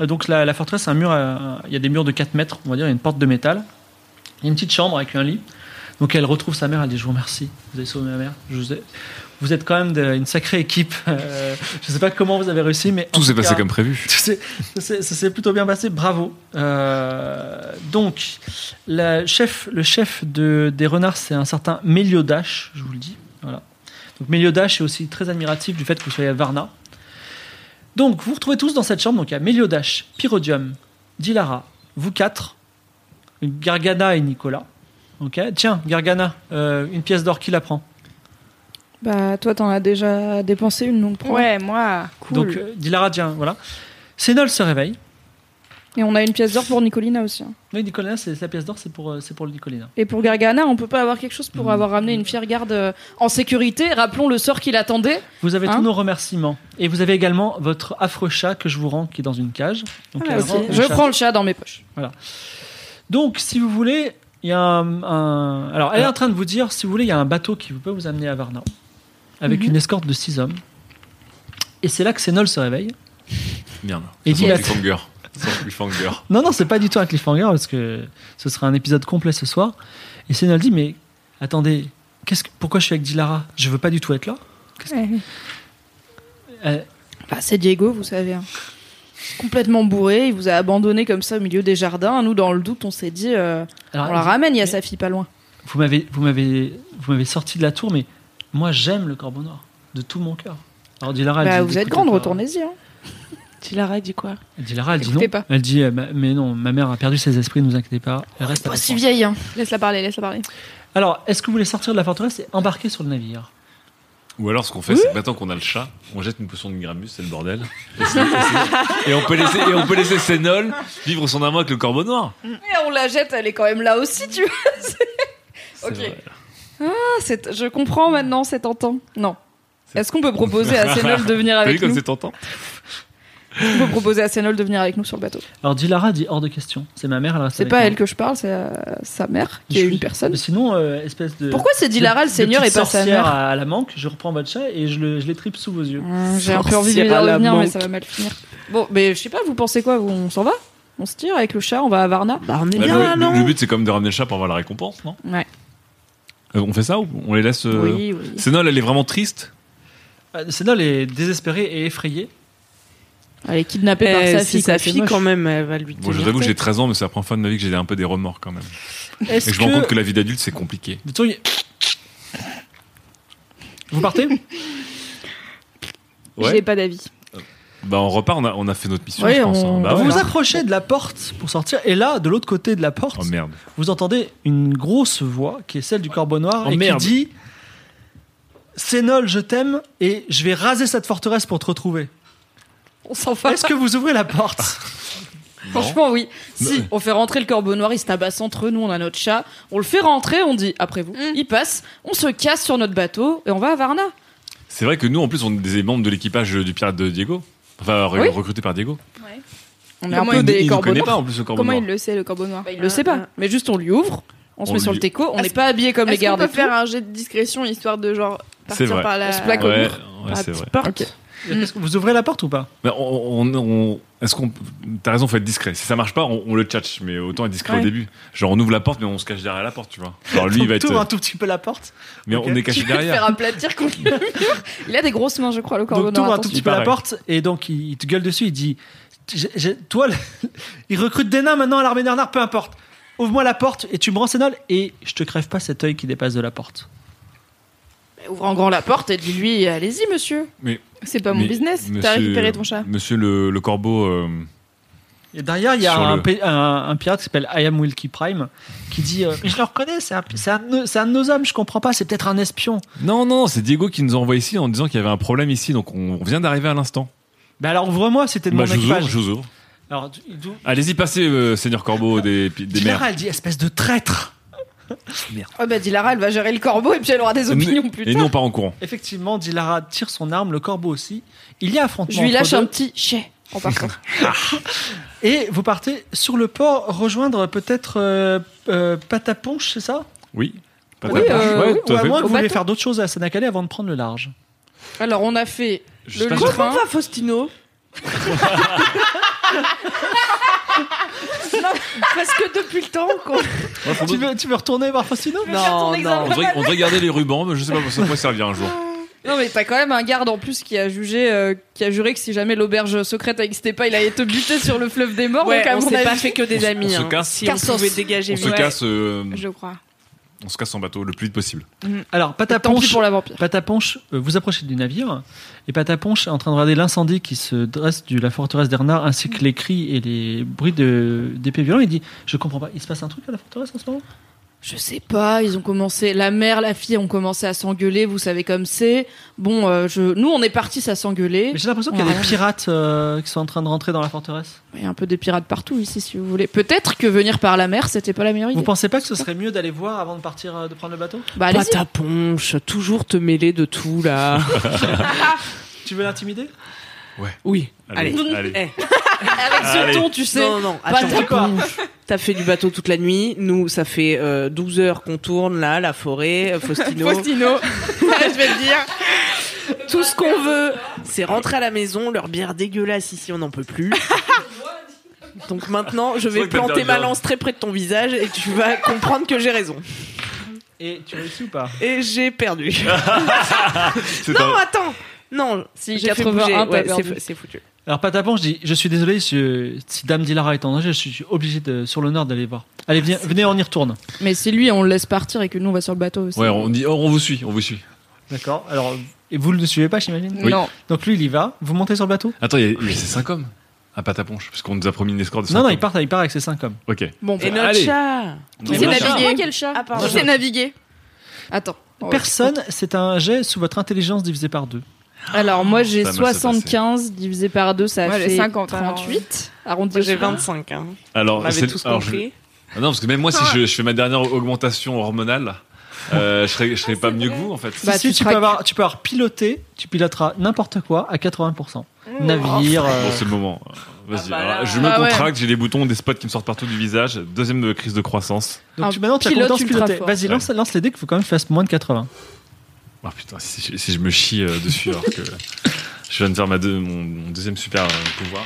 Euh, Donc la, la forteresse, c'est un mur, euh, il y a des murs de 4 mètres, on va dire, il y a une porte de métal. Il y a une petite chambre avec un lit. Donc elle retrouve sa mère, elle dit je vous remercie, vous avez sauvé ma mère. Je vous, ai- vous êtes quand même de- une sacrée équipe. [laughs] Euh, je ne sais pas comment vous avez réussi, mais... en Tout s'est cas- passé comme prévu. [laughs] tout s'est- ça s'est- ça s'est plutôt bien passé, bravo. Euh, donc, la chef, le chef de, des renards, c'est un certain Méliodache, je vous le dis. Voilà. Donc, Méliodache est aussi très admiratif du fait que vous soyez à Varna. Donc, vous vous retrouvez tous dans cette chambre. Donc, il y a Méliodache, Pyrodium, Dilara, vous quatre, Gargana et Nicolas. Ok. Tiens, Gargana, euh, une pièce d'or, qui la prend Bah, toi, t'en as déjà dépensé une, donc prends. Ouais, moi. Donc, euh, Dilara, tiens, voilà. Sénol se réveille. Et on a une pièce d'or pour Nicolina aussi. hein. Oui, Nicolas, c'est la pièce d'or, c'est pour, euh, c'est pour le Nicolina. Et pour Gargana, on peut pas avoir quelque chose Hmm. pour avoir ramené une fière garde euh, en sécurité. Rappelons le sort qu'il attendait. Vous avez Hein tous nos remerciements. Et vous avez également votre affreux chat que je vous rends qui est dans une cage. Donc, Ah, elle ok. rend le bah, Je chat. prends le chat dans mes poches. Donc, si vous voulez, il y a un, un- Alors, Ah. elle est en train de vous dire, si vous voulez, il y a un bateau qui peut vous amener à Varna. Avec Mhm. une escorte de six hommes. Et c'est là que Sénol se réveille. Merde. Et Ça sent le Dilat. cliffhanger. Ça sent le cliffhanger. Non, non, c'est pas du tout un cliffhanger parce que ce sera un épisode complet ce soir. Et Sénol dit Mais attendez, qu'est-ce que- pourquoi je suis avec Dilara Je veux pas du tout être là. Qu'est-ce que- Euh, Bah, c'est Diego, vous savez. hein. Complètement bourré, il vous a abandonné comme ça au milieu des jardins. Nous, dans le doute, on s'est dit, euh, alors, on la ramène, il y a Ah, mais- sa fille pas loin. Vous m'avez, vous m'avez, vous m'avez sorti de la tour, mais moi j'aime le corbeau noir de tout mon cœur. Alors Dilara, elle Bah, dit, vous êtes Ah, écoutez grande, pas. retournez-y. hein. Tilara, dit quoi Dilara, elle dit non. Écoutez pas. Elle dit, euh, ma- mais non, ma mère a perdu ses esprits, ne vous inquiétez pas. Elle reste Pas avec si moi. vieille, hein. Laisse-la parler, laisse-la parler. Alors, est-ce que vous voulez sortir de la forteresse et embarquer sur le navire Ou alors, ce qu'on fait, c'est que maintenant qu'on a le chat, on jette une potion de Gramus, c'est le bordel. Et, c'est- et c'est- et on peut laisser, et on peut laisser Sénol vivre son amour avec le corbeau noir. Mais on la jette, elle est quand même là aussi, tu vois. [laughs] C'est Ok. vrai. Ah, c'est- je comprends maintenant, c'est tentant. Non. C'est- Est-ce qu'on peut proposer à Sénol de venir T'as vu avec comme nous c'est tentant On peut proposer à Sénol de venir avec nous sur le bateau. Alors Dilara dit hors de question. C'est ma mère, elle reste C'est avec pas moi. elle que je parle, c'est euh, sa mère, qui est Je- une personne. Mais sinon, euh, espèce de. Pourquoi c'est Dilara le de seigneur et petite pas sa sorcière mère à la manque, je reprends votre chat et je, le, je les tripe sous vos yeux. Hum, J'ai un peu envie de lui Sorcière à dire de la venir, mais banque. ça va mal finir. Bon, mais je sais pas, vous pensez quoi vous, On s'en va On se tire avec le chat, on va à Varna Bah, on est Bah, bien le- là, le, non le but, c'est quand même de ramener le chat pour avoir la récompense, non Ouais. Euh, on fait ça ou on les laisse euh, Oui, oui. Sénol, elle est vraiment triste. Euh, Sénol est désespérée et effrayée. Elle est kidnappée par Eh, sa si fille. sa quoi, fille, c'est quand moche. même, elle va lui Bon, je tenir vous avoue que j'ai tête. 13 ans, mais c'est la première fois de ma vie que j'ai un peu des remords quand même. Est-ce Et je me rends compte que la vie d'adulte, c'est compliqué. Vous tournez- Vous partez J'ai pas d'avis. Bah, on repart, on a, on a fait notre mission, Oui, je pense. on- hein. Bah Vous ouais. vous approchez de la porte pour sortir et là, de l'autre côté de la porte, Oh merde. vous entendez une grosse voix qui est celle du corbeau noir Oh, et merde. qui dit Sénol, je t'aime et je vais raser cette forteresse pour te [laughs] retrouver. On s'en va. Est-ce que vous ouvrez la porte [laughs] Franchement, oui. Si, Non. on fait rentrer le corbeau noir, il se tabasse entre nous, on a notre chat. On le fait rentrer, on dit après vous. Il passe, on se casse sur notre bateau et on va à Varna. C'est vrai que nous, en plus, on est des membres de l'équipage du pirate de Diego. Enfin, re- Oui. recruté par Diego. On est Comment un peu il- des il ne corbeaux connaît noirs. pas en plus le corbeau Comment noir. il le sait, le corbeau noir Bah, il le sait pas. Mais juste, on lui ouvre, on se On met sur lui- le teco, on Est-ce- n'est pas habillé comme les Est-ce qu'on gardes. peut et tout. faire un jet de discrétion histoire de genre C'est partir vrai. par la. On se plaque au Ouais, mur. ouais, c'est vrai. Porte. Mm. Est-ce que Vous ouvrez la porte ou pas Mais on, on- on- est-ce qu'on, t'as raison, faut être discret. Si ça marche pas, on, on le tchatche, mais autant être discret Ouais. au début. Genre, on ouvre la porte, mais on se cache derrière la porte, tu vois. Alors lui, il va On être, tourne un tout petit peu la porte. mais ok. on est caché Tu peux te faire derrière. aplatir contre le mur. Il a des grosses mains, je crois, le corbeau Donc t'ouvres noir. un tout attention. petit peu la Pareil. porte et donc il, il te gueule dessus, il dit J'ai- j'ai- toi le- [laughs] il recrute des nains maintenant à l'armée des renards, peu importe. Ouvre-moi la porte et tu me rends Sénol et je te crève pas cet œil qui dépasse de la porte. Ouvre en grand la porte et dis-lui, allez-y, monsieur. C'est pas euh, mon Mais business. monsieur- T'as récupéré ton chat. Monsieur le, le corbeau, euh, Et derrière, il y a Sur un, le- pi- un- un pirate qui s'appelle I am Wilkie Prime qui dit euh, Mais je le reconnais, c'est un, c'est un de nos- c'est un de nos hommes, je comprends pas, c'est peut-être un espion. non, non, c'est Diego qui nous envoie ici en disant qu'il y avait un problème ici, donc on, on vient d'arriver à l'instant. Mais alors ouvre-moi, c'était de Bah, mon je vous équipage. ouvre, je vous ouvre. Alors, tu- tu- Allez-y, passez, euh, seigneur corbeau des, pi- des mers. Dilara, elle dit espèce de traître. Ah bah Dilara, elle va gérer le corbeau et puis elle aura des opinions plus Et nous, tard. on part en courant. Effectivement, Dilara tire son arme, le corbeau aussi. Il y a affrontement. Je lui entre lâche deux. un petit chais [laughs] en partant. Et vous partez sur le port rejoindre peut-être euh, euh, Pataponche, c'est ça Oui. Pas Oui, de- euh, Ouais, oui, tout à Ou à fait. moins que Au vous vouliez bateau. faire d'autres choses à Sanacalé avant de prendre le large. Alors on a fait Je sais le pas, train. Comment va, [laughs] Faustino Parce que depuis le temps qu'on Ouais, faut- [laughs] Tu veux, tu veux retourner voir Faustino ton examen. On devrait, on devrait garder les rubans, mais je sais pas pour ça pourrait servir un jour. Non mais t'as quand même un garde en plus qui a jugé, euh, qui a juré que si jamais l'auberge secrète n'existait pas, il allait te buter sur le fleuve des morts. donc à on mon s'est pas avis- fait que On s- des amis. on se hein. casse. Si on Cassos. pouvait dégager. On se ouais. casse, euh, Je crois. on se casse en bateau le plus vite possible. Alors, Tant pis Pataponche, pour la vampire. Pataponche euh, vous approchez du navire et Pataponche est en train de regarder l'incendie qui se dresse de la forteresse d'Ernard ainsi que les cris et les bruits de- d'épées violents. Il dit Je comprends pas, il se passe un truc à la forteresse en ce moment Je sais pas, ils ont commencé, la mère, la fille ont commencé à s'engueuler, vous savez comme c'est. Bon, euh, je... nous on est partis, ça s'engueuler. Mais J'ai l'impression On qu'il y a a des rien. pirates euh, qui sont en train de rentrer dans la forteresse. Il y a un peu des pirates partout ici, si vous voulez. Peut-être que venir par la mer, c'était pas la meilleure idée. Vous pensez pas que ce serait mieux d'aller voir avant de partir, euh, de prendre le bateau Bah Pas allez-y. ta ponche, toujours te mêler de tout [laughs] là. Tu veux l'intimider Oui. Allez, allez. eh. Avec ce Allez. ton, tu sais. Non, non, non, Pas attends. ta ponche. T'as fait du bateau toute la nuit. Nous, ça fait euh, 12 heures qu'on tourne là, la forêt, euh, [laughs] Faustino. Faustino, je vais te dire. Tout ce qu'on veut, c'est rentrer à la maison, leur bière dégueulasse ici, on n'en peut [laughs] plus. Donc maintenant, je C'est vais vrai que t'as planter bien. ma lance très près de ton visage et tu vas comprendre que j'ai raison. Et tu réussis ou pas Et [laughs] j'ai perdu. C'est non, un- attends Non, Si, j'ai fait 81, bouger. t'as Ouais, perdu. c'est fou- c'est foutu. Alors Patapon, je dis, je suis désolé si, si Dame Dilara est en danger, je suis obligé de, sur l'honneur d'aller voir. Allez, venez, venez, on y retourne. Mais si lui, on le laisse partir et que nous, on va sur le bateau aussi. Ouais, on dit, oh, on vous suit, on vous suit. D'accord. Alors, et vous ne le suivez pas, j'imagine Oui. Non. Donc lui, il y va. Vous montez sur le bateau Attends, il y a, il y a ces cinq hommes à Pataponche, parce qu'on nous a promis une escorte de cinq Non, non, hommes. il part, Ah, il part avec ses cinq hommes. Ok. Bon, Et notre Allez. chat On C'est marche. navigué. quel chat Ah, pardon. Qui sait naviguer Attends. Oh, Oh, Ouais. Personne, c'est un jet sous votre intelligence divisé par deux. Alors moi j'ai Ah, Ça m'a fait 75 divisé par 2 ça Ouais, j'ai fait 50, alors. 38 arrondi Moi, au j'ai suivant. 25. Hein. On Alors, avait Oh, c'est- tous alors, je- compris. Ah non, parce que même moi, si je, je fais ma dernière augmentation hormonale, euh, je serais, je serais pas mieux que vous, en fait. Bah, si, tu tu, craques. peux avoir, tu peux avoir piloté, tu piloteras n'importe quoi à 80%. Navire. euh, Bon, c'est le moment. Vas-y. Ah bah Alors, là. je me Ah ouais. contracte, j'ai des boutons, des spots qui me sortent partout du visage. Deuxième euh, crise de croissance. donc un tu, maintenant, tu as pilote compétence ultra pilotée. fort. Vas-y, lance, lance les dés qu'il faut quand même que tu fasses moins de 80. Ah putain, si, je- si je me chie euh, dessus alors que je viens de faire ma deux- mon, mon deuxième super euh, pouvoir.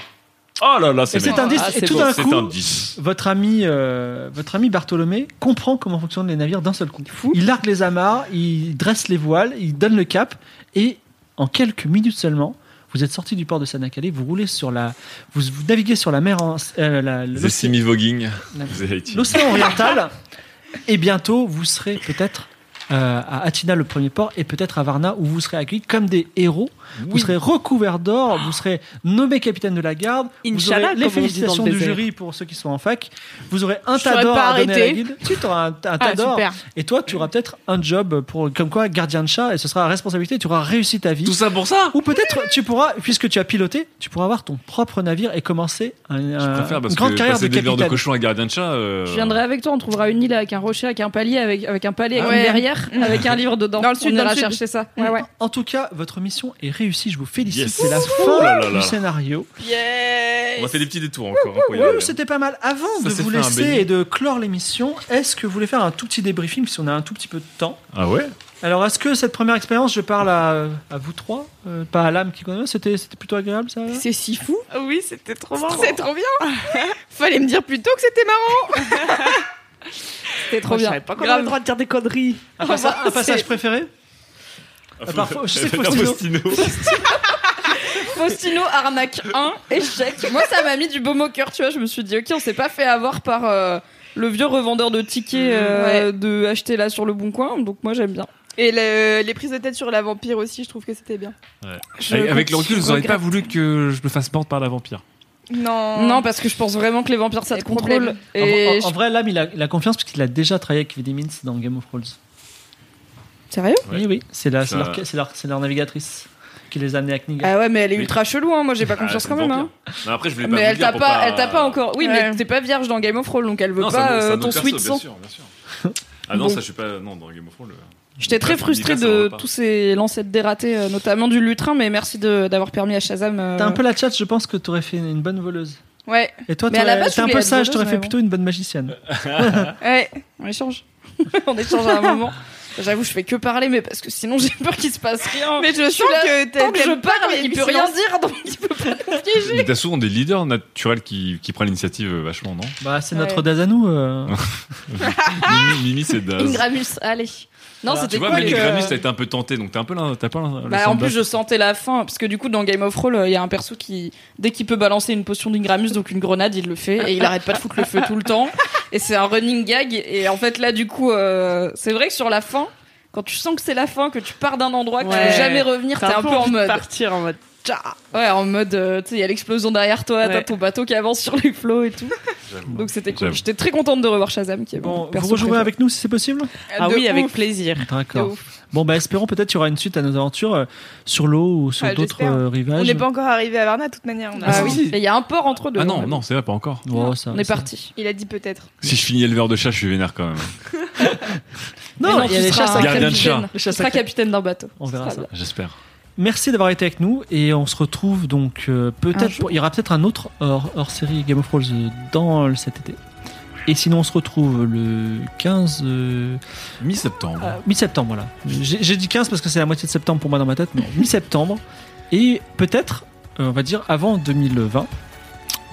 Oh là là, Et c'est c'est bon. un 10. Ah, et c'est tout beau. d'un C'est un coup, 10. votre ami, euh, votre ami Bartholomé comprend comment fonctionnent les navires d'un seul coup. Il largue les amarres, il dresse les voiles, il donne le cap, et en quelques minutes seulement, vous êtes sorti du port de Sanacalé, vous roulez sur la, vous, vous naviguez sur la mer, en- euh, la- The l'océan Simi Voguing. Non. The Haiti. l'océan oriental, [laughs] et bientôt vous serez peut-être euh, à Atina le premier port, et peut-être à Varna où vous serez accueillis comme des héros. Vous serez recouverts d'or, vous serez nommé capitaine de la garde. Vous Inch'Allah, aurez les comme on dit dans le félicitations du désert. jury pour ceux qui sont en fac. Vous aurez un Je tas serais d'or pas à donner à la arrêtée. guilde. Tu auras un, un tas Ah, d'or. super. Et toi, tu auras peut-être un job pour, comme quoi gardien de chat, et ce sera la responsabilité, tu auras réussi ta vie. Tout ça pour ça Ou peut-être tu pourras, puisque tu as piloté, tu pourras avoir ton propre navire et commencer un- Je un- préfère parce Euh, une grande que carrière passer de des verres de capitaine. cochon à gardien de chat. euh, Je viendrai avec toi, on trouvera une île avec un rocher, avec un palier, avec, avec un palier, avec Ouais. une verrière, avec un livre dedans. Dans le sud, on dans le ira sud. chercher ça. Ouais, Ah ouais. En tout cas, votre mission est réussie, je vous félicite. Yes. C'est la Ouh fin là là là. du scénario. On a fait des petits détours encore. hein, pour y arriver. Ouh, C'était pas mal. Avant de Ça s'est vous fait un laisser bélier. et de clore l'émission, est-ce que vous voulez faire un tout petit débriefing, puisqu'on a un tout petit peu de temps Ah ouais Alors, est-ce que cette première expérience, je parle à, à vous trois, euh, pas à l'âme qui connaît, c'était c'était plutôt agréable ça va C'est si fou. Ah Oui, c'était trop Oh, marrant. C'est trop bien. [laughs] Fallait me dire plutôt que c'était marrant. [laughs] C'était trop Moi, je bien. savais pas qu'on Grave. avait le droit de dire des conneries. un, passa- un passage préféré Ah, Parfois, je sais, faut- Faustino. [laughs] Faustino arnaque 1, échec. Moi, ça m'a mis du beau moqueur, tu vois. Je me suis dit, ok, on s'est pas fait avoir par euh, le vieux revendeur de tickets Mmh, euh, de acheter là sur le bon coin. Donc, moi, j'aime bien. Et le- les prises de tête sur la vampire aussi, je trouve que c'était bien. Je- Avec, avec le recul, vous n'auriez regrette. pas voulu que je me fasse mordre par la vampire. Ah, Non. Non, parce que je pense vraiment que les vampires, ça Ah. Les te contrôle. problèmes. Et En, en- en vrai, l'âme, il a, il a confiance, parce qu'il a déjà travaillé avec Vidy Mintz dans Game of Thrones. Eh Sérieux Ouais. Oui, oui, c'est la- c'est Ça- leur, c'est leur- c'est leur navigatrice qui les a amenés à Kniga. Ah ouais, mais elle est ultra chelou, hein. moi j'ai pas confiance Ah, quand même. vampire. Hein. Non, après, je voulais pas Mais vous elle dire t'a pour pas, elle t'a pas encore. Oui, Ouais. mais t'es pas vierge dans Game of Thrones, donc elle veut Non, c'est un pas autre- c'est un euh, autre ton perso, sweet Bien sang. sûr, bien sûr. Ah non, Bon. ça, je suis pas. Non, dans Game of Thrones. le- J'étais très Nicolas, frustrée ça, on de va pas. tous ces lancettes dératées, euh, notamment du lutrin, mais merci de- d'avoir permis à Shazam. euh, T'as un peu la chat, je pense que t'aurais fait une bonne voleuse. Ouais, Et toi, Mais à la t'aurais- base, t'es je un voulais peu être sage, voleuse, t'aurais mais fait bon. plutôt une bonne magicienne. ouais. On échange. [laughs] on échange à un moment. J'avoue, je fais que parler, mais parce que sinon j'ai peur qu'il se passe rien. Mais je sens là, que t'as- Tant que t'aimes je pas quand parle, y a il du peut rien silence. dire, [laughs] donc il peut pas nous piéger. Mais T'as souvent des leaders naturels qui, qui prennent l'initiative euh, vachement, non Bah, c'est Ouais. notre Daz à nous. euh. Mimi, Mimi, c'est Daz. Ingramus, allez. Non, Ah c'était Bah, Tu vois, cool Mimi que- Gramus, t'as été un peu tenté, donc t'as un peu l'un- t'as pas l'un- le Bah, sang en de plus, Daz. je sentais la fin, parce que du coup, dans Game of Thrones, euh, il y a un perso qui, dès qu'il peut balancer une potion d'Ingramus, donc une grenade, il le fait, et il arrête pas de foutre le feu tout le temps. Et c'est un running gag. Et en fait, là, du coup, euh, c'est vrai que sur la fin, quand tu sens que c'est la fin, que tu pars d'un endroit, que tu Ouais. veux jamais revenir, t'es T'as un peu en envie de mode. Partir en mode. tcha. Ouais, en mode, euh, tu sais, il y a l'explosion derrière toi, t'as Ouais. ton bateau qui avance sur les flots et tout. J'avoue. Donc c'était cool. J'avoue. J'étais très contente de revoir Shazam, qui est Bon, mon vous perso rejouerez préféré. avec nous si c'est possible Ah De oui, avec ouf. plaisir. D'accord. Bon, bah, espérons peut-être qu'il y aura une suite à nos aventures euh, sur l'eau ou sur Ouais, d'autres j'espère. euh, On rivages. n'est pas encore arrivé à Varna de toute manière. on a- Ah Ah, si, oui, si. et il y a un port entre deux. Ah non, non, c'est vrai, pas encore. Oh, ça- on est ça- parti. Il a dit peut-être. Si je finis éleveur de chat, je suis vénère quand même. Mais Non, il y a tu les seras chats un sacrés. Gardien de chat. capitaine. Les Tu chats seras sacrés. capitaine d'un bateau. On Ce verra sera ça. J'espère. Merci d'avoir été avec nous et on se retrouve donc euh, peut-être. jour. pour- Il y aura peut-être un autre hors, hors série Game of Thrones euh, dans le- cet été. Et sinon, on se retrouve le 15 euh, Mi-septembre. euh, mi-septembre. Voilà. J'ai j'ai dit 15 parce que c'est la moitié de septembre pour moi dans ma tête, mais mi-septembre. Et peut-être, euh, on va dire avant 2020,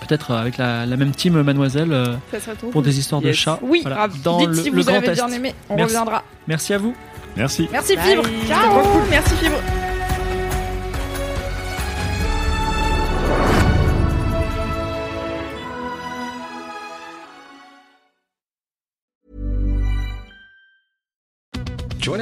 peut-être euh, avec la, la même team, euh, mademoiselle, euh, Ça sera trop. pour cool. des histoires de Yes. chats. Oui, Voilà, grave. dans Dites le, si le vous Grand avez Est. bien aimé, on Merci. reviendra. Merci à vous. Merci. Merci Fibre. Ciao. Merci Fibre. Join